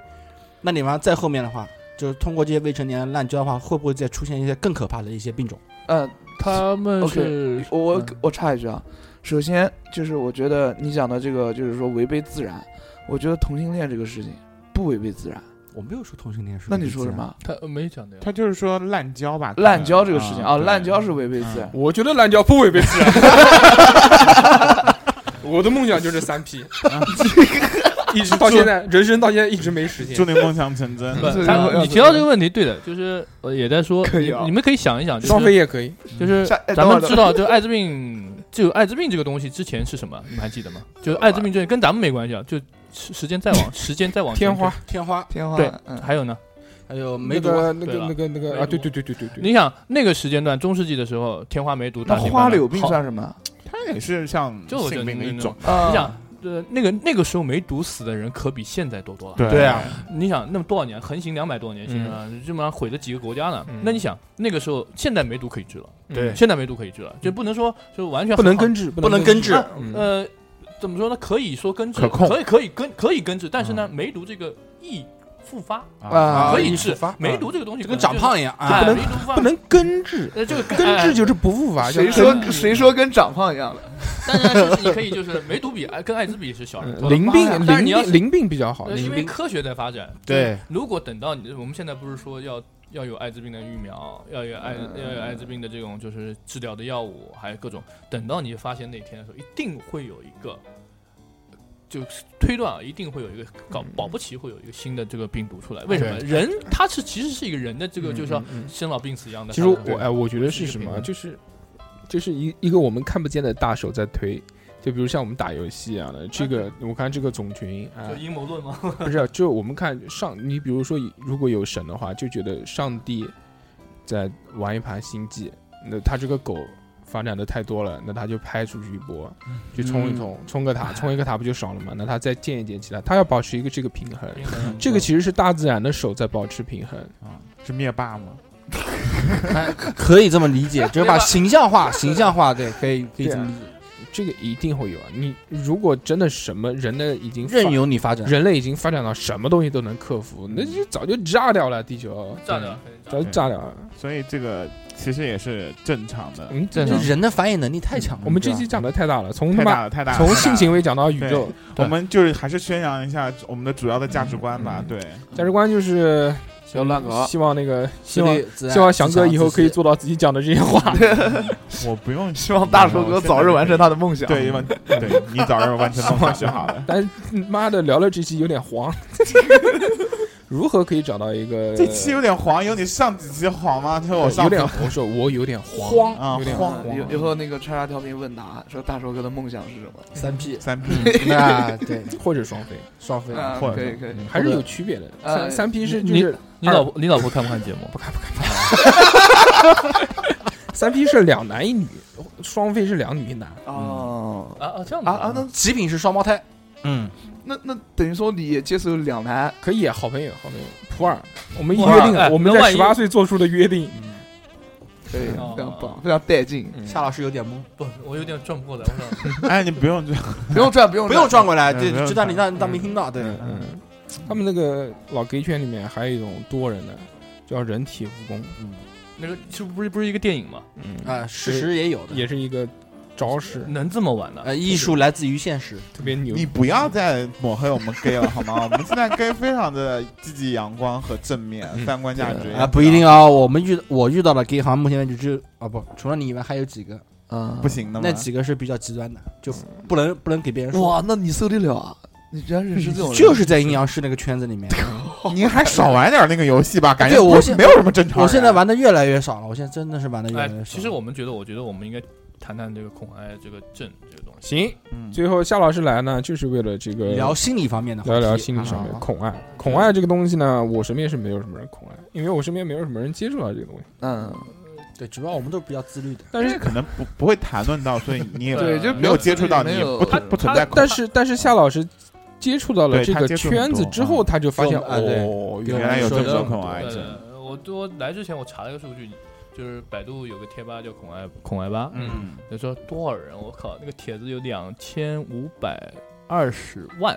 Speaker 9: 那你往再后面的话，就是通过这些未成年滥交的话，会不会再出现一些更可怕的一些病种？
Speaker 10: 嗯，
Speaker 8: 他们
Speaker 10: OK，
Speaker 8: 是
Speaker 10: 我我
Speaker 8: 嗯
Speaker 10: 我插一句啊，首先就是我觉得你讲的这个就是说违背自然，我觉得同性恋这个事情不违背自然。
Speaker 9: 我没有说同性恋是
Speaker 10: 那你说什么？
Speaker 8: 他没讲的呀，
Speaker 5: 他就是说滥交吧，
Speaker 10: 滥交这个事情啊，滥交是违背自
Speaker 5: 嗯
Speaker 10: 然。
Speaker 3: 我觉得滥交不违背自然。 我的梦想就是三 P，一直到现在，人生到现在一直没实现。
Speaker 5: 嗯祝你梦想成真。
Speaker 8: 不他你提到这个问题，对的，就是我也在说，
Speaker 3: 可以啊
Speaker 8: 你你们可以想一想，就是
Speaker 3: 双飞也可以，
Speaker 8: 就是
Speaker 10: 下哎
Speaker 8: 咱
Speaker 10: 等会
Speaker 8: 们
Speaker 10: 儿
Speaker 8: 知道，就艾滋病，就艾滋病这个东西之前是什么？你们还记得吗？就是艾滋病之前跟咱们没关系啊，就时时间再往时间再往前
Speaker 3: 天花
Speaker 8: 推，
Speaker 9: 天花，
Speaker 10: 天花
Speaker 8: 对
Speaker 10: 嗯，
Speaker 8: 还有呢？
Speaker 9: 还有梅
Speaker 3: 那
Speaker 9: 毒、
Speaker 3: 个那
Speaker 8: 对
Speaker 3: 个
Speaker 8: 了
Speaker 3: 那个那
Speaker 8: 梅
Speaker 3: 个
Speaker 8: 毒
Speaker 3: 啊，对对对对对对，
Speaker 8: 你想那个时间段，中世纪的时候，天花、梅毒、
Speaker 10: 那
Speaker 8: 大
Speaker 10: 花柳病
Speaker 8: 好
Speaker 10: 算什么？
Speaker 5: 他也是像
Speaker 8: 就我觉
Speaker 5: 性
Speaker 8: 得
Speaker 5: 病的
Speaker 8: 那
Speaker 5: 一种。
Speaker 10: 啊
Speaker 8: 你想，呃，那个那个时候梅毒死的人可比现在多多了。
Speaker 5: 对啊，
Speaker 8: 你想，那么多少年，横行两百多年，现在基本上毁了几个国家呢
Speaker 3: 嗯？
Speaker 8: 那你想，那个时候现在梅毒可以治了，
Speaker 3: 对嗯
Speaker 8: 现在梅毒可以治了，就不能说就完全
Speaker 3: 不能
Speaker 8: 很好
Speaker 3: 根治，
Speaker 9: 不能根治，
Speaker 3: 嗯
Speaker 8: 呃，怎么说呢？可以说根治，
Speaker 5: 可控
Speaker 8: 以可以根可以根治，但是呢，梅毒这个易复发，
Speaker 10: 啊
Speaker 8: 可以
Speaker 9: 易
Speaker 8: 治
Speaker 9: 复
Speaker 3: 嗯
Speaker 9: 发。
Speaker 8: 梅毒这个东西
Speaker 9: 就跟长胖一样啊，
Speaker 8: 啊，
Speaker 9: 不能
Speaker 8: 梅毒复发
Speaker 3: 不能根 治，
Speaker 8: 呃，这个
Speaker 3: 根治就是不复发。
Speaker 10: 谁
Speaker 3: 叫
Speaker 10: 说
Speaker 3: 根治
Speaker 10: 谁说跟长胖一样的？
Speaker 8: 但是呢就是你可以就是梅毒比哎跟艾滋比是小的
Speaker 3: 呃
Speaker 8: 多，
Speaker 3: 淋
Speaker 8: 我的妈呀
Speaker 3: 病
Speaker 8: 但是
Speaker 3: 淋
Speaker 8: 你要是
Speaker 3: 病淋病比较好
Speaker 8: 呃，因
Speaker 3: 淋
Speaker 8: 为
Speaker 3: 病
Speaker 8: 科学在发展。
Speaker 4: 对，
Speaker 8: 如果等到你我们现在不是说要要有艾滋病的疫苗，要有艾要有艾滋病的这种就是治疗的药物，还有各种，等到你发现那天的时候，一定会有一个。就是推断啊，一定会有一个
Speaker 3: 嗯
Speaker 8: 搞保不齐会有一个新的这个病毒出来。为什么
Speaker 3: 对
Speaker 8: 人他是其实是一个人的这个就是说
Speaker 3: 嗯嗯嗯
Speaker 8: 生老病死一样的
Speaker 3: 其
Speaker 8: 他
Speaker 3: 实
Speaker 8: 们
Speaker 3: 我
Speaker 8: 的。
Speaker 3: 哎，我觉得是什么，就是就是一一个我们看不见的大手在推。就比如像我们打游戏一样的，这个我看这个种群啊
Speaker 8: 嗯就，阴谋论吗？
Speaker 3: 不是，啊就我们看上，你比如说如果有神的话，就觉得上帝在玩一盘心计，那他这个狗发展的太多了，那他就拍出去一波，去冲一冲，冲个塔，冲一个塔不就爽了吗？那他再建一建其他，他要保持一个这个平衡，
Speaker 8: 阴谋论
Speaker 3: 这个其实是大自然的手在保持平衡。
Speaker 5: 是灭霸吗？
Speaker 9: 可以这么理 解，就是把
Speaker 8: 对吧
Speaker 9: 形象化，形象化，对，可以可以
Speaker 3: 对啊
Speaker 9: 这么理解，
Speaker 3: 这个一定会有啊！你如果真的什么人类已经发
Speaker 9: 任由你发展。
Speaker 3: 人类已经发展到什么东西都能克服，那就早就炸掉了地球，
Speaker 8: 炸掉，
Speaker 3: 早就炸掉了。
Speaker 5: 所以这个其实也是正常的。
Speaker 3: 嗯，
Speaker 9: 这人的反应能力太强了。
Speaker 3: 我们这
Speaker 9: 对吧
Speaker 3: 期讲的太大了，从他
Speaker 5: 太
Speaker 3: 妈
Speaker 5: 大了，太大了！
Speaker 3: 从
Speaker 5: 太大
Speaker 3: 性
Speaker 5: 了
Speaker 3: 行为讲到宇宙，
Speaker 5: 我们就是还是宣扬一下我们的主要的价值观吧。
Speaker 3: 嗯
Speaker 5: 对，
Speaker 3: 价值观就是
Speaker 10: 不要乱搞。
Speaker 3: 希望那个希望
Speaker 9: 自律自爱
Speaker 3: 希望翔
Speaker 9: 自
Speaker 3: 哥
Speaker 9: 强
Speaker 3: 以后
Speaker 9: 自
Speaker 3: 可以
Speaker 9: 制
Speaker 3: 做到自己讲的这些话。
Speaker 5: 我 不用
Speaker 10: 希望大寿哥早日完成他的梦想。
Speaker 5: 对，完对你早日完成梦想就好 了。
Speaker 3: 但 妈的，聊了这期有点黄， 如何可以找到一个？
Speaker 5: 这期有点黄，有你上几期黄吗？就是我
Speaker 3: 呃有
Speaker 5: 上
Speaker 3: 点，
Speaker 5: 次
Speaker 3: 我说我有点
Speaker 5: 慌啊
Speaker 3: 有点
Speaker 5: 慌
Speaker 10: 嗯以以后那个叉叉调频问答说大寿哥的梦想是什么？
Speaker 9: 三 P，
Speaker 5: 三 P，
Speaker 9: 那啊对
Speaker 3: 或者双飞，
Speaker 9: 双飞，
Speaker 10: 啊，
Speaker 5: 或者
Speaker 10: 可以可以。
Speaker 3: 还是有区别的。
Speaker 10: 呃
Speaker 3: 三三 P 是就
Speaker 8: 你
Speaker 3: 是
Speaker 8: 你老婆你老婆看不看节目？不看不看。
Speaker 3: 三 P 是两男一女，双飞是两女一男。
Speaker 10: 哦，
Speaker 8: 啊啊这样子
Speaker 10: 啊啊，那
Speaker 9: 极品是双胞胎，嗯，
Speaker 10: 那那等于说你也接受两男
Speaker 3: 啊可以，好朋友，好朋友，普洱，我们
Speaker 10: 哇
Speaker 3: 约定
Speaker 10: 哎
Speaker 3: 了，我们
Speaker 10: 那
Speaker 3: 在
Speaker 10: 万一
Speaker 3: 十八岁做出的约定。
Speaker 10: 可以，
Speaker 8: 哦
Speaker 10: 非常棒，非常带劲。
Speaker 9: 夏老师有点懵，
Speaker 8: 不，我有点转不过来。我想
Speaker 11: 哎，你不用转，
Speaker 10: 不用转，不用
Speaker 9: 不用转过来，嗯
Speaker 3: 嗯
Speaker 9: 对
Speaker 3: 不用，
Speaker 9: 知道
Speaker 3: 转
Speaker 9: 你让当没听到，对，
Speaker 3: 嗯他们那个老 gay 圈里面还有一种多人的，叫人体蜈蚣。
Speaker 8: 那个是不是不是一个电影嘛？
Speaker 3: 嗯
Speaker 9: 啊史实也有的
Speaker 3: 也是一个招式，
Speaker 8: 能这么玩的？
Speaker 9: 呃，艺术来自于现实，
Speaker 3: 特别牛。
Speaker 11: 你不要再抹黑我们 gay 了好吗？我们现在 gay 非常的积极、阳光和正面，
Speaker 10: 嗯
Speaker 11: 三观价值也
Speaker 9: 啊，不一定啊，我们遇我遇到的 gay 好像目前为止只有啊不，除了你以外还有几个，
Speaker 10: 啊
Speaker 11: 不行的吗
Speaker 9: 那 嗯几个是比较极端的，就不能不能给别人说，
Speaker 10: 哇，那你受得了啊？你居然认识这种人？
Speaker 9: 嗯就是在阴阳师那个圈子里面，
Speaker 11: 您还少玩点那个游戏吧，感觉
Speaker 9: 对我
Speaker 11: 不是
Speaker 9: 现
Speaker 11: 没有什么正常人。
Speaker 9: 我现在玩的越来越少了，我现在真的是玩的越来
Speaker 8: 哎
Speaker 9: 越，少。
Speaker 8: 其实我们觉得，我觉得我们应该谈谈这个恐艾这个症这个东西。
Speaker 3: 行，
Speaker 11: 嗯
Speaker 3: 最后夏老师来呢，就是为了这个
Speaker 9: 聊心理方面的话题，
Speaker 3: 聊聊心理上面
Speaker 9: 啊
Speaker 3: 恐爱。
Speaker 8: 嗯
Speaker 3: 恐爱这个东西呢，我身边是没有什么人恐爱，因为我身边没有什么人接触到这个东西。
Speaker 10: 嗯，
Speaker 9: 对，主要我们都是比较自律的。
Speaker 3: 但
Speaker 8: 哎
Speaker 3: 是
Speaker 11: 可能不不会谈论到，所以你 也
Speaker 10: 对，就
Speaker 11: 没有接触到，你也不
Speaker 10: 他
Speaker 11: 存不存在恐
Speaker 3: 但是但是夏老师接触到了
Speaker 11: 对
Speaker 3: 这
Speaker 11: 他
Speaker 3: 个
Speaker 11: 接触
Speaker 3: 圈
Speaker 11: 很
Speaker 3: 子
Speaker 11: 多
Speaker 3: 之后，
Speaker 11: 嗯
Speaker 3: 他就发现
Speaker 9: 说啊对
Speaker 3: 哦，
Speaker 9: 给我
Speaker 11: 原
Speaker 9: 们
Speaker 11: 来有这
Speaker 9: 说
Speaker 11: 么
Speaker 9: 的
Speaker 11: 多恐癌
Speaker 8: 对
Speaker 11: 症。，
Speaker 8: 呃我我来之前我查了一个数据，就是百度有个贴吧叫恐艾恐艾吧，
Speaker 11: 嗯，
Speaker 8: 那时候多少人？我靠，那个帖子有两千五百二十万，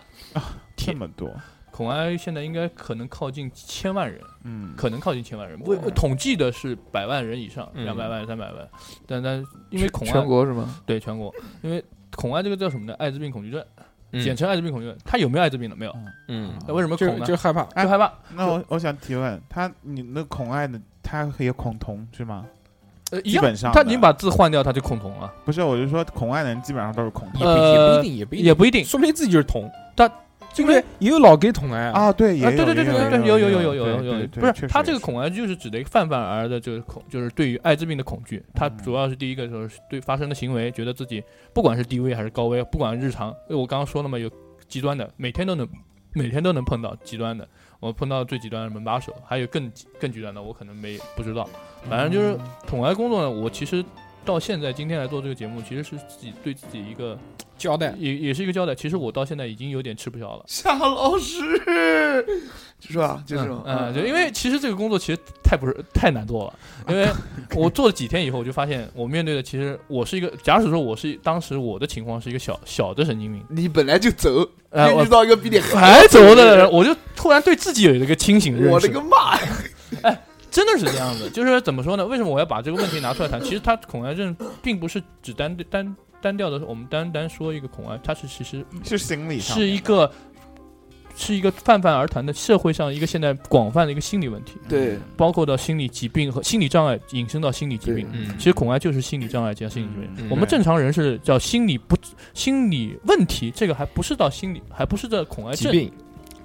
Speaker 11: 这么多，
Speaker 8: 恐艾现在应该可能靠近千万人，
Speaker 11: 嗯，
Speaker 8: 可能靠近千万人，不呃统计的是百万人以上，两百万、三百万，但但因为恐艾
Speaker 10: 全国是吗？
Speaker 8: 对全国，因为恐艾这个叫什么呢？艾滋病恐惧症，
Speaker 3: 嗯
Speaker 8: 简称艾滋病恐惧症。他有没有艾滋病呢？没有，
Speaker 3: 嗯，
Speaker 8: 那为什么恐
Speaker 3: 就
Speaker 8: 呢？
Speaker 3: 就害怕。
Speaker 8: 就害怕，
Speaker 11: 那我我想提问他，你那恐爱的，他也恐同是吗？
Speaker 8: 呃，一
Speaker 11: 基
Speaker 8: 样。
Speaker 11: 本上的，
Speaker 8: 他已经把字换掉，他就恐同了。
Speaker 11: 不是，我就说恐爱的人基本上都是恐同
Speaker 3: 也不也不一定，也不一定，
Speaker 8: 也不一定
Speaker 3: 说明自己就是同，
Speaker 8: 但
Speaker 3: 对不对？也有老 gay 同癌啊，
Speaker 11: 啊，对，也
Speaker 8: 啊，对
Speaker 11: 有
Speaker 8: 对对
Speaker 11: 也
Speaker 8: 对对，
Speaker 11: 有
Speaker 8: 有
Speaker 11: 也
Speaker 8: 有
Speaker 11: 有
Speaker 8: 有
Speaker 11: 对对对
Speaker 8: 不是
Speaker 11: 确实
Speaker 8: 他这个
Speaker 11: 是
Speaker 8: 恐艾就是指的一个泛泛而的，就是恐就是对于艾滋病的恐惧。他
Speaker 11: 嗯
Speaker 8: 主要是第一个就是对发生的行为，觉得自己不管是低危还是高危，不管日常，因为我刚刚说了嘛，有极端的，每天都能每天都能碰到极端的。我碰到最极端的门把手，还有更极更极端的，我可能没不知道。反正就是
Speaker 11: 嗯
Speaker 8: 统癌工作呢，我其实到现在今天来做这个节目，其实是自己对自己一个
Speaker 3: 交
Speaker 11: 哎
Speaker 3: 代。
Speaker 8: 也也是一个交代。其实我到现在已经有点吃不消了。
Speaker 10: 夏老师， 是吧？就这种，
Speaker 8: 嗯，就因
Speaker 10: 啊
Speaker 8: 为其实这个工作其实太不是太难做 了，因为我做了几天以后，我就发现我面对的其实我是一个，假使说我是当时我的情况是一个小小的神经病，
Speaker 10: 你本来就走，
Speaker 8: 呃，
Speaker 10: 又
Speaker 8: 我
Speaker 10: 遇到一个比你
Speaker 8: 还走的人，，我就突然对自己有一个清醒的认识，
Speaker 10: 我的个妈！呀！
Speaker 8: 真的是这样子。就是怎么说呢？为什么我要把这个问题拿出来谈？其实它恐癌症并不是只单单单调的，我们单单说一个恐癌，它是其实
Speaker 11: 是心理上
Speaker 8: 是一个是一个泛泛而谈的社会上一个现在广泛的一个心理问题，
Speaker 10: 对，
Speaker 8: 包括到心理疾病和心理障碍引申到心理疾
Speaker 10: 对
Speaker 8: 病。
Speaker 3: 嗯，
Speaker 8: 其实恐艾就是心理障碍加心理疾病。
Speaker 3: 嗯
Speaker 8: 我们正常人是叫心理不心理问题，这个还不是到心理，还不是这恐艾
Speaker 3: 疾
Speaker 8: 症。
Speaker 3: 病，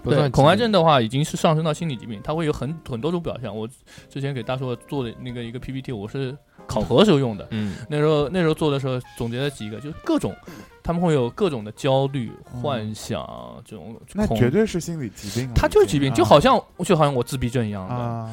Speaker 3: 不
Speaker 8: 对，
Speaker 3: 算
Speaker 8: 恐
Speaker 3: 疾
Speaker 8: 艾
Speaker 3: 病
Speaker 8: 症的话已经是上升到心理疾病，它会有很很多种表象。我之前给大硕做的那个一个 PPT，我是考核时候用的，
Speaker 3: 嗯，
Speaker 8: 那时候那时候做的时候总结了几个，就是各种他们会有各种的焦虑、
Speaker 3: 嗯
Speaker 8: 幻想这种
Speaker 11: 那
Speaker 8: 恐
Speaker 11: 绝对是心理疾病了已经，
Speaker 8: 它就是疾病，就好像就好像我自闭症一样的。
Speaker 11: 啊，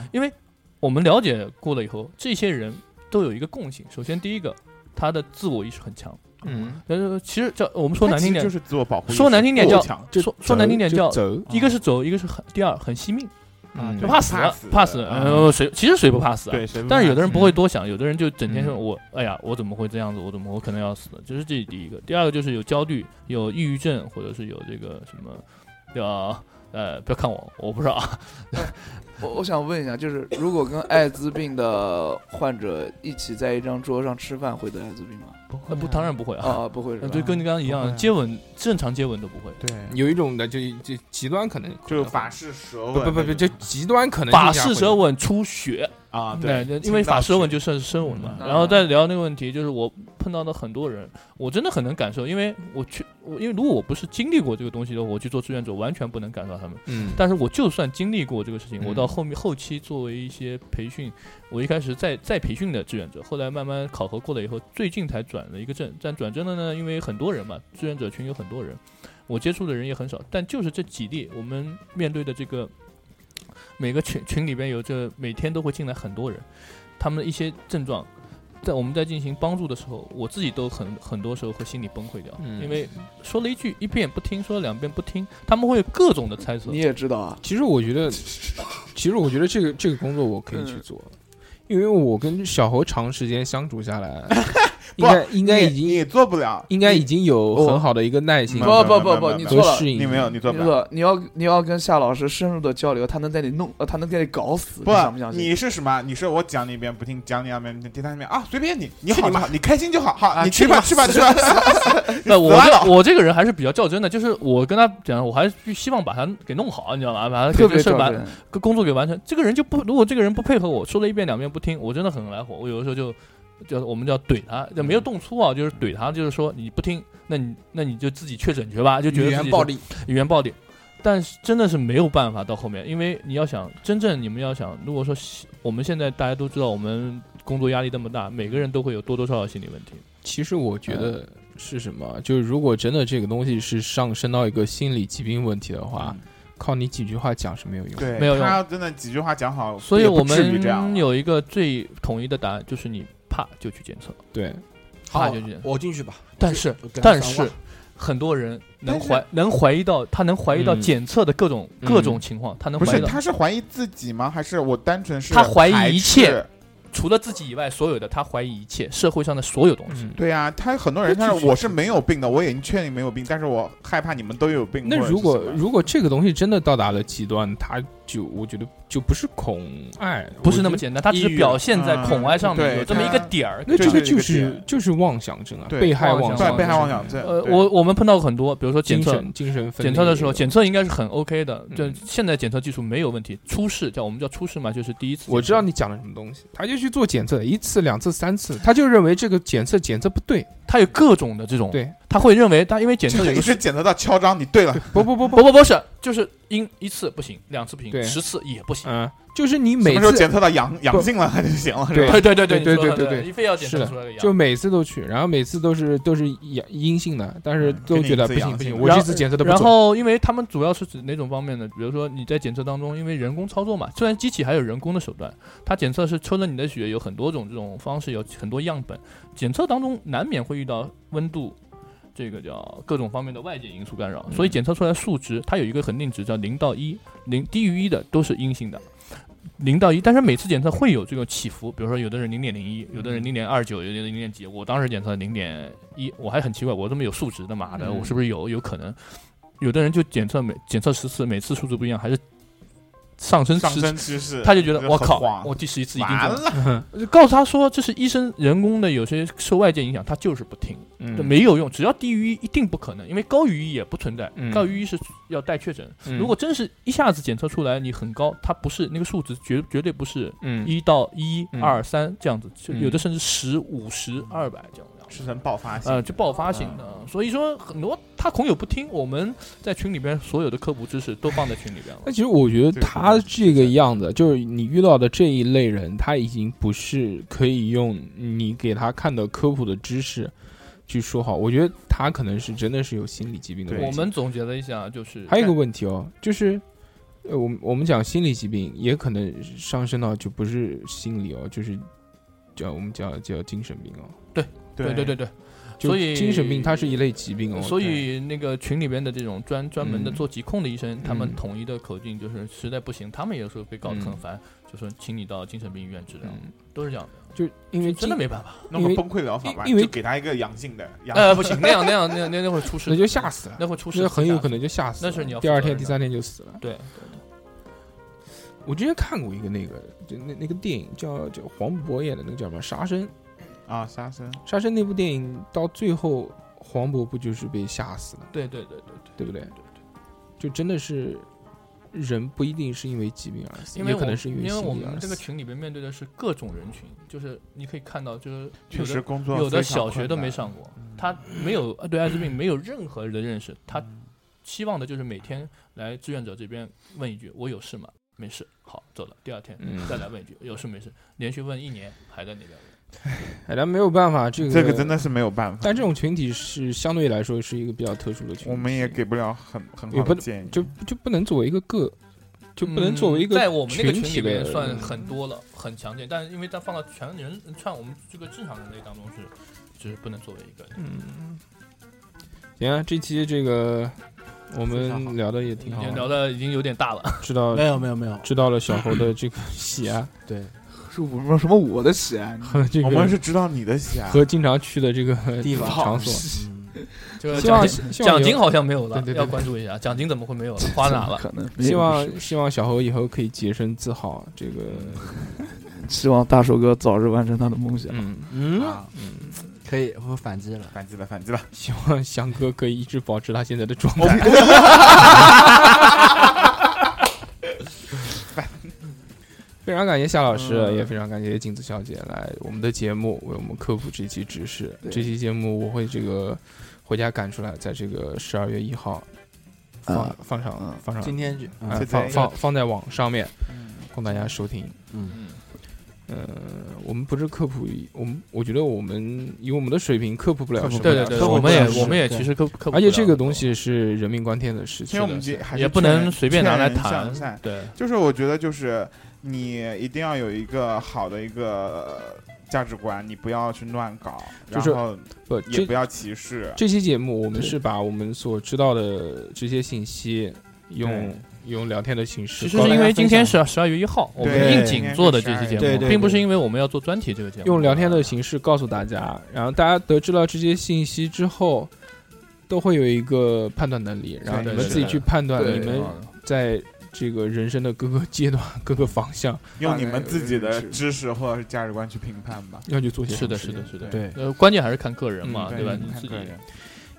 Speaker 8: 我们了解过了以后，这些人都有一个共性，首先第一个，他的自我意识很强。
Speaker 3: 嗯，
Speaker 8: 但是其实叫我们说
Speaker 11: 它
Speaker 8: 难
Speaker 11: 其
Speaker 8: 听
Speaker 11: 实
Speaker 8: 点
Speaker 11: 就，是自我保护意识
Speaker 8: 说难听点
Speaker 11: 过
Speaker 8: 叫
Speaker 11: 强
Speaker 8: 说说难听点
Speaker 3: 就
Speaker 8: 叫，
Speaker 3: 走，
Speaker 8: 一个是走，一个是很第二很惜命，
Speaker 3: 嗯
Speaker 8: 就怕死
Speaker 11: 怕
Speaker 8: 了
Speaker 11: 死，
Speaker 8: 怕死了。呃，谁其实谁不怕死啊？
Speaker 11: 对，谁不
Speaker 8: 但是有的
Speaker 11: 怕
Speaker 8: 人不会多想，有的人就整天说
Speaker 3: 嗯
Speaker 8: 我，哎呀，我怎么会这样子？我怎么我可能要死了？这是这第一个。第二个就是有焦虑，有抑郁症，或者是有这个什么叫呃，不要看我，我不知道啊。
Speaker 10: 我我想问一下，就是如果跟艾滋病的患者一起在一张桌上吃饭，会得艾滋病吗？
Speaker 8: 呃不，当然不会啊。
Speaker 10: 啊，啊不会是
Speaker 8: 呃
Speaker 10: 吧？
Speaker 8: 就跟你刚刚一
Speaker 11: 不会
Speaker 8: 样
Speaker 11: 啊，
Speaker 8: 接吻正常接吻都不会。
Speaker 11: 对，
Speaker 3: 有一种的就就极端可能
Speaker 11: 就法式舌吻
Speaker 3: 不不不
Speaker 11: 那
Speaker 3: 不，
Speaker 11: 种
Speaker 3: 就极端可能
Speaker 8: 法
Speaker 3: 性下
Speaker 8: 式
Speaker 3: 会
Speaker 8: 舌吻出血，
Speaker 11: 啊，
Speaker 8: 嗯对，
Speaker 11: 对，
Speaker 8: 就因为法式舌吻就算是深吻嘛。然后再聊那个问题，就是我碰到的很多人，我真的很能感受，因为我去，我因为如果我不是经历过这个东西的，我去做志愿者，完全不能感受到他们。
Speaker 3: 嗯，
Speaker 8: 但是我就算经历过这个事情，
Speaker 3: 嗯
Speaker 8: 我到后面后期作为一些培训，我一开始在在培训的志愿者，后来慢慢考核过了以后，最近才转了一个证。但转正的呢，因为很多人嘛，志愿者群有很多人，我接触的人也很少。但就是这几例，我们面对的这个每个群群里边有这每天都会进来很多人，他们的一些症状。在我们在进行帮助的时候，我自己都很很多时候会心里崩溃掉，
Speaker 3: 嗯
Speaker 8: 因为说了一句一遍不听，说了两遍不听，他们会有各种的猜测。
Speaker 10: 你也知道啊，
Speaker 3: 其实我觉得，其实我觉得这个这个工作我可以
Speaker 8: 嗯
Speaker 3: 去做，因为我跟小猴长时间相处下 来，应该应该已经
Speaker 5: 也做不了，
Speaker 3: 应该已经有很好的一个耐心
Speaker 10: 不不不不，你错
Speaker 3: 和
Speaker 10: 了，
Speaker 3: 适应。
Speaker 10: 你错了，你要你要跟夏老师深入的交流，他能带你弄，呃，他能带你搞死，
Speaker 5: 不
Speaker 10: 你想不相，信？
Speaker 5: 你是什么？啊你是我讲你一遍不听，讲你两遍不听，第三遍啊，随便你，你
Speaker 8: 去
Speaker 5: 好
Speaker 8: 你
Speaker 5: 就
Speaker 8: 妈
Speaker 5: 好，你开心就好，好，你
Speaker 8: 去
Speaker 5: 去
Speaker 8: 你
Speaker 5: 吧，
Speaker 8: 妈
Speaker 5: 去吧，去吧。
Speaker 8: 那我
Speaker 5: 死
Speaker 8: 这我这个人还是比较较真的，就是我跟他讲，我还是希望把他给弄好，你知道吗？把他给
Speaker 10: 特别
Speaker 8: 这事儿
Speaker 10: 较
Speaker 8: 把
Speaker 10: 真
Speaker 8: 跟工作给完成。这个人就不，如果这个人不配合我，说了一遍两遍不听，我真的很来火。我有的时候就就我们就要怼他，就没
Speaker 10: 嗯
Speaker 8: 有动粗啊，就是怼他，就是说你不听，那你那你就自己确诊去吧，就觉得
Speaker 4: 语言
Speaker 8: 自己是
Speaker 4: 暴力，
Speaker 8: 语言暴力。但是真的是没有办法到后面，因为你要想真正你们要想，如果说我们现在大家都知道我们工作压力这么大，每个人都会有多多少少心理问题。
Speaker 3: 其实我觉
Speaker 8: 嗯
Speaker 3: 得是什么？就是如果真的这个东西是上升到一个心理疾病问题的话，
Speaker 8: 嗯
Speaker 3: 靠你几句话讲是没有用的，
Speaker 5: 对，他要真的几句话讲好，
Speaker 8: 所以
Speaker 5: 也不
Speaker 8: 我
Speaker 5: 至于这样。
Speaker 8: 们有一个最统一的答案，就是你怕就去检测，
Speaker 3: 对，
Speaker 8: 怕就去检测。
Speaker 4: 我进去吧。
Speaker 8: 但是
Speaker 4: 我跟他
Speaker 8: 但
Speaker 4: 上
Speaker 8: 是
Speaker 4: 网
Speaker 8: 很多人能
Speaker 4: 但是
Speaker 8: 怀能怀疑到，他能怀疑到
Speaker 5: 嗯
Speaker 8: 检测的各种
Speaker 5: 嗯
Speaker 8: 各种情况，他能
Speaker 5: 不
Speaker 8: 怀
Speaker 5: 是
Speaker 8: 疑到
Speaker 5: 他是怀疑自己吗？还是我单纯是
Speaker 8: 他怀
Speaker 5: 排
Speaker 8: 疑一
Speaker 5: 斥
Speaker 8: 切，除了自己以外所有的，他怀疑一切社会上的所有东
Speaker 3: 嗯
Speaker 8: 西。
Speaker 5: 对呀、他很多人他说我是没有病的，我已经确定没有病，但是我害怕你们都有病。
Speaker 3: 那
Speaker 5: 或者是
Speaker 3: 如果
Speaker 5: 什么
Speaker 3: 如果这个东西真的到达了极端，它就我觉得就不是恐爱，
Speaker 8: 不是那么简单它只是
Speaker 3: 我觉得
Speaker 8: 表现在
Speaker 3: 抑郁
Speaker 8: 恐爱上面
Speaker 3: 嗯
Speaker 8: 有这么一个点儿
Speaker 3: 对那这
Speaker 8: 对
Speaker 3: 个
Speaker 8: 对
Speaker 3: 就
Speaker 8: 这个
Speaker 3: 是
Speaker 8: 点
Speaker 3: 就是妄想症啊，
Speaker 8: 对
Speaker 3: 被害妄
Speaker 8: 对
Speaker 3: 症，
Speaker 8: 被害妄
Speaker 5: 想症
Speaker 8: 呃，我我们碰到很多，比如说检测
Speaker 3: 精神精神分裂嗯
Speaker 8: 检测的时候，检测应该是很 OK 的，就现在检测技术没有问题。出事叫我们叫出事嘛，就是第一次。
Speaker 3: 我知道你讲的什么东西，他就去做检测，一次、两次、三次，他就认为这个检测检测不对，
Speaker 8: 他有各种的这种，
Speaker 3: 对
Speaker 8: 他会认为他因为检测有
Speaker 5: 这
Speaker 8: 一个
Speaker 5: 个是检测到敲章，你对了，
Speaker 3: 不不不
Speaker 8: 不不不是，就是因一次不行，两次不
Speaker 3: 对
Speaker 8: 行，十次也不行。
Speaker 3: 嗯，就是你
Speaker 5: 什
Speaker 3: 每
Speaker 5: 么时候
Speaker 3: 次
Speaker 5: 检测到阳
Speaker 3: 不
Speaker 5: 阳性了 就行了，是
Speaker 3: 对
Speaker 5: 吧
Speaker 3: 对
Speaker 8: 对对
Speaker 3: 对
Speaker 8: 你说
Speaker 3: 对
Speaker 8: 的
Speaker 3: 对
Speaker 8: 对你非要检测
Speaker 3: 是的
Speaker 8: 出来个阳
Speaker 3: 就每次都去，然后每次都是都是阳阴性的，但
Speaker 8: 嗯
Speaker 3: 是都觉得不行不行，我这次检测的不
Speaker 8: 然
Speaker 3: 准。
Speaker 8: 后，因为他们主要是指哪种方面呢？比如说你在检测当中，因为人工操作嘛，虽然机器还有人工的手段，它检测是抽了你的血，有很多种这种方式，有很多样本。检测当中难免会遇到温度，这个叫各种方面的外界因素干扰，
Speaker 3: 嗯
Speaker 8: 所以检测出来的数值它有一个恒定值，叫零到一，零低于一的都是阴性的。零到一，但是每次检测会有这个起伏，比如说有的人零点零一，有的人零点二九，有的人零点几。我当时检测零点一，我还很奇怪，我这么有数值的，妈的，
Speaker 3: 嗯
Speaker 8: 我是不是有有可能？有的人就检测每检测十次，每次数值不一样，还是上升
Speaker 5: 上
Speaker 8: 趋
Speaker 5: 升趋势
Speaker 8: 他就觉
Speaker 5: 这
Speaker 8: 得
Speaker 5: 个
Speaker 8: 我
Speaker 5: 很
Speaker 8: 靠
Speaker 5: 慌，
Speaker 8: 我第十一次一定
Speaker 5: 完
Speaker 8: 中就告诉他说这是医生人工的，有些受外界影响，他就是不听，
Speaker 3: 嗯
Speaker 8: 这没有用，只要低于一一定不可能，因为高于一也不存在，
Speaker 3: 嗯
Speaker 8: 高于一是要带确诊。
Speaker 3: 嗯
Speaker 8: 如果真是一下子检测出来你很高，它不是那个数值绝绝对不是
Speaker 3: 嗯
Speaker 8: 一到一
Speaker 3: 嗯
Speaker 8: 二三这样子，就
Speaker 3: 嗯
Speaker 8: 有的甚至十五十二百这样子。
Speaker 5: 是很爆发性的
Speaker 8: 呃，就爆
Speaker 3: 哦
Speaker 8: 发型的，
Speaker 3: 嗯
Speaker 8: 所以说很多他孔有不听，我们在群里边所有的科普知识都放在群里边了。
Speaker 3: 那其实我觉得他这个样子，就是你遇到的这一类人，他已经不是可以用你给他看的科普的知识去说好。我觉得他可能是真的是有心理疾病的问题。
Speaker 8: 我们总结了一下，就是
Speaker 3: 还有一个问题哦，就是，呃，我们我们讲心理疾病也可能上升到就不是心理哦，就是叫我们叫叫精神病哦。
Speaker 8: 对对对对对
Speaker 3: 就
Speaker 8: 所以
Speaker 3: 精神病它是一类疾病哦。
Speaker 8: 所以那个群里边的这种专专门的
Speaker 3: 嗯
Speaker 8: 做疾控的医生，他们
Speaker 3: 嗯
Speaker 8: 统一的口径就是实在不行，他们有时候被搞得很
Speaker 3: 嗯
Speaker 8: 烦，就说请你到精神病医院治疗，
Speaker 3: 嗯
Speaker 8: 都是这样的。
Speaker 3: 就因为
Speaker 8: 真的没办法，
Speaker 3: 因为因因为
Speaker 5: 给他一个阳性的，阳
Speaker 8: 呃，不行，那样那样那样那那会出事，
Speaker 3: 那就吓死了，
Speaker 8: 那会出事，
Speaker 3: 那很有可能就吓死了。
Speaker 8: 那是你要
Speaker 3: 第二天、
Speaker 8: 负
Speaker 3: 第
Speaker 8: 责
Speaker 3: 三
Speaker 8: 任的
Speaker 3: 天就死了。
Speaker 8: 对，
Speaker 3: 我之前看过一个那个，就那那个电影叫叫黄渤演的那个叫什么《杀生》，
Speaker 5: 啊，杀生，
Speaker 3: 杀生那部电影到最后，黄渤不就是被吓死了吗？
Speaker 8: 对对对对对，
Speaker 3: 对不对？对对，就真的是人不一定是因为疾病而死，
Speaker 8: 因为
Speaker 3: 也可
Speaker 8: 我
Speaker 3: 能是
Speaker 8: 因
Speaker 3: 为
Speaker 8: 为我
Speaker 3: 心理
Speaker 8: 们
Speaker 3: 而
Speaker 8: 这个
Speaker 3: 死。
Speaker 8: 群里边面对的是各种人群，就是你可以看到，就是有的
Speaker 5: 确实工作
Speaker 8: 有的
Speaker 5: 非常
Speaker 8: 小学都
Speaker 5: 困
Speaker 8: 没
Speaker 5: 难
Speaker 8: 上过，
Speaker 3: 嗯
Speaker 8: 他没有呃对艾 滋病没有任何的认识，他
Speaker 3: 嗯
Speaker 8: 希望的就是每天来志愿者这边问一句：“我有事吗？”没事，好走了。第二天
Speaker 3: 嗯
Speaker 8: 再来问一句：“有事没事？”连续问一年，还在那边问。
Speaker 3: 哎，但没有办法，这个
Speaker 5: 这个真的是没有办法
Speaker 3: 但这种群体是相对来说是一个比较特殊的群体，
Speaker 5: 我们也给不了很很
Speaker 3: 也
Speaker 5: 好
Speaker 3: 不
Speaker 5: 的建议。
Speaker 3: 就就不能作为一个个就不能作为一个
Speaker 8: 嗯在我们那个群
Speaker 3: 体嗯
Speaker 8: 里
Speaker 3: 呗
Speaker 8: 面算很多了，很常见，但是因为它放到全人串我们这个正常人类当中是，就是不能作为一个。
Speaker 3: 嗯，行啊，这期这个我们聊的也挺好，啊
Speaker 8: 已经聊的已经有点 大了，
Speaker 3: 知道
Speaker 8: 没有没有没有
Speaker 3: 知道了小猴 的这个喜爱，呃对，
Speaker 10: 是我们什么我的啊喜爱
Speaker 3: 和这个
Speaker 10: 我们是知道你的喜爱
Speaker 3: 和经常去的这个
Speaker 10: 地方呃
Speaker 3: 场所
Speaker 10: 好，
Speaker 9: 嗯
Speaker 8: 这个
Speaker 3: 希望
Speaker 8: 奖
Speaker 3: 希望以
Speaker 8: 金
Speaker 3: 后
Speaker 8: 奖金好像没有了
Speaker 3: 对对，对
Speaker 8: 要关注一下，奖金怎么会没有了？花哪了？
Speaker 3: 希望希望小猴以后可以洁身自好，这个
Speaker 10: 希望大寿哥早日完成他的梦想。
Speaker 3: 嗯
Speaker 9: 嗯
Speaker 3: 嗯，
Speaker 9: 可以，我反击了，
Speaker 5: 啊反击了，反击了。
Speaker 3: 希望翔哥可以一直保持他现在的状
Speaker 9: 我
Speaker 3: 态
Speaker 9: 不。
Speaker 3: 非常感谢夏老师，
Speaker 8: 嗯
Speaker 3: 也非常感谢镜子小姐来我们的节目为我们科普这期知识。
Speaker 8: 对
Speaker 3: 这期节目我会这个回家赶出来，在这个十二月一号放、
Speaker 9: 啊
Speaker 3: 放上、放上
Speaker 9: 今天就嗯
Speaker 3: 嗯
Speaker 9: 啊
Speaker 3: 放
Speaker 9: 对
Speaker 3: 放放在网上面，供大家收听。
Speaker 9: 嗯，
Speaker 3: 呃，我们不是科普，我们我觉得我们以我们的水平科普不了
Speaker 8: 科普
Speaker 3: 什么。
Speaker 8: 不了对对对科普不了我们也是我们也其实科科普不了
Speaker 3: 而且这个东西是人命关天的事情，
Speaker 11: 其实我们这还是
Speaker 8: 也不能
Speaker 11: 劝
Speaker 8: 随便拿来
Speaker 11: 劝人
Speaker 8: 谈
Speaker 11: 向善
Speaker 8: 对
Speaker 11: 就是我觉得就是你一定要有一个好的一个呃价值观，你不要去乱搞，
Speaker 3: 就是
Speaker 11: 然后
Speaker 3: 不
Speaker 11: 也
Speaker 3: 这
Speaker 11: 不要歧视。
Speaker 3: 这期节目我们
Speaker 11: 对
Speaker 3: 是把我们所知道的这些信息用用聊天的形式
Speaker 8: 其
Speaker 3: 告诉大家分
Speaker 8: 实
Speaker 3: 享，
Speaker 8: 是因为今天是十二月一号，我们应景做的这期节目，并不是因为我们要做专题这个节目。
Speaker 3: 用聊天的形式告诉大家，然后大家得知到这些信息之后，都会有一个判断能力，然后你
Speaker 8: 对对
Speaker 3: 们
Speaker 8: 对
Speaker 3: 自己去判断
Speaker 8: 对啊
Speaker 3: 你们
Speaker 8: 对
Speaker 3: 在这个人生的各个阶段、 各个方向，
Speaker 11: 用你们自己的知识或者是价值观去评判吧。
Speaker 3: 要去做些
Speaker 8: 是的，
Speaker 3: 什
Speaker 8: 是
Speaker 3: 么事
Speaker 8: 的，
Speaker 3: 情
Speaker 8: 是的，
Speaker 3: 对
Speaker 8: 呃，关键还是看个人嘛，
Speaker 3: 嗯
Speaker 8: 啊对吧？
Speaker 3: 对
Speaker 8: 你自己
Speaker 3: 看个人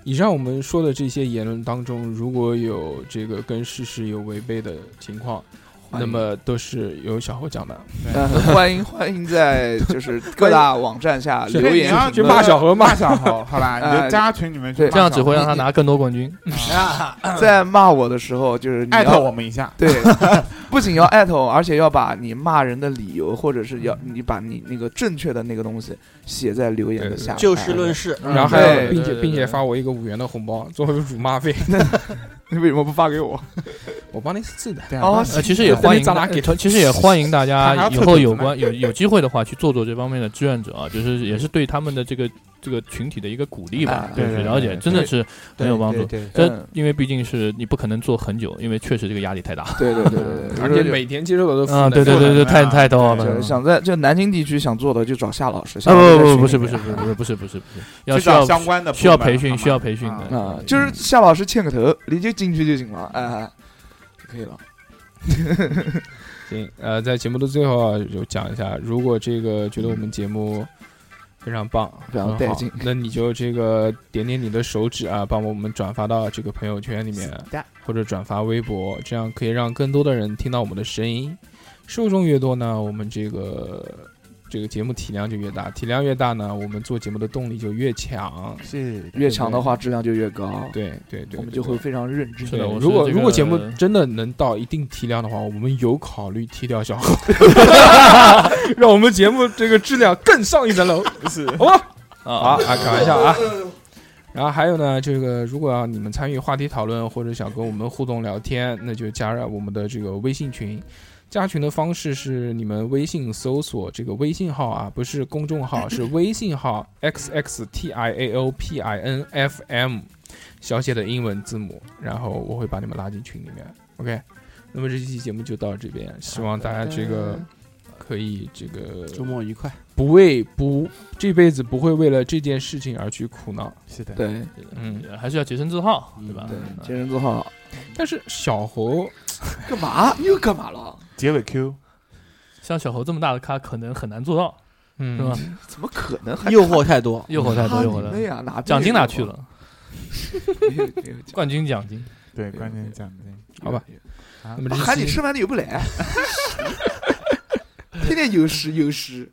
Speaker 3: 以上我们说的这些言论当中，如果有这个跟事实有违背的情况，
Speaker 10: 欢迎
Speaker 3: 那么都是由小侯讲的。
Speaker 10: 呃欢迎欢迎在就是各大网站下
Speaker 3: 是
Speaker 10: 啊留言
Speaker 3: 你要
Speaker 10: 评论，
Speaker 3: 去骂小猴骂小猴
Speaker 11: 好吧你就
Speaker 10: 哎
Speaker 11: 加群里面去
Speaker 10: 对
Speaker 8: 这样只会让他拿更多冠军。
Speaker 10: 在骂我的时候，就是你要
Speaker 11: 艾特我们一下
Speaker 10: 对，不仅要艾特我，而且要把你骂人的理由，或者是要你把你那个正确的那个东西写在留言的下方，
Speaker 9: 就事论事
Speaker 3: 然后还有，
Speaker 10: 嗯对
Speaker 3: 并且并且发我一个五元的红包作为辱骂 费。
Speaker 10: 你为什么不发给我？
Speaker 3: 我帮你寄的。
Speaker 10: 哦
Speaker 8: 呃，其实 也欢迎
Speaker 3: 咱
Speaker 8: 大
Speaker 3: 俩
Speaker 8: 家，
Speaker 3: 给
Speaker 8: 呃其实也欢迎大
Speaker 3: 还要
Speaker 8: 家以
Speaker 3: 凑
Speaker 8: 后
Speaker 3: 整
Speaker 8: 有
Speaker 3: 呢
Speaker 8: 关有有机会的话去做做这方面的志愿者啊，就是也是对他们的这个这个群体的一个鼓励吧
Speaker 10: 啊，
Speaker 8: 就
Speaker 10: 对
Speaker 8: 是
Speaker 10: 对
Speaker 8: 了
Speaker 10: 对
Speaker 8: 解
Speaker 10: 对
Speaker 8: 真的是
Speaker 10: 对
Speaker 8: 很有帮助
Speaker 10: 对对对。
Speaker 8: 这
Speaker 10: 嗯
Speaker 8: 因为毕竟是你不可能做很久，因为确实这个压力太大。
Speaker 10: 对对对 对对，
Speaker 3: 而且每天接受的都是
Speaker 8: 啊，对对对对，太太多了。
Speaker 10: 就是想在就南京地区想做的就找夏老师。
Speaker 8: 嗯啊不不不不是不是
Speaker 10: 夏老师在群里面
Speaker 8: 不是不是不是不是，要
Speaker 10: 去
Speaker 8: 需
Speaker 10: 找
Speaker 8: 要
Speaker 10: 相关的部门
Speaker 8: 需要培
Speaker 10: 好
Speaker 8: 训
Speaker 10: 吗
Speaker 8: 需要培训的
Speaker 10: 啊，就是夏老师牵个头，你就进去就行了，哎，就可以了。
Speaker 3: 行，呃，在节目的最后啊，就讲一下，如果这个觉得我们节目非常棒，
Speaker 10: 非常
Speaker 3: 很好
Speaker 10: 带劲
Speaker 3: 那你就这个点点你的手指啊，帮我们转发到这个朋友圈里面
Speaker 10: 的，
Speaker 3: 或者转发微博，这样可以让更多的人听到我们的声音。受众越多呢，我们这个这个节目体量就越大，体量越大呢，我们做节目的动力就越强。
Speaker 10: 是越强的话，质量就越高。
Speaker 3: 对对对，
Speaker 10: 我们就会非常认真。
Speaker 3: 对，如果如果节目真的能到一定体量的话，我们有考虑踢掉小 猴，让我们节目这个质量更上一层楼，是好吧？
Speaker 8: 啊
Speaker 3: 好啊，开玩笑啊。然后还有呢，这个如果要你们参与话题讨论或者想跟我们互动聊天，那就加入我们的这个微信群。加群的方式是你们微信搜索这个微信号啊，不是公众号，是微信号 x x t i a o p i n f m 小写的英文字母，然后我会把你们拉进群里面。OK，那么这期节目就到这边，希望大家这个可以这个
Speaker 9: 周末愉快，
Speaker 3: 不为不这辈子不会为了这件事情而去苦恼。
Speaker 9: 是的
Speaker 10: 对，
Speaker 3: 嗯，
Speaker 8: 还是要洁身自好，对吧？
Speaker 10: 洁身自好。
Speaker 3: 但是小猴
Speaker 10: 干嘛？你又干嘛了？
Speaker 11: 结尾 Q，
Speaker 8: 像小猴这么大的咖，可能很难做到，
Speaker 3: 嗯
Speaker 8: 是吧？
Speaker 10: 怎么可能还
Speaker 9: 诱惑太多
Speaker 8: 诱惑太多，
Speaker 10: 啊
Speaker 8: 诱惑
Speaker 10: 你妹
Speaker 8: 太
Speaker 10: 啊哪
Speaker 8: 多。
Speaker 10: 边
Speaker 8: 奖金
Speaker 10: 有
Speaker 8: 哪
Speaker 10: 诱
Speaker 8: 去
Speaker 10: 惑
Speaker 8: 了？冠军奖金，
Speaker 11: 对，关键奖金，
Speaker 3: 好吧。那么这
Speaker 10: 喊
Speaker 3: 期
Speaker 10: 你吃饭你又不来， 天天有事有事。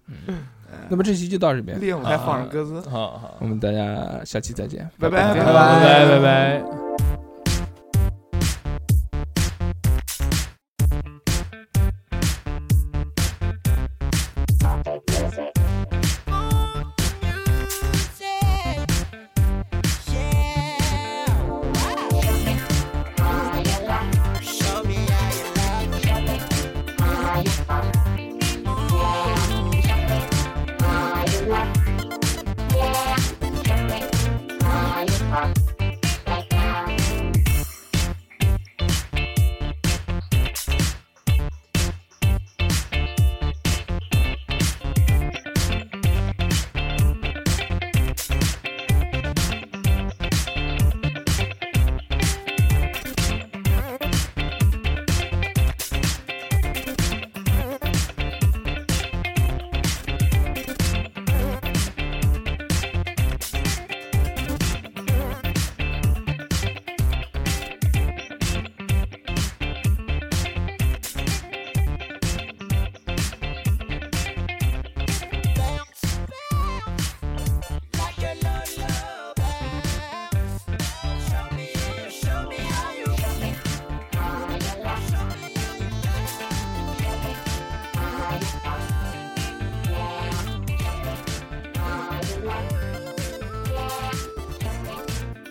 Speaker 3: 那么这期就到这边，
Speaker 10: 练我还放
Speaker 8: 啊
Speaker 10: 着鸽子。
Speaker 8: 好好，
Speaker 3: 我们大家下期再见，
Speaker 10: 拜拜
Speaker 8: 拜拜拜拜。
Speaker 1: Show me how you love.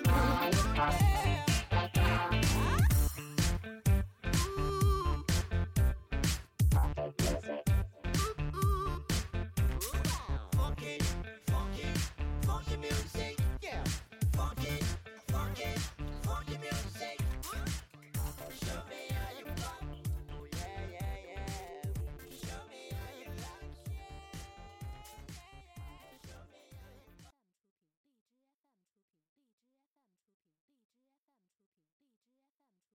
Speaker 7: 他。